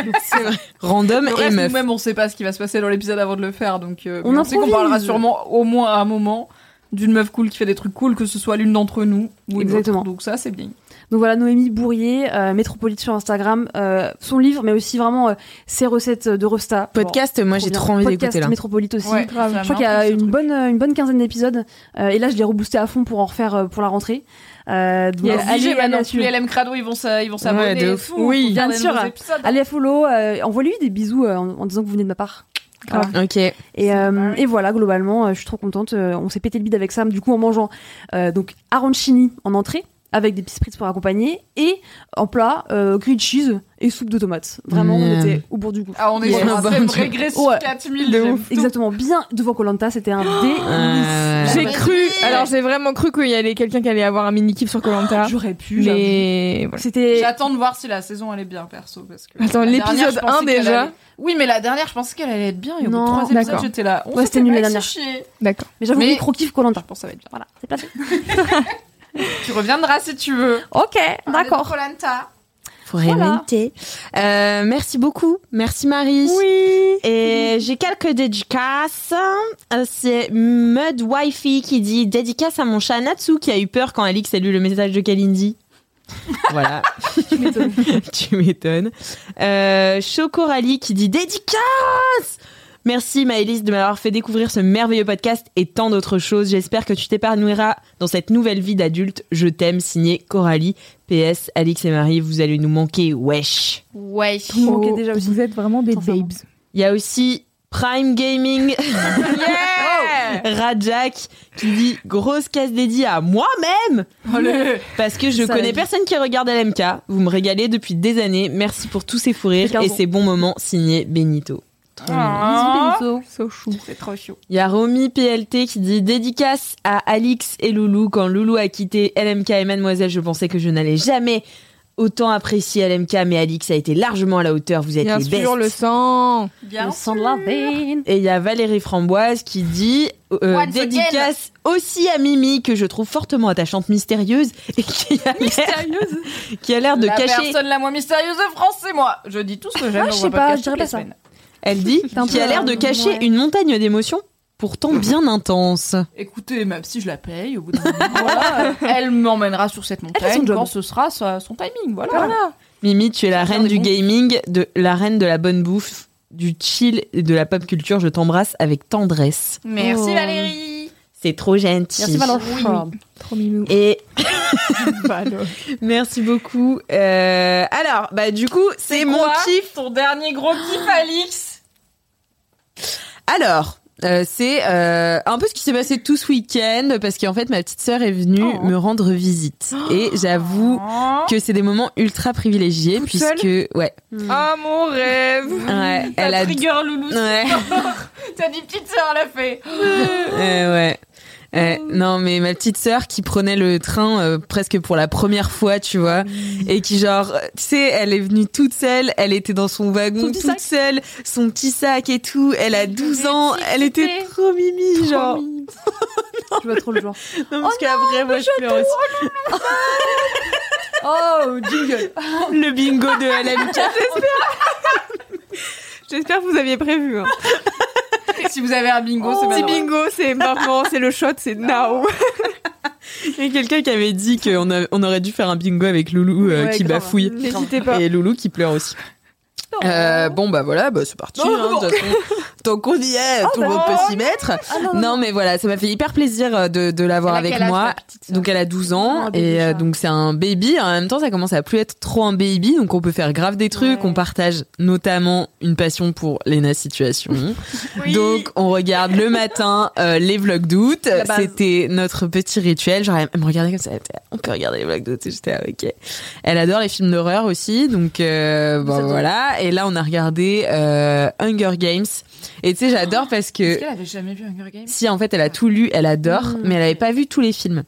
A: Random
B: Le
A: et
B: reste,
A: meuf.
B: nous-mêmes, on sait pas ce qui va se passer dans l'épisode avant de le faire, donc euh,
D: On
B: mais sait qu'on
D: improvise.
B: parlera sûrement au moins à un moment d'une meuf cool qui fait des trucs cool, que ce soit l'une d'entre nous ou une
D: Exactement.
B: autre. Donc ça, c'est bien.
D: Donc voilà, Noémie Bourrier, euh, métropolite sur Instagram, euh, son livre, mais aussi vraiment euh, ses recettes de Rosta.
A: Podcast, moi
D: Bon,
A: j'ai
D: trop bien.
A: trop envie
D: Podcast
A: d'écouter là.
D: métropolite aussi.
B: grave.
D: Je crois qu'il y a une bonne, euh, une bonne quinzaine d'épisodes. Euh, et là, je l'ai reboosté à fond pour en refaire euh, pour la rentrée. Euh, donc,
B: Il y a
D: voilà, allez, allez,
B: maintenant,
D: à
B: tous
D: suivre.
B: les LM Crado, ils vont s'a- ils vont s'abonner.
A: de
B: et
A: ouf.
B: tout,
D: Oui,
B: pour
D: bien
B: regarder
D: sûr.
B: nos épisodes.
D: Allez à follow. euh, Envoie-lui des bisous euh, en, en disant que vous venez de ma part.
A: Ok.
D: Et, euh, et voilà, globalement, euh, je suis trop contente. Euh, on s'est pété le bide avec Sam, du coup, en mangeant euh, donc arancini en entrée, avec des petits spritz pour accompagner, et en plat, euh, grilled cheese et soupe de tomates. Vraiment, on
C: Mmh.
A: Miam.
D: était au bout du gouffre.
B: Ah, on est
A: Yeah.
B: sur un
A: Bah,
B: thème
A: Dieu.
B: régressif
D: Ouais.
B: 4000 de ouf.
D: Exactement, bien devant Colanta, c'était un dé.
A: Euh,
C: J'ai cru, alors j'ai vraiment cru qu'il y allait quelqu'un qui allait avoir un mini kiff sur Colanta.
D: J'aurais pu.
C: Mais voilà.
D: C'était
B: J'attends de voir si la saison elle est bien perso parce que
C: Attends,
B: la dernière,
C: l'épisode
B: je pensais
C: 1
B: qu'elle
C: déjà
B: allait- Oui, mais la dernière, je pensais qu'elle allait être bien et au bout de
D: Non,
B: trois épisodes,
C: d'accord.
B: j'étais là. On
D: Ouais,
B: s'était
D: c'était nul, la
B: fait
D: dernière.
B: chier.
C: D'accord.
D: Mais j'avoue,
B: Mais-
D: micro kiff Colanta.
B: Je pense que ça va être bien.
D: Voilà, c'est placé.
B: Tu reviendras si tu veux.
D: Ok, d'accord.
B: Colanta.
A: Faut réinventer. Euh, merci beaucoup. Merci Marie.
C: Oui.
A: Et j'ai quelques dédicaces. Euh, C'est Mud Wifey qui dit dédicace à mon chat Natsu qui a eu peur quand Alix a lu le message de Kalindi. voilà. tu m'étonnes. Euh, Chocorali qui dit dédicace. Merci Maëlys de m'avoir fait découvrir ce merveilleux podcast et tant d'autres choses. J'espère que tu t'épanouiras dans cette nouvelle vie d'adulte. Je t'aime, signé Coralie. PS, Alix et Marie, vous allez nous manquer, wesh.
B: Ouais.
D: Vous manquez déjà aussi.
C: Vous êtes vraiment des
D: Sincèrement.
C: babes.
A: Il y a aussi Prime Gaming. Rajak qui dit grosse casse dédiée à moi-même parce que je
D: Ça
A: connais
D: va.
A: personne qui regarde LMK. Vous me régalez depuis des années. Merci pour tous ces fous rires
D: C'est quinze
A: et
D: ans.
A: ces bons moments signés Benito.
B: Ah. Oh.
A: Trop mignon.
C: So chou.
B: C'est trop chaud.
A: Il y a Romy PLT qui dit dédicace à Alix et Loulou quand Loulou a quitté LMK et Mademoiselle. Je pensais que je n'allais jamais autant apprécier LMK, mais Alix a été largement à la hauteur. Vous êtes
C: Bien
A: les
C: sûr,
A: bestes.
C: le sang.
D: Le sang de la veine.
A: Et il y a Valérie Framboise qui dit euh,
B: Once
A: dédicace aussi à Mimi que je trouve fortement attachante, mystérieuse et qui a l'air-
B: Mystérieuse.
A: qui a l'air de
B: la
A: cacher.
B: personne la moins mystérieuse de France, c'est moi. Je dis tout ce que j'aime.
D: Ouais,
B: dans mon
D: je sais pas,
B: podcast
D: je dirais
B: toutes les
D: pas ça.
B: semaines.
A: Elle dit
D: C'est un
A: qui a
D: peu,
A: l'air de
D: euh,
A: cacher
D: ouais.
A: une montagne d'émotions, pourtant bien intense.
B: Écoutez, même si je la paye, au bout d'un moment, voilà, euh, elle m'emmènera sur cette montagne
D: son job.
B: quand ce sera sa- son timing. Voilà.
A: Mimi, tu es la reine du gaming, de la reine de la bonne bouffe, du chill et de la pop culture. Je t'embrasse avec tendresse.
B: Merci Valérie.
A: C'est trop gentil.
D: Merci Valentin.
C: Trop mignon.
A: Et merci beaucoup. Euh, alors, bah du coup, c'est mon
B: quoi
A: kiff.
B: Ton dernier gros kiff, Alix.
A: Alors, euh, c'est euh, un peu ce qui s'est passé tout ce week-end parce qu'en fait, ma petite sœur est venue me rendre visite et j'avoue
B: Oh.
A: que c'est des moments ultra privilégiés puisque ouais,
D: Hmm.
B: Ah mon rêve.
A: ouais,
B: Elle
A: elle a
B: trigger loulou.
A: ouais.
B: T'as dit petite sœur, elle a fait.
A: Euh, ouais. Euh, non, mais ma petite sœur qui prenait le train euh, presque pour la première fois, tu vois, et qui genre, euh, tu sais, elle est venue toute seule, elle était dans son wagon toute seule, son petit sac et tout, elle a 12 ans, elle était trop mimi, genre.
D: Je vois trop le genre.
A: Non, parce qu'après, moi, je pleure aussi.
D: Oh, jingle.
A: Le bingo de LMK.
C: J'espère que vous aviez prévu. hein.
B: si vous avez un bingo, c'est
C: Petit
B: maintenant.
C: Oh. bingo, c'est maintenant, c'est le shot, c'est now.
A: Il y a quelqu'un qui avait dit qu'on a- on aurait dû faire un bingo avec Loulou euh,
C: Ouais,
A: qui
C: grave.
A: bafouille.
C: N'hésitez pas.
A: Et Loulou qui pleure aussi. Euh, bon bah voilà, bah, c'est parti. hein, de toute façon. tant qu'on y est, tout le monde peut s'y mettre. non, mais voilà, ça m'a fait hyper plaisir euh, de, de l'avoir avec moi. Donc elle a 12 ans
D: Oh, un baby
A: et euh,
D: chat.
A: donc c'est un baby. En même temps, ça commence à plus être trop un baby, donc on peut faire grave des trucs. On partage notamment une passion pour Lena Situation. Donc on regarde le matin euh, les vlogs d'août.
D: base.
A: C'était notre petit rituel. Genre elle me regardait comme ça. elle était, On peut regarder les vlogs d'août. Et J'étais ah, ok. Elle adore les films d'horreur aussi, donc euh, bon, voilà. Et là on a regardé euh, Hunger Games. Et tu sais j'adore parce Oh, que Hmm.
B: Est-ce qu'elle avait jamais vu Hunger Games
A: si en fait elle a tout lu, elle adore, mais elle avait pas vu tous les films.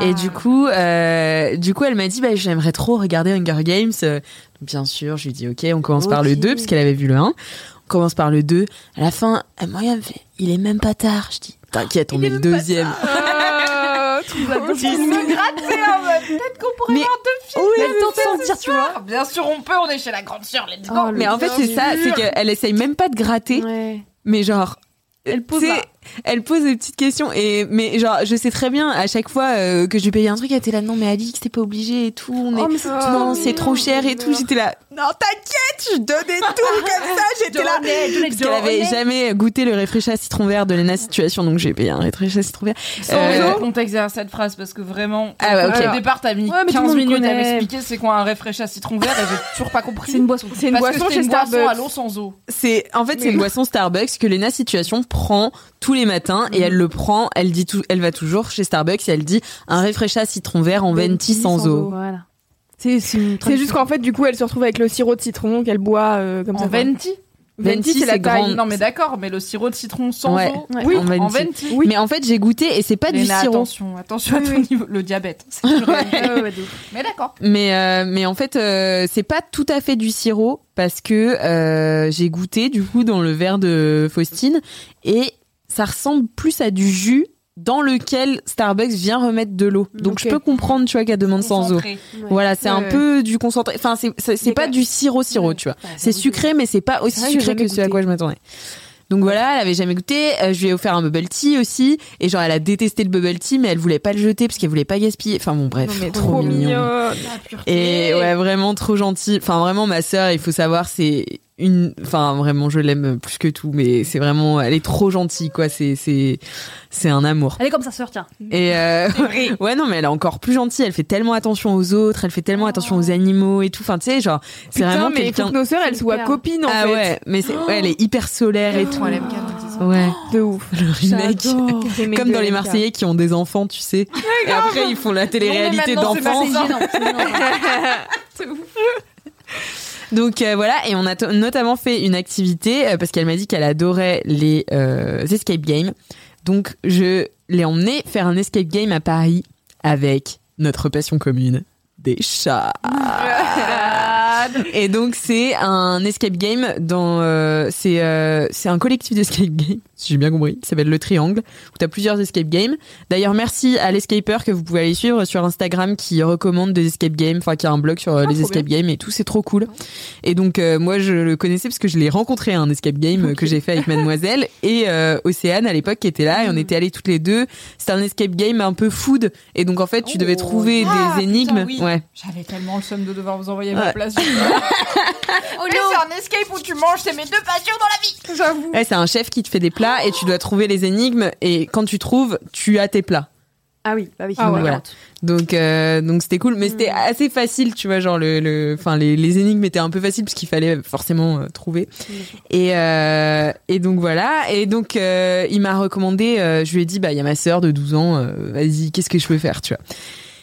A: Et du coup, euh, du coup, elle m'a dit, bah, j'aimerais trop regarder Hunger Games. Euh, Bien sûr, je lui ai dit, ok, on commence par le
D: Ok.
A: 2, parce qu'elle avait vu le 1. On commence par le 2. À la fin, elle me regarde, elle me fait, il est même pas tard. Je dis, t'inquiète, on est le deuxième. Mais- Bah,
D: Elle a le temps de sentir, tu vois.
B: Ah, Bien sûr, on peut, on est chez la grande sœur, let's go.
A: Mais en fait, c'est ça, c'est qu'elle essaye même pas de gratter,
D: Ouais.
A: mais genre. Elle pose, elle pose des petites questions et mais genre je sais très bien à chaque fois euh, que je lui payais un truc elle était là non mais Alix t'es pas obligée et tout on est
D: Oh, mais c'est trop
A: non, c'est trop cher et tout. J'étais là, non, t'inquiète, je donnais tout comme ça. J'étais là. Parce qu'elle avait jamais goûté le réfréchat citron vert de Lena Situation, donc j'ai payé un réfréchat citron vert.
B: Sans
A: Euh,
B: le contexte derrière cette phrase, parce que vraiment,
A: Ah ouais, ok.
B: au départ, t'as mis
D: Ouais, mais tout
B: 15
D: le monde
B: minutes à
D: connaît.
B: m'expliquer c'est quoi un réfraîchi à citron vert et j'ai toujours pas compris.
D: C'est une boisson.
C: C'est une
B: Parce que
C: boisson
B: c'est
C: chez
B: une boisson à l'eau
C: Starbucks.
B: sans eau.
A: C'est, en fait, c'est une boisson Starbucks que Lena Situation prend tous les matins et elle le prend. Elle dit tout, elle va toujours chez Starbucks et elle dit un réfréchat citron vert en venti sans eau.
D: Voilà. C'est c'est une
C: C'est juste qu'en fait, du coup, elle se retrouve avec le sirop de citron qu'elle boit euh, comme
B: En
C: ça.
B: venti
A: Venti,
C: c'est la
A: c'est
C: taille.
A: grand.
B: Non, mais d'accord, mais le sirop de citron sans
A: Ouais.
B: eau.
D: Ouais.
A: Oui,
B: en
A: en
B: venti.
A: venti. Mais en fait, j'ai goûté et c'est pas
B: Léna,
A: du sirop.
B: attention, attention à ton niveau, le diabète. c'est une réalité. Mais d'accord.
A: Mais euh, mais en fait euh, c'est pas tout à fait du sirop parce que euh, j'ai goûté du coup dans le verre de Faustine et ça ressemble plus à du jus dans lequel Starbucks vient remettre de l'eau. Donc je
C: Ok.
A: peux comprendre tu vois qu'elle demande sans eau.
B: Concentré.
A: Voilà, c'est un
C: Ouais.
A: peu du concentré. Enfin c'est c'est c'est pas du sirop sirop, tu vois. C'est sucré mais c'est pas aussi
C: vrai que j'ai
A: sucré que
C: jamais
A: ce à quoi je m'attendais. Donc voilà, elle avait jamais goûté. Euh, je lui ai offert un bubble tea aussi, et genre elle a détesté le bubble tea, mais elle voulait pas le jeter parce qu'elle voulait pas gaspiller. Enfin bon, bref,
C: Non, mais
A: trop, mignon. Et ouais, vraiment trop gentil. Enfin, vraiment, ma sœur, il faut savoir, c'est une. Enfin, vraiment, je l'aime plus que tout, mais c'est vraiment. Elle est trop gentille, quoi. C'est, c'est, c'est un amour.
D: Elle est comme sa sœur, tiens.
A: Et euh, ouais, non, mais elle est encore plus gentille. Elle fait tellement attention aux autres, elle fait tellement attention aux animaux et tout. Enfin, tu sais, genre, c'est
C: Oh. Putain,
A: vraiment
C: mais il faut
A: quelqu'un.
C: que nos sœurs, elles soient
D: Super.
C: copines en
A: Ah
C: fait. Oh.
A: ouais, mais c'est, ouais, elle est hyper solaire et tout.
B: LMK nous disons.
A: Ouais,
C: De ouf.
A: le remake.
C: J'ai aimé
A: Comme
C: Oh, de
A: dans les
C: LMK.
A: Marseillais qui ont des enfants, tu sais. Et après, ils font la télé-réalité
B: maintenant, c'est
A: d'enfants.
D: C'est gênant. c'est gênant.
A: Donc euh, voilà, et on a to- notamment fait une activité euh, parce qu'elle m'a dit qu'elle adorait les euh, escape games. Donc je l'ai emmenée faire un escape game à Paris avec notre passion commune des chats. Et donc c'est un escape game dans euh, c'est euh, c'est un collectif d'escape game si j'ai bien compris qui s'appelle le Triangle où t'as plusieurs escape games. D'ailleurs merci à l'escapeur que vous pouvez aller suivre sur Instagram qui recommande des escape games enfin qui a un blog sur euh,
B: Ah,
A: les escape games et tout c'est trop cool. Et donc euh, moi je le connaissais parce que je l'ai rencontré à un escape game euh, que j'ai fait avec Mademoiselle et euh, Océane à l'époque qui était là
B: Mm.
A: et on était allés toutes les deux. C'était un escape game un peu food et donc en fait tu devais trouver
B: Ah,
A: des énigmes
B: putain, oui.
A: ouais.
B: J'avais tellement le somme de devoir vous envoyer
A: Ouais.
B: ma place. c'est un escape où tu manges, c'est mes deux passions dans la vie. J'avoue.
A: Ouais, Eh, c'est un chef qui te fait des plats et tu dois trouver les énigmes et quand tu trouves, tu as tes plats.
D: Ah oui, bah oui.
A: Donc, voilà. Donc euh, donc c'était cool, mais c'était assez facile, tu vois, genre le le enfin les, les énigmes étaient un peu faciles parce qu'il fallait forcément euh, trouver. Et euh, et donc voilà, et donc euh, il m'a recommandé euh, je lui ai dit bah il y a ma sœur de 12 ans, euh, vas-y, qu'est-ce que je peux faire, tu vois.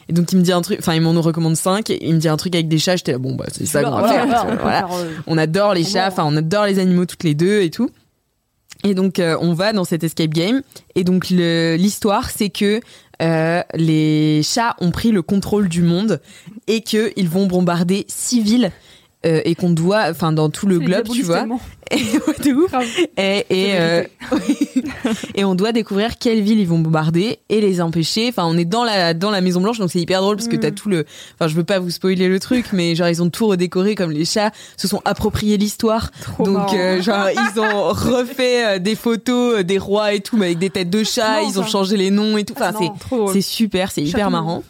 A: Et donc il me dit un truc, enfin il m'en recommande 5 et il me dit un truc avec des chats, j'étais là, bon bah c'est ça qu'on va faire. tu vois, voilà.
D: euh,
A: On adore les chats, enfin on adore les animaux toutes les deux et tout. Et donc euh, on va dans cet escape game. Et donc le- l'histoire c'est que euh, les chats ont pris le contrôle du monde et que ils vont bombarder six villes euh, et qu'on doit, enfin dans tout le globe, tu vois. Et, ouais, de ouf. Et, et, euh, et on doit découvrir quelles villes ils vont bombarder et les empêcher. Enfin, on est dans la dans la Maison Blanche, donc c'est hyper drôle parce que t'as tout le. Enfin, je veux pas vous spoiler le truc, mais genre ils ont tout redécoré comme les chats se sont appropriés l'histoire. donc euh, genre ils ont refait euh, des photos euh, des rois et tout, mais avec des têtes de chats. ils ont changé les noms
D: Ah,
A: et tout. Enfin, c'est c'est super, c'est hyper marrant.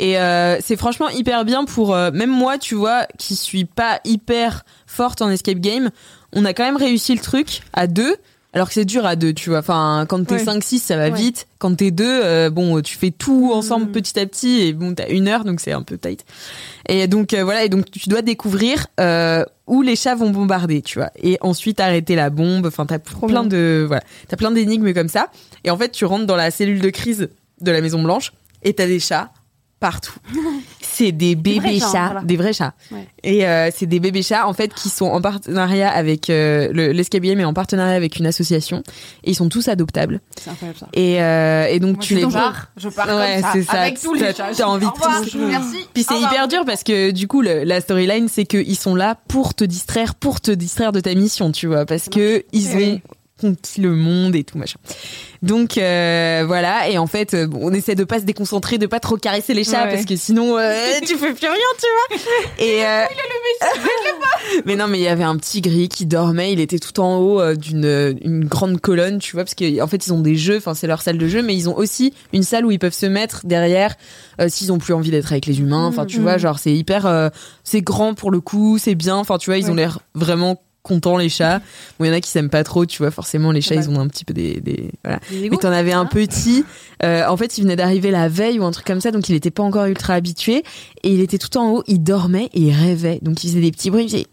A: Et euh, c'est franchement hyper bien pour euh, même moi, tu vois, qui suis pas hyper forte en escape game. On a quand même réussi le truc à deux. Alors que c'est dur à deux, tu vois. Enfin, quand t'es
K: Ouais. Mm.
A: 5-6, ça va vite. Quand t'es deux, euh, bon, tu fais tout ensemble petit à petit et bon, t'as une heure, donc c'est un peu tight. Et donc euh, voilà, et donc tu dois découvrir euh, où les chats vont bombarder, tu vois. Et ensuite arrêter la bombe. Enfin, t'as plein de voilà, t'as plein d'énigmes comme ça. Et en fait, tu rentres dans la cellule de crise de la Maison Blanche et t'as des chats partout. C'est des bébés
D: vrais
A: chats,
D: chats, voilà.
A: des vrais chats.
D: Ouais.
A: Et euh, c'est des bébés chats en fait qui sont en partenariat avec euh, le- l'escabier, mais en partenariat avec une association. Et ils sont tous adoptables.
B: C'est incroyable ça.
A: Et, euh, et donc tu les
B: je
A: vois.
B: pars, je pars
A: Ouais,
B: comme
A: c'est
B: ça,
A: ça.
B: avec tous
A: T'as-
B: les chats.
A: t'as envie de
B: Au revoir,
A: tous.
B: Merci.
A: Puis c'est
B: au revoir.
A: hyper dur parce que du coup le- la storyline c'est qu'ils sont là pour te distraire, pour te distraire de ta mission, tu vois, parce que ils ont conquis le monde et tout machin. Donc euh, voilà et en fait euh, bon, on essaie de pas se déconcentrer, de pas trop caresser les chats
B: Ouais.
A: parce que sinon euh, tu fais plus rien, tu vois. Et euh, mais non, mais il y avait un petit gris qui dormait. Il était tout en haut euh, d'une euh, une grande colonne, tu vois, parce qu'en fait ils ont des jeux. Enfin, c'est leur salle de jeu, mais ils ont aussi une salle où ils peuvent se mettre derrière euh, s'ils ont plus envie d'être avec les humains. Enfin, tu vois, genre c'est hyper, euh, c'est grand pour le coup, c'est bien. Enfin, tu vois, ils ont l'air vraiment contents les chats. Bon, il y en a qui s'aiment pas trop, tu vois. Forcément, les chats, ils ont un petit peu des, des voilà. Mais t'en avais un petit. euh, en fait, il venait d'arriver la veille ou un truc comme ça, donc il était pas encore ultra habitué et il était tout en haut. Il dormait et il rêvait, donc il faisait des petits bruits. il faisait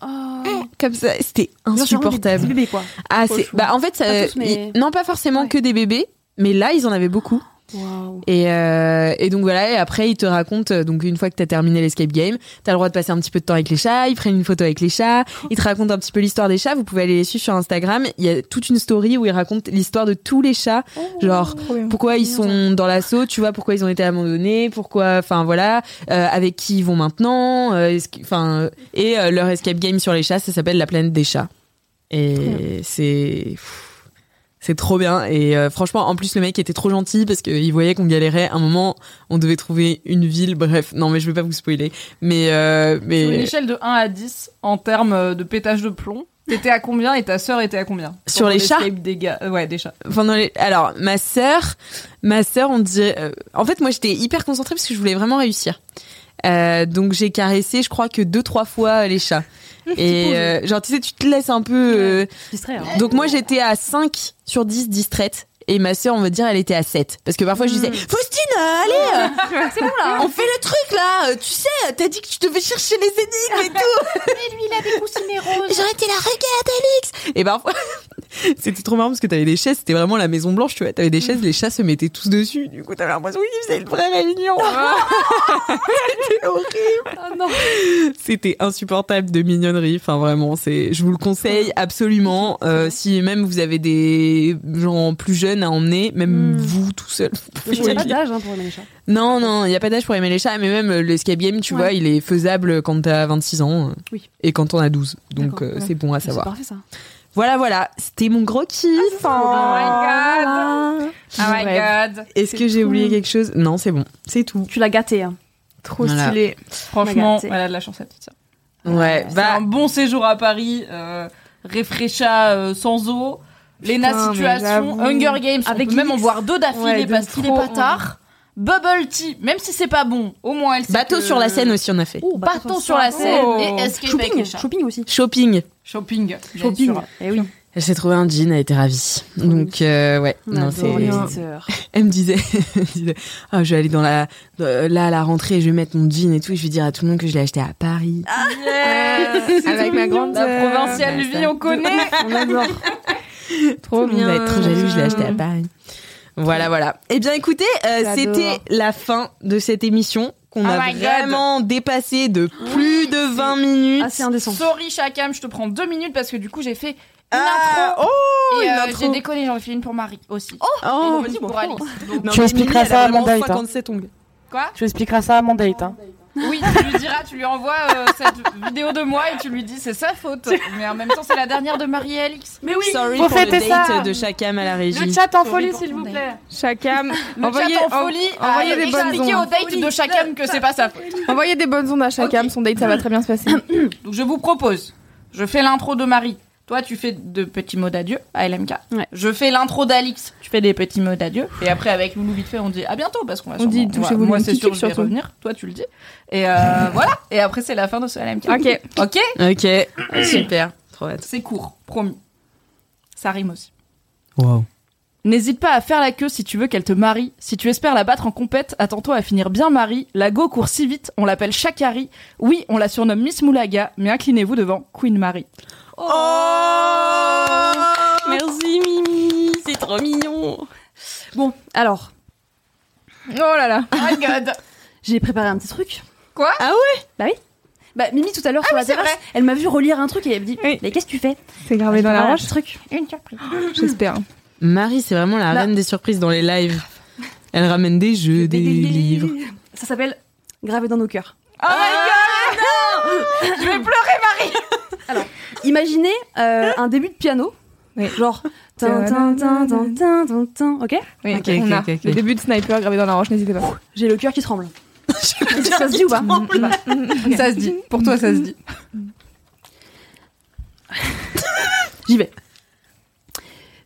D: Ah.
A: comme ça, c'était
D: hein,
A: insupportable.
D: bébé quoi.
A: Ah,
D: Trop
A: c'est
D: chou.
A: bah en fait ça,
D: Pas tous, mais-
A: il- non pas forcément que des bébés, mais là ils en avaient beaucoup.
D: Waouh.
A: Et, euh, et donc voilà, et après ils te racontent, euh, donc une fois que t'as terminé l'escape game, t'as le droit de passer un petit peu de temps avec les chats, ils prennent une photo avec les chats, ils te racontent un petit peu l'histoire des chats, vous pouvez aller les suivre sur Instagram, il y a toute une story où ils racontent l'histoire de tous les chats, genre pourquoi ils sont dans l'assaut, tu vois, pourquoi ils ont été abandonnés, pourquoi, enfin voilà, euh, avec qui ils vont maintenant, euh, est-ce que- enfin, euh, et euh, leur escape game sur les chats, ça s'appelle La planète des chats. Et c'est... pff, C'est trop bien. Et euh, franchement, en plus, le mec était trop gentil parce qu'il voyait qu'on galérait. À un moment, on devait trouver une ville. Bref, non, mais je vais pas vous spoiler. Mais. euh,
B: Sur une
A: mais...
B: échelle de 1 à 10 en termes euh, de pétage de plomb, t'étais à combien et ta sœur était à combien
A: Sur les chats
B: l'escape des gars, euh, ouais, des chats.
A: Enfin, dans les- Alors, ma sœur, ma sœur, on dirait. euh, En fait, moi, j'étais hyper concentrée parce que je voulais vraiment réussir. Euh, donc, j'ai caressé, je crois que deux, trois fois euh, les chats. Et euh, genre, tu sais, tu te laisses un peu. euh,
D: Distrait. hein.
A: Donc, moi, j'étais à 5 sur 10 distraite. Et ma sœur, on va dire, elle était à 7. Parce que parfois, je disais, Faustine, euh, allez, euh, on fait le truc là. euh, Tu sais, t'as dit que tu devais chercher les énigmes et tout.
M: Mais lui, il a des poussines roses.
A: J'aurais été la regarde, Alex. Et parfois, C'était trop marrant parce que t'avais des chaises, c'était vraiment la Maison Blanche, tu vois. T'avais des chaises, les chats se mettaient tous dessus. Du coup, t'avais l'impression qu'ils faisaient une vraie réunion. c'était
D: Ah,
A: horrible. C'était insupportable de mignonnerie. Enfin, vraiment, c'est. Je vous le conseille absolument. Euh, si même vous avez des gens plus jeunes à emmener, même vous tout seul. vous
D: Il n'y
A: pouvez
D: a pas
A: y
D: d'âge hein, pour aimer les chats.
A: non, non, il n'y a pas d'âge pour aimer les chats, mais même euh, l'escape game, tu
D: Ouais.
A: vois, il est faisable quand t'as 26 ans euh,
D: Oui.
A: et quand on a 12. Donc
D: D'accord,
A: euh,
D: ouais.
A: c'est bon à
D: C'est
A: savoir.
D: parfait ça.
A: Voilà, voilà, c'était mon gros kiff.
C: Oh my god. Oh my god.
A: Est-ce que j'ai oublié quelque chose Non, c'est bon, c'est tout.
D: Tu l'as gâté. Hein.
C: Trop
A: Voilà.
C: stylé.
B: Franchement,
D: Regarde, c'est-
B: elle a de la chance à tout ça.
A: Ouais,
B: C'est
A: bah,
B: un bon séjour à Paris, euh, réfrécha euh, sans eau,
C: Putain,
B: Lena
C: mais
B: Situation,
C: j'avoue.
B: Hunger Games,
D: Avec
B: on peut même
D: Lynx.
B: en boire deux d'affilée
C: Ouais, de
B: parce qu'il est
C: trop,
B: pas tard. Bubble Tea, même si c'est pas bon, au moins elle sait
A: bateau
B: que-
A: sur la Seine aussi, on a fait.
D: Oh, bah,
B: Bateau sur la Seine et escape avec les
D: Shopping,
B: chats.
D: shopping aussi.
A: Shopping.
B: Shopping, bien
D: Shopping.
B: sûr.
D: Eh oui.
A: Elle s'est trouvée un jean, elle était ravie. Donc, euh, ouais,
D: On
A: non,
D: adore les
A: c'est.
D: petites sœurs.
A: Elle me disait, elle me disait, Ah, je vais aller dans la, dans- là à la rentrée, je vais mettre mon jean et tout, et je vais dire à tout le monde que je l'ai acheté à Paris.
C: Euh,
A: Euh,
C: Avec ma grande
B: La
C: sœur.
B: provinciale
A: bah, ça-
B: vie, on connaît.
D: On adore.
A: Trop bien. va être trop jaloux, je l'ai acheté à Paris. Voilà, voilà. Eh bien, écoutez, euh,
C: J'adore.
A: c'était la fin de cette émission qu'on a
B: my God.
A: vraiment dépassée de plus de 20 minutes.
D: Ah, c'est indécent.
B: Sorry Chakam, je te prends deux minutes parce que du coup j'ai fait une
A: Ah,
B: intro.
A: oh,
B: et,
A: une
B: euh,
A: intro.
B: J'ai déconné, j'en ai fait une pour Marie aussi.
A: Oh,
B: et une pour Alix. Donc,
A: Non,
M: Tu
A: mais
M: expliqueras
A: Mimi, elle a
M: ça à
A: vraiment
M: Amanda, toi.
A: 57 onglets.
B: quoi
M: Tu expliqueras ça à Mandate. Hein.
B: Oui, tu lui diras, tu lui envoies euh, cette vidéo de moi et tu lui dis c'est sa faute. Mais en même temps, c'est la dernière de Marie et Alix.
A: Mais oui, Sorry
M: Faut
A: pour le
M: fêter
A: date
M: ça.
A: de Chakam à la régie.
M: Le chat en
B: Sorry
M: folie,
B: pour
M: s'il
B: ton
M: vous
B: date.
M: plaît.
C: Chacam.
B: Le
C: Envoyez,
B: chat en
C: en-
B: folie
C: envoyez
B: a
C: des bonnes
B: Ah, expliqué au
C: ondes.
B: date de Chakam que c'est pas sa faute.
C: Envoyez des bonnes ondes à Chacam. Son date, ça va très bien se passer.
B: Donc je vous propose, je fais l'intro de Marie. Toi, tu fais de petits mots d'adieu à LMK.
D: Ouais.
B: Je fais l'intro d'Alix. Tu fais des petits mots d'adieu. Et après, avec Loulou vite fait, on dit à bientôt parce qu'on va
C: On dit
B: sûrement-
C: touchez-vous
B: Moi,
C: le
B: c'est
C: petit
B: sûr,
C: kiff,
B: je vais
C: surtout.
B: revenir. Toi, tu le dis. Et euh, voilà. Et après, c'est la fin de ce LMK.
C: Ok.
B: Ok.
A: Ok, super. Trop hâte.
B: C'est court, promis. Ça rime aussi.
A: Wow.
B: N'hésite pas à faire la queue si tu veux qu'elle te marie. Si tu espères la battre en compète, attends-toi à finir bien Marie. La go court si vite, on l'appelle Shakari. Oui, on la surnomme Miss Moulaga, mais inclinez-vous devant Queen Marie.
D: Merci Mimi, c'est trop mignon. Bon, alors,
C: Oh là là.
B: My God
D: j'ai préparé un petit truc.
B: Quoi
D: Ah ouais Bah oui. Bah Mimi tout à l'heure sur la terrasse, elle m'a vu relire un truc et elle me dit
C: Oui.
D: "Mais qu'est-ce que tu fais
C: C'est gravé dans la
D: Voilà,
C: roche.
D: ce truc.
B: Une surprise.
C: J'espère.
A: Marie, c'est vraiment la
D: Là.
A: reine des surprises dans les lives. Elle ramène des jeux, Bah. des livres.
D: Ça s'appelle gravé dans nos cœurs. Ah.
B: Oh my
D: Imaginez euh, un début de piano.
C: Oui.
D: Genre tin, tin, tin, tin, tin, tin, tin. OK
C: Oui,
A: Ok,
C: on
A: ok,
C: a
A: ok, ok.
C: le début de Sniper gravé dans la roche, n'hésitez pas.
D: J'ai le cœur qui tremble. ça se dit ou pas
B: God Ça se dit. Pour toi, ça se dit.
D: J'y vais.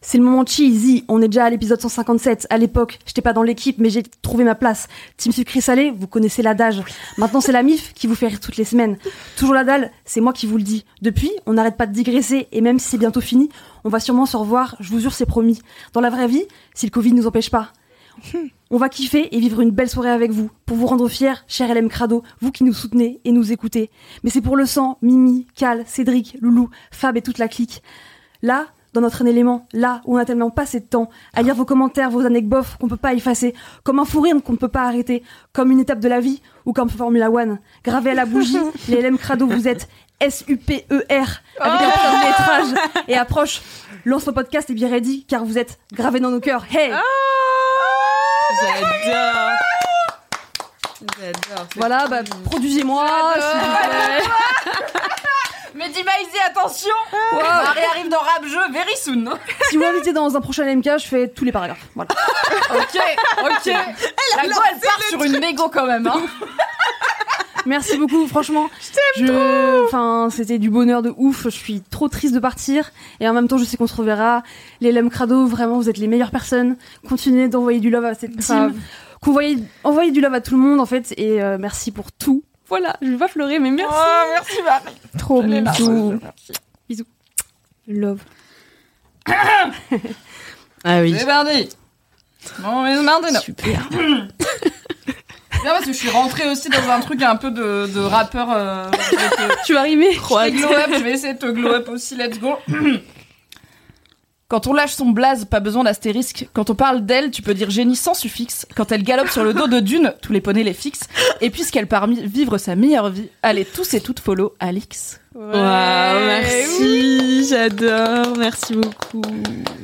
D: C'est le moment cheesy. On est déjà à l'épisode 157. À l'époque, j'étais pas dans l'équipe, mais j'ai trouvé ma place. Team sucré salé, vous connaissez l'adage. Maintenant, c'est la MIF qui vous fait rire toutes les semaines. Toujours la dalle, c'est moi qui vous le dis. Depuis, on n'arrête pas de digresser, et même si c'est bientôt fini, on va sûrement se revoir. Je vous jure, c'est promis. Dans la vraie vie, si le Covid nous empêche pas. On va kiffer et vivre une belle soirée avec vous, pour vous rendre fiers, cher LM Crado, vous qui nous soutenez et nous écoutez. Mais c'est pour le sang, Mimi, Cal, Cédric, Loulou, Fab et toute la clique. Là, dans notre un élément, là où on a tellement passé de temps à lire vos commentaires, vos anecdotes bof qu'on peut pas effacer, comme un fou rire qu'on ne peut pas arrêter, comme une étape de la vie ou comme Formula One. Gravé à la bougie, les LM Crado, vous êtes S-U-P-E-R E avec un putain de lettrage et approche. Lance le podcast et bien ready car vous êtes gravé dans nos cœurs. Hey!
A: Ah, J'adore. J'adore.
D: Voilà, bah, produisez-moi. s'il vous plaît.
B: Mais dis Maïsé, attention Marie arrive dans Rap Jeu very soon. hein.
D: Si vous m'invitez dans un prochain LMK, je fais tous les paragraphes. Voilà.
B: Ok, ok. la go, elle part sur une négo quand même. Hein.
D: Merci beaucoup, franchement. Je t'aime Enfin, c'était du bonheur de ouf. Je suis trop triste de partir. Et en même temps, je sais qu'on se reverra. Les LM Crado, vraiment, vous êtes les meilleures personnes. Continuez d'envoyer du love à cette team. Qu'envoyez- Envoyez du love à tout le monde, en fait. Et euh, merci pour tout. Voilà, je vais pas fleurer, mais merci.
B: Oh, merci Marie.
C: Trop bisous.
D: Bisous.
C: Love.
A: Ah oui.
B: C'est parti. Bon, mais mardi, Eh ben, non.
A: Super.
B: Non, parce que je suis rentrée aussi dans un truc un peu de, de rappeur. euh, avec, euh,
D: Tu vas rimer.
B: je vais glow up, je vais essayer de te glow up aussi, let's go. Quand on lâche son blaze, pas besoin d'astérisque. Quand on parle d'elle, tu peux dire génie sans suffixe. Quand elle galope sur le dos de Dune, tous les poneys les fixent. Et puisqu'elle part mi- vivre sa meilleure vie, allez tous et toutes follow Alix.
A: Waouh, merci, j'adore, merci beaucoup.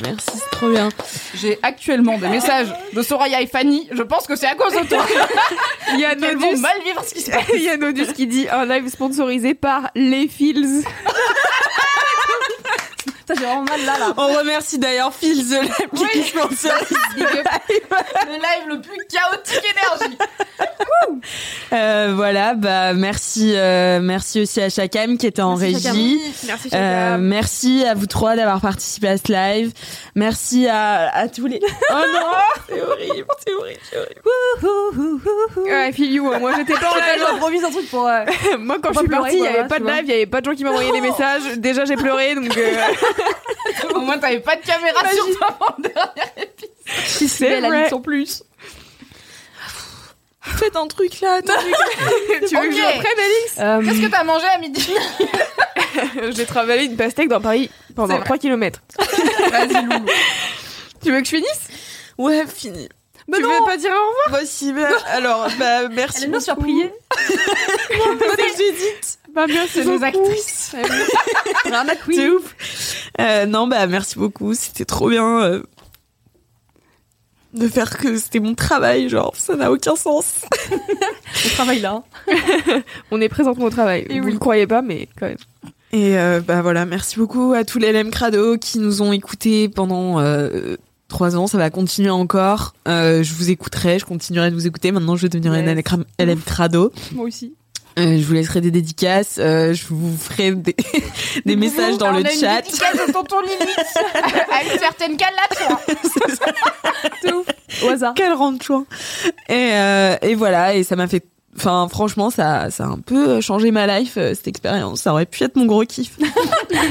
A: Merci, c'est trop bien.
B: J'ai actuellement des messages de Soraya et Fanny. Je pense que c'est à cause de toi.
C: Il y a
B: Qu'elles vont
C: Nodus.
B: mal vivre ce qui se passe.
C: Il y a Nodus qui dit un live sponsorisé par les Fields.
D: Putain, j'ai vraiment mal là, là.
A: On remercie d'ailleurs Phil The Lab qui
B: Oui.
A: sponsorise.
B: Le live le plus chaotique énergie.
A: Euh, voilà, bah merci, euh, merci aussi à Chakam qui était en régie.
C: Merci
A: Euh, merci à vous trois d'avoir participé à ce live. Merci à, à tous les. Oh non, c'est horrible, c'est horrible, c'est horrible.
C: I feel you. Moi, j'étais pas en live.
D: J'improvise un truc pour. euh,
C: Moi, quand je
D: Pas
C: suis
D: pleurer,
C: partie, il n'y
D: voilà,
C: avait pas
D: tu
C: de
D: vois.
C: live, il n'y avait pas de gens qui m'envoyaient des messages. Déjà, j'ai pleuré, donc. euh,
B: Au moins, t'avais pas de caméra sur toi avant le dernier.
C: Qui sait
B: la
C: ouais.
B: en plus.
A: Faites un truc là. attends.
C: Tu veux que je
B: Ok.
C: reprenne, Alix
D: euh,
B: Qu'est-ce que t'as mangé à midi
C: J'ai travaillé une pastèque dans Paris
B: C'est
C: pendant
B: vrai.
C: 3 km.
B: Vas-y, Loulou.
C: Tu veux que je finisse
A: Ouais, fini.
C: Tu veux pas dire au revoir
A: Voici. bah, alors, bah merci.
D: Elle aime bien se faire prier.
C: Bah, bien, c'est nos actrices.
D: Drama queen.
A: C'est ouf. non, bah merci beaucoup. C'était trop bien euh, de faire que c'était mon travail. Genre, ça n'a aucun sens.
D: On travaille là. hein.
C: On est présentement au travail. Vous ne croyez pas, mais quand même.
A: Et euh, bah voilà, merci beaucoup à tous les LM Crado qui nous ont écoutés pendant euh, trois ans. Ça va continuer encore. Euh, je vous écouterai, je continuerai de vous écouter. Maintenant, je vais devenir une
C: Yes.
A: LM, cram- LM Crado.
C: Moi aussi.
A: Euh, je vous laisserai des dédicaces. euh, je vous ferai des, des messages dans
B: On
A: le
B: a
A: chat.
B: Une dédicace de tonton Lilith à une certaine Calatoire.
D: Au hasard.
A: Quel rang-de-chouin et, euh, et voilà, et ça m'a fait... Enfin, franchement, ça, ça a un peu changé ma life, euh, cette expérience. Ça aurait pu être mon gros kiff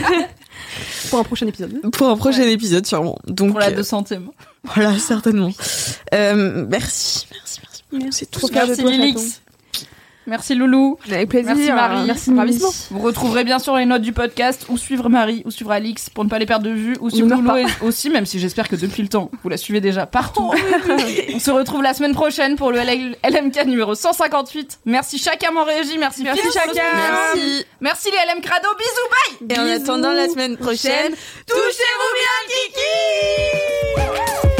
D: Pour un prochain épisode.
A: pour un prochain épisode, sûrement. Donc,
B: Pour la
A: euh,
B: 200
A: voilà, certainement. Euh, merci, merci, merci. C'est tout ce que
B: Merci Lilix. Merci Loulou.
C: Avec plaisir. euh,
B: Merci Marie.
D: Merci,
B: Ravissement.
D: Mimi.
B: Vous retrouverez bien sûr les notes du podcast ou suivre Marie ou suivre Alix pour ne pas les perdre de vue ou suivre
D: meurt
B: Loulou et- aussi, même si j'espère que depuis le temps, vous la suivez déjà partout. On se retrouve la semaine prochaine pour le LL LMK numéro 158. Merci chacun en régie. Merci,
C: Merci
B: Philippe.
C: chacun.
A: Merci.
B: Merci les LM Crado. Bisous.
A: Et en attendant la semaine prochaine,
B: Touchez-vous bien, Kiki!